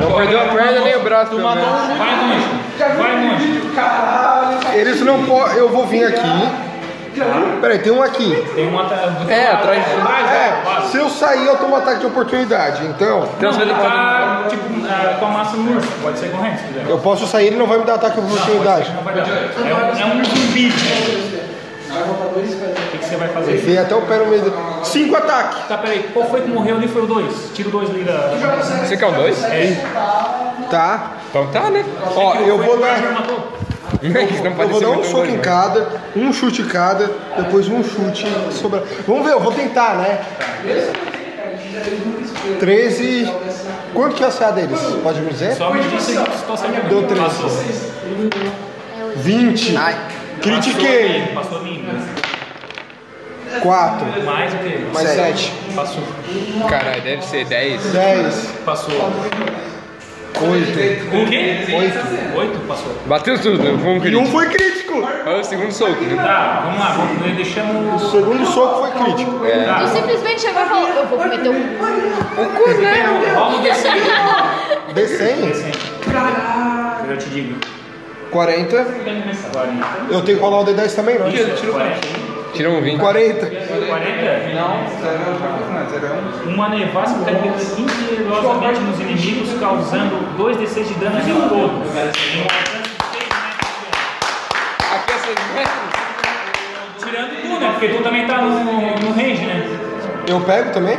[SPEAKER 4] Não perdeu
[SPEAKER 1] é
[SPEAKER 4] a perna né, nem o braço,
[SPEAKER 1] Tu
[SPEAKER 4] pelo
[SPEAKER 1] matou.
[SPEAKER 4] menos.
[SPEAKER 1] Vai longe.
[SPEAKER 3] Já viu
[SPEAKER 1] Vai
[SPEAKER 3] aquele
[SPEAKER 1] longe.
[SPEAKER 3] vídeo? Caralho, tá
[SPEAKER 5] Eles não podem. Eu vou vir aqui.
[SPEAKER 3] Já viu?
[SPEAKER 5] Peraí, tem um aqui.
[SPEAKER 1] Tem uma. tá-
[SPEAKER 4] É, atrás de-
[SPEAKER 1] Atrás,
[SPEAKER 5] É, se eu sair, eu tomo ataque de oportunidade. Então,
[SPEAKER 1] Não, ele tá tipo, ah, com a massa no urso. Pode ser corrente, se quiser.
[SPEAKER 5] eu posso sair, ele não vai me dar ataque de
[SPEAKER 1] Não, pode
[SPEAKER 5] oportunidade.
[SPEAKER 1] ser que não vai dar. É, um- é um zumbi. O
[SPEAKER 3] Vai voltar dois e vai-
[SPEAKER 1] que, que você vai fazer?
[SPEAKER 5] Enfim, até o pé no meio dele. Cinco ataques.
[SPEAKER 1] Tá, peraí, qual foi que morreu ali? Foi o 2. Tira o 2 ali
[SPEAKER 3] Tu
[SPEAKER 1] da. É.
[SPEAKER 3] já consegue-
[SPEAKER 4] Você quer o
[SPEAKER 3] já
[SPEAKER 4] dois?
[SPEAKER 3] consegue soltar.
[SPEAKER 5] Tá?
[SPEAKER 4] Então tá, né?
[SPEAKER 5] Ó, eu vou dar.
[SPEAKER 4] Isso é não
[SPEAKER 5] Eu
[SPEAKER 4] pode
[SPEAKER 5] vou
[SPEAKER 4] ser
[SPEAKER 5] dar um
[SPEAKER 4] muito
[SPEAKER 5] soco
[SPEAKER 4] ruim,
[SPEAKER 5] em
[SPEAKER 4] né?
[SPEAKER 5] cada, um chute em cada, depois um chute sobra. Vamos ver, eu vou tentar, né? 13. Quanto que é o CA deles? Pode me dizer?
[SPEAKER 1] Só me diz se se tá certo.
[SPEAKER 5] Deu três.
[SPEAKER 1] Passou.
[SPEAKER 5] 20. Critiquei.
[SPEAKER 1] Passou lindo.
[SPEAKER 5] 4.
[SPEAKER 1] Mais o quê?
[SPEAKER 5] Mais 7.
[SPEAKER 1] Passou.
[SPEAKER 4] Caralho, deve ser 10.
[SPEAKER 5] 10.
[SPEAKER 1] Passou.
[SPEAKER 5] 8.
[SPEAKER 1] O quê?
[SPEAKER 5] Oito.
[SPEAKER 1] 8? Passou.
[SPEAKER 4] Bateu tudo, né? vamos
[SPEAKER 5] E
[SPEAKER 4] querido.
[SPEAKER 5] um foi crítico.
[SPEAKER 4] Olha o segundo soco. né?
[SPEAKER 1] Tá, vamos lá, vamos, deixamos.
[SPEAKER 5] O segundo soco foi crítico.
[SPEAKER 4] É.
[SPEAKER 11] Tu simplesmente chegou e falou, eu vou cometer um...
[SPEAKER 4] O cu, né?
[SPEAKER 1] Rola o D6.
[SPEAKER 5] D100?
[SPEAKER 3] Caralho!
[SPEAKER 1] Eu já te digo.
[SPEAKER 5] 40.
[SPEAKER 1] Quarenta.
[SPEAKER 5] Eu tenho que rolar o D10 também, não? é
[SPEAKER 1] Isso, é quarenta.
[SPEAKER 4] Tira um 20.
[SPEAKER 5] 40.
[SPEAKER 12] Não,
[SPEAKER 1] 40?
[SPEAKER 12] zero é outra coisa, não, zero é um.
[SPEAKER 1] Uma nevasca caiu sigilosamente nos inimigos, causando 2d6 de dano em todos. Em um alcance de seis metros
[SPEAKER 4] Aqui é 6 metros.
[SPEAKER 1] de dano. Tirando tu, né? Porque tu também tá no, no range, né?
[SPEAKER 5] Eu pego também?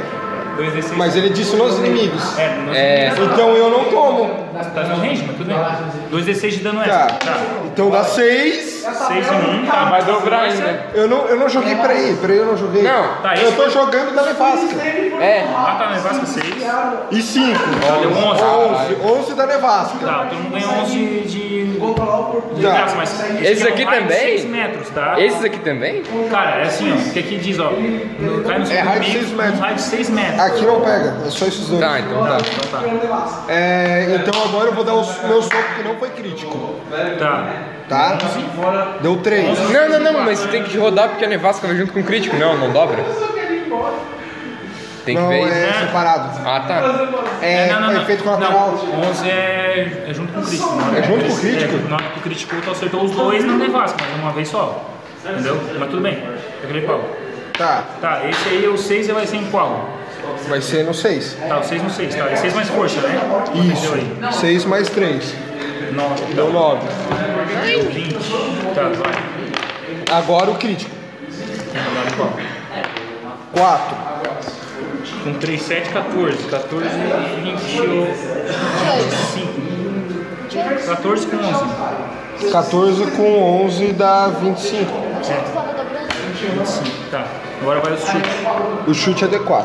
[SPEAKER 1] 2d6.
[SPEAKER 5] Mas ele disse nos inimigos.
[SPEAKER 1] É, no
[SPEAKER 4] É.
[SPEAKER 5] Então eu não tomo.
[SPEAKER 1] tá no range, mas tudo bem. 2d6 de dano
[SPEAKER 5] Tá.
[SPEAKER 1] extra. Tá.
[SPEAKER 5] Então dá 6.
[SPEAKER 1] 6 em 1, tá.
[SPEAKER 4] Vai dobrar ainda.
[SPEAKER 5] Eu não, eu não joguei pra ele, pra ele eu não joguei.
[SPEAKER 4] Não,
[SPEAKER 1] tá,
[SPEAKER 5] eu
[SPEAKER 1] isso-
[SPEAKER 5] tô jogando da nevasca.
[SPEAKER 4] É.
[SPEAKER 1] Ah, tá, nevasca 6.
[SPEAKER 5] E 5.
[SPEAKER 1] Deu 11.
[SPEAKER 5] 11. 11 da nevasca.
[SPEAKER 1] Tá, todo mundo ganhou 11 de...
[SPEAKER 3] Controlar o corpo
[SPEAKER 1] de
[SPEAKER 5] Tá.
[SPEAKER 1] graça, mas... é
[SPEAKER 4] Esse aqui também?
[SPEAKER 1] 6 metros, tá?
[SPEAKER 4] Esses aqui também?
[SPEAKER 1] Cara, é assim, ó. O que aqui diz, ó. No, cai no
[SPEAKER 5] É raio de seis metros.
[SPEAKER 1] Raio de 6 metros.
[SPEAKER 5] Aqui não pega, é só esses dois.
[SPEAKER 4] Tá, então tá.
[SPEAKER 1] Então tá.
[SPEAKER 5] É, então agora eu vou dar o meu soco que não foi crítico,
[SPEAKER 1] Tá.
[SPEAKER 5] tá? Deu 3.
[SPEAKER 4] Não, não, não, mas tem que rodar porque a nevasca vai junto com o crítico. Não, não dobra. Tem que
[SPEAKER 5] Não,
[SPEAKER 4] ver isso.
[SPEAKER 5] é separado.
[SPEAKER 4] Ah, tá.
[SPEAKER 5] É, é efeito colateral.
[SPEAKER 1] Não, 11 é, é junto com o crítico. na hora
[SPEAKER 5] É
[SPEAKER 1] que
[SPEAKER 5] junto com o
[SPEAKER 1] tu-
[SPEAKER 5] crítico?
[SPEAKER 1] É, na hora que o crítico tu acertou os dois não nevasca, mas uma vez só. Entendeu? Mas tudo bem. É aquele qual.
[SPEAKER 5] Tá,
[SPEAKER 1] Tá, esse aí é o 6 e vai ser em qual?
[SPEAKER 5] vai ser no 6.
[SPEAKER 1] Tá, o 6 no 6, tá? É 6 mais força, né?
[SPEAKER 5] Isso.
[SPEAKER 1] Entendeu aí?
[SPEAKER 5] 6 mais 3.
[SPEAKER 1] 9,
[SPEAKER 5] Deu 9.
[SPEAKER 1] 20. Tá, vai.
[SPEAKER 5] Agora o crítico.
[SPEAKER 1] Tem agora em qual?
[SPEAKER 5] 4.
[SPEAKER 1] Com 3, 7, 14. 14, 25. 14 com 11.
[SPEAKER 5] 14 com 11 dá 25.
[SPEAKER 11] Tu tava dobrando.
[SPEAKER 1] 25. Tá, agora vai o chute.
[SPEAKER 5] O chute é D4.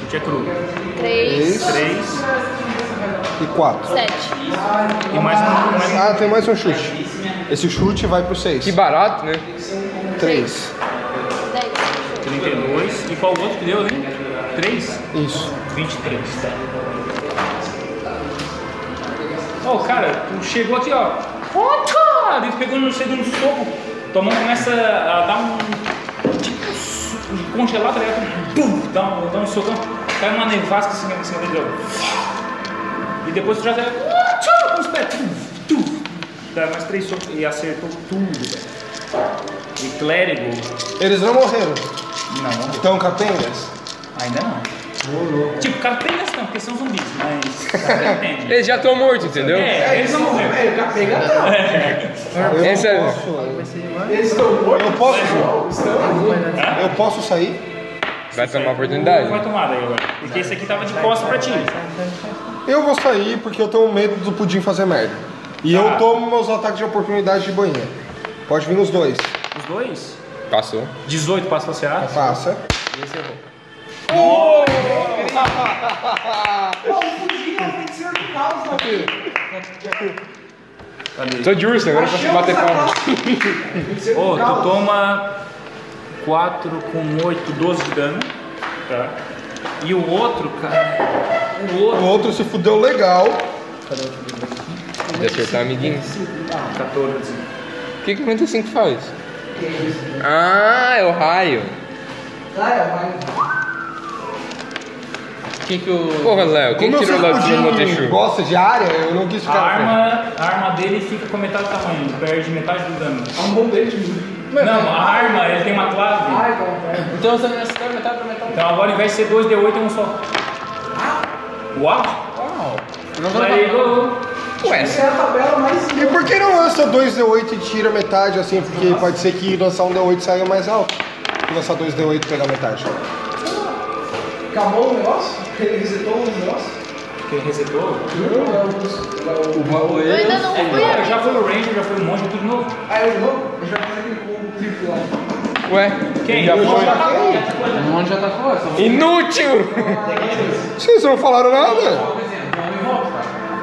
[SPEAKER 1] Chute é cru.
[SPEAKER 5] É
[SPEAKER 11] Três,
[SPEAKER 1] 3
[SPEAKER 5] E 4.
[SPEAKER 11] sete.
[SPEAKER 1] e mais um. Mais um.
[SPEAKER 5] Ah, tem mais um chute. Esse chute vai pro 6.
[SPEAKER 4] Que barato, né?
[SPEAKER 5] 3.
[SPEAKER 11] Dez.
[SPEAKER 1] 32. um, E qual o outro que deu ali? 3?
[SPEAKER 5] Isso.
[SPEAKER 1] 23, tá. Ó, o cara, tu chegou aqui, ó. Ó, cara! Ele pegou no segundo soco. Tua mão começa a dar um. Tipo, um congelado, tá ligado? Pum! Dá um, dá um socão. Cai uma nevasca assim em cima dele, ó. E depois tu já tá. ó, tchau, Com os pés. Tum, tum. Dá mais três socos. E acertou tudo, velho. E clérigo.
[SPEAKER 5] Eles não morreram.
[SPEAKER 1] Não, não deu.
[SPEAKER 5] Então, capengas.
[SPEAKER 1] Ainda não. Tipo, capengas não, porque são zumbis, mas. Você entende.
[SPEAKER 4] Eles já estão mortos, entendeu?
[SPEAKER 1] É, eles não morreram.
[SPEAKER 3] É, o capega não.
[SPEAKER 5] Eu
[SPEAKER 4] Esse
[SPEAKER 5] não
[SPEAKER 4] é-
[SPEAKER 5] posso.
[SPEAKER 3] Eles estão mortos.
[SPEAKER 5] Eu posso, eu posso sair?
[SPEAKER 4] Vai tomar uma oportunidade.
[SPEAKER 1] Vai tomar daí agora. Porque esse aqui tava de costas pra ti.
[SPEAKER 5] Eu vou sair porque eu tenho medo do pudim fazer merda. E
[SPEAKER 1] Tá.
[SPEAKER 4] Ah.
[SPEAKER 5] eu tomo meus ataques de oportunidade de banheiro. Pode vir os dois.
[SPEAKER 1] Os dois?
[SPEAKER 4] Passou.
[SPEAKER 1] 18 passa você A.
[SPEAKER 5] Passa.
[SPEAKER 3] é né?
[SPEAKER 1] Cadê?
[SPEAKER 4] Tô de urso, agora eu posso bater palma.
[SPEAKER 1] Ô, tu toma 4 com 8, 12 de dano. Tá. E o outro, cara. O
[SPEAKER 5] O
[SPEAKER 1] outro.
[SPEAKER 5] outro se fudeu legal.
[SPEAKER 4] De acertar amiguinho.
[SPEAKER 1] 14.
[SPEAKER 4] O que que o 45 faz? Ah, é o raio.
[SPEAKER 3] Ah, é,
[SPEAKER 12] Que que o...
[SPEAKER 4] Porra, Léo, quem
[SPEAKER 5] Como eu um sei
[SPEAKER 4] tirou
[SPEAKER 5] que
[SPEAKER 4] o
[SPEAKER 5] o
[SPEAKER 4] Ladino no
[SPEAKER 5] pudim
[SPEAKER 4] Teixu?
[SPEAKER 5] gosta de área, eu não quis
[SPEAKER 1] A
[SPEAKER 5] ficar. na frente.
[SPEAKER 1] arma, a arma dele fica com metade do tamanho, perde metade do dano.
[SPEAKER 3] é
[SPEAKER 1] A
[SPEAKER 3] um
[SPEAKER 1] mão
[SPEAKER 3] né?
[SPEAKER 1] dele Não, a arma, ele tem uma clave.
[SPEAKER 12] Então você não necessita metade pra metade.
[SPEAKER 1] Então agora ao invés de ser 2D8 é um só. Uau! Uau!
[SPEAKER 4] Ué,
[SPEAKER 3] Essa é a tabela mais
[SPEAKER 5] E por que não lança 2D8 e tira metade assim? Porque pode ser que lançar um D8 saia mais alto. E lançar 2D8 e pegar metade.
[SPEAKER 3] Acabou o negócio? Ele resetou o negócio?
[SPEAKER 1] Quem resetou?
[SPEAKER 11] Eu ainda não fui
[SPEAKER 12] É.
[SPEAKER 1] Cara,
[SPEAKER 11] a
[SPEAKER 1] já foi o Ranger, já foi o Monge, tudo de novo.
[SPEAKER 3] Aí eu não, eu já fiz aquele combo triplo lá.
[SPEAKER 4] ué.
[SPEAKER 1] Quem?
[SPEAKER 4] Já
[SPEAKER 1] Eu
[SPEAKER 4] foi.
[SPEAKER 12] O monte já tá com essa.
[SPEAKER 4] Inútil!
[SPEAKER 5] Vocês não falaram nada?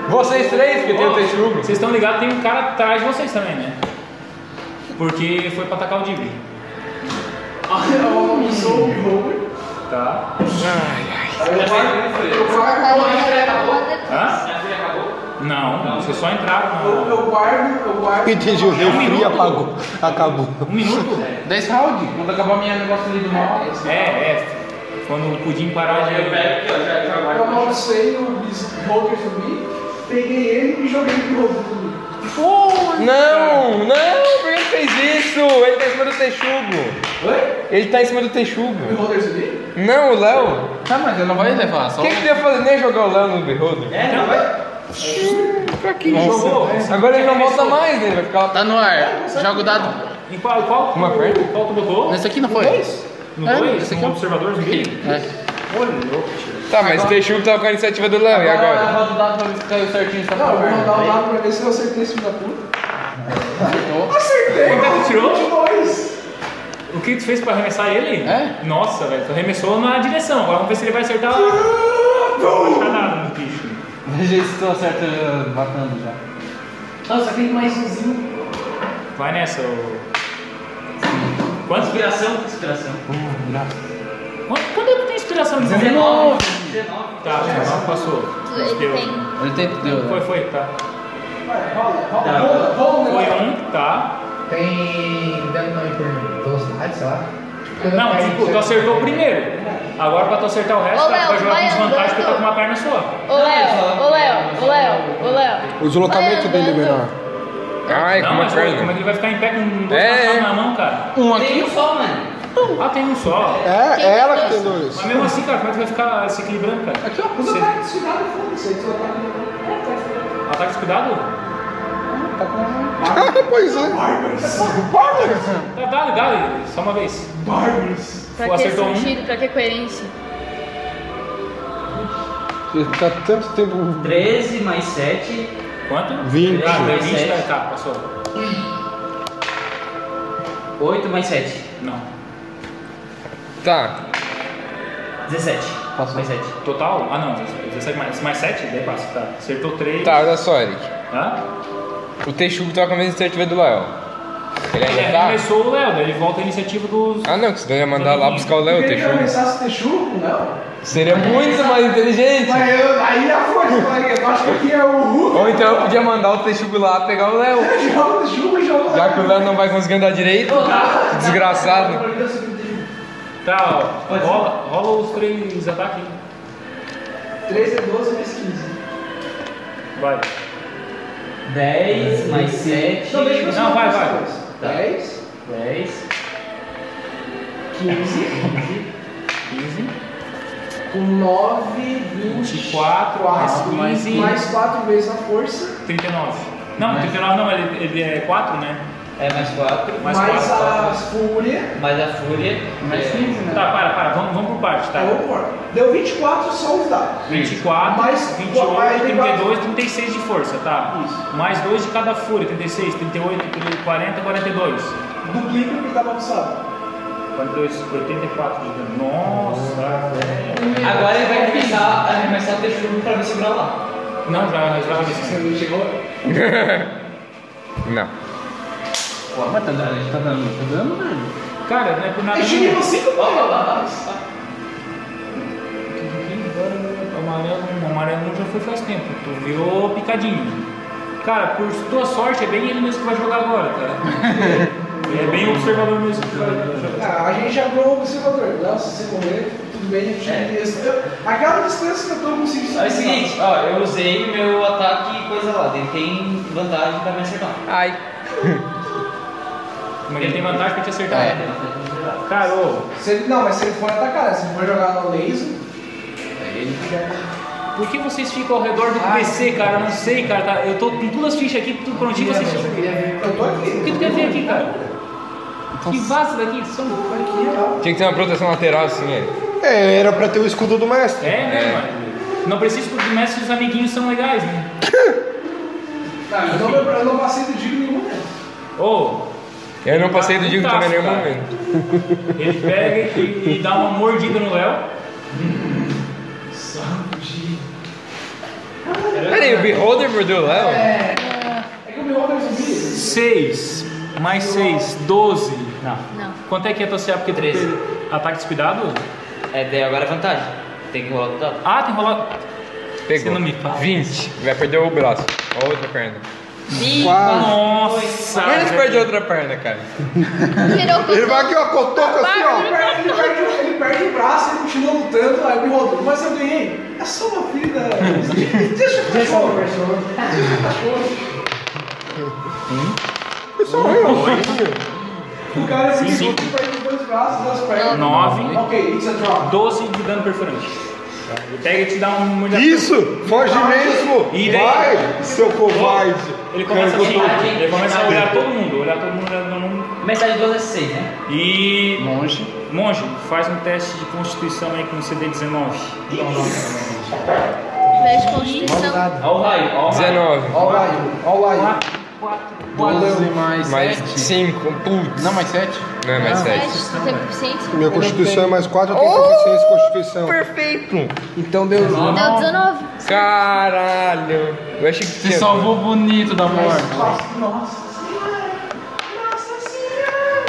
[SPEAKER 4] Vocês três, porque tem o Teixugo.
[SPEAKER 1] Vocês estão ligados, tem um cara atrás de vocês também, né? Porque foi pra atacar o Digby. Tá.
[SPEAKER 3] Eu guardo,
[SPEAKER 1] Hã? Não, vocês só entraram.
[SPEAKER 3] eu,
[SPEAKER 1] na-
[SPEAKER 3] eu guardo, eu guardo.
[SPEAKER 5] Entendi, o refri
[SPEAKER 1] minuto.
[SPEAKER 5] apagou. Acabou.
[SPEAKER 1] Um minuto?
[SPEAKER 12] 10 round. Quando acabar minha negócio ali do mal.
[SPEAKER 1] É, é. Quando o pudim parar de.
[SPEAKER 9] Eu pego aqui, ó, já já vai.
[SPEAKER 3] Eu almocei o Smoker zumbi, peguei ele e joguei de novo.
[SPEAKER 4] Não, não, por que ele fez isso? Ele tá em cima do texugo.
[SPEAKER 3] Oi?
[SPEAKER 4] Ele tá em cima do texugo.
[SPEAKER 3] Smoker zumbi?
[SPEAKER 4] Não, o Léo.
[SPEAKER 12] Tá, mas ele não vai levar, só.
[SPEAKER 4] O que que tu ia fazer? Nem jogar o Léo no Beholder?
[SPEAKER 9] É, não vai.
[SPEAKER 4] Pra que jogou? Agora ele não volta mais, né? Ele vai ficar lá.
[SPEAKER 12] Tá no ar. Joga o dado.
[SPEAKER 1] Em qual? qual
[SPEAKER 4] Uma
[SPEAKER 1] qual-
[SPEAKER 4] perna?
[SPEAKER 1] Qual tu botou?
[SPEAKER 12] Nesse aqui não foi?
[SPEAKER 1] No
[SPEAKER 12] É,
[SPEAKER 1] 2?
[SPEAKER 12] esse
[SPEAKER 1] Um
[SPEAKER 12] aqui é o-
[SPEAKER 1] observador zumbi?
[SPEAKER 12] É.
[SPEAKER 1] Olha, louco, tio.
[SPEAKER 4] Tá, mas o texugo tava com a iniciativa do Léo, e
[SPEAKER 12] Ah,
[SPEAKER 4] agora?
[SPEAKER 12] roda o dado pra ver se caiu certinho se tá
[SPEAKER 3] Não, eu vou mandar o
[SPEAKER 12] Aí,
[SPEAKER 3] dado pra ver se eu acertei esse filho da puta.
[SPEAKER 12] acertou.
[SPEAKER 3] Acertei!
[SPEAKER 1] Quanto é que tu tirou?
[SPEAKER 3] 22!
[SPEAKER 1] O que tu fez pra arremessar ele?
[SPEAKER 12] É?
[SPEAKER 1] Nossa, velho, tu arremessou na direção. Agora vamos ver se ele vai acertar. Não vai acertar nada no bicho.
[SPEAKER 12] Veja se tu acerta uh, matando já.
[SPEAKER 9] Nossa, aquele mais umzinho.
[SPEAKER 1] Vai nessa, ô. Quantos?
[SPEAKER 9] Inspiração, inspiração.
[SPEAKER 1] Quanto- Quando é que tem inspiração de
[SPEAKER 9] 19. 19.
[SPEAKER 1] Tá, não passou.
[SPEAKER 11] Ele
[SPEAKER 1] Deu.
[SPEAKER 11] tem.
[SPEAKER 12] Ele tem deu,
[SPEAKER 1] Foi,
[SPEAKER 12] né?
[SPEAKER 1] foi, tá.
[SPEAKER 3] Vai, rola,
[SPEAKER 9] Tá.
[SPEAKER 3] rola, rola, rola o
[SPEAKER 1] Foi
[SPEAKER 3] negócio.
[SPEAKER 1] um, tá.
[SPEAKER 16] Tem. Deve não em velocidade, sei lá.
[SPEAKER 1] Não, tipo, tu acertou o primeiro. Agora pra tu acertar o resto, tá,
[SPEAKER 11] Ô,
[SPEAKER 1] tu vai
[SPEAKER 11] Léo,
[SPEAKER 1] jogar com
[SPEAKER 11] vai
[SPEAKER 1] desvantagem porque
[SPEAKER 11] andando.
[SPEAKER 1] tá com uma perna só.
[SPEAKER 11] Ô Léo, ô Léo, ô Léo, ô Léo.
[SPEAKER 5] O
[SPEAKER 11] Vai
[SPEAKER 5] deslocamento dele é
[SPEAKER 11] andando.
[SPEAKER 5] melhor.
[SPEAKER 4] Ai, com
[SPEAKER 1] Não,
[SPEAKER 4] uma
[SPEAKER 1] mas olha, como é
[SPEAKER 4] perna.
[SPEAKER 1] que ele vai ficar em pé com dois
[SPEAKER 4] É,
[SPEAKER 1] é.
[SPEAKER 4] é.
[SPEAKER 1] na mão, cara?
[SPEAKER 12] Um
[SPEAKER 9] Tem
[SPEAKER 12] aqui.
[SPEAKER 9] um só, mano.
[SPEAKER 1] Ah, tem um só.
[SPEAKER 5] É,
[SPEAKER 11] Quem
[SPEAKER 5] é ela
[SPEAKER 11] tem
[SPEAKER 5] que tem
[SPEAKER 11] dois?
[SPEAKER 5] dois.
[SPEAKER 1] Mas mesmo assim, cara, como é que vai ficar se equilibrando, cara?
[SPEAKER 3] Aqui, ó, os
[SPEAKER 1] Cê-
[SPEAKER 3] ataques de nada, foda-se. Aí tu ataca de novo.
[SPEAKER 1] Ataque de Ah, tá, cuidado?
[SPEAKER 5] pois é.
[SPEAKER 1] Tá, dá, dá, só uma vez.
[SPEAKER 11] Pra
[SPEAKER 1] Pô,
[SPEAKER 11] que
[SPEAKER 1] acertou um.
[SPEAKER 11] sentido? Pra que coerência?
[SPEAKER 5] Ele tá tanto tempo.
[SPEAKER 9] 13 mais 7.
[SPEAKER 1] Quanto?
[SPEAKER 5] 20.
[SPEAKER 1] Ah, deu 20, tá,
[SPEAKER 9] Dezessete.
[SPEAKER 1] tá, passou.
[SPEAKER 9] 8 mais 7.
[SPEAKER 1] Não.
[SPEAKER 4] Tá,
[SPEAKER 9] 17. Mais 7.
[SPEAKER 1] Total? Ah, não, 17 mais, mais 7, daí passa, tá. Acertou 3.
[SPEAKER 4] tá, olha só, Eric.
[SPEAKER 1] Hã?
[SPEAKER 4] O texugo tava com a mesma iniciativa do Léo. Ele
[SPEAKER 1] Ele
[SPEAKER 4] ainda tá?
[SPEAKER 1] arremessou É, o Léo, daí ele volta a iniciativa dos.
[SPEAKER 4] Ah não, que senão ia mandar lá buscar o Léo, o
[SPEAKER 3] Queria que eu
[SPEAKER 4] texugo.
[SPEAKER 3] começasse a ter churro, tá não?
[SPEAKER 4] Seria muito mais inteligente.
[SPEAKER 3] Mas eu, aí é a força, colega. Eu acho que aqui é o Hulk.
[SPEAKER 4] Ou então eu podia mandar o texugo lá pegar o Léo.
[SPEAKER 3] Joga, joga, joga.
[SPEAKER 4] Já que o Léo não vai conseguir andar direito, desgraçado.
[SPEAKER 1] Tá, ó. Rola, rola os três ataques. aí.
[SPEAKER 3] 3 é 12 mais 15.
[SPEAKER 1] Vai.
[SPEAKER 9] 10 mais 7.
[SPEAKER 3] Não, deixa eu
[SPEAKER 1] Não, vai, vai.
[SPEAKER 3] 10,
[SPEAKER 9] 10.
[SPEAKER 1] 15,
[SPEAKER 3] com 9, 20,
[SPEAKER 1] 24, mais 15,
[SPEAKER 3] mais 4 vezes a força,
[SPEAKER 1] 39. Não, 39 não, ele, ele é 4, né?
[SPEAKER 9] É mais 4.
[SPEAKER 1] Mais
[SPEAKER 3] mais,
[SPEAKER 1] 4.
[SPEAKER 3] a fúria,
[SPEAKER 9] Mais a fúria.
[SPEAKER 12] Mais
[SPEAKER 9] é,
[SPEAKER 12] 15, né?
[SPEAKER 1] Tá, para, para, vamos, vamos por parte, tá?
[SPEAKER 3] é o corpo. Deu 24 só os dados.
[SPEAKER 1] 24,
[SPEAKER 3] Mais-
[SPEAKER 1] 28,
[SPEAKER 3] mais-
[SPEAKER 1] 32, 36 de força, tá? Mais 2 de cada fúria, 36, 38, 38, 40, 42.
[SPEAKER 3] Duplica o que estava almoçado.
[SPEAKER 1] 42, 84 de dano. Nossa, velho.
[SPEAKER 9] Agora ele vai começar a arremessar o texugo pra me segurar lá.
[SPEAKER 1] Não, já, já avisei.
[SPEAKER 3] Ele chegou?
[SPEAKER 4] Não.
[SPEAKER 12] Pô, mas tá dando, tá dando, tá dando, velho.
[SPEAKER 1] Cara, não é por nada.
[SPEAKER 3] Eu cheguei no 5
[SPEAKER 1] O amarelo, o amarelo já foi faz tempo, tu virou picadinho. Cara, por tua sorte, é bem ele mesmo que vai jogar agora, cara. É bem o observador mesmo que vai jogar.
[SPEAKER 3] Ah, a gente já abriu o observador. Não, se você morrer, tudo bem, eu cheguei. Eu- Aquela distância que eu tô conseguindo
[SPEAKER 9] É o seguinte, ó, eu usei meu ataque e coisa lá. Ele tem vantagem pra me acertar.
[SPEAKER 4] Ai.
[SPEAKER 1] Mas ele tem vantagem pra te acertar.
[SPEAKER 12] É.
[SPEAKER 9] Tem vantagem pra me acertar.
[SPEAKER 1] Cara, ô,
[SPEAKER 3] tá? Se ele- não, mas se ele for atacar, né? se ele for jogar no laser,
[SPEAKER 1] por que vocês ficam ao redor do
[SPEAKER 3] Ah,
[SPEAKER 1] PC, cara? Eu não sei, cara. tá? Eu tô com todas as fichas aqui, tudo prontinho pra vocês. O
[SPEAKER 3] eu tô
[SPEAKER 1] que
[SPEAKER 3] aqui.
[SPEAKER 1] tu quer ver aqui, cara? Que vaza daqui, são.
[SPEAKER 3] Tá
[SPEAKER 4] Tinha que ter uma proteção lateral assim, Eric.
[SPEAKER 5] É, era pra ter o escudo do mestre.
[SPEAKER 1] É, né, mano? Não precisa porque mestre os amiguinhos são legais, né?
[SPEAKER 9] Ah,
[SPEAKER 3] Eu não, eu não passei do digo nenhum, né?
[SPEAKER 1] Ô,
[SPEAKER 4] Eu não passei do Digo também em nenhum
[SPEAKER 1] Cara.
[SPEAKER 4] momento.
[SPEAKER 1] Ele pega e, e dá uma mordida no Léo.
[SPEAKER 4] Peraí, o Beholder mordeu o Léo?
[SPEAKER 3] É que o meu homem zumbi.
[SPEAKER 1] 6 mais 6, 12. Não.
[SPEAKER 11] Não.
[SPEAKER 1] Quanto é que é teu CA? Porque tu
[SPEAKER 9] 13.
[SPEAKER 1] fez Ataque descuidado?
[SPEAKER 9] É, daí agora é vantagem. Tem que rolar o dado.
[SPEAKER 1] Ah, tem rolado. Você
[SPEAKER 4] Pegou.
[SPEAKER 1] não me fala.
[SPEAKER 4] 20. Vai perder o braço. Ó, a outra perna.
[SPEAKER 11] Ih,
[SPEAKER 5] Quase.
[SPEAKER 1] Nossa! Sabe.
[SPEAKER 4] Mas ele perde a outra perna, cara.
[SPEAKER 5] Ele vai aqui, ó, cotoco assim,
[SPEAKER 3] Ele
[SPEAKER 5] ó.
[SPEAKER 3] perde, ele perde o- ele perde o braço, ele continua lutando, aí me rodou. Mas eu ganhei. É só uma vida. Deixa o cachorro. Deixa o cachorro.
[SPEAKER 1] Hum?
[SPEAKER 5] Isso é horrível.
[SPEAKER 3] Hum? O cara se
[SPEAKER 1] Sim, sim.
[SPEAKER 3] ligou que perde os dois braços, duas pernas.
[SPEAKER 1] Nove.
[SPEAKER 3] Ok, it's a draw.
[SPEAKER 1] 12 de dano perfurante. Ele pega e te dá um molhado.
[SPEAKER 5] Isso, foge mesmo.
[SPEAKER 1] E daí?
[SPEAKER 5] Vai, seu covarde.
[SPEAKER 1] Ele começa a
[SPEAKER 5] Cara,
[SPEAKER 1] olhar,
[SPEAKER 9] gente.
[SPEAKER 1] ele começa a olhar todo mundo, olhar todo mundo, olhar todo mundo.
[SPEAKER 9] Metade de 12 é 6, né?
[SPEAKER 1] E.
[SPEAKER 12] Longe.
[SPEAKER 1] Monge, faz um teste de constituição aí com CD19.
[SPEAKER 11] Pede constituição.
[SPEAKER 9] Olha o raio, ó o raio.
[SPEAKER 4] 19.
[SPEAKER 6] Ó o laio, ó o laio.
[SPEAKER 12] 12 mais
[SPEAKER 4] Mais
[SPEAKER 12] 7.
[SPEAKER 4] 5. Putz.
[SPEAKER 12] Não, mais 7.
[SPEAKER 4] Não é
[SPEAKER 6] Ah.
[SPEAKER 4] mais 7.
[SPEAKER 11] Pede, tu tem proficiência?
[SPEAKER 5] Minha constituição é mais 4, eu tenho proficiência em constituição.
[SPEAKER 4] Perfeito.
[SPEAKER 6] Então deu.
[SPEAKER 1] um.
[SPEAKER 11] Deu 19.
[SPEAKER 4] Caralho. Eu achei que
[SPEAKER 12] Se
[SPEAKER 4] tinha...
[SPEAKER 12] salvou bonito da morte.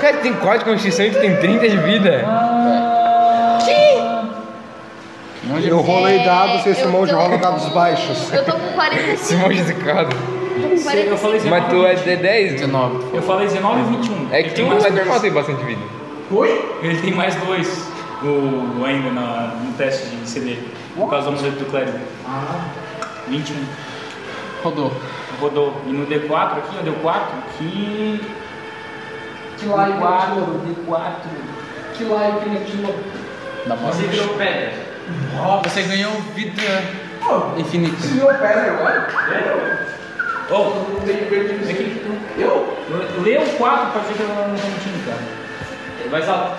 [SPEAKER 4] Cara, tem 4 constituições e tu tem 30 de vida.
[SPEAKER 5] Eu rolei dados e esse
[SPEAKER 11] eu
[SPEAKER 5] monge
[SPEAKER 11] tô
[SPEAKER 5] rola dados
[SPEAKER 11] com-
[SPEAKER 5] baixos.
[SPEAKER 11] Eu tô com 45.
[SPEAKER 4] Esse monte de cara.
[SPEAKER 11] Tô com 45.
[SPEAKER 1] Eu falei 19,
[SPEAKER 4] Mas tu é de 10?
[SPEAKER 12] 19.
[SPEAKER 1] eu falei 19 e 21.
[SPEAKER 4] É
[SPEAKER 1] ele
[SPEAKER 4] que
[SPEAKER 1] tem
[SPEAKER 4] tu
[SPEAKER 1] mais
[SPEAKER 4] é
[SPEAKER 1] dois.
[SPEAKER 4] normal tem bastante vida.
[SPEAKER 3] Oi?
[SPEAKER 1] Ele tem mais dois o, ainda na- no teste de CD. Por causa do amuleto do clérigo. Ah. 21.
[SPEAKER 12] Rodou.
[SPEAKER 1] Rodou. E no D4 aqui, ó, deu 4, que.
[SPEAKER 3] Que lá e
[SPEAKER 1] D4,
[SPEAKER 3] gatilho.
[SPEAKER 1] D4.
[SPEAKER 3] Que lá e gatilho.
[SPEAKER 12] Da morte.
[SPEAKER 9] Você virou pedra.
[SPEAKER 12] Você ganhou vida
[SPEAKER 3] Pô,
[SPEAKER 12] infinita.
[SPEAKER 3] se meu pé agora,
[SPEAKER 1] Oh,
[SPEAKER 3] não tem perdido.
[SPEAKER 1] vem aqui.
[SPEAKER 3] Eu?
[SPEAKER 1] Lê o 4 pra ver que eu não não tinha, cara.
[SPEAKER 9] Ele vai saltar.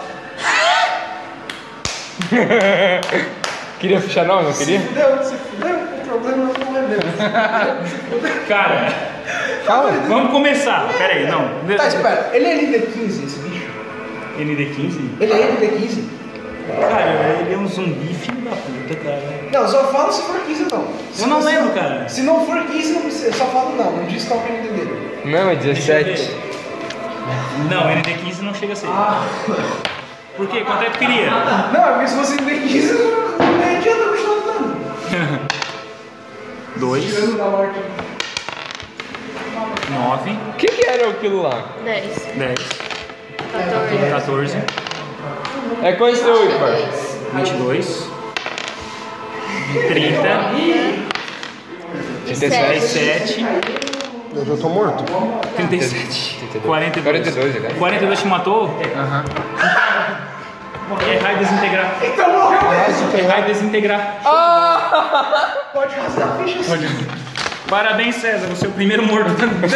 [SPEAKER 4] Queria fechar não, não queria?
[SPEAKER 3] Fudeu, se fudeu, o problema não é meu.
[SPEAKER 1] Cara,
[SPEAKER 5] Calma.
[SPEAKER 1] vamos começar. Pera aí, não.
[SPEAKER 6] Tá, espera. Ele é ND15 esse bicho?
[SPEAKER 1] ND15?
[SPEAKER 6] Ele é ND15?
[SPEAKER 1] Cara, ele é um zumbi filho da puta, cara.
[SPEAKER 6] Não, só fala se for 15 não. Se
[SPEAKER 1] Eu não
[SPEAKER 6] você-
[SPEAKER 1] lembro, cara.
[SPEAKER 6] Se não for 15, não precisa. Só fala não. Não diz qual que é o ND dele.
[SPEAKER 4] Não, é
[SPEAKER 1] Deixa eu
[SPEAKER 4] 17.
[SPEAKER 1] ver. Não, ND15 não chega a ser. Por quê? Quanto é que queria?
[SPEAKER 3] Não, é porque se você tem 15, não adianta continuar lutando.
[SPEAKER 1] Dois,
[SPEAKER 3] Tirando da morte.
[SPEAKER 1] nove,
[SPEAKER 4] O que que era aquilo lá?
[SPEAKER 11] 10.
[SPEAKER 1] dez,
[SPEAKER 11] 14.
[SPEAKER 1] quatorze,
[SPEAKER 4] É quanto seu ímpar?
[SPEAKER 11] 22.
[SPEAKER 1] vinte e dois, trinta,
[SPEAKER 4] 37.
[SPEAKER 1] dez, sete,
[SPEAKER 5] Eu já tô morto.
[SPEAKER 1] trinta e sete,
[SPEAKER 4] 32.
[SPEAKER 1] quarenta e dois.
[SPEAKER 4] 42, né?
[SPEAKER 1] Quarenta e dois te matou?
[SPEAKER 12] Aham.
[SPEAKER 1] É raio desintegrar.
[SPEAKER 3] Então morreu mesmo.
[SPEAKER 1] É raio desintegrar.
[SPEAKER 3] Pode rasgar fichas.
[SPEAKER 1] Parabéns, César, você é o primeiro morto.
[SPEAKER 4] né?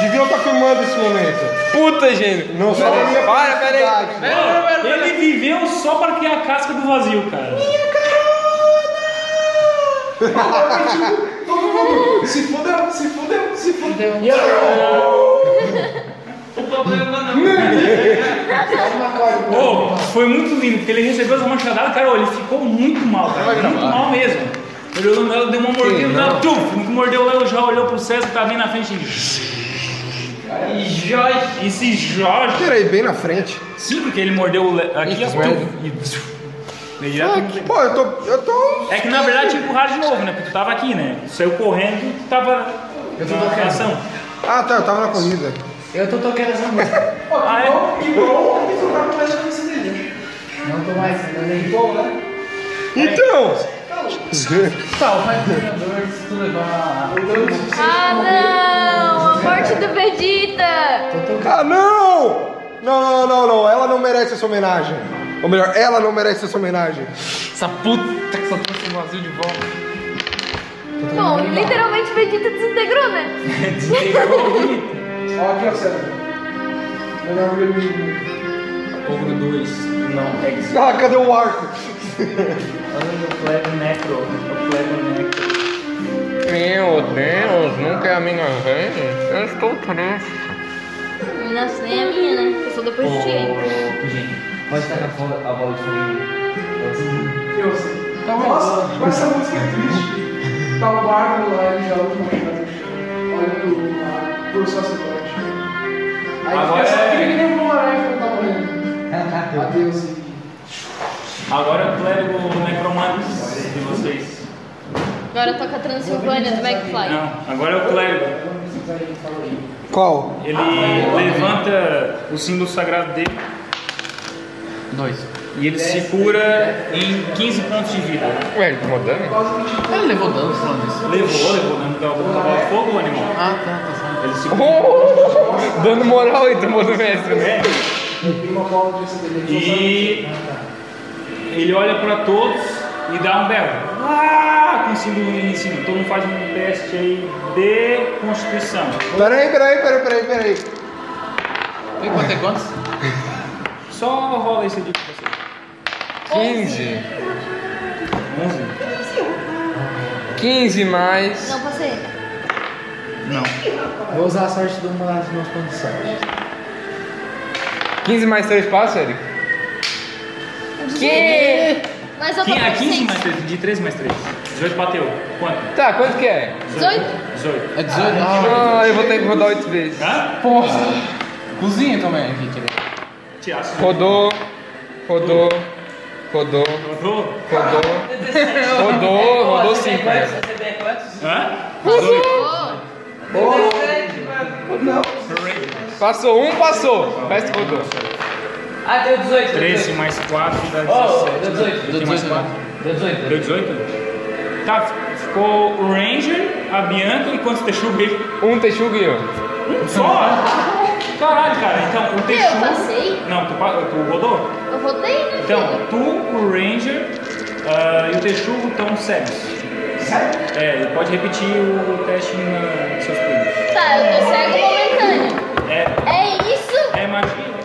[SPEAKER 5] Deviam estar filmando esse momento.
[SPEAKER 4] Puta, gente.
[SPEAKER 5] Não só
[SPEAKER 4] Pera
[SPEAKER 5] da minha
[SPEAKER 4] aí, para, pera aí.
[SPEAKER 5] felicidade.
[SPEAKER 1] Ele viveu só para criar a casca do vazio, cara.
[SPEAKER 3] Todo mundo. Se fudeu, se fudeu, se fudeu.
[SPEAKER 9] O problema não.
[SPEAKER 1] Ô, foi muito lindo, porque ele recebeu as machadadas, cara, ó, ele ficou muito mal, cara. Muito mal mesmo. Ele olhou, ela deu uma mordida, ela, tchum, no que mordeu ela já olhou pro César que tava bem na frente. E Jorge. Esse Jorge.
[SPEAKER 5] Tirei bem na frente.
[SPEAKER 1] Sim, porque ele mordeu o le- aqui, ó. tum, e tchum. Ele direto no-
[SPEAKER 5] Pô, eu tô. Eu tô.
[SPEAKER 1] É que na verdade tinha empurrado de novo, né? Porque tu tava aqui, né? Saiu correndo e tu tava. Eu tô na ação.
[SPEAKER 5] Ah, tá, eu tava na corrida.
[SPEAKER 16] Eu tô tocando essa música.
[SPEAKER 1] Ah, é?
[SPEAKER 3] Que bom que tu tá com mais chance dele.
[SPEAKER 16] Não tô mais nem
[SPEAKER 3] Bom, né?
[SPEAKER 5] Então!
[SPEAKER 16] Tá, o pai do jogador, se tu levar.
[SPEAKER 3] O dano de
[SPEAKER 11] Ah, não! A morte do Vegeta!
[SPEAKER 5] Ah, não! Não, não, não, não, ela não merece essa homenagem. Ou melhor, ela não merece essa homenagem.
[SPEAKER 12] Essa puta que só trouxe o vazio de volta.
[SPEAKER 11] Bom, literalmente Vegeta desintegrou, né?
[SPEAKER 3] Ó, aqui, ó, César. Melhor vermelho.
[SPEAKER 1] Ogro 2. Não, é que
[SPEAKER 5] Ah, cadê o arco?
[SPEAKER 1] o Cleber Necro. O Cleber Necro.
[SPEAKER 4] Meu Deus, nunca é me enganei. Eu estou triste.
[SPEAKER 11] Nossa, nem a minha, né? Eu sou depois de ti.
[SPEAKER 9] Pudim, pode tacar a bola- a bola de fogo.
[SPEAKER 3] Eu sei. Nossa, com essa música é triste. Tá o barco lá, ele já usa uma chave. Olha pro mar, pro sacerdote. Aí
[SPEAKER 1] Agora
[SPEAKER 3] fica só-
[SPEAKER 1] é-
[SPEAKER 3] fica que nem o Pomarai quando tá morrendo. Adeus.
[SPEAKER 1] Agora é o clérigo necromante de vocês.
[SPEAKER 11] Agora toca Transilvânia do McFly.
[SPEAKER 1] Não, agora é o clérigo.
[SPEAKER 6] Qual?
[SPEAKER 1] Ele levanta o símbolo sagrado dele.
[SPEAKER 12] Dois.
[SPEAKER 1] E ele se cura em 15 pontos de vida.
[SPEAKER 4] Ué, ele tá tomou dano?
[SPEAKER 12] Ele levou dano falando isso.
[SPEAKER 1] Levou, levou dano do cavalo de fogo, o animal.
[SPEAKER 12] Ah, tá, tá certo.
[SPEAKER 1] Ele se cura.
[SPEAKER 4] Oh, dano moral aí, tomou do mestre, né?
[SPEAKER 1] E ele olha pra todos e dá um belo. Ah, com o símbolo em cima. Todo mundo faz um teste aí de constituição.
[SPEAKER 5] Peraí, peraí, peraí, peraí, peraí.
[SPEAKER 12] Tem quanto é quantos?
[SPEAKER 1] Só rola esse aqui pra você.
[SPEAKER 4] 15.
[SPEAKER 1] 11?
[SPEAKER 4] 15 mais.
[SPEAKER 11] Não, passei.
[SPEAKER 1] Não.
[SPEAKER 6] Vou usar a sorte um do uma das minhas condições.
[SPEAKER 4] 15 mais 3 passa, Eric?
[SPEAKER 11] Que? Mas eu tô
[SPEAKER 1] Quem-
[SPEAKER 12] é
[SPEAKER 11] com
[SPEAKER 1] ah, 15 mais
[SPEAKER 11] 6.
[SPEAKER 1] 3, de 3 mais 3. 18 bateu. Quanto?
[SPEAKER 4] Tá, quanto que é?
[SPEAKER 11] 18?
[SPEAKER 1] 18.
[SPEAKER 12] É 18?
[SPEAKER 4] Ah, eu vou ter que rodar 8 vezes.
[SPEAKER 1] Hã?
[SPEAKER 12] Porra! Cozinha também aqui, querido.
[SPEAKER 1] Tiaço.
[SPEAKER 4] Rodou, rodou, rodou,
[SPEAKER 1] Rodou?
[SPEAKER 4] rodou, rodou, rodou 5. Né?
[SPEAKER 1] Hã?
[SPEAKER 11] Passou.
[SPEAKER 4] Passou um, passou. O resto rodou.
[SPEAKER 9] Ah, deu 18.
[SPEAKER 1] 13 mais 4 dá 17.
[SPEAKER 9] Oh, deu 18.
[SPEAKER 1] Tem mais 4.
[SPEAKER 9] Deu 18.
[SPEAKER 1] Deu 18? Tá, ficou o Ranger, a Bianca e quantos Texu beijo?
[SPEAKER 4] Um Teixuga e eu.
[SPEAKER 1] Um só? Caralho, cara. Então, o Texu...
[SPEAKER 11] Eu passei.
[SPEAKER 1] Não, tu, pa- tu rodou?
[SPEAKER 11] Eu votei, né?
[SPEAKER 1] Então,
[SPEAKER 11] filho?
[SPEAKER 1] tu, o Ranger ah, e o Texugo estão cegos. Sério? É, e pode repetir o teste na- nos seus pulos.
[SPEAKER 11] Tá, eu tô cego momentâneo.
[SPEAKER 1] É,
[SPEAKER 11] É isso?
[SPEAKER 1] é magia.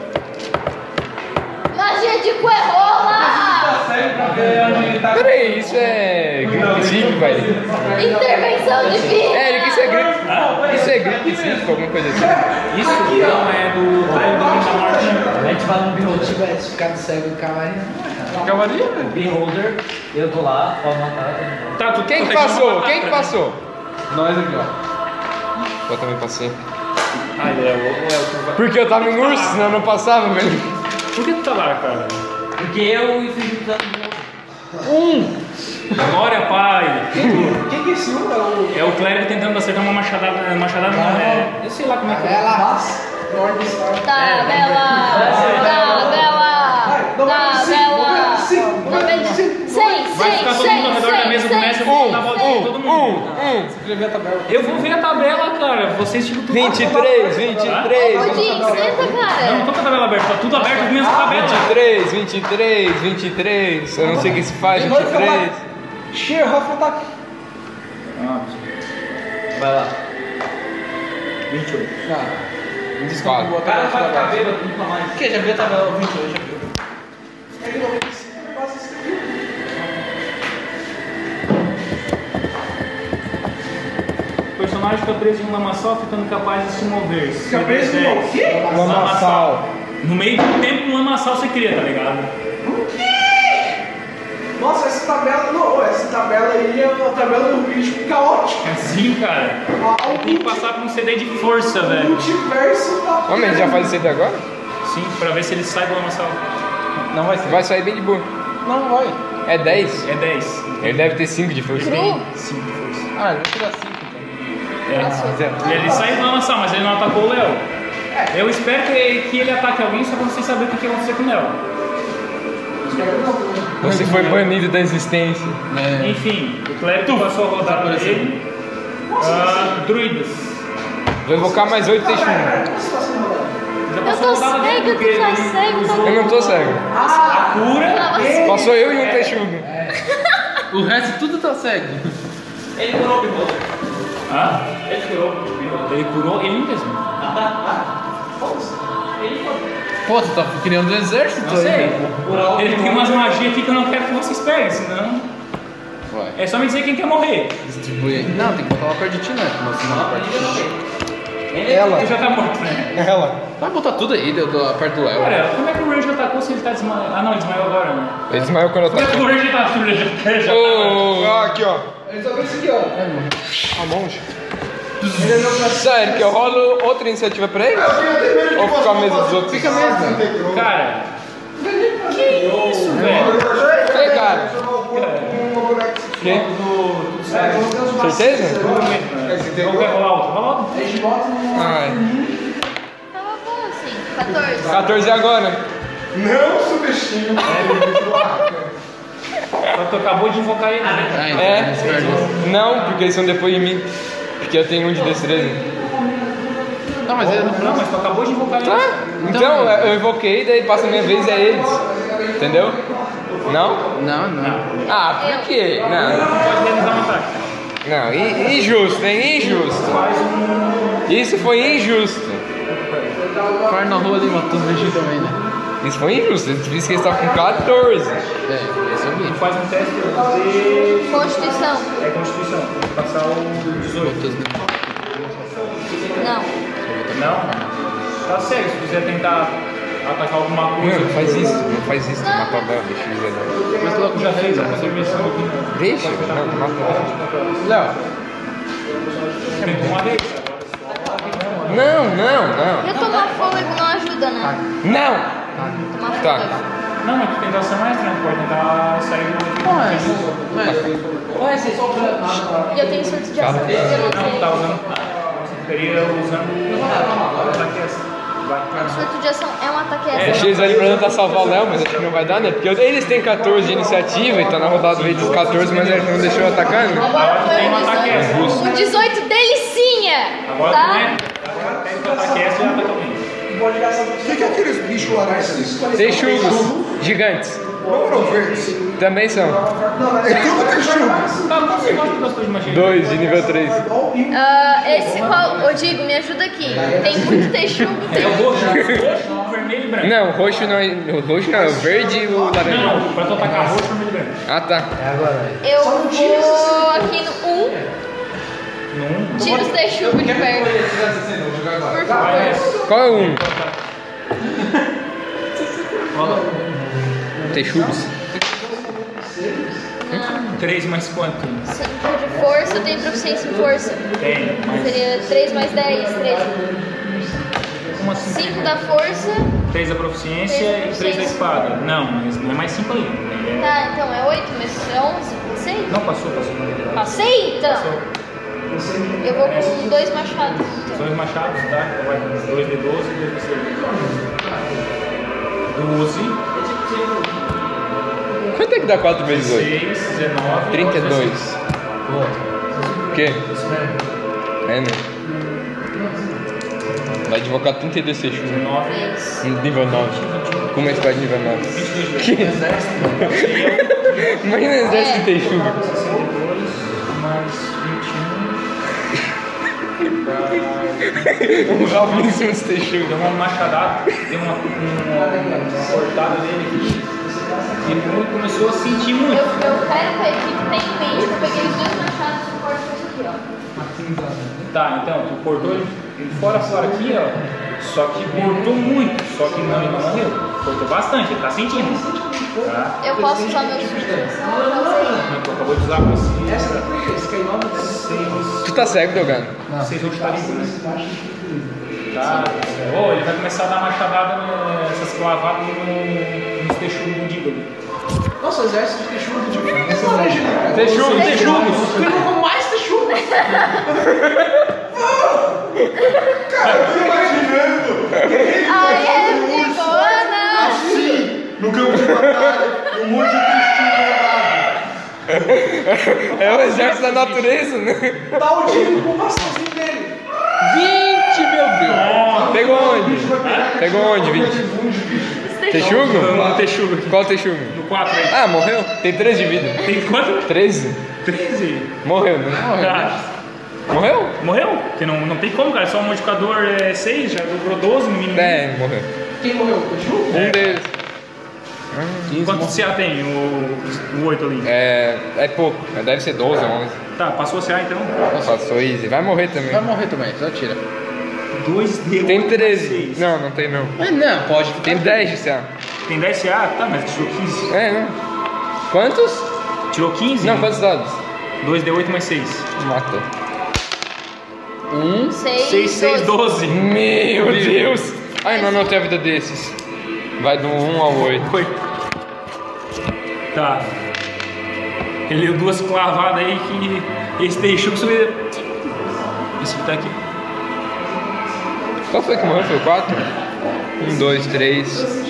[SPEAKER 11] Magia de coerrola!
[SPEAKER 4] Peraí, isso é gripe cívico, velho?
[SPEAKER 11] Intervenção divina!
[SPEAKER 4] É, Eric, isso é gripe. Isso é gripe cívico, alguma coisa assim.
[SPEAKER 1] Isso não é do Raio do Mundo da Morte.
[SPEAKER 9] Mete bala no
[SPEAKER 6] É, Se eu
[SPEAKER 9] beholder.
[SPEAKER 6] tivesse ficado cego né? em cavalo,
[SPEAKER 4] Cavalaria, velho.
[SPEAKER 9] Beholder, eu tô lá, pode matar.
[SPEAKER 1] Tá, tu
[SPEAKER 4] Quem
[SPEAKER 1] tu
[SPEAKER 4] que
[SPEAKER 1] tem uma
[SPEAKER 4] passou?
[SPEAKER 1] batata,
[SPEAKER 4] Quem que
[SPEAKER 1] né?
[SPEAKER 4] passou?
[SPEAKER 12] Nós aqui, ó.
[SPEAKER 4] Eu também passei.
[SPEAKER 1] Ah, ele é o ou é o tu vai-
[SPEAKER 4] Porque eu tava em urso, senão eu não passava, velho.
[SPEAKER 1] Por que tu tá lá, cara?
[SPEAKER 9] Porque eu infligi dano no beholder.
[SPEAKER 4] Um.
[SPEAKER 1] Glória, pai!
[SPEAKER 3] Quem que é esse um? É o.
[SPEAKER 1] É o clérigo tentando acertar uma machadada. Machadada não, é. Eu sei lá como é que é.
[SPEAKER 6] ela
[SPEAKER 11] Tá, Bela! Tá, Bela! Tá, Bela!
[SPEAKER 2] Tá
[SPEAKER 11] Noventa- Seis,
[SPEAKER 1] Vai
[SPEAKER 11] seis,
[SPEAKER 1] ficar todo
[SPEAKER 11] seis,
[SPEAKER 1] mundo ao redor da
[SPEAKER 11] seis,
[SPEAKER 1] mesa do
[SPEAKER 11] seis,
[SPEAKER 1] mestre, eu
[SPEAKER 11] seis,
[SPEAKER 1] vou dar a volta em
[SPEAKER 11] seis.
[SPEAKER 1] todo
[SPEAKER 4] Um,
[SPEAKER 1] mundo. Eu
[SPEAKER 4] um.
[SPEAKER 1] vou ver a tabela, cara. Vocês ficam tudo.
[SPEAKER 4] 23,
[SPEAKER 11] Ô,
[SPEAKER 4] 23.
[SPEAKER 11] Jim, senta,
[SPEAKER 1] Não, não
[SPEAKER 11] cara!
[SPEAKER 1] tô com a tabela aberta, tá tudo aberto as mesmas tabelas.
[SPEAKER 4] 23, 23, 23. Eu não sei o que se faz, 23.
[SPEAKER 3] Sheer Hufflepuff.
[SPEAKER 9] Vai lá.
[SPEAKER 1] 28.
[SPEAKER 4] Quatro.
[SPEAKER 9] O cara vai ficar bêbado, nunca mais.
[SPEAKER 16] Porque já viu a tabela 28, já viu.
[SPEAKER 3] É que 95 eu faço isso aqui.
[SPEAKER 1] O personagem fica preso em um lamaçal, ficando capaz de se mover.
[SPEAKER 3] Fica preso no o quê?
[SPEAKER 1] lamaçal. No meio do tempo, um lamaçal se cria, tá ligado?
[SPEAKER 3] Nossa, essa tabela. Não, essa tabela aí é uma tabela do ritmo caótico.
[SPEAKER 1] Assim, cara. Tem que passar por um CD de força,
[SPEAKER 3] O
[SPEAKER 1] velho.
[SPEAKER 3] tipo, multiverso da.
[SPEAKER 4] Homem, ele já faz isso aí agora?
[SPEAKER 1] Sim, pra ver se ele sai do lamaçal.
[SPEAKER 12] Não vai ser.
[SPEAKER 4] Vai sair bem de boa.
[SPEAKER 12] Não vai.
[SPEAKER 4] É 10?
[SPEAKER 1] É 10.
[SPEAKER 4] Ele deve ter 5 de força.
[SPEAKER 11] Cru?
[SPEAKER 1] 5 de força.
[SPEAKER 12] Ah, eu vou tirar 5 então.
[SPEAKER 1] É. E ele sai do lamaçal, mas ele não atacou o Léo. Eu espero que, que ele ataque alguém só pra vocês saberem o que que aconteceu com o Léo.
[SPEAKER 4] Você foi banido da existência.
[SPEAKER 12] É.
[SPEAKER 1] Enfim, o Clérigo passou a rodada dele. Ah, druidas.
[SPEAKER 4] Vou invocar mais 8
[SPEAKER 1] Já
[SPEAKER 4] Teixuga.
[SPEAKER 11] Eu
[SPEAKER 1] passou a
[SPEAKER 11] tô
[SPEAKER 1] rodada
[SPEAKER 11] cego,
[SPEAKER 1] dele
[SPEAKER 11] tu tá
[SPEAKER 1] porque ele
[SPEAKER 11] cego,
[SPEAKER 4] Eu não tô cego.
[SPEAKER 1] a cura.
[SPEAKER 11] tá
[SPEAKER 4] Passou eu e um Teixuga.
[SPEAKER 12] O resto tudo tá cego.
[SPEAKER 9] Ele curou o beholder.
[SPEAKER 1] Ah,
[SPEAKER 9] Ele curou o beholder.
[SPEAKER 1] ele curou ele mesmo.
[SPEAKER 9] Ele curou.
[SPEAKER 12] Pô, tu tá criando um exército
[SPEAKER 1] Não sei.
[SPEAKER 12] aí.
[SPEAKER 9] Curar o
[SPEAKER 1] Ele tem umas
[SPEAKER 9] beholder.
[SPEAKER 1] magias aqui que eu não quero que vocês peguem, senão.
[SPEAKER 12] Vai,
[SPEAKER 1] É só me dizer quem quer morrer.
[SPEAKER 12] distribui aí. Não, tem que botar ela perto de ti, né? Como assim, não, perto de ti.
[SPEAKER 9] Ele
[SPEAKER 5] Ela,
[SPEAKER 1] Ele já tá morto, né?
[SPEAKER 5] ela.
[SPEAKER 12] Vai botar tudo aí, deu, deu, perto do Léo.
[SPEAKER 1] Cara, como é que o Ranger atacou se ele tá desmaiado? Ah, não, ele desmaiou agora, né?
[SPEAKER 4] Ele desmaiou quando eu
[SPEAKER 1] Como é que
[SPEAKER 4] tava.
[SPEAKER 1] o Ranger tá. ele já- ele já tá-
[SPEAKER 4] Ô,
[SPEAKER 5] Ah, aqui, ó.
[SPEAKER 3] Ele só fez isso aqui, ó.
[SPEAKER 4] a monge. Sério, que eu rolo outra iniciativa pra ele? Ou ficar a mesa dos outros?
[SPEAKER 5] Fica mesmo.
[SPEAKER 1] Cara, que isso, velho?
[SPEAKER 5] Ei, cara.
[SPEAKER 1] Quê? Certeza? Vamos ver, rolar outro. Rola outro.
[SPEAKER 4] Ai.
[SPEAKER 2] Tava bom assim, 14.
[SPEAKER 4] 14 agora.
[SPEAKER 5] Não subestime o
[SPEAKER 1] Só que tu acabou de invocar ele.
[SPEAKER 4] Ah, é? Não, porque eles são depois de mim. Porque eu tenho um de destreza.
[SPEAKER 1] Não, mas ele não, mas tu acabou de invocar ele.
[SPEAKER 4] Tá? Então, eu invoquei, daí passa a minha vez e é eles. Entendeu? Não?
[SPEAKER 6] Não, não.
[SPEAKER 4] Ah, por quê? Não.
[SPEAKER 1] Pode realizar um ataque.
[SPEAKER 4] Não, i- injusto, hein? Injusto. Isso foi injusto.
[SPEAKER 6] Far na rua ali matou o bicho também, né?
[SPEAKER 4] Isso foi injusto. Eu disse que ele estava com 14.
[SPEAKER 6] É, esse eu vi.
[SPEAKER 1] Faz um teste de.
[SPEAKER 2] Constituição.
[SPEAKER 1] É Constituição. Passar um o 18.
[SPEAKER 2] Não.
[SPEAKER 1] Não? Tá cego. Se quiser tentar atacar alguma coisa.
[SPEAKER 4] Não, faz isso, não faz isso, mata a barra, deixa eu ver.
[SPEAKER 1] Mas logo já fez né? a contribuição aqui.
[SPEAKER 4] Deixa, não, mata
[SPEAKER 6] Léo,
[SPEAKER 1] Tentou uma vez.
[SPEAKER 4] a Não, não, não.
[SPEAKER 2] Eu tomar fôlego não ajuda, né?
[SPEAKER 4] Não!
[SPEAKER 2] Tomar
[SPEAKER 4] Tá.
[SPEAKER 2] fôlego.
[SPEAKER 1] Não, mas tu tem ação extra, né? Pode tentar sair é. do.
[SPEAKER 2] E eu tenho surto de ação.
[SPEAKER 4] Tá.
[SPEAKER 2] Eu não
[SPEAKER 1] Não, tu tá
[SPEAKER 2] tenho.
[SPEAKER 1] usando. Você teria usando. Vai que é essa. Vai.
[SPEAKER 2] Surto de ação é um ataque
[SPEAKER 4] O
[SPEAKER 2] extra.
[SPEAKER 4] X ali pra tentar salvar o Léo, mas acho que não vai dar, né? Porque eles têm 14 de iniciativa e tá na rodada do 14, mas ele não deixou eu atacar, né?
[SPEAKER 1] Agora tu tem um ataque extra.
[SPEAKER 2] O 18 delicinha!
[SPEAKER 1] Agora tu
[SPEAKER 2] Tá?
[SPEAKER 1] é. Tem um ataque extra e ataca alguém.
[SPEAKER 5] que, que é aqueles bichos laranjas?
[SPEAKER 4] Texugos, gigantes.
[SPEAKER 5] Não eram verdes.
[SPEAKER 4] Também são.
[SPEAKER 5] É tudo texugo.
[SPEAKER 1] Tá, quantos você gosta de gostou de magia?
[SPEAKER 4] Dois de nível 3.
[SPEAKER 2] Ah, esse qual. Ô, Digo, me ajuda aqui. Tem muito texugo.
[SPEAKER 1] É o roxo, roxo, vermelho e branco.
[SPEAKER 4] Não, o roxo não é. O roxo não, é o verde e o
[SPEAKER 1] Não,
[SPEAKER 4] laranja.
[SPEAKER 1] não, pra tu atacar roxo, vermelho e branco.
[SPEAKER 4] Ah tá.
[SPEAKER 2] Eu vou aqui no 1. Tira os texugos de perto. Por favor.
[SPEAKER 1] Vai nessa.
[SPEAKER 4] Qual é o um?
[SPEAKER 1] Rola.
[SPEAKER 4] Texugos?
[SPEAKER 1] Três mais quanto?
[SPEAKER 2] Centro de força, eu tenho proficiência em força.
[SPEAKER 1] Tem.
[SPEAKER 2] Seria 3 mais 10, 13.
[SPEAKER 1] Como assim?
[SPEAKER 2] 5 da força.
[SPEAKER 1] Três da proficiência e três da espada. Não, mas não é mais cinco ainda. né?
[SPEAKER 2] Tá, então é 8, mas é 11. Passei?
[SPEAKER 1] Não passou, passou. Passou.
[SPEAKER 2] Passei, então. Eu vou com dois
[SPEAKER 1] São
[SPEAKER 2] machados. então.
[SPEAKER 1] os machados, tá? Então vai com dois de 12 e dois de 6. 12,
[SPEAKER 4] Quanto é que dá 4 vezes 8?
[SPEAKER 1] 16, 19.
[SPEAKER 4] 32. O quê? É, né? Vai advocar 32 seixos.
[SPEAKER 1] 19.
[SPEAKER 2] Três.
[SPEAKER 4] Nível 9. Como é que faz nível 9? Imagina o exército de Teixuga.
[SPEAKER 1] 62 mais 21.
[SPEAKER 4] Um rabo em cima de Teixuga.
[SPEAKER 1] Deu uma machadada, deu uma, uma, uma cortada nele aqui. E ele começou a sentir
[SPEAKER 2] Eu,
[SPEAKER 1] muito.
[SPEAKER 2] eu quero que a equipe tenha em mente que eu peguei os dois machados de força aqui,
[SPEAKER 1] Tá, então, tu cortou ele ele fora fora aqui, ó. Só que cortou muito, só que não, ele não morreu. Cortou bastante, ele tá sentindo. Tá?
[SPEAKER 2] ó. Eu posso usar meus surtos.
[SPEAKER 1] Tu acabou de usar a consciência.
[SPEAKER 3] é
[SPEAKER 4] Tu tá cego, Dogano?
[SPEAKER 1] Vocês vão estar limpos. Tá. Ô, ele vai começar a dar machadada no, essas clavadas no, nos texugos do Dígolo.
[SPEAKER 3] Nossa, o exército de texugo de né? diferença.
[SPEAKER 4] Teixuga,
[SPEAKER 1] Texugos!
[SPEAKER 3] Pegou mais texugo.
[SPEAKER 5] Cara, eu tô imaginando
[SPEAKER 2] Ai, é brigona!
[SPEAKER 5] assim, no campo de batalha, um monte de texugo
[SPEAKER 4] É o exército da natureza, né?
[SPEAKER 17] Dá o tiro com o bastãozinho dele.
[SPEAKER 4] 20, meu Deus! Pegou onde? Pegou onde, 20? Texugo?
[SPEAKER 1] Um texugo aqui.
[SPEAKER 4] Qual Teixuga?
[SPEAKER 1] No 4 aí.
[SPEAKER 4] Ah, morreu? Tem 3 de vida.
[SPEAKER 1] Tem quanto?
[SPEAKER 4] 13?
[SPEAKER 1] 13.
[SPEAKER 4] Morreu, né?
[SPEAKER 1] Tá.
[SPEAKER 4] Morreu?
[SPEAKER 1] Ah, Morreu? Porque não, não tem como, cara. Só um modificador é 6, já dobrou 12 no mínimo.
[SPEAKER 4] É, morreu.
[SPEAKER 3] Quem morreu? O texugo?
[SPEAKER 4] Um deles.
[SPEAKER 1] Quanto você já tem, o, o 8 ali?
[SPEAKER 4] É, é pouco, mas deve ser 12 ou 11.
[SPEAKER 1] Tá, passou o CA então.
[SPEAKER 4] Passou easy. Vai morrer
[SPEAKER 6] vai
[SPEAKER 4] também.
[SPEAKER 6] morrer também, só tira.
[SPEAKER 1] 2 D8.
[SPEAKER 4] Tem 13. Não, não tem não.
[SPEAKER 12] É,
[SPEAKER 6] Mas não, pode.
[SPEAKER 4] Tem 10 de CA.
[SPEAKER 1] Tem 10 CA? Tá, mas tirou 15.
[SPEAKER 4] É, não. Quantos?
[SPEAKER 1] Tirou 15?
[SPEAKER 4] Não, quantos dados?
[SPEAKER 1] 2 D8 mais 6.
[SPEAKER 4] Mata.
[SPEAKER 1] 6, 6, 12.
[SPEAKER 4] Meu Deus! Ai, não anotei a vida desses. um Vai do 1 ao 8.
[SPEAKER 1] Foi. Tá. Ele deu duas clavadas aí que esse deixou que subiu. Esse que tá aqui.
[SPEAKER 4] Qual foi que morreu? Foi Um, 4? 1, 2, 3.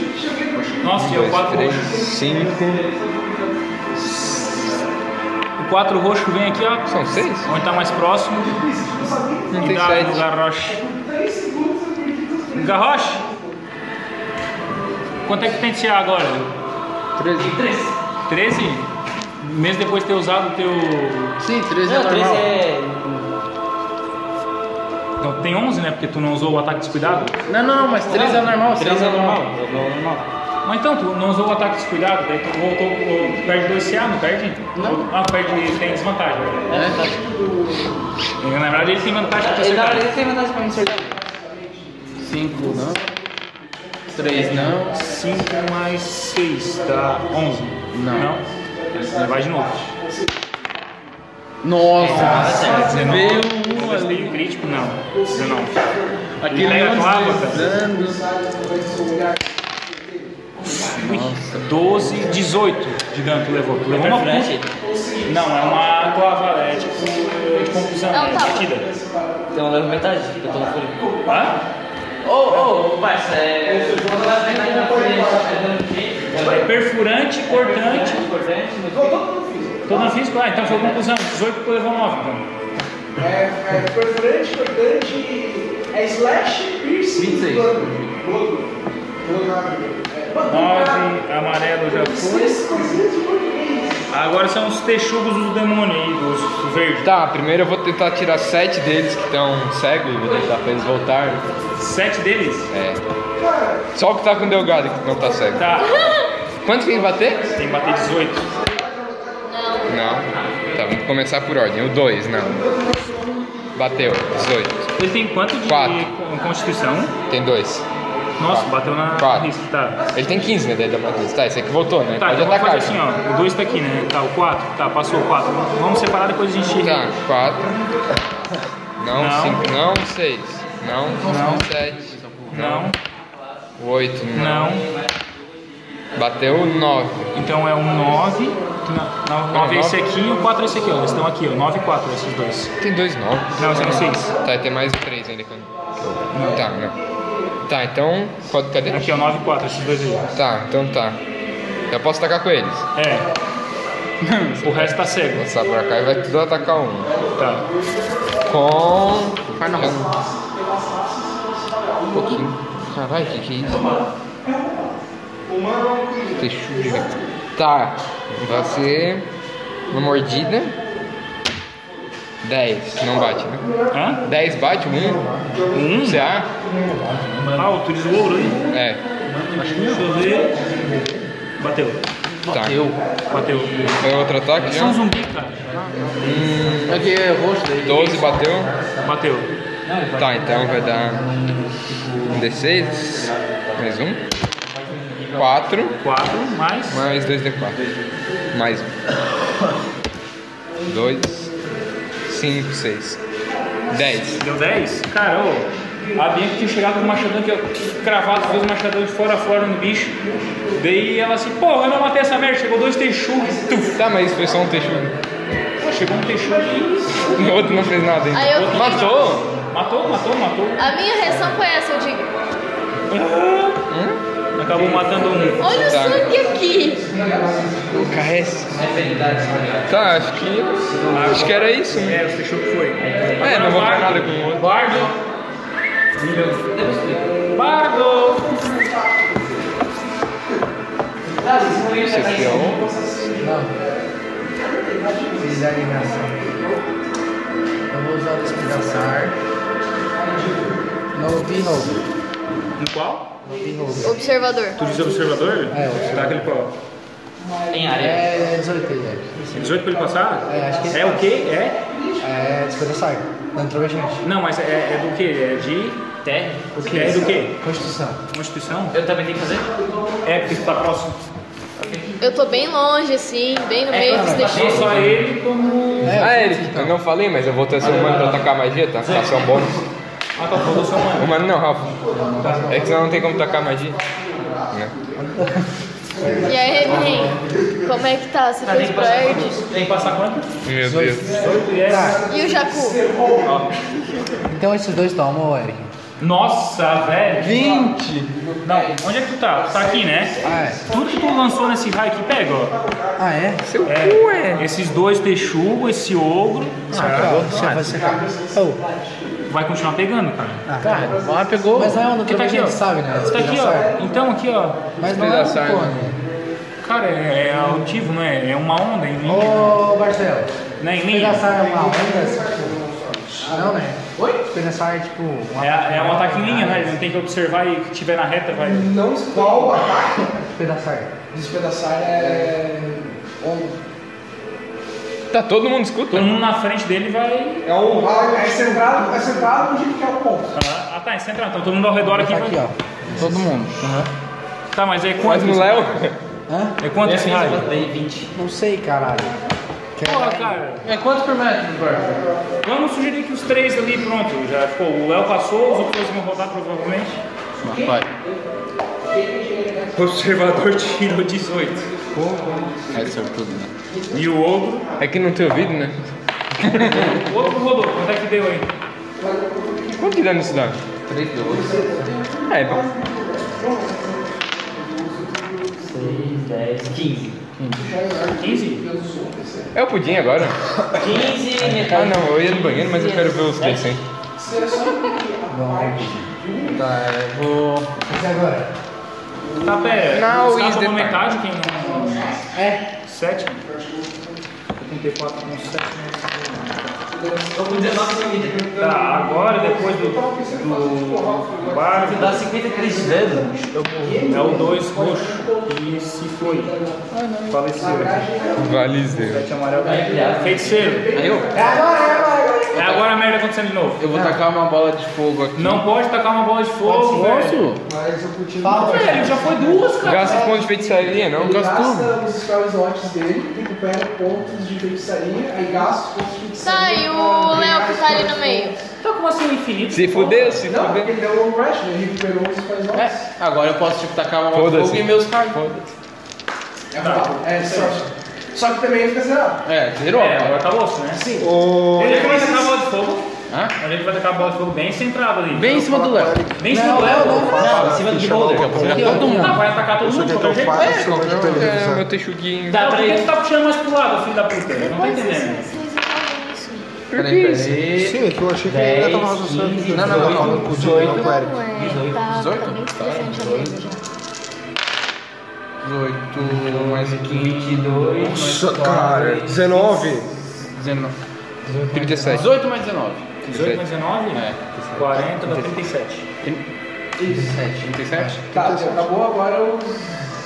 [SPEAKER 1] Nossa, tinha
[SPEAKER 4] 4.
[SPEAKER 1] quatro
[SPEAKER 4] 3,
[SPEAKER 1] roxos.
[SPEAKER 4] 5.
[SPEAKER 1] O 4 roxo vem aqui, ó.
[SPEAKER 4] São 6?
[SPEAKER 1] Onde tá mais próximo. E dá
[SPEAKER 4] sete.
[SPEAKER 1] no Garrosh. Garrosh? Quanto é que tem de CA agora?
[SPEAKER 4] 13.
[SPEAKER 1] 13? Mesmo depois de ter usado o teu.
[SPEAKER 4] Sim, 13
[SPEAKER 1] Não,
[SPEAKER 4] é normal.
[SPEAKER 1] Então tem 11, né? Porque tu não usou o ataque descuidado.
[SPEAKER 12] Não, não, não, mas
[SPEAKER 6] Tá
[SPEAKER 12] 3 é normal.
[SPEAKER 1] 3
[SPEAKER 12] três
[SPEAKER 1] é normal. É normal. Mas então, tu não usou o ataque descuidado, daí tu voltou, tu perde 2 CA, não perde? Não. Ah, perde, tem desvantagem. É. Na verdade, ele tem vantagem pra te
[SPEAKER 16] Ele, na
[SPEAKER 1] acertar.
[SPEAKER 16] verdade, ele tem vantagem pra me acertar.
[SPEAKER 12] 5 não. 3 não.
[SPEAKER 1] 5 mais 6 dá 11.
[SPEAKER 12] Não.
[SPEAKER 1] Não? Vai de novo.
[SPEAKER 12] Nossa,
[SPEAKER 1] Nossa,
[SPEAKER 12] veio
[SPEAKER 1] um ali. Crítico, não. 19.
[SPEAKER 12] Aquele
[SPEAKER 1] Ele pega a clava,
[SPEAKER 12] antes
[SPEAKER 1] cara. Nossa, 12, 18 de dano que levou. Tu levou uma
[SPEAKER 9] Perfurante?
[SPEAKER 1] Não, é uma clavada, é tipo é de confusão,
[SPEAKER 9] É um
[SPEAKER 1] é
[SPEAKER 9] tapa.
[SPEAKER 1] batida.
[SPEAKER 9] Então eu levo metade, porque eu tô no fúria.
[SPEAKER 1] Hã?
[SPEAKER 9] Ô, ô, ô, parça, é. Eu vou levar metade na frente.
[SPEAKER 1] É perfurante, cortante.
[SPEAKER 9] Cortante,
[SPEAKER 1] Tô na física, ah, então foi conclusão, 18 porque levou 9. Então.
[SPEAKER 3] É, é perfurante, cortante e. É slash, piercing,
[SPEAKER 1] 26.
[SPEAKER 3] dano. Todo. Todo na vida. É, mano, cara,
[SPEAKER 1] 9, amarelo já
[SPEAKER 3] esses
[SPEAKER 1] foi.
[SPEAKER 3] coisinhas de português.
[SPEAKER 1] Agora são os texugos do demônio aí, dos verdes.
[SPEAKER 4] Tá, primeiro eu vou tentar tirar 7 deles que estão cegos, vou tentar pra eles voltarem.
[SPEAKER 1] 7 deles?
[SPEAKER 4] É. Só o que tá com delgado que não tá cego.
[SPEAKER 1] Tá,
[SPEAKER 4] Quanto que tem que bater?
[SPEAKER 1] tem que bater 18.
[SPEAKER 4] Não. Tá, vamos começar por ordem. O 2, não. Bateu, 18.
[SPEAKER 1] Ele tem quanto de
[SPEAKER 4] Quatro.
[SPEAKER 1] con- constituição?
[SPEAKER 4] Tem 2.
[SPEAKER 1] Nossa, bateu na
[SPEAKER 4] Quatro.
[SPEAKER 1] risca, tá.
[SPEAKER 4] Ele tem 15, né? Daí dá mais dois. Tá, esse aqui voltou, né?
[SPEAKER 1] Tá,
[SPEAKER 4] Pode
[SPEAKER 1] então vamos
[SPEAKER 4] atacar.
[SPEAKER 1] fazer assim, ó. O 2 tá aqui, né? Tá, o 4, tá, passou o 4. Vamos separar, depois a gente...
[SPEAKER 4] Tá, 4. Não,
[SPEAKER 1] assim, Não.
[SPEAKER 4] 5, não, 6. Não, 7.
[SPEAKER 1] Não,
[SPEAKER 4] 8, não.
[SPEAKER 1] não.
[SPEAKER 4] Bateu 9.
[SPEAKER 1] Então é um 9. 9 é esse aqui e o 4 é esse aqui, ó. Eles estão aqui, ó. 9 e 4, esses dois.
[SPEAKER 4] Tem dois 9.
[SPEAKER 1] Não, são seis.
[SPEAKER 4] Tá, e tem mais 3 ainda. Quando... Tá, não. Tá, então. Pode, cadê?
[SPEAKER 1] Aqui, ó. 9 e 4, esses dois aí.
[SPEAKER 4] Tá, então tá. Eu posso atacar com eles.
[SPEAKER 1] É. O resto tá cego.
[SPEAKER 4] Vou passar pra cá e vai tudo atacar um.
[SPEAKER 1] Tá.
[SPEAKER 4] Com. Um pouquinho. Caralho, que que é isso? Texugo de Tá, vai ser. Uma mordida. 10. Não bate, né?
[SPEAKER 1] Hã?
[SPEAKER 4] 10 bate, 1.
[SPEAKER 1] Um?
[SPEAKER 4] CA?
[SPEAKER 1] Ah, o Turis Ouro aí.
[SPEAKER 4] É.
[SPEAKER 1] Deixa eu ver. Bateu.
[SPEAKER 4] Tá.
[SPEAKER 1] Bateu.
[SPEAKER 4] Foi outro ataque né?
[SPEAKER 1] São um.
[SPEAKER 4] já?
[SPEAKER 1] zumbi, cara.
[SPEAKER 4] Hum,
[SPEAKER 12] Aqui é roxo daí.
[SPEAKER 4] 12 bateu.
[SPEAKER 1] Bateu.
[SPEAKER 4] Tá, então vai dar. Um D6. Mais um. 4.
[SPEAKER 1] 4 mais.
[SPEAKER 4] Mais 2D4. Mais um. 2, 5, 6. 10.
[SPEAKER 1] Deu 10? Cara, ô, a Bianca tinha chegado com o machadão aqui, ó, cravado, fez o machadão de fora a fora no bicho. Daí ela assim, porra, eu não matei essa merda, chegou dois texugos. Tuf.
[SPEAKER 4] Tá, mas foi só um texto.
[SPEAKER 1] Pô, chegou um texugo aí.
[SPEAKER 4] O outro não fez nada
[SPEAKER 11] Aí eu
[SPEAKER 4] ainda.
[SPEAKER 11] fiz.
[SPEAKER 4] Matou!
[SPEAKER 1] Matou, matou, matou.
[SPEAKER 11] A minha reação foi essa, eu digo,
[SPEAKER 4] Hum?
[SPEAKER 1] Ah! Acabou matando um.
[SPEAKER 11] olha o
[SPEAKER 4] Tá.
[SPEAKER 11] sangue aqui.
[SPEAKER 4] Carrece. Tá, acho que. Acho que era isso. né?
[SPEAKER 1] É, o texugo foi.
[SPEAKER 4] É, não vou fazer nada com o outro.
[SPEAKER 1] Bardo. Bardo.
[SPEAKER 4] Esse aqui é um.
[SPEAKER 6] Desagregação. Eu vou usar o despedaçar. No behold.
[SPEAKER 1] Em qual?
[SPEAKER 6] No behold.
[SPEAKER 11] Observador.
[SPEAKER 1] Tu diz observador?
[SPEAKER 6] É, observador.
[SPEAKER 1] Tá aquele qual?
[SPEAKER 9] Tem área.
[SPEAKER 6] É, é 18 aí, Jack.
[SPEAKER 1] 18 pra ele passar?
[SPEAKER 6] É, acho que ele
[SPEAKER 1] É o
[SPEAKER 6] passa.
[SPEAKER 1] quê? É?
[SPEAKER 6] É despedaçar. Não entrou a gente.
[SPEAKER 1] Não, mas é, é do quê? É de.
[SPEAKER 9] Terra.
[SPEAKER 1] É do quê?
[SPEAKER 6] Constituição.
[SPEAKER 1] Constituição?
[SPEAKER 9] Eu também tenho que fazer?
[SPEAKER 1] É, porque tu tá próximo.
[SPEAKER 11] Eu tô bem longe, assim, bem no
[SPEAKER 9] É,
[SPEAKER 11] meio
[SPEAKER 9] claro,
[SPEAKER 11] dos
[SPEAKER 9] tá
[SPEAKER 1] Não
[SPEAKER 11] deixados.
[SPEAKER 1] só ele, como.
[SPEAKER 4] Ah, Eric, eu não falei, mas eu vou ter seu humano pra atacar magia, tá? Passar um bônus.
[SPEAKER 1] Ah, tá, falou seu mano.
[SPEAKER 4] Humano não, Ralph. É que senão não tem como tacar magia. Né?
[SPEAKER 1] assim.
[SPEAKER 11] E aí, Renan, como é que tá? Você fez bird?
[SPEAKER 1] Tem que passar quanto?
[SPEAKER 4] Meu Deus.
[SPEAKER 11] E o Jacu?
[SPEAKER 6] Então esses dois tomam, Eric.
[SPEAKER 1] Nossa, velho.
[SPEAKER 6] 20!
[SPEAKER 1] Não, onde é que tu tá? Tu tá aqui, né?
[SPEAKER 6] Ah, é.
[SPEAKER 1] Tudo que tu lançou nesse raio aqui, pega, ó.
[SPEAKER 6] Ah, é?
[SPEAKER 4] Seu
[SPEAKER 1] É,
[SPEAKER 4] cu é.
[SPEAKER 1] Esses dois texugos, esse ogro.
[SPEAKER 6] Ah, Deixa eu fazer cá. Oh,
[SPEAKER 1] Vai continuar pegando, cara.
[SPEAKER 6] ah,
[SPEAKER 4] Cara, lá pegou.
[SPEAKER 6] Mas não, no
[SPEAKER 1] Porque tá
[SPEAKER 6] trabalho a
[SPEAKER 1] aqui, ó.
[SPEAKER 6] gente sabe, né?
[SPEAKER 1] Tá aqui, ó. Então aqui, ó.
[SPEAKER 6] Mas não é um
[SPEAKER 4] Espregaçar,
[SPEAKER 6] cone.
[SPEAKER 1] Cara, é, é altivo, não é? É uma onda em linha.
[SPEAKER 6] Ô, Barcelos.
[SPEAKER 1] Né, em linha.
[SPEAKER 6] Espregaçar é uma onda? Ah, não, né? Oi? Espregaçar é tipo... Uma...
[SPEAKER 1] É, é um ataque em linha, né? Ele não tem que observar e que tiver na reta vai.
[SPEAKER 3] Não qual o ataque?
[SPEAKER 6] Espregaçar.
[SPEAKER 3] Despedaçar é.
[SPEAKER 4] Tá todo mundo escuta?
[SPEAKER 1] Todo mundo na frente dele vai.
[SPEAKER 5] É um raio.
[SPEAKER 3] É centrado, é centrado onde que é o ponto.
[SPEAKER 1] Ah, tá, é central. Então todo mundo ao redor aqui.
[SPEAKER 6] Tá aqui,
[SPEAKER 1] vai...
[SPEAKER 6] ó. Todo mundo.
[SPEAKER 1] Tá, mas é
[SPEAKER 4] Faz
[SPEAKER 1] quanto?
[SPEAKER 4] no
[SPEAKER 1] isso?
[SPEAKER 4] Léo.
[SPEAKER 6] Hã?
[SPEAKER 1] É quanto esse raio?
[SPEAKER 6] Não sei, caralho.
[SPEAKER 1] Porra, cara.
[SPEAKER 12] É quanto por metro, Bárbara?
[SPEAKER 1] Vamos sugerir que os três ali, pronto. Já ficou. O Léo passou, os outros dois vão rodar provavelmente.
[SPEAKER 4] Vai.
[SPEAKER 1] O observador tirou 18.
[SPEAKER 4] Vai ser tudo, né?
[SPEAKER 1] E o ogro.
[SPEAKER 4] É que não tem ouvido, né?
[SPEAKER 1] O ogro rodou. Quanto é que deu aí?
[SPEAKER 4] Quanto que dá nisso dá? 3, 2. É, bom.
[SPEAKER 9] 10, 15.
[SPEAKER 1] 15?
[SPEAKER 4] É o pudim agora?
[SPEAKER 9] 15
[SPEAKER 4] Ah,
[SPEAKER 9] metade.
[SPEAKER 4] não, eu ia no banheiro, mas eu quero ver os desenhos.
[SPEAKER 12] Tá, eu vou.
[SPEAKER 1] Tá, pera.
[SPEAKER 4] Não,
[SPEAKER 1] os caras
[SPEAKER 4] is the
[SPEAKER 1] tomam
[SPEAKER 4] time.
[SPEAKER 1] metade, quem não.
[SPEAKER 6] É.
[SPEAKER 1] 7? 34 com 7.
[SPEAKER 9] Tô com 19 centímetros.
[SPEAKER 1] Tá, agora depois do. do. do bar,
[SPEAKER 9] Você dá 53 de dano.
[SPEAKER 1] é o 2 roxo. E se foi. Faleceu.
[SPEAKER 4] Valizeiro.
[SPEAKER 1] 7 amarelo.
[SPEAKER 9] Vai ampliar.
[SPEAKER 1] É Feiticeiro.
[SPEAKER 12] Aí eu,
[SPEAKER 1] É agora É. a merda acontecendo de novo.
[SPEAKER 12] eu vou tacar uma bola de fogo aqui.
[SPEAKER 1] Não pode tacar uma bola de fogo, velho.
[SPEAKER 6] Fala,
[SPEAKER 1] Velho, já foi duas, cara.
[SPEAKER 4] Gasta ponto de feitiçaria, não?
[SPEAKER 3] Ele
[SPEAKER 4] Gasta tudo.
[SPEAKER 3] gasta os spell slots dele, recupera pontos de feitiçaria, aí gasta os pontos de feitiçaria.
[SPEAKER 11] Tá, e o Léo que tá ali no meio.
[SPEAKER 1] Tá como assim infinito?
[SPEAKER 4] Se fudeu, se
[SPEAKER 3] Não, porque
[SPEAKER 4] fudeu.
[SPEAKER 3] ele deu um long rest, né? ele recuperou os spell slots.
[SPEAKER 12] É, agora eu posso tipo, tacar uma bola de
[SPEAKER 4] Foda-se.
[SPEAKER 12] fogo e meus cargos.
[SPEAKER 3] É, tá. é só, só que também fica zerado.
[SPEAKER 12] É, zerou.
[SPEAKER 1] É,
[SPEAKER 12] cara.
[SPEAKER 1] agora tá osso, né? Sim. Ele vai tacar a bola de fogo.
[SPEAKER 12] Hã?
[SPEAKER 1] Mas ele vai tacar a bola de fogo bem centrado ali.
[SPEAKER 12] Bem em cima do Léo.
[SPEAKER 1] Bem em cima do Léo.
[SPEAKER 9] Não, em cima do Beholder.
[SPEAKER 12] Será todo mundo.
[SPEAKER 1] Ah, vai atacar todo mundo de qualquer jeito.
[SPEAKER 4] É, meu texuguinho.
[SPEAKER 1] Não, por que tu tá puxando mais pro lado, filho da puta? Eu não tô entendendo.
[SPEAKER 12] Peraí, peraí.
[SPEAKER 5] Sim, é que eu achei que ele ia tomar uma solução. Não, não, não, não. O Jim não, o Eric.
[SPEAKER 11] Não, é, tá, tá bem interessante a mesa já.
[SPEAKER 12] 18 mais 15,
[SPEAKER 9] 22.
[SPEAKER 5] Nossa, cara. 19.
[SPEAKER 12] 19.
[SPEAKER 4] 37.
[SPEAKER 12] 18 mais 19.
[SPEAKER 1] 18 mais 19?
[SPEAKER 12] É.
[SPEAKER 1] 40 dá 37.
[SPEAKER 12] 37?
[SPEAKER 3] Tá, acabou agora os.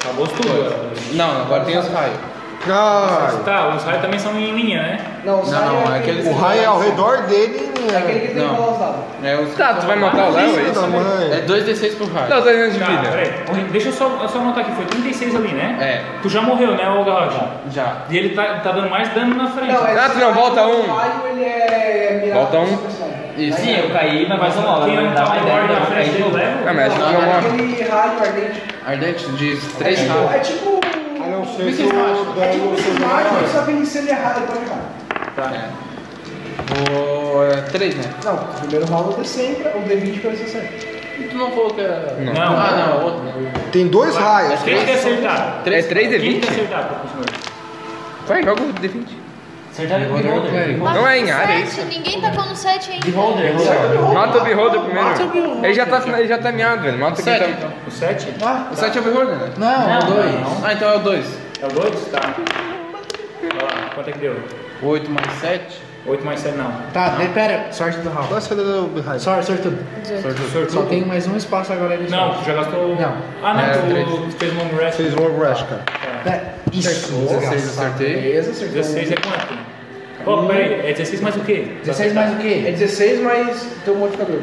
[SPEAKER 1] Acabou tudo. agora.
[SPEAKER 12] Não, agora tem os raios.
[SPEAKER 5] Ai.
[SPEAKER 1] Tá, os raios também são em linha, né?
[SPEAKER 3] Não, os
[SPEAKER 12] Não,
[SPEAKER 3] raio
[SPEAKER 12] não, é aquele.
[SPEAKER 5] O raio é ao redor dele. né?
[SPEAKER 3] É aquele que tem que
[SPEAKER 12] Não.
[SPEAKER 3] rolar os dados.
[SPEAKER 12] É os.
[SPEAKER 4] Tá, tu vai matar o Léo, é
[SPEAKER 5] Filho
[SPEAKER 4] isso?
[SPEAKER 5] da
[SPEAKER 12] É
[SPEAKER 5] mãe.
[SPEAKER 12] 2d6 por raio.
[SPEAKER 4] Não, tá indo de
[SPEAKER 1] Tá,
[SPEAKER 4] vida.
[SPEAKER 1] peraí. Deixa eu só, eu só anotar aqui, foi 36 ali, né?
[SPEAKER 12] É,
[SPEAKER 1] Tu já morreu, né, ô Garrocha?
[SPEAKER 12] já.
[SPEAKER 1] E ele tá, tá dando mais dano na frente.
[SPEAKER 3] é
[SPEAKER 4] Ah, tu não, volta
[SPEAKER 3] O
[SPEAKER 4] um.
[SPEAKER 3] raio ele é mirado.
[SPEAKER 4] Volta um.
[SPEAKER 3] no personagem.
[SPEAKER 12] Isso.
[SPEAKER 9] Sim, eu caí, mas mais uma hora.
[SPEAKER 1] Quem não
[SPEAKER 9] Vai
[SPEAKER 1] tá
[SPEAKER 9] dar
[SPEAKER 1] com
[SPEAKER 9] mais
[SPEAKER 1] o guarda na
[SPEAKER 9] 10
[SPEAKER 1] frente dele
[SPEAKER 4] Ah,
[SPEAKER 1] leva?
[SPEAKER 4] mas tu não morre.
[SPEAKER 3] Aquele raio ardente.
[SPEAKER 12] Ardente de 3
[SPEAKER 3] É
[SPEAKER 12] raios.
[SPEAKER 3] tipo.
[SPEAKER 5] A Ah, não ser
[SPEAKER 12] Mickey
[SPEAKER 5] que o
[SPEAKER 12] Mouse.
[SPEAKER 3] É tipo
[SPEAKER 5] dano
[SPEAKER 3] um
[SPEAKER 5] seja
[SPEAKER 3] smart,
[SPEAKER 5] maior.
[SPEAKER 3] só que se ele errar, ele pode errar.
[SPEAKER 4] Tá.
[SPEAKER 12] É. Vou. É 3, né?
[SPEAKER 3] Não, o primeiro rola o D100, pra- o D20 pra ele acertar.
[SPEAKER 12] E tu não falou que era.
[SPEAKER 1] Não.
[SPEAKER 12] Ah, não, outro. né?
[SPEAKER 5] Tem dois raios.
[SPEAKER 1] Quem que acertar?
[SPEAKER 4] É 3 e
[SPEAKER 1] Quem que
[SPEAKER 4] 20?
[SPEAKER 1] acertar, professor?
[SPEAKER 4] Vai, joga o D20.
[SPEAKER 9] Acertaram o
[SPEAKER 12] Beholder,
[SPEAKER 9] Beholder.
[SPEAKER 12] Beholder.
[SPEAKER 4] Não é em área, é
[SPEAKER 11] Sete, Ninguém
[SPEAKER 2] tá
[SPEAKER 11] tacou no 7 ainda.
[SPEAKER 9] Beholder, Beholder.
[SPEAKER 4] Mata o Beholder primeiro. Ele já tá, ele já tá meado, velho. Mata o
[SPEAKER 12] Sete,
[SPEAKER 4] Beholder.
[SPEAKER 12] então.
[SPEAKER 1] O 7?
[SPEAKER 12] O 7 é o Beholder, né?
[SPEAKER 6] Não,
[SPEAKER 9] Não,
[SPEAKER 6] dois.
[SPEAKER 9] não.
[SPEAKER 12] Ah, então é o 2.
[SPEAKER 1] É o 2? Tá. Vai lá, Quanto é que deu?
[SPEAKER 12] 8 mais 7.
[SPEAKER 1] 8 mais 7 não.
[SPEAKER 6] Tá, daí, pera. Sorte do round.
[SPEAKER 5] Nossa, cadê o raio?
[SPEAKER 6] Sorte, sortudo. Só tem mais um espaço agora ali.
[SPEAKER 1] Não, tu já gastou.
[SPEAKER 6] Não.
[SPEAKER 1] Ah, não,
[SPEAKER 12] É,
[SPEAKER 1] tu
[SPEAKER 12] três.
[SPEAKER 1] fez um long rest.
[SPEAKER 5] Fez um rush, cara.
[SPEAKER 6] Pera, Isso.
[SPEAKER 12] 16 acertei.
[SPEAKER 3] Beleza, acertou.
[SPEAKER 1] 16 é quanto? Pô, peraí, é 16 mais o quê?
[SPEAKER 6] 16 mais o
[SPEAKER 3] É
[SPEAKER 6] quê?
[SPEAKER 3] 16 mais teu modificador.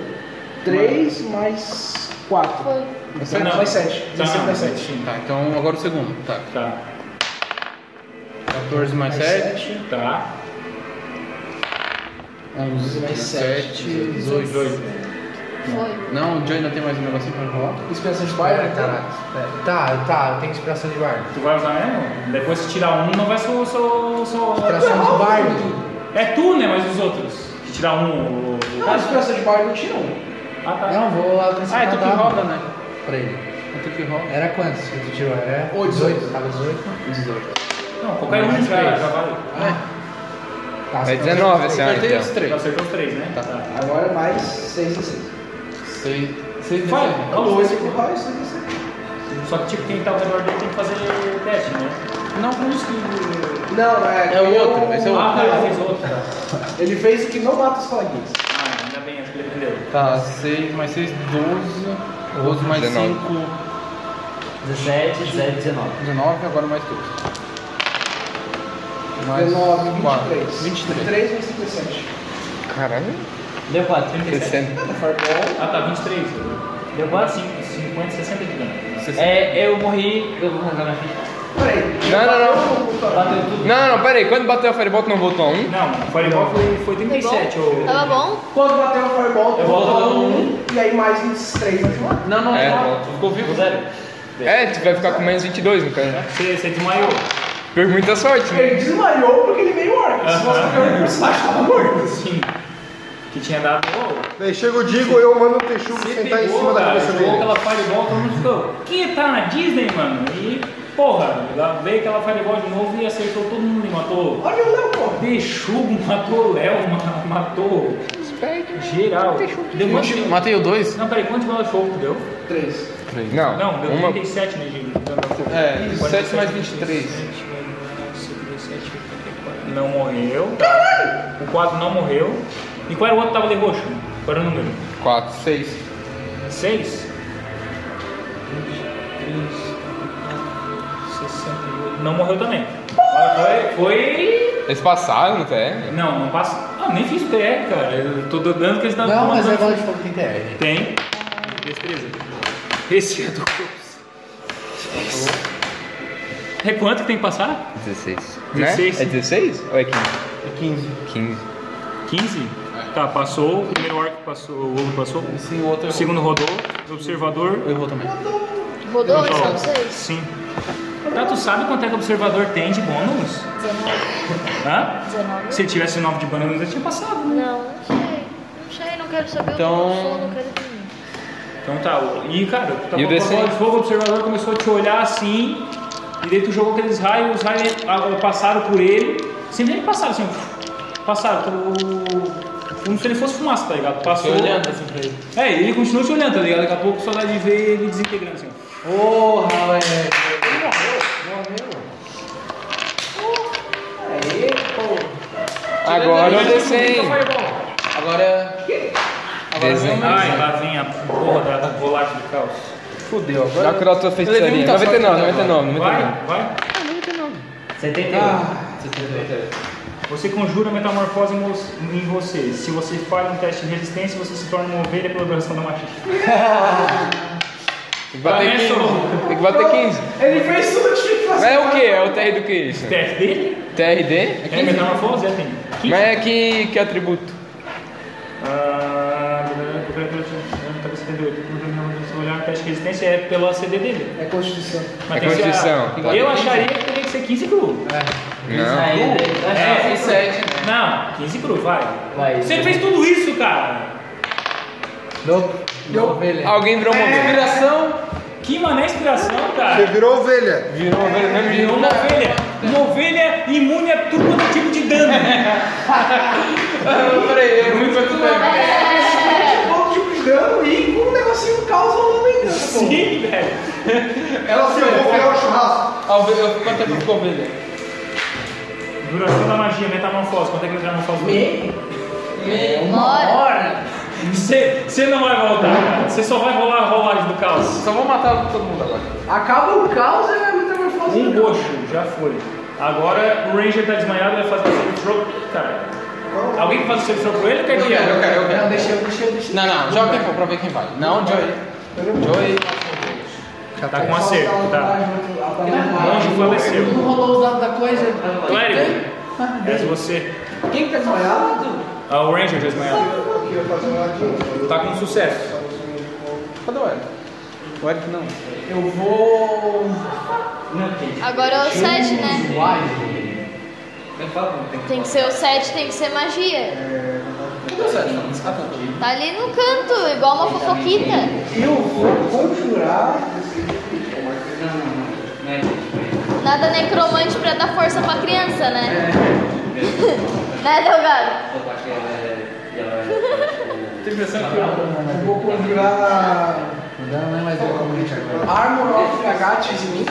[SPEAKER 3] 3 mais 4.
[SPEAKER 11] Foi.
[SPEAKER 1] Não.
[SPEAKER 3] Mais 7.
[SPEAKER 1] Tá,
[SPEAKER 3] 16 mais 7.
[SPEAKER 1] não,
[SPEAKER 12] Tá, então agora o segundo. Tá.
[SPEAKER 1] Tá,
[SPEAKER 12] 14 mais 7.
[SPEAKER 1] tá.
[SPEAKER 12] 11 mais 7. 18.
[SPEAKER 1] 18.
[SPEAKER 11] Foi.
[SPEAKER 12] Não, o Joe ainda tem mais um negocinho pra rolar?
[SPEAKER 6] Inspiração de barra?
[SPEAKER 4] É,
[SPEAKER 6] Tá, tá, tá, tem inspiração de barra.
[SPEAKER 1] Tu vai usar mesmo? Depois se tirar um, não vai seu. seu, seu...
[SPEAKER 6] Inspiração de bardo.
[SPEAKER 1] É tu, né? Mas os outros. Se tirar um. o- o-
[SPEAKER 6] Não, inspiração de bardo não tira um.
[SPEAKER 1] Ah, tá.
[SPEAKER 6] Não, vou lá
[SPEAKER 12] Ah, é tu que roda, né?
[SPEAKER 6] Pra ele.
[SPEAKER 12] É tu que roda.
[SPEAKER 6] Era quantos que tu tirou? Era?
[SPEAKER 12] Oito.
[SPEAKER 6] 18. Tava 18?
[SPEAKER 12] 18.
[SPEAKER 1] Não, qualquer um
[SPEAKER 12] Mais
[SPEAKER 1] já,
[SPEAKER 12] três.
[SPEAKER 1] já vale.
[SPEAKER 6] Tá,
[SPEAKER 4] É
[SPEAKER 6] acertou
[SPEAKER 4] 19 esse
[SPEAKER 6] três.
[SPEAKER 4] ano,
[SPEAKER 12] Acertei
[SPEAKER 4] então.
[SPEAKER 12] os três.
[SPEAKER 1] Já acertou os três, né? Tá. tá.
[SPEAKER 3] é
[SPEAKER 6] Agora mais 6 e 6.
[SPEAKER 12] Seis. Seis
[SPEAKER 1] Vai,
[SPEAKER 12] dezesseis.
[SPEAKER 1] dá os
[SPEAKER 3] Dois
[SPEAKER 1] dois.
[SPEAKER 3] aqui, vai, isso aqui, isso aqui.
[SPEAKER 1] Só que tipo, quem tá ao redor dele tem que fazer teste, né?
[SPEAKER 12] Não,
[SPEAKER 3] Não, é.
[SPEAKER 12] É o
[SPEAKER 3] ele
[SPEAKER 12] outro, esse é o outro.
[SPEAKER 1] assim? Ah, tá, ele fez outro. tá.
[SPEAKER 3] Ele fez o que não mata os flaguinhos.
[SPEAKER 1] Ah, ainda bem, acho que ele aprendeu.
[SPEAKER 12] Tá, 6 mais 6, 12. 12 mais 5,
[SPEAKER 4] Dezenove.
[SPEAKER 9] 17, 17, 19.
[SPEAKER 12] 19. Agora mais 2. Mais
[SPEAKER 3] 19,
[SPEAKER 12] 4.
[SPEAKER 3] 23.
[SPEAKER 12] 23.
[SPEAKER 3] 3 mais 57.
[SPEAKER 4] Caralho.
[SPEAKER 9] Deu 4, 37.
[SPEAKER 4] 60.
[SPEAKER 3] Fireball.
[SPEAKER 1] Ah, tá, 23.
[SPEAKER 9] Deu 4?
[SPEAKER 1] 50, 60 de dano.
[SPEAKER 9] É, eu morri, eu vou arrancar minha ficha.
[SPEAKER 3] Peraí.
[SPEAKER 4] Não, não, não.
[SPEAKER 9] Bateu tudo.
[SPEAKER 4] Não, não, pera aí. Quando bateu a Fireball, tu não voltou a 1?
[SPEAKER 1] Não, o Fireball foi, foi 37. ô-
[SPEAKER 11] Tava bom?
[SPEAKER 3] Quando bater o Fireball,
[SPEAKER 1] Eu
[SPEAKER 3] eu
[SPEAKER 1] volto
[SPEAKER 3] volto
[SPEAKER 1] a um.
[SPEAKER 3] um. E aí mais 23 na última.
[SPEAKER 12] Não, não,
[SPEAKER 4] É.
[SPEAKER 12] não. Ficou vivo?
[SPEAKER 9] Zero.
[SPEAKER 4] É, tu vai ficar com menos 22 no cara.
[SPEAKER 1] Você, você desmaiou.
[SPEAKER 4] então. Por muita sorte, né?
[SPEAKER 3] Ele desmaiou porque ele veio orc. Se fosse porque o personagem tava morto.
[SPEAKER 1] Sim. Que tinha dado. Ô,
[SPEAKER 5] Daí chega o Digo, eu mando o Texugo
[SPEAKER 1] você
[SPEAKER 5] sentar tá em
[SPEAKER 1] pegou,
[SPEAKER 5] cima da
[SPEAKER 1] cara,
[SPEAKER 5] cabeça
[SPEAKER 1] jogou
[SPEAKER 5] dele.
[SPEAKER 1] aquela Fireball, todo mundo ficou. Que tá na Disney, mano? E, porra, lá veio aquela Fireball de novo e acertou todo mundo e matou.
[SPEAKER 3] Olha o Léo, pô.
[SPEAKER 1] Peixugo, matou o Léo, ma- matou geral. Deu quanto de-
[SPEAKER 12] Matei o 2?
[SPEAKER 1] Não, peraí, quanto de bola de fogo deu?
[SPEAKER 3] 3.
[SPEAKER 4] Não,
[SPEAKER 1] Não, deu
[SPEAKER 4] uma...
[SPEAKER 1] 37 de de dano de fogo.
[SPEAKER 12] É,
[SPEAKER 1] 47
[SPEAKER 12] 7 mais 23.
[SPEAKER 1] Não morreu. Tá. O 4 não morreu. E qual era o outro que tava de roxo? Qual era o número?
[SPEAKER 4] 4.
[SPEAKER 12] 6.
[SPEAKER 1] 6? 68. Não morreu também. Foi. foi...
[SPEAKER 4] Eles passaram no TR?
[SPEAKER 1] Não, não passa. Ah, nem fiz TE, cara. Eu tô dando que eles estavam
[SPEAKER 6] Não, mas é
[SPEAKER 1] tomando-
[SPEAKER 6] bola de fogo tem TR.
[SPEAKER 1] Tem. Destreza. Esse é do Corpus. É quanto que tem que passar?
[SPEAKER 4] 16.
[SPEAKER 1] Dezesseis.
[SPEAKER 4] Né? É 16? Ou é 15? 15.
[SPEAKER 1] 15? Tá, passou. O primeiro orc passou, o ogro passou.
[SPEAKER 12] Sim, o outro é
[SPEAKER 1] O
[SPEAKER 12] errou.
[SPEAKER 1] segundo rodou. O observador.
[SPEAKER 12] Errou também.
[SPEAKER 11] Rodou
[SPEAKER 1] Rodou.
[SPEAKER 11] antes pra vocês?
[SPEAKER 1] Sim. Tá, tu sabe quanto é que o observador tem de bônus?
[SPEAKER 11] 19.
[SPEAKER 1] Hã?
[SPEAKER 11] 19?
[SPEAKER 1] Se ele tivesse 9 de bônus, ele tinha passado. né?
[SPEAKER 11] Não, não sei. Não sei, não quero saber
[SPEAKER 12] Então-
[SPEAKER 11] o que eu sou, não quero ver.
[SPEAKER 1] Então tá, o- e cara, tu tá
[SPEAKER 4] E o
[SPEAKER 1] com a
[SPEAKER 4] D100?
[SPEAKER 1] bola de fogo, o observador começou a te olhar assim, e daí tu jogou aqueles raios, os raios ah, passaram por ele, sem nem passaram assim, passaram, tu, como se ele fosse fumaça, tá ligado? Passou.
[SPEAKER 12] olhando assim pra ele.
[SPEAKER 1] É, ele continua te olhando, tá ligado? Daqui a pouco só dá de ver ele desintegrando assim.
[SPEAKER 6] Porra, velho.
[SPEAKER 4] Agora o D100.
[SPEAKER 1] Fireball.
[SPEAKER 12] Agora. Agora
[SPEAKER 4] Desenho.
[SPEAKER 12] vem
[SPEAKER 1] Ai, lá vem a porra da, da bolacha do caos.
[SPEAKER 12] Fudeu.
[SPEAKER 4] Dá
[SPEAKER 12] Agora.
[SPEAKER 4] pra curar a tua feitiçaria.
[SPEAKER 12] muita
[SPEAKER 4] 99,
[SPEAKER 12] sorte então.
[SPEAKER 4] 99, 99.
[SPEAKER 1] Vai, vai.
[SPEAKER 6] Ah,
[SPEAKER 9] 71.
[SPEAKER 1] Você conjura a metamorfose em vo- em você. Se você falha um teste de resistência, você se torna uma ovelha pela duração da magia.
[SPEAKER 4] Tem que bater 15. Tem que bater 15.
[SPEAKER 3] Ele fez tudo que tinha que
[SPEAKER 4] Mas
[SPEAKER 3] fazer.
[SPEAKER 4] é o que? É o TR do que isso?
[SPEAKER 1] Teste dele?
[SPEAKER 4] TRD?
[SPEAKER 1] É metamorfose? É, tem. Quinze.
[SPEAKER 4] Mas é que, que atributo?
[SPEAKER 1] Ah, tá 78. Se olhar, teste de resistência é pela CD dele.
[SPEAKER 6] É Constituição.
[SPEAKER 1] Mas
[SPEAKER 4] É
[SPEAKER 1] tem que ser-
[SPEAKER 4] condição.
[SPEAKER 1] Eu acharia que teria que ser 15 cru.
[SPEAKER 4] Não.
[SPEAKER 12] É,
[SPEAKER 1] É.
[SPEAKER 12] é 7.
[SPEAKER 1] Não, 15 cru, vai.
[SPEAKER 9] Vai.
[SPEAKER 1] Você fez tudo isso, cara.
[SPEAKER 6] Deu ovelha.
[SPEAKER 4] Alguém virou um uma ovelha.
[SPEAKER 12] Inspiração.
[SPEAKER 1] Que mané inspiração,
[SPEAKER 5] Você
[SPEAKER 1] cara.
[SPEAKER 5] virou ovelha.
[SPEAKER 4] Virou uma ovelha mesmo
[SPEAKER 1] Virou
[SPEAKER 4] jeito.
[SPEAKER 1] uma ovelha. Uma ovelha imune a tudo quanto é tipo de dano.
[SPEAKER 12] Ah, Peraí, é muito quanto tempo.
[SPEAKER 3] Um pouco tipo de dano e com um negocinho caos rolando ainda. Sim.
[SPEAKER 1] Sim, velho.
[SPEAKER 5] Ela se Assim, eu vou pegar o churrasco.
[SPEAKER 12] A ovelha- Quanto tempo ficou a ovelha?
[SPEAKER 1] Duração da magia, metamorfose. Quanto é que ele metamorfose?
[SPEAKER 11] Bora!
[SPEAKER 1] Você você não vai voltar, cara. Você só vai rolar a rolagem do caos.
[SPEAKER 12] Só vou matar todo mundo agora.
[SPEAKER 3] Acaba o caos e vai metamorfose.
[SPEAKER 1] Um roxo, já foi. Agora o Ranger tá desmaiado e vai fazer o safe throw. Cara, alguém que faz o safe throw pra ele ou quer que eu?
[SPEAKER 12] quero, eu
[SPEAKER 6] Não, deixa eu, deixa eu, deixa eu.
[SPEAKER 12] Não, não, joga quem for pra ver quem vai. Não, Joey. Joey.
[SPEAKER 1] Tá com acerto, tá. Longe faleceu.
[SPEAKER 6] Não rolou os dados da coisa.
[SPEAKER 1] Clérigo, é você.
[SPEAKER 3] Quem que tá desmaiado?
[SPEAKER 1] Ah, o Ranger já desmaiado. Tá com sucesso.
[SPEAKER 9] Cadê o Eric? O Eric não.
[SPEAKER 18] Eu vou.
[SPEAKER 2] Agora é o 7, né?
[SPEAKER 18] né?
[SPEAKER 2] Tem que ser o 7, tem que ser magia.
[SPEAKER 18] Cadê o 7? Ah,
[SPEAKER 2] Tá ali no canto, igual uma fofoquita.
[SPEAKER 3] Eu vou conjurar.
[SPEAKER 2] Nada necromante pra dar força pra criança, né? né, Delgado?
[SPEAKER 1] Tem impressão que eu...
[SPEAKER 3] Eu vou conjurar.
[SPEAKER 9] Não, não é mais necromante agora.
[SPEAKER 3] Armor of Agates em mim.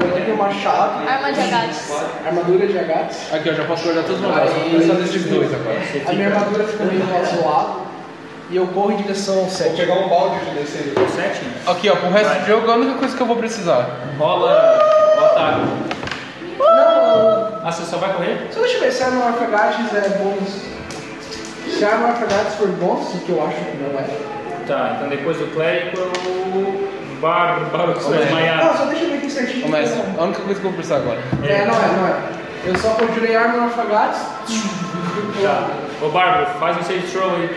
[SPEAKER 3] Eu tenho uma chave.
[SPEAKER 2] Arma de agates.
[SPEAKER 3] Armadura de Agates.
[SPEAKER 9] Aqui, ó, já posso guardar todos os meus braços. Vou precisar desses dois agora.
[SPEAKER 3] A minha armadura fica meio azulada. E eu corro em direção ao 7.
[SPEAKER 5] Vou pegar um balde de descer.
[SPEAKER 1] Sete?
[SPEAKER 9] Aqui, ó, pro resto do jogo, a única coisa que eu vou precisar.
[SPEAKER 1] Rola... o ataque.
[SPEAKER 3] Não,
[SPEAKER 1] Ah, você só vai correr?
[SPEAKER 3] só deixa eu ver se Armor of Agates é bônus. Se Armor of Agates for bônus, o que eu acho que não é.
[SPEAKER 1] Tá, então depois do clérigo é o... Bárbaro, Bárbaro que está
[SPEAKER 3] Não,
[SPEAKER 1] desmaiado.
[SPEAKER 3] só deixa eu ver aqui certinho.
[SPEAKER 9] Começa. A única coisa que eu vou precisar agora.
[SPEAKER 3] É, não é, não é. Eu só conjurei Armor of Agates.
[SPEAKER 1] Tá. Ô Bárbaro, faz um save throw aí.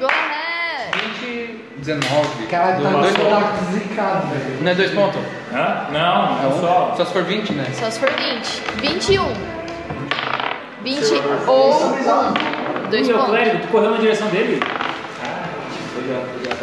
[SPEAKER 2] Go ahead.
[SPEAKER 9] 20, 19.
[SPEAKER 6] Caralho, tá
[SPEAKER 9] dois,
[SPEAKER 6] dois
[SPEAKER 9] dois pontos.
[SPEAKER 6] pontos zicado, velho.
[SPEAKER 9] Não é dois pontos?
[SPEAKER 1] Hã? Não, é um só.
[SPEAKER 9] Só se for 20, né?
[SPEAKER 2] Só se for 20. 21. 20 um. ou 2
[SPEAKER 1] Meu
[SPEAKER 2] pontos.
[SPEAKER 1] é clérigo, tu correu na direção dele?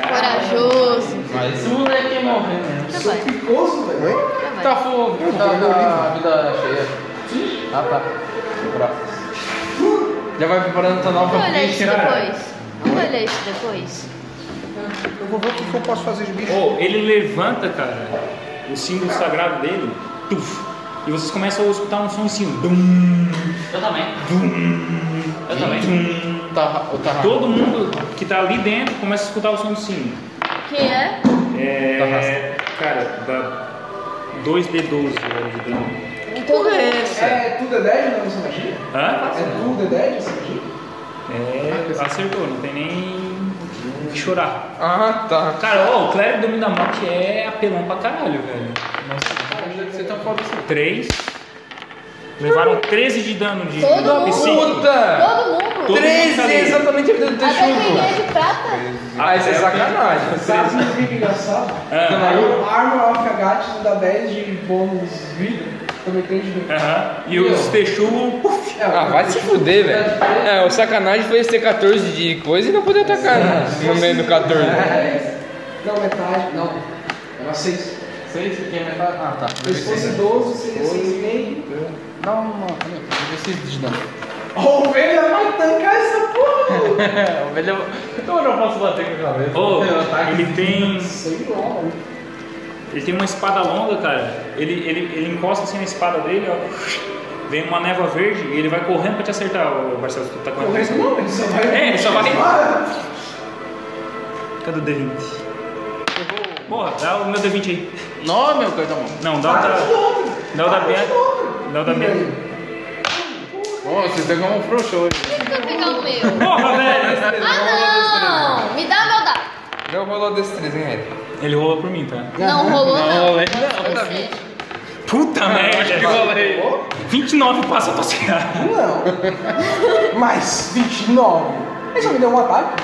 [SPEAKER 2] Corajoso.
[SPEAKER 9] Mas.
[SPEAKER 18] Esse moleque é morrer, né?
[SPEAKER 2] Tá bem,
[SPEAKER 3] Picoso, velho.
[SPEAKER 2] tá bem.
[SPEAKER 9] Tá fofo, tá com a vida cheia. Ah, tá. Braços. Já vai preparando tua nova
[SPEAKER 2] Vamos olhar isso
[SPEAKER 9] ficha.
[SPEAKER 2] depois. Vamos olhar isso depois.
[SPEAKER 5] Eu vou ver o que que eu posso fazer de bicho.
[SPEAKER 1] Oh, ele levanta, cara, o símbolo sagrado dele, tuf, e vocês começam a escutar um som assim, dum,
[SPEAKER 19] Eu também. Eu também.
[SPEAKER 1] dum.
[SPEAKER 9] Tá, o tá.
[SPEAKER 1] Todo mundo que tá ali dentro começa a escutar o som do sino.
[SPEAKER 2] Quem é?
[SPEAKER 1] É, cara, dá 2D12 agora né, de dano.
[SPEAKER 2] Todo mundo.
[SPEAKER 3] É tudo é 10 na nossa magia?
[SPEAKER 1] Hã?
[SPEAKER 3] É tudo é 10 essa magia?
[SPEAKER 1] É, acertou, não tem nem o que chorar.
[SPEAKER 9] Ah, tá.
[SPEAKER 1] Cara, ó, o clérigo domina a morte é apelão pra caralho, velho.
[SPEAKER 9] Você tá foda assim.
[SPEAKER 1] 3. Levaram 13 de dano de
[SPEAKER 2] Todo mundo. tá-
[SPEAKER 1] psíquico.
[SPEAKER 9] Puta!
[SPEAKER 2] Todo mundo.
[SPEAKER 1] Todo-
[SPEAKER 9] 13 é exatamente a vida do teu
[SPEAKER 2] Até quem
[SPEAKER 9] chumbo.
[SPEAKER 2] é de prata.
[SPEAKER 9] Ah, isso é sacanagem.
[SPEAKER 3] Sabe o que é engraçado?
[SPEAKER 1] Ah.
[SPEAKER 3] Aí o Armor of Agates dá 10 de bônus vida, também tem de vida.
[SPEAKER 1] Aham. E os Texugo, puf,
[SPEAKER 3] É,
[SPEAKER 4] Ah, vai se fuder, velho. É, o sacanagem foi esse ter 14 de coisa e não poder atacar né? no meio do 14.
[SPEAKER 3] Não, metade, não. Era 6.
[SPEAKER 9] 6, quem é metade? Ah, tá.
[SPEAKER 3] Se fosse 12, seria 6,5.
[SPEAKER 9] Dá uma. Cadê? Eu preciso de dano.
[SPEAKER 3] A ovelha vai tancar essa porra!
[SPEAKER 9] É, o velho. Então eu não posso bater com a cabeça.
[SPEAKER 1] Oh, ele tem. um
[SPEAKER 3] Sei lá, mano.
[SPEAKER 1] Ele tem uma espada longa, cara. Ele, ele, ele encosta assim na espada dele, ó. Vem uma névoa verde e ele vai correndo pra te acertar, ô, Marcelo. Tu tá com a
[SPEAKER 3] O resto não, ele só vai.
[SPEAKER 1] É, ele só vai-
[SPEAKER 3] Para!
[SPEAKER 1] Cadê o D20? Porra, dá o meu D20 aí.
[SPEAKER 9] Não, meu cartão.
[SPEAKER 1] Não, dá o da. Dá o da Bianca. Dá o da Bianca.
[SPEAKER 9] Ô, você
[SPEAKER 4] tá
[SPEAKER 9] pegou um frouxo hoje.
[SPEAKER 4] né?
[SPEAKER 2] Tenta pegar o meu.
[SPEAKER 1] Porra, velho!
[SPEAKER 2] Ah, não. Me dá meu dado.
[SPEAKER 4] Não rolou destreza, hein, Eric?
[SPEAKER 1] Ele rolou por mim, tá?
[SPEAKER 2] Não rolou, não. tá
[SPEAKER 9] rolei, não.
[SPEAKER 2] Eu sei.
[SPEAKER 1] Puta merda!
[SPEAKER 9] rolei.
[SPEAKER 1] 29 passa a tossear.
[SPEAKER 3] Não. Mais 29. Ele só me deu um ataque.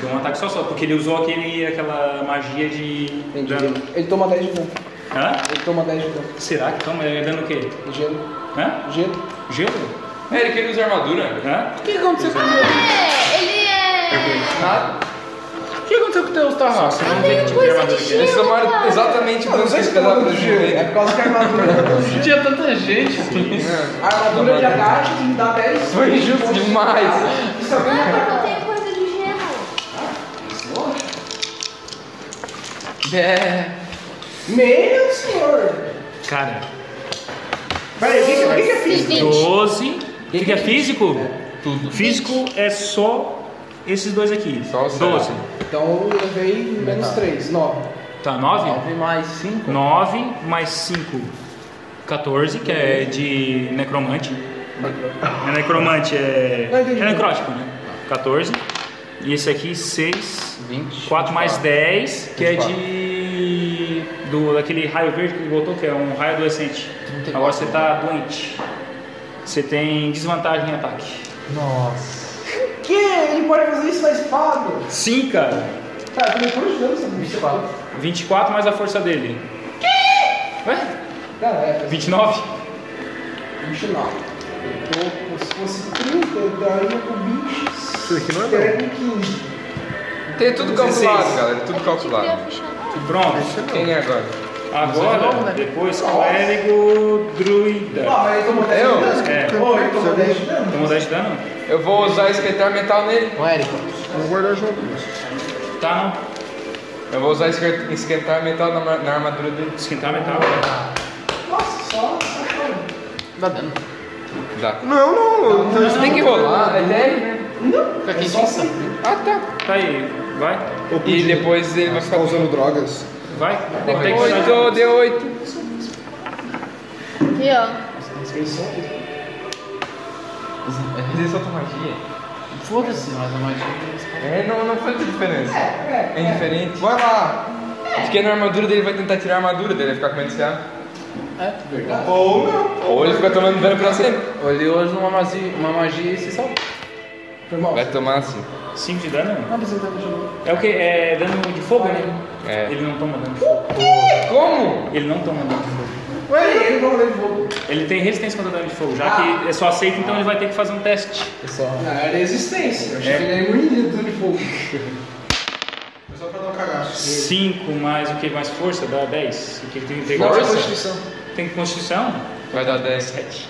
[SPEAKER 1] Deu um ataque só só, porque ele usou aquele, aquela magia de. dano.
[SPEAKER 3] Ele toma 10 de dano.
[SPEAKER 1] Hã?
[SPEAKER 3] Ele toma 10 de dano.
[SPEAKER 1] Será que toma? É dano o quê?
[SPEAKER 3] Gelo.
[SPEAKER 1] Hã?
[SPEAKER 3] Gelo.
[SPEAKER 1] Gelo?
[SPEAKER 4] Eric, ele usa armadura?
[SPEAKER 1] Hã?
[SPEAKER 2] É, ele é.
[SPEAKER 4] Tá.
[SPEAKER 9] O que aconteceu com o teu Tarrasco?
[SPEAKER 1] Você não
[SPEAKER 2] Tem
[SPEAKER 1] tem que
[SPEAKER 2] uma
[SPEAKER 1] tipo de
[SPEAKER 2] coisa de
[SPEAKER 1] armadura que é.
[SPEAKER 4] Eles
[SPEAKER 2] gelo,
[SPEAKER 4] tomaram
[SPEAKER 2] cara.
[SPEAKER 4] exatamente
[SPEAKER 3] Não, não
[SPEAKER 4] tanto
[SPEAKER 3] sei
[SPEAKER 4] que
[SPEAKER 3] se
[SPEAKER 4] cada
[SPEAKER 3] pela
[SPEAKER 4] do
[SPEAKER 3] gelo. É
[SPEAKER 4] joelho.
[SPEAKER 3] por causa que a armadura. é.
[SPEAKER 9] Tinha tanta gente.
[SPEAKER 3] A armadura de Agatha me dá 10.
[SPEAKER 4] Foi injusto demais.
[SPEAKER 3] Isso
[SPEAKER 2] Não
[SPEAKER 3] aqui
[SPEAKER 2] é
[SPEAKER 3] é
[SPEAKER 2] porque eu tenho coisa de gelo.
[SPEAKER 9] É.
[SPEAKER 3] Meu senhor!
[SPEAKER 1] Cara,
[SPEAKER 3] Peraí, o que que- o que que é físico?
[SPEAKER 2] 20.
[SPEAKER 1] 12. O que, que é físico? Tudo. Físico é só esses dois aqui.
[SPEAKER 4] Só o céu.
[SPEAKER 1] 12.
[SPEAKER 3] Então eu levei menos 3, 9.
[SPEAKER 1] Tá, 9?
[SPEAKER 9] 9 mais 5.
[SPEAKER 1] 9 mais 5, 14, que é de necromante. É necromante, é.
[SPEAKER 3] Não, entendi.
[SPEAKER 1] É necrótico, né? 14. E esse aqui, 6.
[SPEAKER 9] 20.
[SPEAKER 1] 4 mais 10, que é de. Do, daquele raio verde que ele botou, que é um raio adolescente. Agora você tá doente. Você tem desvantagem em ataque.
[SPEAKER 9] Nossa.
[SPEAKER 3] Que? Ele pode fazer isso na espada? Tá,
[SPEAKER 1] Sim, cara.
[SPEAKER 3] Cara, tem quantos danos essa bicha?
[SPEAKER 1] 24. 24 mais a força dele. Que? Ué?
[SPEAKER 3] Cara, é.
[SPEAKER 1] 29?
[SPEAKER 3] 29. Eu, se fosse 30, eu daria pro bicho.
[SPEAKER 4] Isso aqui não é
[SPEAKER 3] Daria
[SPEAKER 4] bom.
[SPEAKER 3] com 15.
[SPEAKER 4] Tem tudo
[SPEAKER 1] 16.
[SPEAKER 4] calculado, galera. Tudo calculado.
[SPEAKER 1] Pronto.
[SPEAKER 4] Quem é agora?
[SPEAKER 3] é
[SPEAKER 1] Agora, depois, clérigo druida.
[SPEAKER 3] né? Ó, um mas ele tomou 10
[SPEAKER 4] Eu?
[SPEAKER 3] danos.
[SPEAKER 1] É.
[SPEAKER 3] Pô, ele tomou 10 de dano.
[SPEAKER 1] Tomou 10 de dano?
[SPEAKER 4] Eu vou usar esquentar metal nele.
[SPEAKER 6] Não, Érico.
[SPEAKER 5] Vamos guardar junto. mas-
[SPEAKER 1] Tá, não.
[SPEAKER 4] Eu vou usar esque- esquentar metal na, ma- na armadura dele.
[SPEAKER 1] Esquentar metal.
[SPEAKER 3] Nossa, só. só cara.
[SPEAKER 12] Dá dano.
[SPEAKER 4] Dá.
[SPEAKER 5] Não, não, não.
[SPEAKER 4] Você tem que rolar, é técnico.
[SPEAKER 12] Fica aqui em cima.
[SPEAKER 4] Ah, tá.
[SPEAKER 1] Tá aí, vai.
[SPEAKER 4] E depois ele vai
[SPEAKER 5] Você tá
[SPEAKER 4] ficar usando.
[SPEAKER 5] usando drogas.
[SPEAKER 1] Vai. Tem que
[SPEAKER 4] Depois
[SPEAKER 1] sair.
[SPEAKER 4] eu dei 8.
[SPEAKER 11] Aqui, ó.
[SPEAKER 12] É resistência outra magia. Foda-se, mas a magia.
[SPEAKER 4] É, não, não faz diferença. É indiferente.
[SPEAKER 5] Vai lá.
[SPEAKER 4] Porque na armadura dele vai tentar tirar a armadura dele, vai ficar com medo de CA.
[SPEAKER 12] É, verdade.
[SPEAKER 5] Ou não.
[SPEAKER 4] Ou ele fica tomando dano pra sempre.
[SPEAKER 12] Olhei hoje uma magia, uma magia e se salvou.
[SPEAKER 3] Foi mal.
[SPEAKER 4] Vai tomar assim.
[SPEAKER 1] 5 de dano?
[SPEAKER 3] Não precisa de dano de novo.
[SPEAKER 1] É o que? É dano de fogo, né?
[SPEAKER 4] É.
[SPEAKER 1] Ele não toma dano de fogo.
[SPEAKER 4] Como?
[SPEAKER 1] Ele não toma dano de fogo.
[SPEAKER 3] Ué, ele não leva fogo.
[SPEAKER 1] Ele tem resistência contra dano de fogo, já que é só aceito, então ele vai ter que fazer um teste.
[SPEAKER 12] Pessoal,
[SPEAKER 3] Não, era existência. Eu achei
[SPEAKER 1] É.
[SPEAKER 3] que ele era imunido do dano de fogo. um
[SPEAKER 1] 5 mais o que? Mais força? Dá 10. O que ele tem que pegar?
[SPEAKER 4] Força?
[SPEAKER 1] Tem constituição?
[SPEAKER 4] Vai dar 10.
[SPEAKER 1] 7.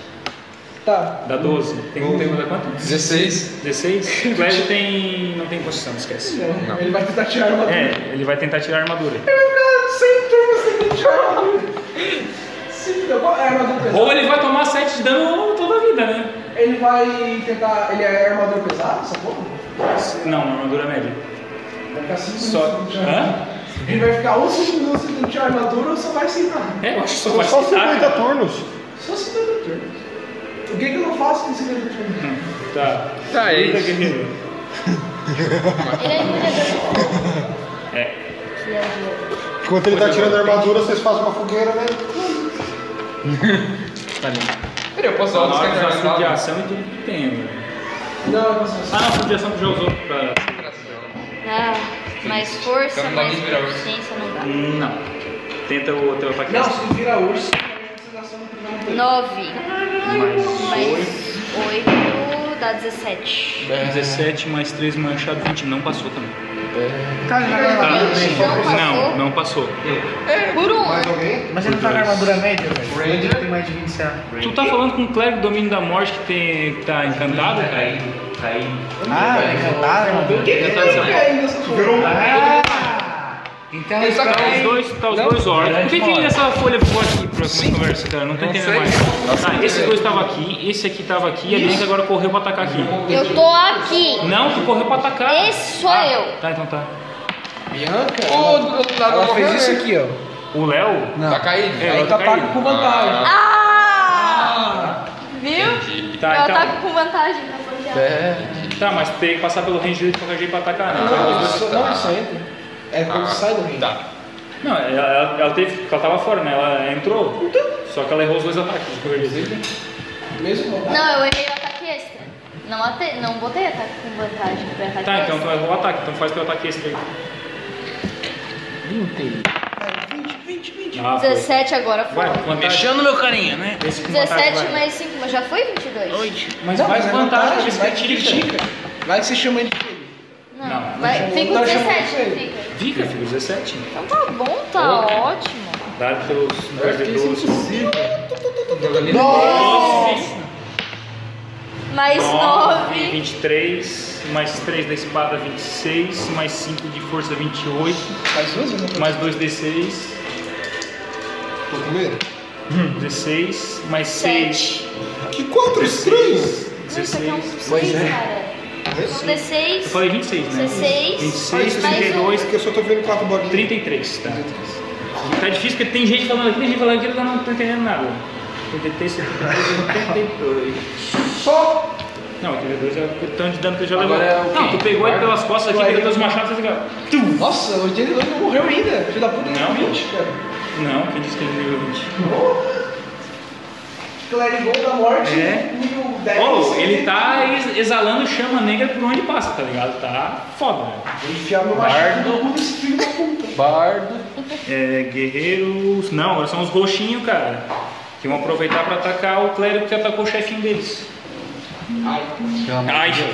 [SPEAKER 3] Tá.
[SPEAKER 1] Dá 12. Tem que tem que dar quanto?
[SPEAKER 4] 16.
[SPEAKER 1] 16. Cleve tem. não tem constituição, esquece.
[SPEAKER 4] Não.
[SPEAKER 3] Ele vai tentar tirar uma.
[SPEAKER 1] É, ele vai tentar tirar a armadura.
[SPEAKER 3] Sem turma, sem tirar Sim, eu vou- é armadura
[SPEAKER 1] Ou
[SPEAKER 3] pesada.
[SPEAKER 1] ele vai tomar 7 de dano toda a vida, né?
[SPEAKER 3] Ele vai tentar. Ele é armadura pesada, essa porra?
[SPEAKER 1] Não, armadura é média.
[SPEAKER 3] Vai ficar 5 minutos
[SPEAKER 1] Só.
[SPEAKER 3] sem tirar armadura.
[SPEAKER 1] Hã?
[SPEAKER 3] Ele vai ficar um ou 5 minutos sem tirar armadura ou só vai sentar.
[SPEAKER 1] É, eu acho que só
[SPEAKER 5] São
[SPEAKER 1] vai
[SPEAKER 5] só
[SPEAKER 1] citar. né?
[SPEAKER 5] 50 turnos.
[SPEAKER 3] Só 50 turnos. O que, que eu não faço com 50 turnos?
[SPEAKER 1] Tá.
[SPEAKER 4] Tá, é
[SPEAKER 1] Eita,
[SPEAKER 4] isso.
[SPEAKER 1] guerreiro.
[SPEAKER 11] Ele é imunizador.
[SPEAKER 1] É.
[SPEAKER 11] Que é
[SPEAKER 5] Enquanto ele tá tirando a armadura, vocês fazem uma fogueira, né?
[SPEAKER 1] Tá lindo.
[SPEAKER 4] Peraí, eu posso
[SPEAKER 1] Só
[SPEAKER 4] usar
[SPEAKER 1] na
[SPEAKER 4] o
[SPEAKER 1] hora de usar
[SPEAKER 4] esquentar
[SPEAKER 1] fruto de
[SPEAKER 4] metal?
[SPEAKER 1] ação e tudo então, que tem, né?
[SPEAKER 3] Não, eu faço assim.
[SPEAKER 1] Ah, fruto de ação que já usou pra.
[SPEAKER 11] Ah, mais força,
[SPEAKER 4] Então não dá
[SPEAKER 1] um
[SPEAKER 11] mais
[SPEAKER 4] nem pra ver.
[SPEAKER 11] consciência, não dá.
[SPEAKER 1] Não. Tenta o teu ataque.
[SPEAKER 3] Não, se vira urso, vocês acionam o primeiro turno.
[SPEAKER 11] Nove. Mais
[SPEAKER 1] Mais
[SPEAKER 11] oito dá 17.
[SPEAKER 1] 8. 17 mais 3 manchado, 20. Não passou também.
[SPEAKER 16] tá
[SPEAKER 5] Cara,
[SPEAKER 11] Não
[SPEAKER 1] Não,
[SPEAKER 11] passou.
[SPEAKER 1] não Tá. passou.
[SPEAKER 11] Por um.
[SPEAKER 5] mais alguém?
[SPEAKER 16] Mas ele não tá com armadura média, velho. Ranger tem mais de 20
[SPEAKER 12] Ah,
[SPEAKER 16] CA.
[SPEAKER 1] Tu tá falando com um clérigo domínio da morte que, tem, que tá encantado, cara?
[SPEAKER 16] Ah, é
[SPEAKER 12] tá
[SPEAKER 16] encantado,
[SPEAKER 3] O que, que ele quer ainda essa
[SPEAKER 1] um
[SPEAKER 3] porra?
[SPEAKER 16] Então
[SPEAKER 4] Ele tá
[SPEAKER 1] Tá os dois, tá os dois orcs. Por que, que essa folha ficou aqui pra essa conversa, cara? Não tô entendendo
[SPEAKER 4] sei.
[SPEAKER 1] mais. Tá,
[SPEAKER 4] sei.
[SPEAKER 1] esses dois estavam aqui, esse aqui tava aqui e a Bianca agora correu pra atacar aqui.
[SPEAKER 11] Eu tô aqui.
[SPEAKER 1] Não, tu correu pra atacar.
[SPEAKER 11] Esse sou
[SPEAKER 1] Ah,
[SPEAKER 11] eu.
[SPEAKER 1] Tá, então tá.
[SPEAKER 6] Bianca?
[SPEAKER 4] Ô, do outro lado
[SPEAKER 6] Ela
[SPEAKER 4] morreu,
[SPEAKER 6] fez isso
[SPEAKER 4] né?
[SPEAKER 6] aqui, ó.
[SPEAKER 1] O Léo?
[SPEAKER 6] Não.
[SPEAKER 4] Tá caído?
[SPEAKER 1] É,
[SPEAKER 6] Aí
[SPEAKER 1] eu
[SPEAKER 6] tá
[SPEAKER 1] tô
[SPEAKER 6] pago com
[SPEAKER 1] caído.
[SPEAKER 6] vantagem.
[SPEAKER 11] Ah! Viu?
[SPEAKER 1] Tá,
[SPEAKER 11] eu
[SPEAKER 1] então.
[SPEAKER 11] ataco com vantagem né, na folha.
[SPEAKER 1] Tá, mas tem que passar pelo range de qualquer jeito pra atacar, né? Então, os dois-
[SPEAKER 3] Isso- Não, isso entra. É
[SPEAKER 1] Ah.
[SPEAKER 3] quando sai do ringue.
[SPEAKER 4] Tá.
[SPEAKER 1] Não, ela, ela- ela teve, porque ela tava fora, né? Ela entrou. Só que ela errou os dois ataques de qualquer jeito.
[SPEAKER 3] Mesmo vontade.
[SPEAKER 11] Não, eu errei o ataque extra. Não, ate... não botei ataque com vantagem. Foi ataque
[SPEAKER 1] Tá, então tu
[SPEAKER 11] extra.
[SPEAKER 1] errou o ataque, então faz teu ataque extra aí.
[SPEAKER 3] 20, 20, 20.
[SPEAKER 1] Ah, foi.
[SPEAKER 11] 17 agora foi.
[SPEAKER 1] Vai, com vantagem.
[SPEAKER 16] Mexendo meu carinha, né?
[SPEAKER 1] Esse com vantagem
[SPEAKER 11] 17
[SPEAKER 1] vai.
[SPEAKER 11] mais 5, mas já foi 22?
[SPEAKER 1] Mas vai com vantagem é pra ver se
[SPEAKER 3] vai que
[SPEAKER 1] critica.
[SPEAKER 3] critica. Vai que se chama de filho.
[SPEAKER 11] Não,
[SPEAKER 1] Não,
[SPEAKER 11] vai, fica com
[SPEAKER 3] não chama
[SPEAKER 11] 17,
[SPEAKER 3] você.
[SPEAKER 11] fica.
[SPEAKER 1] Fica, fica 17.
[SPEAKER 11] Então tá bom, tá ótimo.
[SPEAKER 1] Dá teus perdedores.
[SPEAKER 4] Nossa.
[SPEAKER 11] Mais
[SPEAKER 1] 9,
[SPEAKER 11] 9.
[SPEAKER 1] 23, mais 3 da espada, 26, mais 5 de força, 28,
[SPEAKER 3] Faz duas ou não?
[SPEAKER 1] mais né? 2 D6,
[SPEAKER 5] Tô com medo.
[SPEAKER 1] 16, mais 6,
[SPEAKER 11] Sete.
[SPEAKER 5] Que quadro estranho.
[SPEAKER 11] Isso aqui é um
[SPEAKER 1] 16.
[SPEAKER 11] sucesso,
[SPEAKER 3] é.
[SPEAKER 11] cara. Um
[SPEAKER 1] Eu
[SPEAKER 11] D6.
[SPEAKER 1] falei 26, né?
[SPEAKER 11] 16,
[SPEAKER 1] 26,
[SPEAKER 11] mais um.
[SPEAKER 1] 32,
[SPEAKER 5] Porque eu só tô vendo quatro bolinhas.
[SPEAKER 1] 33, tá? Tá difícil porque tem gente falando aqui, tem gente falando aqui, eu não tô entendendo nada. 83, 73, 82.
[SPEAKER 5] Só.
[SPEAKER 1] Não, 82 é o tanto de dano que eu já levou.
[SPEAKER 12] Agora é o
[SPEAKER 1] Não,
[SPEAKER 12] quê?
[SPEAKER 1] tu pegou ele pelas costas aqui, pegou os machados e fica. Tum!
[SPEAKER 3] Nossa, o Jenny não morreu ainda. Filho da puta, ele
[SPEAKER 1] Não.
[SPEAKER 3] tem 20, cara.
[SPEAKER 1] Não, quem disse que ele é nível 20?
[SPEAKER 3] Clérigol da morte,
[SPEAKER 1] É.
[SPEAKER 3] nível
[SPEAKER 1] Oh, ele tá ex- exalando chama negra por onde passa, tá ligado? Tá foda, né?
[SPEAKER 3] Enfiar meu
[SPEAKER 1] Bardo.
[SPEAKER 3] machado no cu desse filho da puta.
[SPEAKER 1] Bardo. É, guerreiros. Não, agora são os roxinhos, cara. Que vão aproveitar pra atacar o clérigo que atacou o chefinho deles.
[SPEAKER 11] Ai,
[SPEAKER 1] Ai, ai, ai.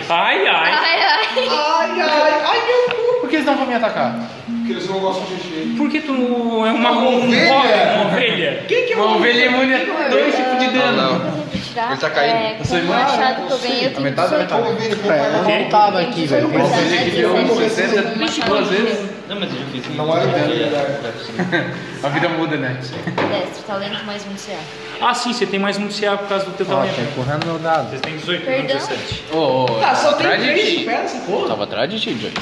[SPEAKER 11] ai.
[SPEAKER 3] Ai, ai, ai, meu cu.
[SPEAKER 12] Por que eles não vão me atacar?
[SPEAKER 10] Porque eles não gostam de gente.
[SPEAKER 1] Por que tu é uma um
[SPEAKER 12] ovelha?
[SPEAKER 1] rock, uma ovelha?
[SPEAKER 3] Que que é
[SPEAKER 12] Uma ovelha imune a dois tipos de dano.
[SPEAKER 11] Eu vou tirar.
[SPEAKER 12] Ele tá caindo.
[SPEAKER 11] É,
[SPEAKER 12] Eu sou
[SPEAKER 11] com o
[SPEAKER 12] imune.
[SPEAKER 11] machado que eu ganhei, eu
[SPEAKER 12] A
[SPEAKER 11] tenho
[SPEAKER 12] metade da
[SPEAKER 11] 18.
[SPEAKER 12] metade.
[SPEAKER 6] É, não tava aqui, velho.
[SPEAKER 12] Uma ovelha que deu
[SPEAKER 11] Dezessete. um
[SPEAKER 12] 62 vezes.
[SPEAKER 9] Não, mas eu já fiz
[SPEAKER 12] Não era o A vida muda, né?
[SPEAKER 11] Destro, talento mais um CA.
[SPEAKER 1] Ah, sim, você tem mais um CA por causa do teu
[SPEAKER 12] Ó,
[SPEAKER 1] talento.
[SPEAKER 12] tá empurrando meu dado.
[SPEAKER 1] Você tem 18, não é
[SPEAKER 11] Perdão?
[SPEAKER 1] 17.
[SPEAKER 12] Ô, ô,
[SPEAKER 3] Ah, só tem
[SPEAKER 12] atrás de
[SPEAKER 3] três
[SPEAKER 12] ti.
[SPEAKER 3] de pé essa porra.
[SPEAKER 12] Tava atrás de ti, Johnny.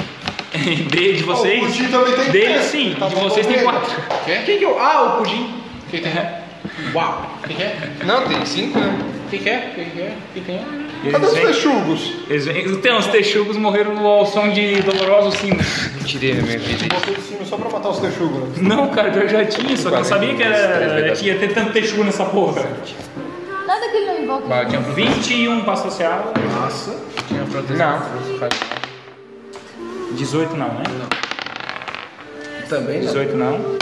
[SPEAKER 1] De, de vocês?
[SPEAKER 5] Ó, o Pudim também tem
[SPEAKER 1] Dele
[SPEAKER 5] três.
[SPEAKER 1] sim,
[SPEAKER 5] Tá
[SPEAKER 1] de
[SPEAKER 5] bom,
[SPEAKER 1] vocês tem
[SPEAKER 5] vamos ver.
[SPEAKER 1] 4.
[SPEAKER 3] Que que eu... Ah, o pudim.
[SPEAKER 12] Que que é?
[SPEAKER 3] Uau.
[SPEAKER 12] Que que é?
[SPEAKER 4] Não, tem cinco, né?
[SPEAKER 12] Que que é? Que que é? Que que é?
[SPEAKER 5] Cadê os fechugos?
[SPEAKER 1] Eles vêm- Então, os texugos morreram no ao som de dolorosos sinos.
[SPEAKER 4] Tirei a minha vida.
[SPEAKER 5] Você de cima só pra matar os texugos, né?
[SPEAKER 1] Não, cara, eu já tinha, só que eu sabia que, era, que ia ter tanto texugo nessa porra.
[SPEAKER 11] Nada que ele não invoque.
[SPEAKER 12] Bah, eu
[SPEAKER 4] um
[SPEAKER 12] tinha
[SPEAKER 1] 21 pra associar,
[SPEAKER 12] Tinha proteção. Não.
[SPEAKER 1] 18 não, né?
[SPEAKER 6] Também não.
[SPEAKER 1] 18 não,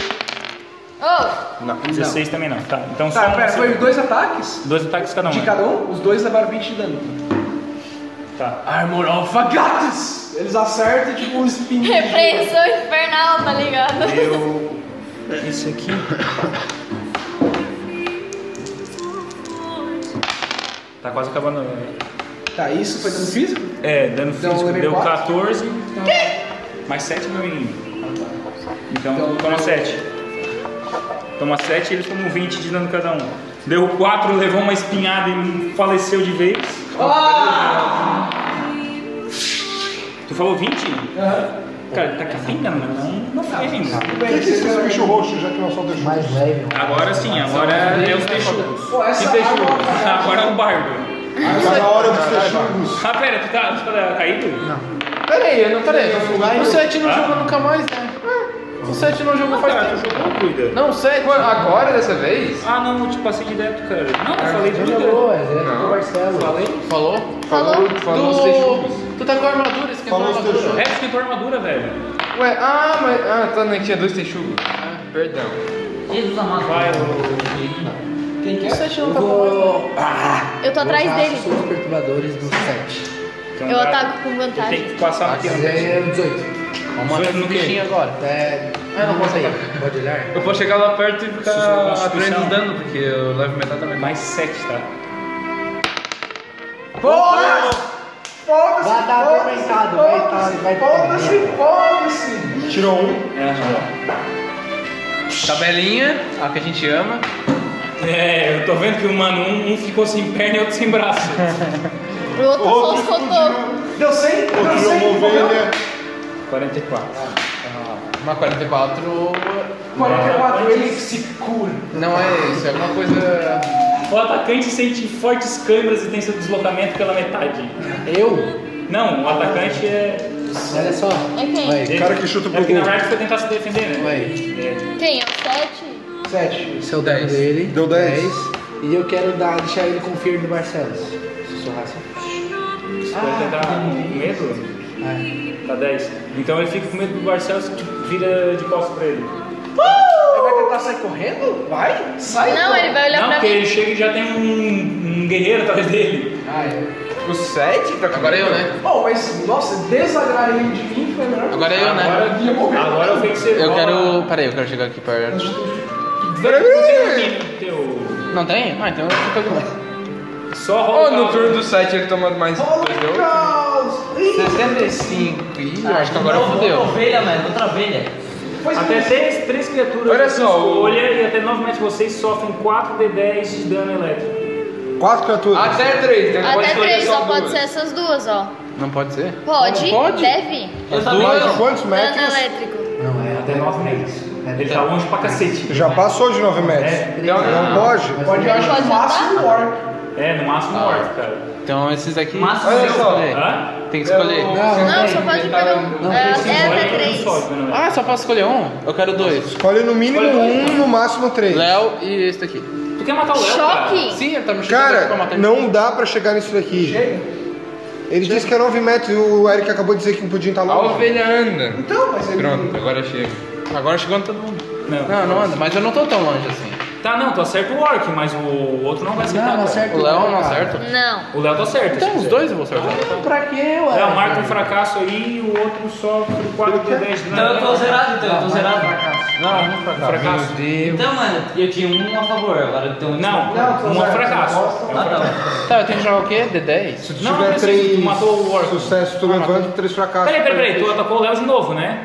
[SPEAKER 11] Oh,
[SPEAKER 1] 16 também não. Tá, então
[SPEAKER 3] Tá,
[SPEAKER 1] só
[SPEAKER 3] pera, foi dois ataques?
[SPEAKER 1] dois ataques cada um.
[SPEAKER 3] De
[SPEAKER 1] né?
[SPEAKER 3] cada um, os dois levaram 20 de dano.
[SPEAKER 1] Tá.
[SPEAKER 3] Armor of Agatis! Eles acertam tipo um espinho.
[SPEAKER 11] repreensão infernal, tá ligado?
[SPEAKER 1] Eu. Esse aqui. Tá quase acabando. né?
[SPEAKER 3] Tá, isso foi dano físico?
[SPEAKER 1] É, dano
[SPEAKER 3] Então,
[SPEAKER 1] físico
[SPEAKER 3] levei
[SPEAKER 1] deu
[SPEAKER 3] quatro.
[SPEAKER 1] 14. então- Mais 7 meu menino. Então, toma 7. Toma 7 e eles tomam 20 de dano cada um. Deu 4, levou uma espinhada e um faleceu de vez. Tu falou 20?
[SPEAKER 3] Aham. Tá
[SPEAKER 1] Cara, tá capenga, mas não, não fez ainda.
[SPEAKER 5] O que que é esse bicho roxo, já que não são texugos?
[SPEAKER 6] Mais leve. mano.
[SPEAKER 1] Agora
[SPEAKER 3] Tá
[SPEAKER 1] sim, agora é os texugos.
[SPEAKER 3] Pô,
[SPEAKER 1] E
[SPEAKER 3] essa
[SPEAKER 1] texugos?
[SPEAKER 3] arma-
[SPEAKER 1] Agora é o bardo.
[SPEAKER 5] Agora é a hora dos texugos.
[SPEAKER 1] Ah, pera, tu tá, tu tá caído? Não.
[SPEAKER 12] Pera aí, eu não
[SPEAKER 6] tá
[SPEAKER 12] peraí. O 7 não jogou nunca mais,
[SPEAKER 16] Ah.
[SPEAKER 12] né? O 7 não jogou faz
[SPEAKER 1] Cara, tu
[SPEAKER 12] tempo.
[SPEAKER 1] jogou, cuida.
[SPEAKER 12] Não, Ah, o 7.
[SPEAKER 4] Agora dessa vez?
[SPEAKER 1] Ah, não, eu te passei direto, cara. Não, eu falei
[SPEAKER 6] Não
[SPEAKER 1] cuida.
[SPEAKER 6] jogou, é direto pro Marcelo.
[SPEAKER 12] Falou?
[SPEAKER 11] Falou?
[SPEAKER 4] Falou os texugos.
[SPEAKER 12] Tu tá com a armadura, esquentou a
[SPEAKER 5] Falou os
[SPEAKER 12] armadura.
[SPEAKER 1] É, você quebrou a armadura, velho.
[SPEAKER 4] Ué, ah, mas. Ah, tá, né? que Tinha dois texugos. Ah, perdão.
[SPEAKER 9] Jesus amado.
[SPEAKER 1] Vai,
[SPEAKER 6] Quem que
[SPEAKER 12] O 7 não
[SPEAKER 6] Eu
[SPEAKER 12] tá com mais.
[SPEAKER 6] vou...
[SPEAKER 11] Eu tô atrás dele.
[SPEAKER 6] São os perturbadores do 7.
[SPEAKER 1] Então,
[SPEAKER 11] Eu
[SPEAKER 1] dá-
[SPEAKER 11] ataco com
[SPEAKER 2] Tá.
[SPEAKER 1] Tem
[SPEAKER 11] vantagem.
[SPEAKER 1] que passar aqui, ó.
[SPEAKER 6] É 18.
[SPEAKER 12] Vamos matar
[SPEAKER 1] Zoando
[SPEAKER 12] esse
[SPEAKER 1] no quê?
[SPEAKER 12] bichinho agora.
[SPEAKER 6] É...
[SPEAKER 12] Ah, não
[SPEAKER 6] Vamos
[SPEAKER 12] posso
[SPEAKER 6] aí.
[SPEAKER 12] atacar.
[SPEAKER 6] Pode olhar.
[SPEAKER 12] Eu posso chegar lá perto e ficar
[SPEAKER 1] Sussurro,
[SPEAKER 12] atrás
[SPEAKER 1] sussurro.
[SPEAKER 12] dos dano, porque eu levo metade da metade.
[SPEAKER 1] Mais 7, tá?
[SPEAKER 3] Porra! Foda-se!
[SPEAKER 6] Vai dar
[SPEAKER 3] foda-se,
[SPEAKER 6] atormentado, vai tá,
[SPEAKER 3] foda-se,
[SPEAKER 6] vai tá.
[SPEAKER 3] Foda-se, foda-se!
[SPEAKER 5] Tirou um.
[SPEAKER 1] Aham.
[SPEAKER 12] Tabelinha, a que a gente ama.
[SPEAKER 1] É, eu tô vendo que, mano, um, um ficou sem perna e outro sem braço.
[SPEAKER 11] O outro só os cotocos.
[SPEAKER 3] Deu 100? Deu
[SPEAKER 5] Outro
[SPEAKER 3] 100?
[SPEAKER 5] uma ovelha.
[SPEAKER 1] 44.
[SPEAKER 12] Uma 44
[SPEAKER 3] 44, ele se cura.
[SPEAKER 12] não é isso, é alguma coisa.
[SPEAKER 1] O atacante sente fortes câimbras e tem seu deslocamento pela metade.
[SPEAKER 6] Eu?
[SPEAKER 1] Não, o atacante é.
[SPEAKER 6] Olha só.
[SPEAKER 11] É quem?
[SPEAKER 6] Vai.
[SPEAKER 5] O cara que chuta pro
[SPEAKER 1] É que na
[SPEAKER 5] gol.
[SPEAKER 1] verdade foi tentar se defender, né?
[SPEAKER 6] Vai.
[SPEAKER 1] É.
[SPEAKER 11] Quem? É o 7?
[SPEAKER 6] 7. Esse é o dano
[SPEAKER 12] 10.
[SPEAKER 6] dele.
[SPEAKER 5] Deu 10.
[SPEAKER 6] E eu quero dar, deixar ele conferir no Barcelos. Sussurrar assim.
[SPEAKER 1] Você vai tentar
[SPEAKER 5] Ah.
[SPEAKER 1] com medo?
[SPEAKER 6] É.
[SPEAKER 1] Tá 10. Então ele fica com medo do Barcelos que vira de costas pra ele.
[SPEAKER 3] Ele vai tentar sair correndo? Vai? Sai!
[SPEAKER 11] Não, ele vai olhar
[SPEAKER 1] Não,
[SPEAKER 11] pra
[SPEAKER 1] porque
[SPEAKER 11] mim.
[SPEAKER 1] ele chega e já tem um, um guerreiro atrás dele.
[SPEAKER 6] Ah, é.
[SPEAKER 5] O 7?
[SPEAKER 12] Agora eu, né?
[SPEAKER 3] Bom, Oh, mas, nossa, desagradar ele de mim foi melhor.
[SPEAKER 12] Agora
[SPEAKER 4] Ah,
[SPEAKER 12] eu, né?
[SPEAKER 1] Agora, agora eu fico
[SPEAKER 12] Eu quero. Peraí, eu quero chegar aqui perto.
[SPEAKER 1] Velho, teu...
[SPEAKER 12] Não tem? Ah, então eu fico aqui.
[SPEAKER 1] Só rola
[SPEAKER 4] Oh,
[SPEAKER 1] o
[SPEAKER 4] no
[SPEAKER 1] dado.
[SPEAKER 4] turno do site ele toma mais
[SPEAKER 3] Oh,
[SPEAKER 4] dois
[SPEAKER 3] meu
[SPEAKER 4] deu. um
[SPEAKER 3] Deus! Ih,
[SPEAKER 12] 65. Ih, eu Ah, acho que agora
[SPEAKER 9] Não, outra
[SPEAKER 12] fodeu.
[SPEAKER 9] ovelha, mano, outra ovelha.
[SPEAKER 3] Pois
[SPEAKER 1] Até
[SPEAKER 3] é.
[SPEAKER 1] três, três criaturas
[SPEAKER 4] Olha
[SPEAKER 1] de sua
[SPEAKER 4] só, o-
[SPEAKER 1] escolha e até 9 metros de vocês sofrem 4 de 10 de dano elétrico.
[SPEAKER 5] 4 criaturas.
[SPEAKER 1] Ah,
[SPEAKER 4] Até três, então ele pode
[SPEAKER 11] Até
[SPEAKER 4] escolher
[SPEAKER 11] 3, só pode
[SPEAKER 4] duas.
[SPEAKER 11] ser essas duas, ó.
[SPEAKER 12] Não pode ser?
[SPEAKER 11] Pode?
[SPEAKER 12] Pode?
[SPEAKER 11] Deve?
[SPEAKER 9] Eu
[SPEAKER 5] Mais
[SPEAKER 9] sabia.
[SPEAKER 5] quantos
[SPEAKER 11] Dano
[SPEAKER 5] metros?
[SPEAKER 11] elétrico.
[SPEAKER 6] Não, é
[SPEAKER 1] Até 9 metros. Ele tá longe pra cacete.
[SPEAKER 5] Já passou de 9 metros.
[SPEAKER 1] É,
[SPEAKER 4] Então,
[SPEAKER 5] Não pode?
[SPEAKER 3] Pode, eu acho que
[SPEAKER 11] Pode
[SPEAKER 3] o máximo um orc.
[SPEAKER 1] é no máximo
[SPEAKER 12] Ah.
[SPEAKER 1] morto, cara.
[SPEAKER 12] Então esses aqui.
[SPEAKER 9] Massa
[SPEAKER 12] Tem que
[SPEAKER 9] seu.
[SPEAKER 12] escolher.
[SPEAKER 1] Hã?
[SPEAKER 12] Tem que escolher.
[SPEAKER 11] Não, só pode pegar um. É é até
[SPEAKER 1] Olha,
[SPEAKER 11] 3.
[SPEAKER 1] não sobe, né?
[SPEAKER 12] Ah, só posso escolher um? Eu quero dois.
[SPEAKER 5] Escolhe no mínimo um, no máximo três.
[SPEAKER 12] Léo e esse daqui.
[SPEAKER 5] Tu
[SPEAKER 1] quer matar o Léo, cara.
[SPEAKER 5] Sim, ele tá me Cara, não dá pra chegar nisso daqui. Ele disse que é 9 metros e o Eric acabou de dizer que o pudim tá
[SPEAKER 4] A
[SPEAKER 5] longe.
[SPEAKER 4] ovelha anda.
[SPEAKER 5] Então, mas ele-
[SPEAKER 4] Pronto, agora chega.
[SPEAKER 12] Agora chegou todo mundo.
[SPEAKER 1] Não,
[SPEAKER 12] não, anda, mas eu não tô tão longe assim.
[SPEAKER 1] Tá, não, tu acerta o Orc, mas o outro não vai acertar. cara.
[SPEAKER 12] O Léo não acerta?
[SPEAKER 11] Não.
[SPEAKER 1] O Léo tá certo.
[SPEAKER 12] Então, os dois eu vou acertar.
[SPEAKER 6] Então,
[SPEAKER 1] Pra que, ué? Léo, marca um fracasso aí e o outro só por 4 de né? 10 de
[SPEAKER 9] Então eu tô zerado, então, eu tô zerado.
[SPEAKER 1] Não, não fracasso.
[SPEAKER 9] Então, mano, eu tinha um a favor, agora eu tenho um. Ah,
[SPEAKER 1] Não, não, um é fracasso. É um fracasso.
[SPEAKER 12] Tá, eu tenho que jogar o quê? D10?
[SPEAKER 5] Se tu
[SPEAKER 1] Não,
[SPEAKER 5] tiver
[SPEAKER 1] mas
[SPEAKER 5] três
[SPEAKER 1] tu matou o Orc.
[SPEAKER 5] sucessos, tu levanta e três fracassos.
[SPEAKER 1] Peraí, peraí, peraí, tu atacou o Léo de novo, né?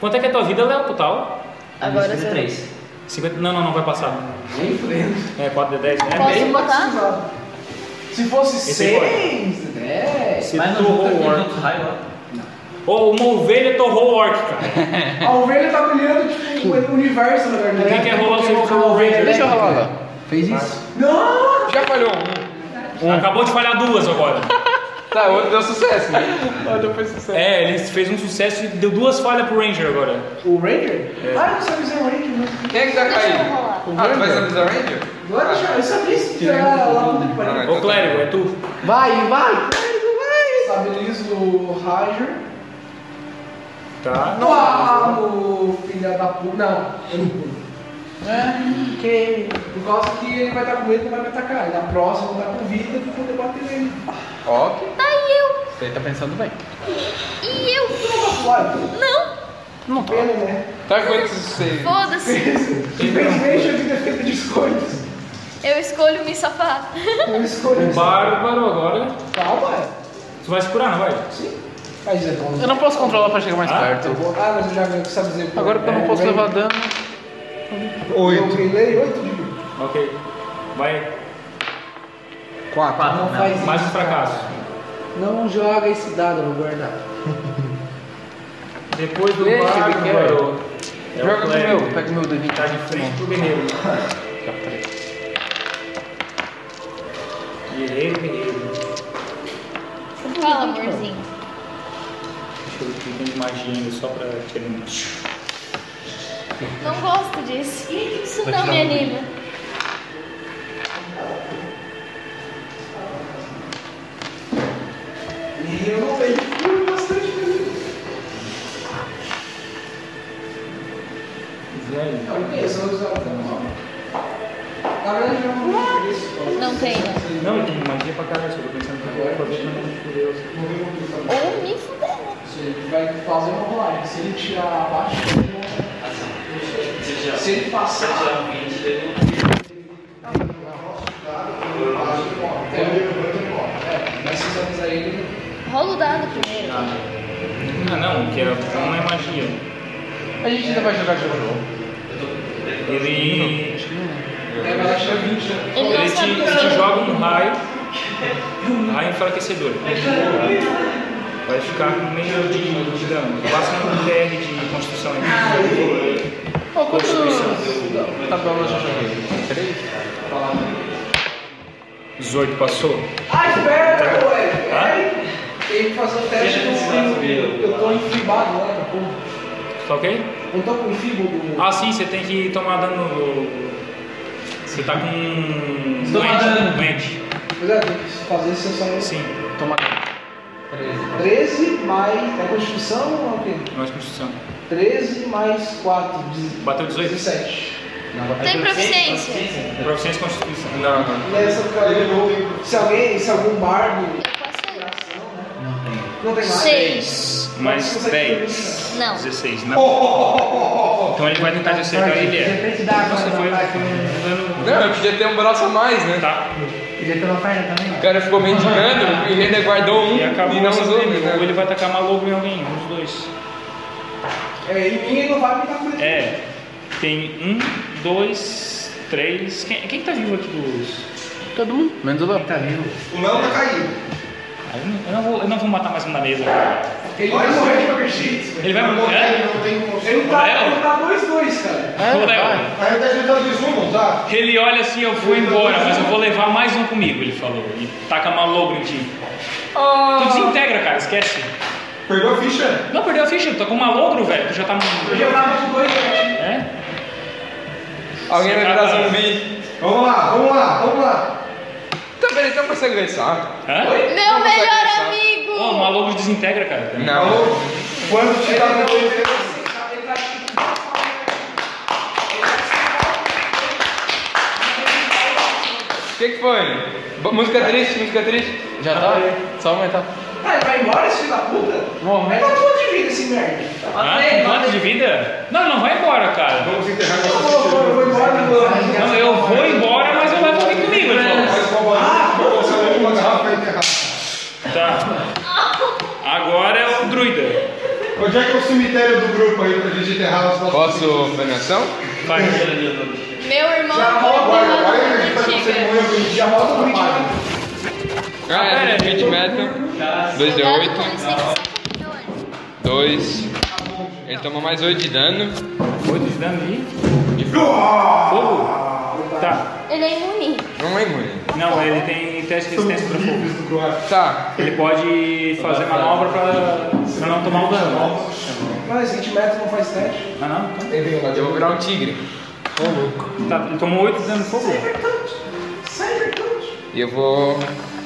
[SPEAKER 1] Quanto é que é a tua vida, Léo, total?
[SPEAKER 11] Agora
[SPEAKER 1] eu
[SPEAKER 11] zero.
[SPEAKER 1] 3. 50... Não, não, não vai passar. Nem fudendo. É 4 de 10, né?
[SPEAKER 11] Posso botar?
[SPEAKER 3] Se fosse né?
[SPEAKER 1] Esse aí
[SPEAKER 3] 6, 10.
[SPEAKER 1] Se torrou o orc. Ou uma ovelha torrou o orc, cara.
[SPEAKER 3] A ovelha tá brilhando tipo o universo na verdade. né?
[SPEAKER 1] Quem quer rolar o
[SPEAKER 3] Quem
[SPEAKER 1] seu
[SPEAKER 3] quer rolar
[SPEAKER 1] ovelha?
[SPEAKER 12] Deixa eu rolar lá. Fez isso?
[SPEAKER 3] Não!
[SPEAKER 4] Já falhou um.
[SPEAKER 1] Acabou de falhar duas agora.
[SPEAKER 12] Tá, o outro deu sucesso, né?
[SPEAKER 1] É, ele fez um sucesso e deu duas falhas pro Ranger agora.
[SPEAKER 3] O Ranger?
[SPEAKER 1] É.
[SPEAKER 3] Ah, eu não sabia dizer o Ranger, mas.
[SPEAKER 12] Quem é que tá
[SPEAKER 11] Deixa eu
[SPEAKER 12] caindo?
[SPEAKER 11] rolar.
[SPEAKER 12] Ah, tu vai ser do Ranger?
[SPEAKER 3] Agora já, eu sabia se tu era lá no que pariu.
[SPEAKER 1] Ô Clérigo, é tu.
[SPEAKER 3] Vai, vai! Estabilizo o Ranger.
[SPEAKER 1] Tá.
[SPEAKER 3] Não, ah, o filho da puta. Não, eu não pulo. É, que... Por causa que ele vai estar com medo e não vai me atacar. E na próxima eu vou estar com vida pra poder bater nele.
[SPEAKER 12] Ok.
[SPEAKER 11] Tá, e eu?
[SPEAKER 12] Você tá pensando bem.
[SPEAKER 11] E eu?
[SPEAKER 3] Tu não vai pular, então?
[SPEAKER 11] Não!
[SPEAKER 12] Não tá.
[SPEAKER 3] Pena, né?
[SPEAKER 12] Tá quantos você...
[SPEAKER 11] Foda-se!
[SPEAKER 3] Infelizmente a vida é feita de escolhas.
[SPEAKER 11] Eu escolho me safar.
[SPEAKER 3] Eu escolhi.
[SPEAKER 1] O Bárbaro agora.
[SPEAKER 3] Calma, é.
[SPEAKER 1] Tu vai se curar, não vai?
[SPEAKER 3] Mas é bom.
[SPEAKER 12] Eu não posso controlar pra chegar mais
[SPEAKER 1] Ah,
[SPEAKER 12] perto.
[SPEAKER 3] Ah, mas eu já ganhei, sabe dizer?
[SPEAKER 12] Agora que eu não posso levar dano...
[SPEAKER 3] Eu
[SPEAKER 5] Oito.
[SPEAKER 3] brilhei 8 de vida.
[SPEAKER 1] Ok. Vai.
[SPEAKER 5] Quatro.
[SPEAKER 3] Não faz isso.
[SPEAKER 1] Mais um fracasso.
[SPEAKER 6] Não joga esse dado, eu vou guardar.
[SPEAKER 1] Depois do
[SPEAKER 12] Deixa,
[SPEAKER 1] Bárbaro.
[SPEAKER 12] que é.
[SPEAKER 1] é o
[SPEAKER 12] Joga com o
[SPEAKER 1] Clérigo.
[SPEAKER 12] meu. Pega o meu do 20.
[SPEAKER 1] Tá de frente pro guerreiro. Guerreiro, guerreiro.
[SPEAKER 11] Fala, amorzinho.
[SPEAKER 1] Deixa eu ver aqui, tem magia ainda só pra tirar um.
[SPEAKER 11] Não gosto disso. Isso não me anima.
[SPEAKER 3] Eu não vejo fui bastante feliz.
[SPEAKER 12] É
[SPEAKER 1] Velho.
[SPEAKER 3] Eu pensei,
[SPEAKER 12] né?
[SPEAKER 3] eu usava o Na verdade, eu não vou fazer isso.
[SPEAKER 11] Não tem, né?
[SPEAKER 1] Não, tem magia pra caralho, só tô pensando que eu vou fazer pra não fuder os-
[SPEAKER 11] Ou me fuder, né?
[SPEAKER 3] Se ele vai fazer uma rolagem, se ele tirar abaixo, ele não- se ele passar. É, mas se você avisar ele.
[SPEAKER 11] Rola o dado primeiro.
[SPEAKER 1] Ah, não, que é, não é magia.
[SPEAKER 12] A gente ainda vai jogar de novo.
[SPEAKER 1] Ele,
[SPEAKER 3] Ele vai achar 20, né?
[SPEAKER 11] Ele não
[SPEAKER 1] ele te,
[SPEAKER 11] sabe
[SPEAKER 1] ele te
[SPEAKER 11] que é.
[SPEAKER 1] joga um raio, um raio enfraquecedor. Vai ficar meio de, de dano. Passa um DR de construção aí.
[SPEAKER 12] Ó, quantos... Tabelas eu joguei? Três?
[SPEAKER 1] 18 passou?
[SPEAKER 3] Ah, espera, ué!
[SPEAKER 1] Hã?
[SPEAKER 3] Tem que fazer o teste do Eu tô enfibado lá, tá bom?
[SPEAKER 1] Tá ok?
[SPEAKER 3] Eu tô com o fibo do.
[SPEAKER 1] Ah, sim, você tem que tomar dano. Você tá com.
[SPEAKER 9] Toma
[SPEAKER 1] doente,
[SPEAKER 9] dano.
[SPEAKER 1] doente.
[SPEAKER 3] Pois é, tem que fazer sessão assim.
[SPEAKER 1] Sim,
[SPEAKER 12] Toma.
[SPEAKER 3] 13 mais. É Constituição ou o quê?
[SPEAKER 1] mais construção.
[SPEAKER 3] 13 mais 4, dez-
[SPEAKER 1] Bateu 18?
[SPEAKER 3] 17.
[SPEAKER 11] Tem proficiência.
[SPEAKER 1] Proficiência e Constituição. é Não, não.
[SPEAKER 3] Nessa cara de novo. Se alguém, se algum bardo.
[SPEAKER 11] Eu passei.
[SPEAKER 3] Não tem mais.
[SPEAKER 11] Seis.
[SPEAKER 1] Mais
[SPEAKER 3] Você
[SPEAKER 1] 10.
[SPEAKER 11] Não.
[SPEAKER 1] 16,
[SPEAKER 12] Oh,
[SPEAKER 1] não. né? Então ele vai tentar te acertar ele é.
[SPEAKER 16] Depende da água,
[SPEAKER 1] Você
[SPEAKER 6] né,
[SPEAKER 16] não
[SPEAKER 1] foi
[SPEAKER 16] vai.
[SPEAKER 1] dando.
[SPEAKER 12] Não, eu podia ter um braço a mais, né?
[SPEAKER 1] Tá.
[SPEAKER 16] Podia ter uma perna também, ó.
[SPEAKER 12] O cara ficou mendigando e ainda guardou um
[SPEAKER 1] E acabou
[SPEAKER 12] e não
[SPEAKER 1] essa
[SPEAKER 12] usou
[SPEAKER 1] dele.
[SPEAKER 12] né?
[SPEAKER 1] Ou ele vai tacar maluco em alguém, um dos dois.
[SPEAKER 3] É, em mim ele não vai me dar por
[SPEAKER 1] É. Tem um, dois, três. Quem, quem que tá vivo aqui dos.
[SPEAKER 12] Todo mundo. Menos o Léo.
[SPEAKER 16] Tá vivo.
[SPEAKER 5] O Léo tá caído.
[SPEAKER 1] Ah, eu, não, eu não vou, eu não vou matar mais um da mesa, cara.
[SPEAKER 3] Ele vai morrer de qualquer jeito.
[SPEAKER 1] Ele
[SPEAKER 5] Tá
[SPEAKER 1] vai morrer?
[SPEAKER 5] Não tem como.
[SPEAKER 3] Ele tá
[SPEAKER 1] Léo?
[SPEAKER 3] 2-2, tá dois, dois, cara.
[SPEAKER 1] É? Ô, Léo,
[SPEAKER 5] Na realidade, ele tá dois um, não tá?
[SPEAKER 1] Ele olha assim, eu vou embora, mas eu vou levar mais um comigo, ele falou. E taca maluco em ti. Tu desintegra, cara, esquece.
[SPEAKER 5] Perdeu a ficha.
[SPEAKER 1] Não, perdeu a ficha, tu tá com malogro, velho. Tu já tá.
[SPEAKER 3] Eu já tava de 2
[SPEAKER 1] É?
[SPEAKER 4] Alguém vai virar zumbi.
[SPEAKER 5] Vamos lá, vamos lá, vamos lá.
[SPEAKER 4] Tá, peraí, então consegue pensar.
[SPEAKER 1] Hã?
[SPEAKER 11] Meu melhor amigo!
[SPEAKER 1] Ô, o maluco desintegra, cara.
[SPEAKER 4] Não.
[SPEAKER 5] Então, Quando tirar no banheiro.
[SPEAKER 4] O que, que foi? Bo- Música triste, música triste.
[SPEAKER 12] Já tá? Só aumentar.
[SPEAKER 3] Ah, ele vai embora, esse filho da puta? Vai
[SPEAKER 12] Momento.
[SPEAKER 3] dar tudo de vida esse merda.
[SPEAKER 1] Ah, tem quanto de vida? Não, não vai embora, cara.
[SPEAKER 5] Vamos enterrar
[SPEAKER 3] Eu vou, vou, eu vou embora do banco.
[SPEAKER 1] Não, eu vou embora, mas eu levo alguém comigo, ele falou.
[SPEAKER 5] Ah, vamos fazer uma garrafa pra enterrar.
[SPEAKER 1] Tá. Agora é o druida.
[SPEAKER 5] Onde é que é o cemitério do grupo aí pra gente enterrar os nossos
[SPEAKER 4] Posso premiação?
[SPEAKER 1] Vai.
[SPEAKER 11] Meu irmão
[SPEAKER 5] Já rola,
[SPEAKER 11] foi
[SPEAKER 5] guarda,
[SPEAKER 11] uma
[SPEAKER 5] guarda que a gente faz uma
[SPEAKER 11] antiga.
[SPEAKER 5] cerimônia bonita. Já rola o vídeo.
[SPEAKER 4] Ah, é,
[SPEAKER 1] pera.
[SPEAKER 4] 20 meta. 2 de 8.
[SPEAKER 11] Cuidado com os
[SPEAKER 4] 2. Ele toma mais 8 de dano.
[SPEAKER 1] Oito de dano aí. Fogo? Tá.
[SPEAKER 11] Ele é imune.
[SPEAKER 4] Não é imune.
[SPEAKER 1] Não, ele tem teste de resistência para fogo.
[SPEAKER 4] Tá.
[SPEAKER 1] Ele pode fazer manobra pra, pra não tomar o dano.
[SPEAKER 3] Mas 20 metros não faz teste.
[SPEAKER 1] Ah, não? então.
[SPEAKER 4] Eu vou virar um tigre.
[SPEAKER 1] Tá, ele tomou oito de dano de fogo.
[SPEAKER 3] Cyber touch.
[SPEAKER 4] E eu vou.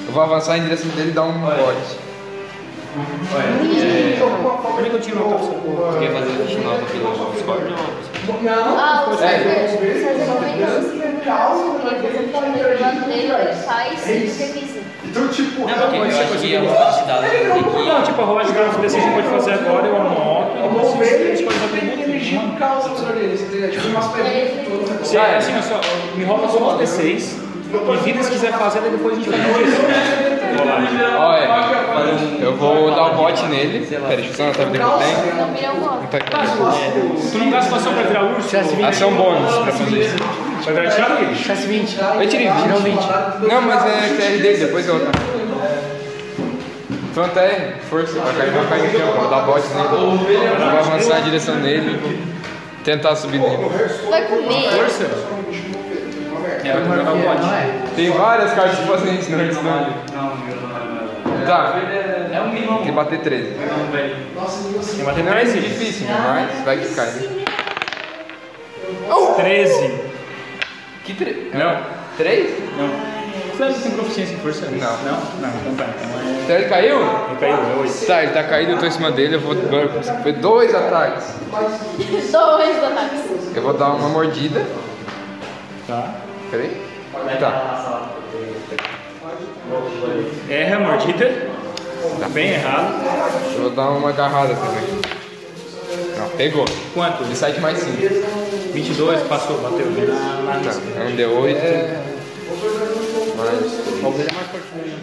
[SPEAKER 4] Eu vou avançar em direção dele e dar um bote.
[SPEAKER 1] Onde é que eu tiro a cápsula?
[SPEAKER 9] Quer fazer o bicho novo aqui no Discord?
[SPEAKER 11] Ah, o César. O César
[SPEAKER 3] Esse
[SPEAKER 11] morreu.
[SPEAKER 3] legal, né? Ele tá
[SPEAKER 11] O
[SPEAKER 3] interagindo com
[SPEAKER 11] dele, ele
[SPEAKER 3] o
[SPEAKER 11] faz e revisa.
[SPEAKER 5] Então, tipo,
[SPEAKER 9] Não, porque eu acho que alguns dos dados tem
[SPEAKER 1] Não, tipo, a rolagem de gráfico desse a gente pode fazer agora, eu anoto.
[SPEAKER 3] Eu
[SPEAKER 1] eu
[SPEAKER 3] vou
[SPEAKER 1] faço isso,
[SPEAKER 3] ver
[SPEAKER 1] a gente
[SPEAKER 3] ele
[SPEAKER 1] pode fazer
[SPEAKER 3] tem energia
[SPEAKER 1] um
[SPEAKER 3] por causa dos olhos. entendeu? Tipo, umas perguntas.
[SPEAKER 4] Ah,
[SPEAKER 1] Se,
[SPEAKER 4] é.
[SPEAKER 1] assim, ó, só, me rola só os D6. E vida se quiser fazer, daí depois a gente faz um D6. Rolagem.
[SPEAKER 4] Olha, é. eu vou dar um bote nele. Pera, deixa eu só anotar o que eu
[SPEAKER 11] Não vira o golpe.
[SPEAKER 4] tenho. Tá aqui.
[SPEAKER 1] Tu não gasta ação pra virar urso?
[SPEAKER 4] Ação bônus pra fazer isso.
[SPEAKER 1] Vai virar tirado?
[SPEAKER 6] Chance 20.
[SPEAKER 4] Eu tirei 20.
[SPEAKER 6] Tirou 20.
[SPEAKER 4] Não, mas é TR dele, depois eu. Pronto, é. Força, vai cair, vai cair no chão, vou dar bote nele. Eu vou avançar em direção dele e vou tentar subir nele.
[SPEAKER 11] Vai comer.
[SPEAKER 1] Força?
[SPEAKER 4] É, eu vou dar um bote. Tem várias cartas que fazem isso no Hearthstone. Tá,
[SPEAKER 9] É um mínimo.
[SPEAKER 4] tem que bater 13.
[SPEAKER 1] Tem bater
[SPEAKER 4] Não é
[SPEAKER 1] 13?
[SPEAKER 4] difícil, mas vai que cai. né?
[SPEAKER 1] 13.
[SPEAKER 4] Que 3?
[SPEAKER 1] Não.
[SPEAKER 4] 3?
[SPEAKER 1] Não. Você tem proficiência em força?
[SPEAKER 4] Não.
[SPEAKER 1] Não? Não, então tá. Então é...
[SPEAKER 4] Então ele caiu?
[SPEAKER 1] Ele caiu, é 8.
[SPEAKER 4] Tá, ele tá caído, eu tô em cima dele, eu vou. Foi dois ataques.
[SPEAKER 11] Dois ataques.
[SPEAKER 4] Eu vou dar uma mordida.
[SPEAKER 1] Tá.
[SPEAKER 4] Peraí. Tá.
[SPEAKER 1] Erra a mordida. Tá bem errado.
[SPEAKER 4] Eu vou dar uma agarrada também. Não, pegou.
[SPEAKER 1] Quanto?
[SPEAKER 4] Ele sai de mais 5.
[SPEAKER 1] 22, passou, bateu.
[SPEAKER 4] Tá, é um D8.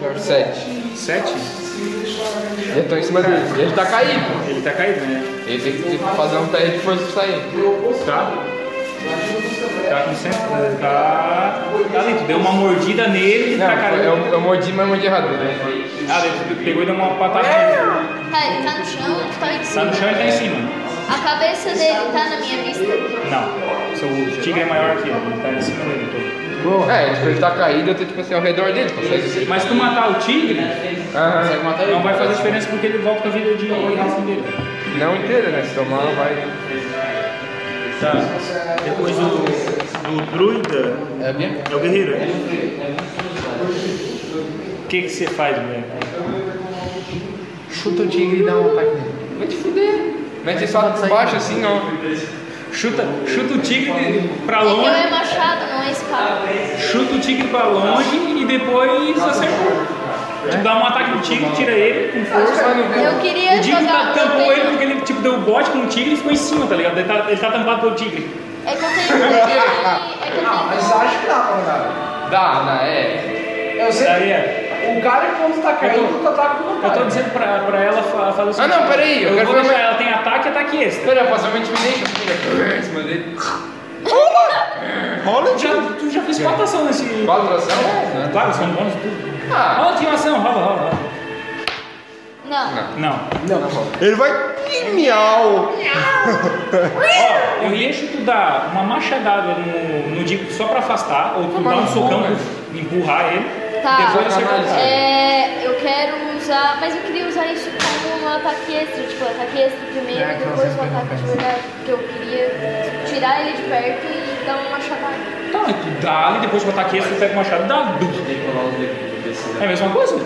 [SPEAKER 4] Mais 7.
[SPEAKER 1] 7?
[SPEAKER 4] E eu tô em cima dele. E ele tá caído.
[SPEAKER 1] Ele tá caído, né?
[SPEAKER 4] Ele tem que tem que fazer um teste de força pra sair.
[SPEAKER 1] Tá. Tá com sempre. Tá. Tá ali, tu deu uma mordida nele.
[SPEAKER 4] Não, é um-
[SPEAKER 1] tá, cara.
[SPEAKER 4] eu, eu mordi, mas mordi errado. né?
[SPEAKER 1] Ah, daí tu pegou e deu uma patada.
[SPEAKER 11] Tá, ele tá no chão, ele tá lá em
[SPEAKER 1] Tá
[SPEAKER 11] cima.
[SPEAKER 1] no chão e tá em cima.
[SPEAKER 11] A cabeça dele tá na minha vista.
[SPEAKER 1] Não. Seu tigre é maior que ele. Tá em cima dele todo.
[SPEAKER 4] É, tipo, ele tá caído, eu tô tipo assim ao redor dele. Consegue assim.
[SPEAKER 1] Mas se tu matar o tigre,
[SPEAKER 4] Aham.
[SPEAKER 1] não vai fazer diferença porque ele volta com a vida de ração dele.
[SPEAKER 4] Não inteira, né? Se tomar, vai.
[SPEAKER 1] Tá. Depois o. Do druida.
[SPEAKER 12] É a minha?
[SPEAKER 1] É o guerreiro. né? O que que você faz, mulher?
[SPEAKER 6] Chuta o tigre e dá um ataque nele.
[SPEAKER 4] Vai te fuder. Mete só baixo assim, ó.
[SPEAKER 1] Chuta, chuta o tigre de-
[SPEAKER 11] É
[SPEAKER 1] pra
[SPEAKER 11] que eu é
[SPEAKER 1] longe,
[SPEAKER 11] machado, não é espada.
[SPEAKER 1] chuta o tigre pra longe e depois acerta. Tu dá um ataque no tigre, tira ele com força.
[SPEAKER 11] Eu queria
[SPEAKER 1] O tigre tá,
[SPEAKER 11] jogar. um eu
[SPEAKER 1] tampou ele
[SPEAKER 11] tenho-
[SPEAKER 1] porque ele tipo, deu o bote com o tigre e ficou em cima, tá ligado? Ele tá, ele tá tampado pelo tigre.
[SPEAKER 11] É que eu tenho. É que eu
[SPEAKER 3] Ah, mas
[SPEAKER 11] tenho.
[SPEAKER 3] acho que dá pra andar.
[SPEAKER 4] Dá, dá, é.
[SPEAKER 3] Eu sei.
[SPEAKER 1] Daí é.
[SPEAKER 3] O cara quando tá caindo, tu ataca com o
[SPEAKER 1] Eu tô
[SPEAKER 3] cara.
[SPEAKER 1] dizendo pra, pra ela fa- fazer o seguinte.
[SPEAKER 4] Ah, não, peraí, eu
[SPEAKER 1] Eu,
[SPEAKER 4] quero
[SPEAKER 1] vou
[SPEAKER 4] ver
[SPEAKER 1] deixar
[SPEAKER 4] uma-
[SPEAKER 1] ela tem ataque e ataque extra.
[SPEAKER 4] Pera, fazer uma intimidation. Fica Em cima dele.
[SPEAKER 5] Rola
[SPEAKER 1] Tu já, tu já fez quatro ações nesse...
[SPEAKER 4] Quatro ação?
[SPEAKER 1] Claro, são bons e tudo.
[SPEAKER 4] Ah,
[SPEAKER 1] Ó, tinha uma ação, rola, rola, rola.
[SPEAKER 11] Não.
[SPEAKER 1] Não.
[SPEAKER 5] Ele vai. Miau!
[SPEAKER 1] Ó, eu deixo tu dar uma machadada no, no Dico só pra afastar, ou tu
[SPEAKER 4] Tomar
[SPEAKER 1] dá um
[SPEAKER 4] no cu,
[SPEAKER 1] socão,
[SPEAKER 4] velho.
[SPEAKER 1] pra empurrar ele, depois
[SPEAKER 11] Tá.
[SPEAKER 1] você vai
[SPEAKER 11] É, eu quero usar. Mas eu queria usar isso como um ataque extra. um Tipo,
[SPEAKER 3] É,
[SPEAKER 11] ataque extra primeiro e depois o ataque de verdade. Porque eu queria tirar ele de perto e
[SPEAKER 2] dá uma machadada.
[SPEAKER 1] Tá, mas tu dá ali, depois que botar aqui, você pega o machado e dá. Bum. É a mesma coisa?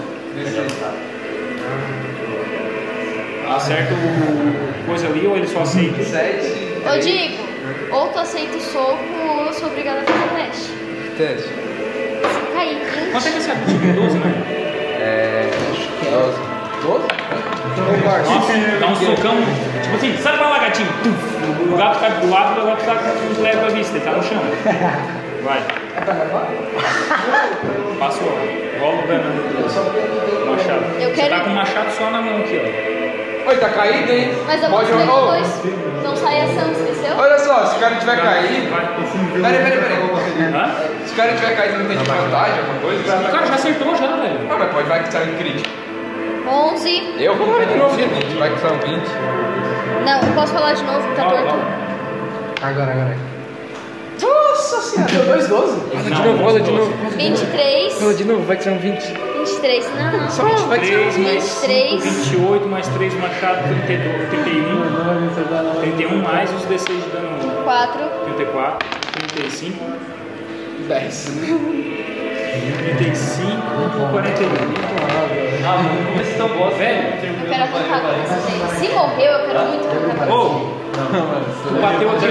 [SPEAKER 1] Acerta o coisa ali ou ele só aceita?
[SPEAKER 2] Eu digo, ou tu aceita o soco ou eu sou obrigada a fazer teste.
[SPEAKER 20] Teste.
[SPEAKER 2] Se cair 20.
[SPEAKER 1] Quanto é que você atingiu? 12, né?
[SPEAKER 20] É.
[SPEAKER 4] Doze. Doze?
[SPEAKER 1] Nossa, dá um socão. Tipo assim, sai pra lá, gatinho. Tum. O gato cai do lado e o gato tá com leve à vista, ele tá no chão. Vai. Passou. Rola o dano. Machado.
[SPEAKER 2] Eu
[SPEAKER 1] Você
[SPEAKER 2] quero-
[SPEAKER 1] tá com o machado só na mão aqui, ó.
[SPEAKER 4] Oi, tá caído, hein?
[SPEAKER 2] Mas eu vou
[SPEAKER 4] Pode
[SPEAKER 2] sair
[SPEAKER 4] jogar. Ô,
[SPEAKER 2] depois. Não sai ação, esqueceu?
[SPEAKER 4] Olha só, se o cara tiver caído. Peraí, peraí, peraí.
[SPEAKER 1] Hã?
[SPEAKER 4] Se o cara tiver caído não tem vantagem, alguma coisa?
[SPEAKER 1] O cara já acertou já, velho.
[SPEAKER 4] Não, mas pode, vai que sai um crítico.
[SPEAKER 2] 11.
[SPEAKER 4] Eu vou morrer de novo de 20, vai que um são 20.
[SPEAKER 2] Não, eu posso falar de novo, tá
[SPEAKER 1] Fala,
[SPEAKER 2] torto.
[SPEAKER 6] Agora, agora.
[SPEAKER 3] Nossa senhora, deu 2 12.
[SPEAKER 6] Roda de novo, roda de novo.
[SPEAKER 2] 23.
[SPEAKER 6] Roda de novo, vai que são 20.
[SPEAKER 2] 23, não, não.
[SPEAKER 6] Só 20, vai que são
[SPEAKER 1] 3 mais 5,
[SPEAKER 2] 23.
[SPEAKER 1] 28 mais 3 machado, 32, 31. 31 mais os D6 de dano.
[SPEAKER 2] 4.
[SPEAKER 1] 34, 35,
[SPEAKER 6] 10.
[SPEAKER 1] 35, 41.
[SPEAKER 9] Ah, mano, como esse tão bom, velho.
[SPEAKER 2] Eu quero arrancar com essa gente. Se morreu, eu quero muito arrancar com essa
[SPEAKER 1] Ou, tu bateu aqui,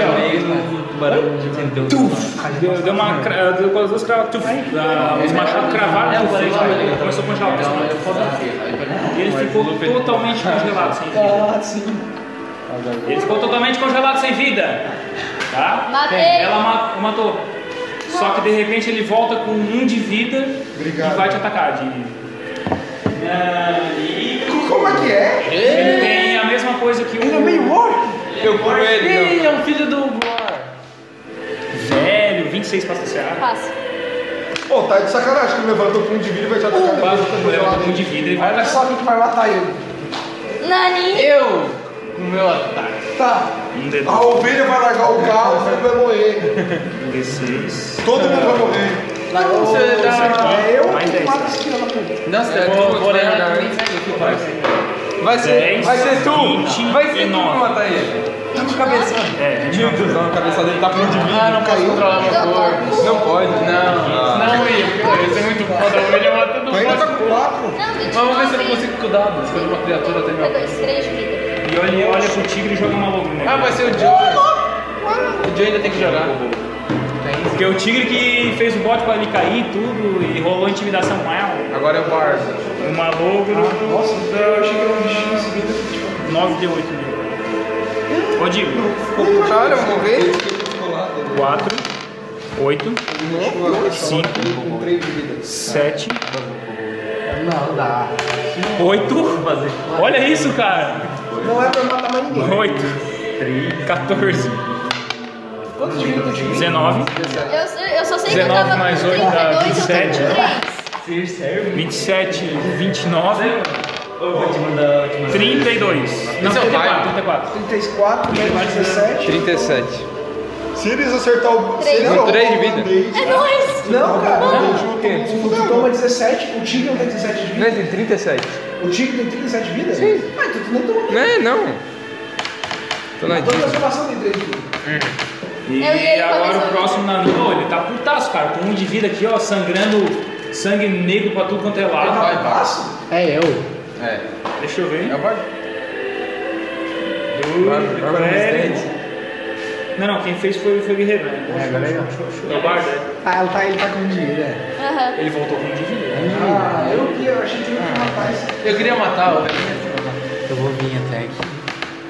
[SPEAKER 1] ó. Tuf! Deu, deu uma. cra- eh, ah, Deu com as duas cravas. Tuf! Da- Os machados cravaram. tuf, ele caiu, né? Começou a congelar o pescoço. E Ele ficou totalmente congelado sem vida. Ele ficou totalmente congelado sem vida. Tá?
[SPEAKER 2] Matei.
[SPEAKER 1] Ela ma- o matou. Só que de repente ele volta com um de vida e vai te atacar. de-
[SPEAKER 5] Como é que é?
[SPEAKER 1] Ele tem a mesma coisa que o.
[SPEAKER 4] Eu curo ele, não.
[SPEAKER 1] Velho, 26 passa CA.
[SPEAKER 2] Passa.
[SPEAKER 5] Pô, tá de sacanagem que ele levantou com um de vida e vai te atacar depois.
[SPEAKER 1] Quase leva um de vida e vai
[SPEAKER 3] Olha só quem que vai matar ele.
[SPEAKER 2] Nani.
[SPEAKER 4] Eu, com o meu ataque.
[SPEAKER 3] Tá.
[SPEAKER 1] Um D-
[SPEAKER 5] A ovelha vai largar Ah, o carro e vai morrer.
[SPEAKER 1] um D6.
[SPEAKER 5] Todo mundo vai morrer.
[SPEAKER 4] Não, você dá.
[SPEAKER 3] É eu
[SPEAKER 1] Mais
[SPEAKER 3] com
[SPEAKER 1] dez.
[SPEAKER 3] 4 esquinas na frente.
[SPEAKER 4] Não, você dá. Vou olhar também, sai daqui, vai. Vai ser,
[SPEAKER 1] 10,
[SPEAKER 4] vai ser tu,
[SPEAKER 1] 20,
[SPEAKER 4] vai ser tu que
[SPEAKER 1] 19.
[SPEAKER 4] mata ele. Tá
[SPEAKER 1] É,
[SPEAKER 4] Meu Deus, a cabeça dele tá com um de vida.
[SPEAKER 21] Ah, não posso controlar meu corpo.
[SPEAKER 4] Não pode. Ah, Não.
[SPEAKER 21] Não, Igor, isso é muito foda. O William mata todo
[SPEAKER 5] Ainda tá
[SPEAKER 21] mundo.
[SPEAKER 5] com quatro.
[SPEAKER 2] Não, 29.
[SPEAKER 21] Mas vamos ver se eu não consigo com o dado. Se uma criatura até
[SPEAKER 2] É
[SPEAKER 21] meu.
[SPEAKER 2] 2, 3 de vida.
[SPEAKER 1] E olha, olha pro tigre e joga uma logo nele.
[SPEAKER 4] Ah, vai ser o Joe. O Joe ainda tem que jogar.
[SPEAKER 1] Porque o tigre que fez o bote pra ele cair e tudo, e rolou intimidação com ela. Um
[SPEAKER 4] Agora é o Barça.
[SPEAKER 1] O malogro,
[SPEAKER 3] Nossa, eu achei que era um bichinho esse vida.
[SPEAKER 1] 9 de 8 mil. Ô, Digo,
[SPEAKER 4] Cara, eu vou ver.
[SPEAKER 1] 4, 8, 5, 7,
[SPEAKER 6] Não dá.
[SPEAKER 1] 8. Olha isso, cara!
[SPEAKER 3] Não é pra matar mais ninguém.
[SPEAKER 1] 8, 14,
[SPEAKER 3] Quanto de vida tu tinha?
[SPEAKER 1] 19,
[SPEAKER 2] Eu, eu só sei que eu
[SPEAKER 1] 19
[SPEAKER 2] tava com
[SPEAKER 1] mais oito
[SPEAKER 2] 32,
[SPEAKER 1] dá
[SPEAKER 2] eu
[SPEAKER 1] 27.
[SPEAKER 2] tô
[SPEAKER 21] né?
[SPEAKER 2] com
[SPEAKER 1] 27, 29,
[SPEAKER 9] Eu vou te mandar, eu te mandar.
[SPEAKER 1] 32. Não,
[SPEAKER 4] Isso é o
[SPEAKER 1] 34,
[SPEAKER 4] bairro.
[SPEAKER 1] 34.
[SPEAKER 3] 34, menos 17.
[SPEAKER 4] 37.
[SPEAKER 5] Se eles acertar o. Se
[SPEAKER 2] Três.
[SPEAKER 5] eles
[SPEAKER 2] Com
[SPEAKER 4] três de
[SPEAKER 5] derrubar
[SPEAKER 4] vida.
[SPEAKER 5] o Deis,
[SPEAKER 2] 3. É nóis.
[SPEAKER 3] Não, cara.
[SPEAKER 5] o quê?
[SPEAKER 3] O tu toma 17, o Tigre não tem 17 de vida.
[SPEAKER 4] tem 37.
[SPEAKER 3] O Tigre tem 37 de vida? Sim. Ah, então tu não tomou.
[SPEAKER 4] Não é, não. Tô na
[SPEAKER 3] Toda
[SPEAKER 4] dica.
[SPEAKER 3] transformação tem 3 de vida.
[SPEAKER 1] E
[SPEAKER 2] Eu ia
[SPEAKER 1] agora
[SPEAKER 2] começar.
[SPEAKER 1] o próximo na linha, Ô, ele tá putaço, cara, com um de vida aqui, ó, sangrando sangue negro pra tudo quanto é lado.
[SPEAKER 4] Vai, vai.
[SPEAKER 3] Passo?
[SPEAKER 6] É eu.
[SPEAKER 4] É.
[SPEAKER 1] Deixa eu ver.
[SPEAKER 4] É o Barça.
[SPEAKER 1] Do
[SPEAKER 4] Barba
[SPEAKER 1] Clérigo. Não, não, quem fez foi, foi o Guerreiro, né?
[SPEAKER 6] agora é eu.
[SPEAKER 1] É o Bardo, é.
[SPEAKER 6] Ah, ela tá, ele tá com dinheiro, é.
[SPEAKER 2] Aham.
[SPEAKER 1] Ele voltou com um de vida.
[SPEAKER 6] né?
[SPEAKER 3] Ah, eu que eu achei que eu ia matar esse.
[SPEAKER 4] Eu queria matar o velho.
[SPEAKER 6] Ah. Eu vou vir até aqui.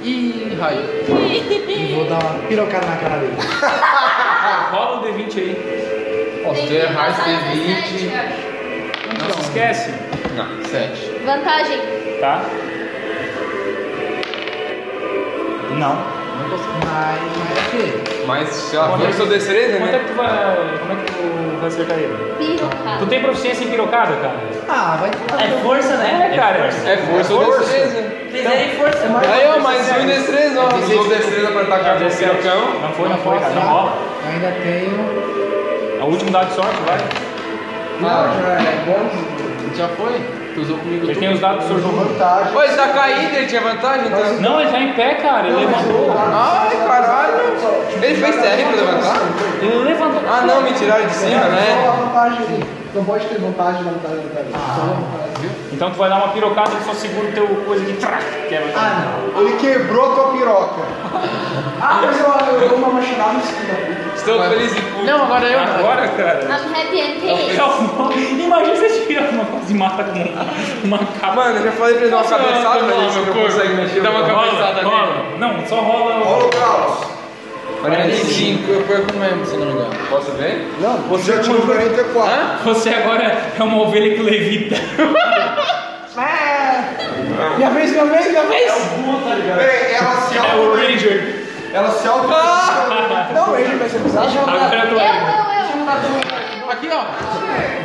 [SPEAKER 4] Ih, raio.
[SPEAKER 6] E vou dar uma pirocada na cara dele.
[SPEAKER 1] Rola o D20 aí.
[SPEAKER 4] Ó, se
[SPEAKER 2] Tem
[SPEAKER 4] tu
[SPEAKER 2] que
[SPEAKER 4] errar
[SPEAKER 2] passar
[SPEAKER 4] esse
[SPEAKER 2] no 17,
[SPEAKER 4] 20.
[SPEAKER 2] eu
[SPEAKER 1] Não se esquece,
[SPEAKER 4] Não, 7.
[SPEAKER 2] acho. Vantagem.
[SPEAKER 1] tá? Não.
[SPEAKER 6] Não consigo. Mas, mas é que?
[SPEAKER 4] Mas se ela força o D3,
[SPEAKER 1] Quanto é
[SPEAKER 4] né?
[SPEAKER 1] que tu vai. Como é que tu vai acertar ele? Tu
[SPEAKER 2] Pirocada.
[SPEAKER 1] tem proficiência em pirocada, cara?
[SPEAKER 6] Ah, vai tentar.
[SPEAKER 9] É força, né?
[SPEAKER 1] É, cara.
[SPEAKER 4] É força ou D3, né?
[SPEAKER 9] Fez aí força.
[SPEAKER 4] Aí, ó, mais um D3, ó. Usou o D3 pra atacar com o pirocão.
[SPEAKER 1] Não foi, não foi, cara. Não
[SPEAKER 6] Tá?
[SPEAKER 1] rola.
[SPEAKER 6] Eu ainda tenho.
[SPEAKER 1] É o último dado de sorte, vai.
[SPEAKER 3] Não, já é bônus.
[SPEAKER 4] Já foi? Tu usou comigo
[SPEAKER 1] Ele tem os dados do Sr. João Ramos.
[SPEAKER 4] Ô, ele tá caído, ele tinha vantagem? Tá...
[SPEAKER 1] Não, ele tá em pé, cara. Ele levantou.
[SPEAKER 4] Ai, caralho. Ele fez TR pra levantar?
[SPEAKER 1] Ele levantou.
[SPEAKER 4] Ah, não, me tiraram de cima,
[SPEAKER 22] Só a
[SPEAKER 4] né?
[SPEAKER 22] vantagem. Não pode ter vantagem na vantagem da tabela. Só uma vantagem.
[SPEAKER 1] Então tu vai dar uma pirocada e só segura o teu coisa aqui. Trá, quebra. Ah,
[SPEAKER 5] Ele quebrou a tua piroca.
[SPEAKER 3] Ah, mas eu, eu dou uma machinada em cima.
[SPEAKER 4] Estou feliz e puto.
[SPEAKER 1] Não, agora eu. Agora, cara.
[SPEAKER 2] I'm happy and
[SPEAKER 21] Então,
[SPEAKER 2] paid.
[SPEAKER 1] Calma. Imagina você tira uma coisa e mata com uma capa.
[SPEAKER 4] Mano, eu já falei pra ele dar uma cabeçada, mas ele não consegue mexer. Dá uma cabeçada nele.
[SPEAKER 1] rola. Não, só rola.
[SPEAKER 5] Rola o caos.
[SPEAKER 4] 45, eu perco mesmo, se não me engano. Posso ver?
[SPEAKER 5] Não, você já tirou 44.
[SPEAKER 4] Hã?
[SPEAKER 1] Você agora é uma ovelha que levita.
[SPEAKER 3] Minha vez, minha vez, minha vez.
[SPEAKER 5] Peraí, ela se
[SPEAKER 1] tá É o
[SPEAKER 5] auto.
[SPEAKER 1] Ranger.
[SPEAKER 5] Ela se auto.
[SPEAKER 4] Ah!
[SPEAKER 3] Não, ele vai ser pisado.
[SPEAKER 1] Agora
[SPEAKER 2] Eu,
[SPEAKER 1] tu
[SPEAKER 2] eu, eu.
[SPEAKER 4] Aqui, ó.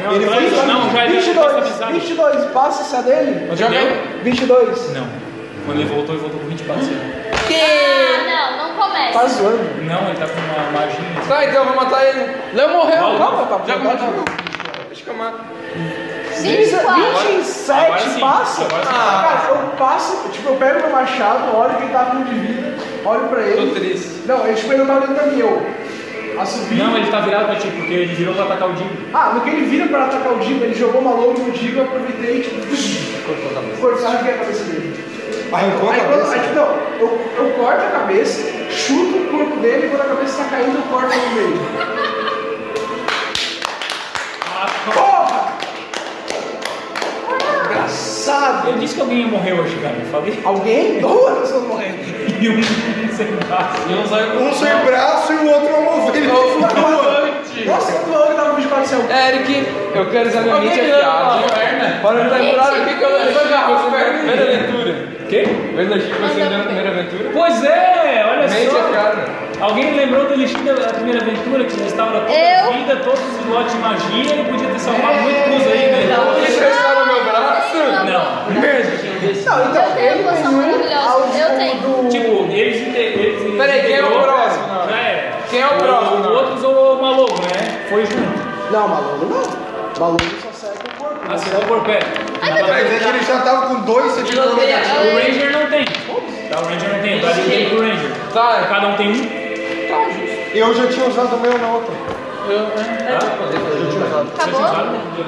[SPEAKER 1] Não, ele
[SPEAKER 3] um
[SPEAKER 1] fez, não, já ele já tá
[SPEAKER 3] 22,
[SPEAKER 1] avisado.
[SPEAKER 3] 22, passa essa dele.
[SPEAKER 1] Entendeu?
[SPEAKER 4] Joguei.
[SPEAKER 3] 22.
[SPEAKER 1] Não. Quando ele voltou, ele voltou com 20 passos.
[SPEAKER 2] Ah, não, não
[SPEAKER 3] Tá
[SPEAKER 2] começa.
[SPEAKER 3] zoando.
[SPEAKER 1] Não, ele tá com uma margem.
[SPEAKER 4] Tá, então eu vou matar ele. Léo
[SPEAKER 1] Não,
[SPEAKER 4] morreu.
[SPEAKER 3] Calma, tá
[SPEAKER 4] Já
[SPEAKER 3] vantagem.
[SPEAKER 4] Deixa eu matar.
[SPEAKER 2] 24.
[SPEAKER 3] 27
[SPEAKER 1] sim,
[SPEAKER 3] passa. Ah,
[SPEAKER 1] agora sim.
[SPEAKER 3] Cara, eu passo, tipo, eu pego meu machado, olho que ele tá com um de vida, olho pra ele.
[SPEAKER 4] Tô triste.
[SPEAKER 3] Não, ele tipo, ele não tá dentro da minha. Eu assobio.
[SPEAKER 1] Não, ele tá virado pra ti, porque ele virou pra atacar o Dingo.
[SPEAKER 3] Ah, no que ele vira pra atacar o Digo, ele jogou uma load no Digo, eu aproveitei e tipo. Cortou, arranquei é a cabeça dele.
[SPEAKER 5] Arrancou a
[SPEAKER 3] Aí, quando, aí,
[SPEAKER 5] cabeça.
[SPEAKER 3] tipo, não, eu, eu corto a cabeça, chuto o corpo dele, e quando a cabeça tá caindo, eu corto no meio. Porra! Engraçado!
[SPEAKER 1] Eu disse que alguém morreu hoje, cara. Eu falei.
[SPEAKER 3] Alguém? Duas pessoas morrendo.
[SPEAKER 1] E um sem braço.
[SPEAKER 4] E um saiu com
[SPEAKER 5] Um sem braço e o outro é uma ovelha.
[SPEAKER 3] Nossa, que plano tava com 24 céu.
[SPEAKER 4] Eric, eu quero examinar
[SPEAKER 23] Alguém
[SPEAKER 4] é
[SPEAKER 23] me dá uma
[SPEAKER 4] fiado.
[SPEAKER 23] perna?
[SPEAKER 4] Bora me dar claro que eu
[SPEAKER 2] Gente,
[SPEAKER 4] agarro Primeira aventura.
[SPEAKER 1] Quê?
[SPEAKER 4] Eu ainda achei que você me deu na primeira aventura.
[SPEAKER 1] Pois é, olha
[SPEAKER 4] Mente é
[SPEAKER 1] só.
[SPEAKER 4] cara.
[SPEAKER 1] Alguém lembrou do Elixir da primeira aventura que restaura toda
[SPEAKER 2] Eu?
[SPEAKER 1] a vida, todos os lotes de magia e podia ter salvado muito muitos aí, né?
[SPEAKER 4] Eles fecharam meu braço.
[SPEAKER 1] Não.
[SPEAKER 3] Não, então,
[SPEAKER 2] Eu tenho
[SPEAKER 3] ele
[SPEAKER 2] uma poção
[SPEAKER 3] ganhou
[SPEAKER 2] maravilhosa.
[SPEAKER 3] ao
[SPEAKER 2] Eu
[SPEAKER 3] do-
[SPEAKER 2] tenho.
[SPEAKER 1] Tipo, eles. inte- eles
[SPEAKER 4] Peraí, quem é o
[SPEAKER 1] integrou-
[SPEAKER 4] próximo, não?
[SPEAKER 1] Já era.
[SPEAKER 4] Quem é o próximo, não?
[SPEAKER 1] O outro usou o maluco, né? Foi junto.
[SPEAKER 3] Não, maluco não. Maluco só segue o corpo. né?
[SPEAKER 1] Acertou por pé.
[SPEAKER 5] Mas é que ele já tava com dois centímetros negativo.
[SPEAKER 1] O Ranger não tem. Tá, o Ranger não tem. Tá de tem pro Ranger.
[SPEAKER 4] Tá.
[SPEAKER 1] Cada um tem um.
[SPEAKER 5] Eu já tinha usado o meu na outra.
[SPEAKER 2] Acabou?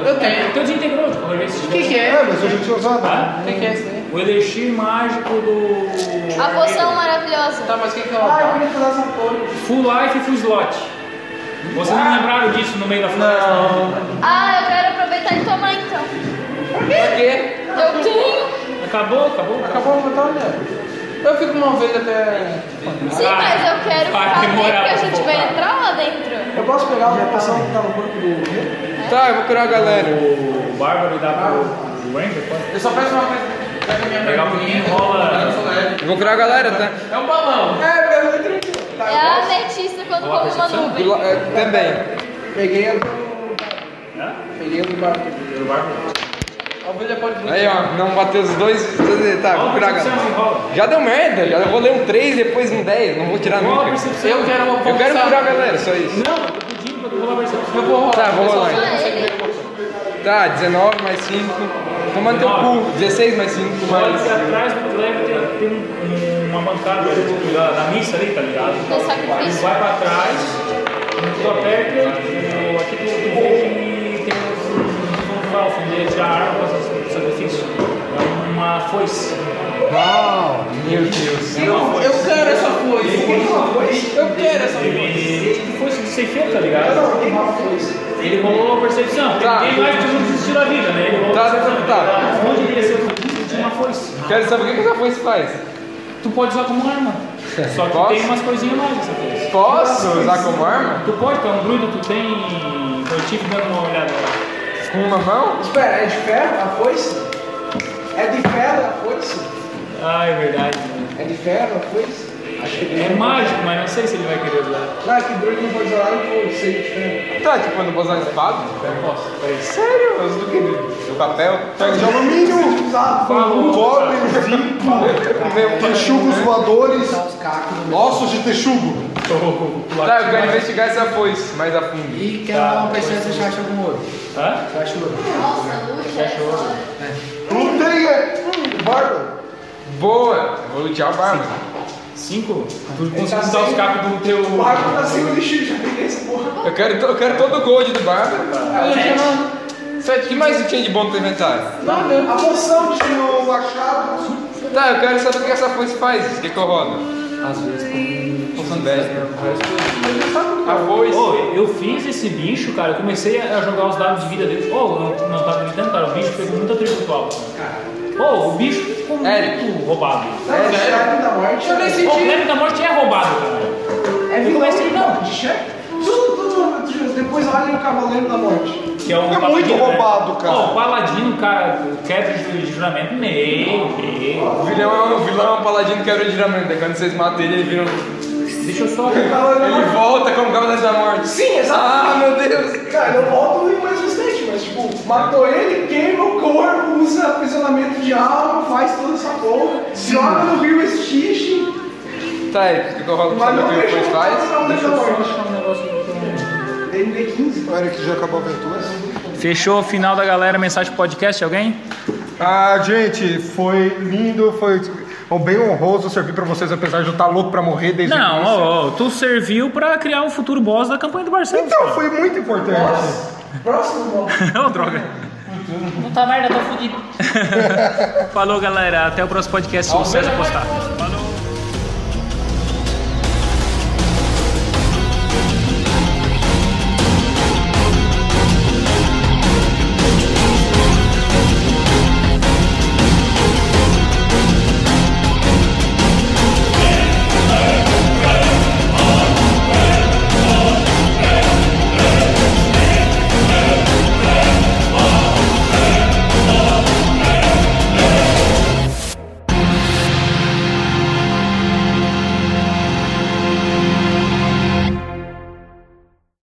[SPEAKER 1] Eu tenho. Então desintegrou, tipo, o Ranger se
[SPEAKER 5] Que é? mas eu já tinha usado.
[SPEAKER 1] Tá?
[SPEAKER 4] Quem que é esse aí?
[SPEAKER 1] O Elixir mágico do.
[SPEAKER 2] A poção maravilhosa.
[SPEAKER 4] Tá, mas quem que é o
[SPEAKER 3] Ah, eu queria fazer essa porra.
[SPEAKER 1] Full life e full slot. Vocês não lembraram disso no meio da floresta? Não.
[SPEAKER 2] Ah, eu quero aproveitar e tomar então.
[SPEAKER 4] Por quê?
[SPEAKER 2] Eu tenho.
[SPEAKER 1] Acabou, acabou.
[SPEAKER 4] Acabou de botar olhando. Eu fico uma ovelha até.
[SPEAKER 2] Sim,
[SPEAKER 4] Ah,
[SPEAKER 2] mas eu quero
[SPEAKER 1] Vai
[SPEAKER 2] ficar
[SPEAKER 1] demorar
[SPEAKER 2] dentro, porque
[SPEAKER 4] um
[SPEAKER 2] a
[SPEAKER 1] pra
[SPEAKER 2] gente
[SPEAKER 1] voltar.
[SPEAKER 2] vai entrar lá dentro.
[SPEAKER 3] Eu posso pegar uma poção que tá no corpo do Rio?
[SPEAKER 4] Tá, eu vou curar a galera.
[SPEAKER 1] O Bárbaro dá pro pro Ranger? Pode
[SPEAKER 4] Eu só peço uma coisa. Pega minha
[SPEAKER 1] pegar o menino, rola.
[SPEAKER 4] Eu vou curar a galera, tá?
[SPEAKER 23] É um balão.
[SPEAKER 2] É
[SPEAKER 3] Tá,
[SPEAKER 2] a ametista quando come uma nuvem.
[SPEAKER 4] Lá- é, Também.
[SPEAKER 3] Peguei a do.
[SPEAKER 1] Hã?
[SPEAKER 3] Peguei a do barco.
[SPEAKER 1] Pelo Bárbaro.
[SPEAKER 23] A ovelha pode muito.
[SPEAKER 4] Aí, ó, não bateu os dois. Tá, vou
[SPEAKER 1] Rola
[SPEAKER 4] curar a
[SPEAKER 1] percepção
[SPEAKER 4] galera.
[SPEAKER 1] e rola.
[SPEAKER 4] Já deu merda, já eu vou ler um 3, depois um 10, não vou tirar
[SPEAKER 1] Rola
[SPEAKER 4] nunca.
[SPEAKER 1] percepção.
[SPEAKER 23] Eu quero uma
[SPEAKER 4] Eu quero
[SPEAKER 23] poção.
[SPEAKER 4] curar a galera, só isso.
[SPEAKER 1] Não, eu tô pedindo pra tu rolar percepção.
[SPEAKER 23] Eu vou rolar.
[SPEAKER 4] Tá, vou rolar.
[SPEAKER 2] Ah, ele.
[SPEAKER 4] Tá, 19 mais 5. Tomando teu cu. 16 mais 5
[SPEAKER 1] Olha que
[SPEAKER 4] mais.
[SPEAKER 1] atrás do Cleber tem, tem um- uma bancada ali da, da missa ali, tá ligado?
[SPEAKER 2] Do sacrifício.
[SPEAKER 1] Tu vai pra trás, tu aperta, tu- aqui tu, tu vê que tem um um falso de tirar arma pra fazer sacrifício. É uma foice.
[SPEAKER 4] Uau, meu Deus.
[SPEAKER 1] É uma foice. É
[SPEAKER 23] Eu quero essa foice. Eu quero essa foice.
[SPEAKER 1] Ele foice de ceifeiro, tá ligado?
[SPEAKER 3] Peguei uma foice.
[SPEAKER 1] Ele rolou a percepção.
[SPEAKER 4] Tá.
[SPEAKER 1] Ninguém mais que não desistiu da vida, né? Ele rolou
[SPEAKER 4] Tá,
[SPEAKER 1] a percepção.
[SPEAKER 4] tá, tá.
[SPEAKER 1] Ele Onde ele ia ser o tinha uma foice.
[SPEAKER 4] Quero saber o que que essa foice faz.
[SPEAKER 1] Tu pode usar como arma. Só que
[SPEAKER 4] Posso?
[SPEAKER 1] tem umas coisinhas mais essa foice.
[SPEAKER 4] Posso usar como arma?
[SPEAKER 1] Tu pode, tu é um druido, tu tem. Eu tive dando uma olhada lá.
[SPEAKER 4] Com uma mão?
[SPEAKER 3] Espera, é de ferro a foice? É de ferro a foice?
[SPEAKER 1] Ah, é verdade. né?
[SPEAKER 3] É de ferro a foice? Acho que
[SPEAKER 1] É
[SPEAKER 3] não.
[SPEAKER 1] mágico, mas não sei se ele vai querer usar.
[SPEAKER 3] Não, é que druid não pode usar nada com foice, é de ferro.
[SPEAKER 1] É
[SPEAKER 4] Tá, tipo, eu não posso usar espada? Eu posso. Sério? Eu uso do que? Eu
[SPEAKER 5] papel, pega de alumínio, goblins, limpo, texugos voadores, ossos de texugo.
[SPEAKER 4] Tá, eu quero investigar essa foice mais a fundo.
[SPEAKER 6] E quer uma pessoa se você acha algum ouro?
[SPEAKER 1] Hã?
[SPEAKER 6] Você acha ouro?
[SPEAKER 2] Nossa, luta. é só-
[SPEAKER 5] Não tem, é. hum, Bárbaro.
[SPEAKER 4] Boa! Vou lutear o barba.
[SPEAKER 1] Cinco? Tu conseguiu usar os capos do teu.
[SPEAKER 3] O barco tá sem o lixo, já peguei essa porra.
[SPEAKER 4] Eu quero, to- eu quero todo o gold do barba. Sete, o que mais tinha de bom no teu inventário?
[SPEAKER 3] Nada. A poção de um achado.
[SPEAKER 4] Tá, eu quero saber o que essa foice faz. O que que eu rodo?
[SPEAKER 1] Às vezes.
[SPEAKER 4] Poção dez.
[SPEAKER 1] A voz. eu fiz esse bicho, cara. Eu comecei a jogar os dados de vida dele. Ô, não, não tá gritando, cara. O bicho pegou muito atributo alto. né? Ô, o bicho ficou muito
[SPEAKER 4] Eric.
[SPEAKER 1] roubado.
[SPEAKER 3] Não, o chefe da morte. Eu nem
[SPEAKER 1] Ô, O Cleber da Morte é roubado, cara.
[SPEAKER 3] É
[SPEAKER 1] Eu comecei, não.
[SPEAKER 3] de chefe. Tudo, tudo, tudo. Depois olhem o Cavaleiro da Morte.
[SPEAKER 1] Que é, um
[SPEAKER 5] É
[SPEAKER 1] paladino,
[SPEAKER 5] muito
[SPEAKER 1] né?
[SPEAKER 5] roubado, cara.
[SPEAKER 1] Ó, o paladino, cara, quebra de juramento. Meu, meu.
[SPEAKER 4] O vilão é um, o vilão é um paladino que era o giramento. Daí Quando vocês matam ele, ele vira um...
[SPEAKER 1] Deixa eu só.
[SPEAKER 4] Ele volta como Cavaleiro da Morte.
[SPEAKER 3] Sim, exato.
[SPEAKER 4] Ah, meu Deus!
[SPEAKER 3] Cara, eu volto e mais resistente, mas tipo, matou ele, queima o corpo, usa aprisionamento de alma, faz toda essa porra, joga no rio extingue,
[SPEAKER 4] Tá, Eric, o que que eu rolo pra
[SPEAKER 3] mas
[SPEAKER 4] saber o
[SPEAKER 3] não
[SPEAKER 4] que
[SPEAKER 3] deixa
[SPEAKER 4] depois
[SPEAKER 3] o
[SPEAKER 4] faz?
[SPEAKER 3] cara da morte.
[SPEAKER 1] um negócio aqui.
[SPEAKER 3] MD15.
[SPEAKER 5] Olha que já acabou a aventura.
[SPEAKER 1] Fechou o final da galera, mensagem pro podcast, alguém?
[SPEAKER 5] Ah, gente, foi lindo, foi bem honroso servir pra vocês, apesar de eu estar louco pra morrer desde o
[SPEAKER 1] Não,
[SPEAKER 5] início.
[SPEAKER 1] ô, ô, tu serviu pra criar um futuro boss da campanha do Barcelos.
[SPEAKER 5] Então, foi muito importante.
[SPEAKER 3] Próximo bloco.
[SPEAKER 1] Não, droga.
[SPEAKER 11] Puta merda, eu tô fudido.
[SPEAKER 1] Falou, galera. Até o próximo podcast. Sucesso postar. Falou.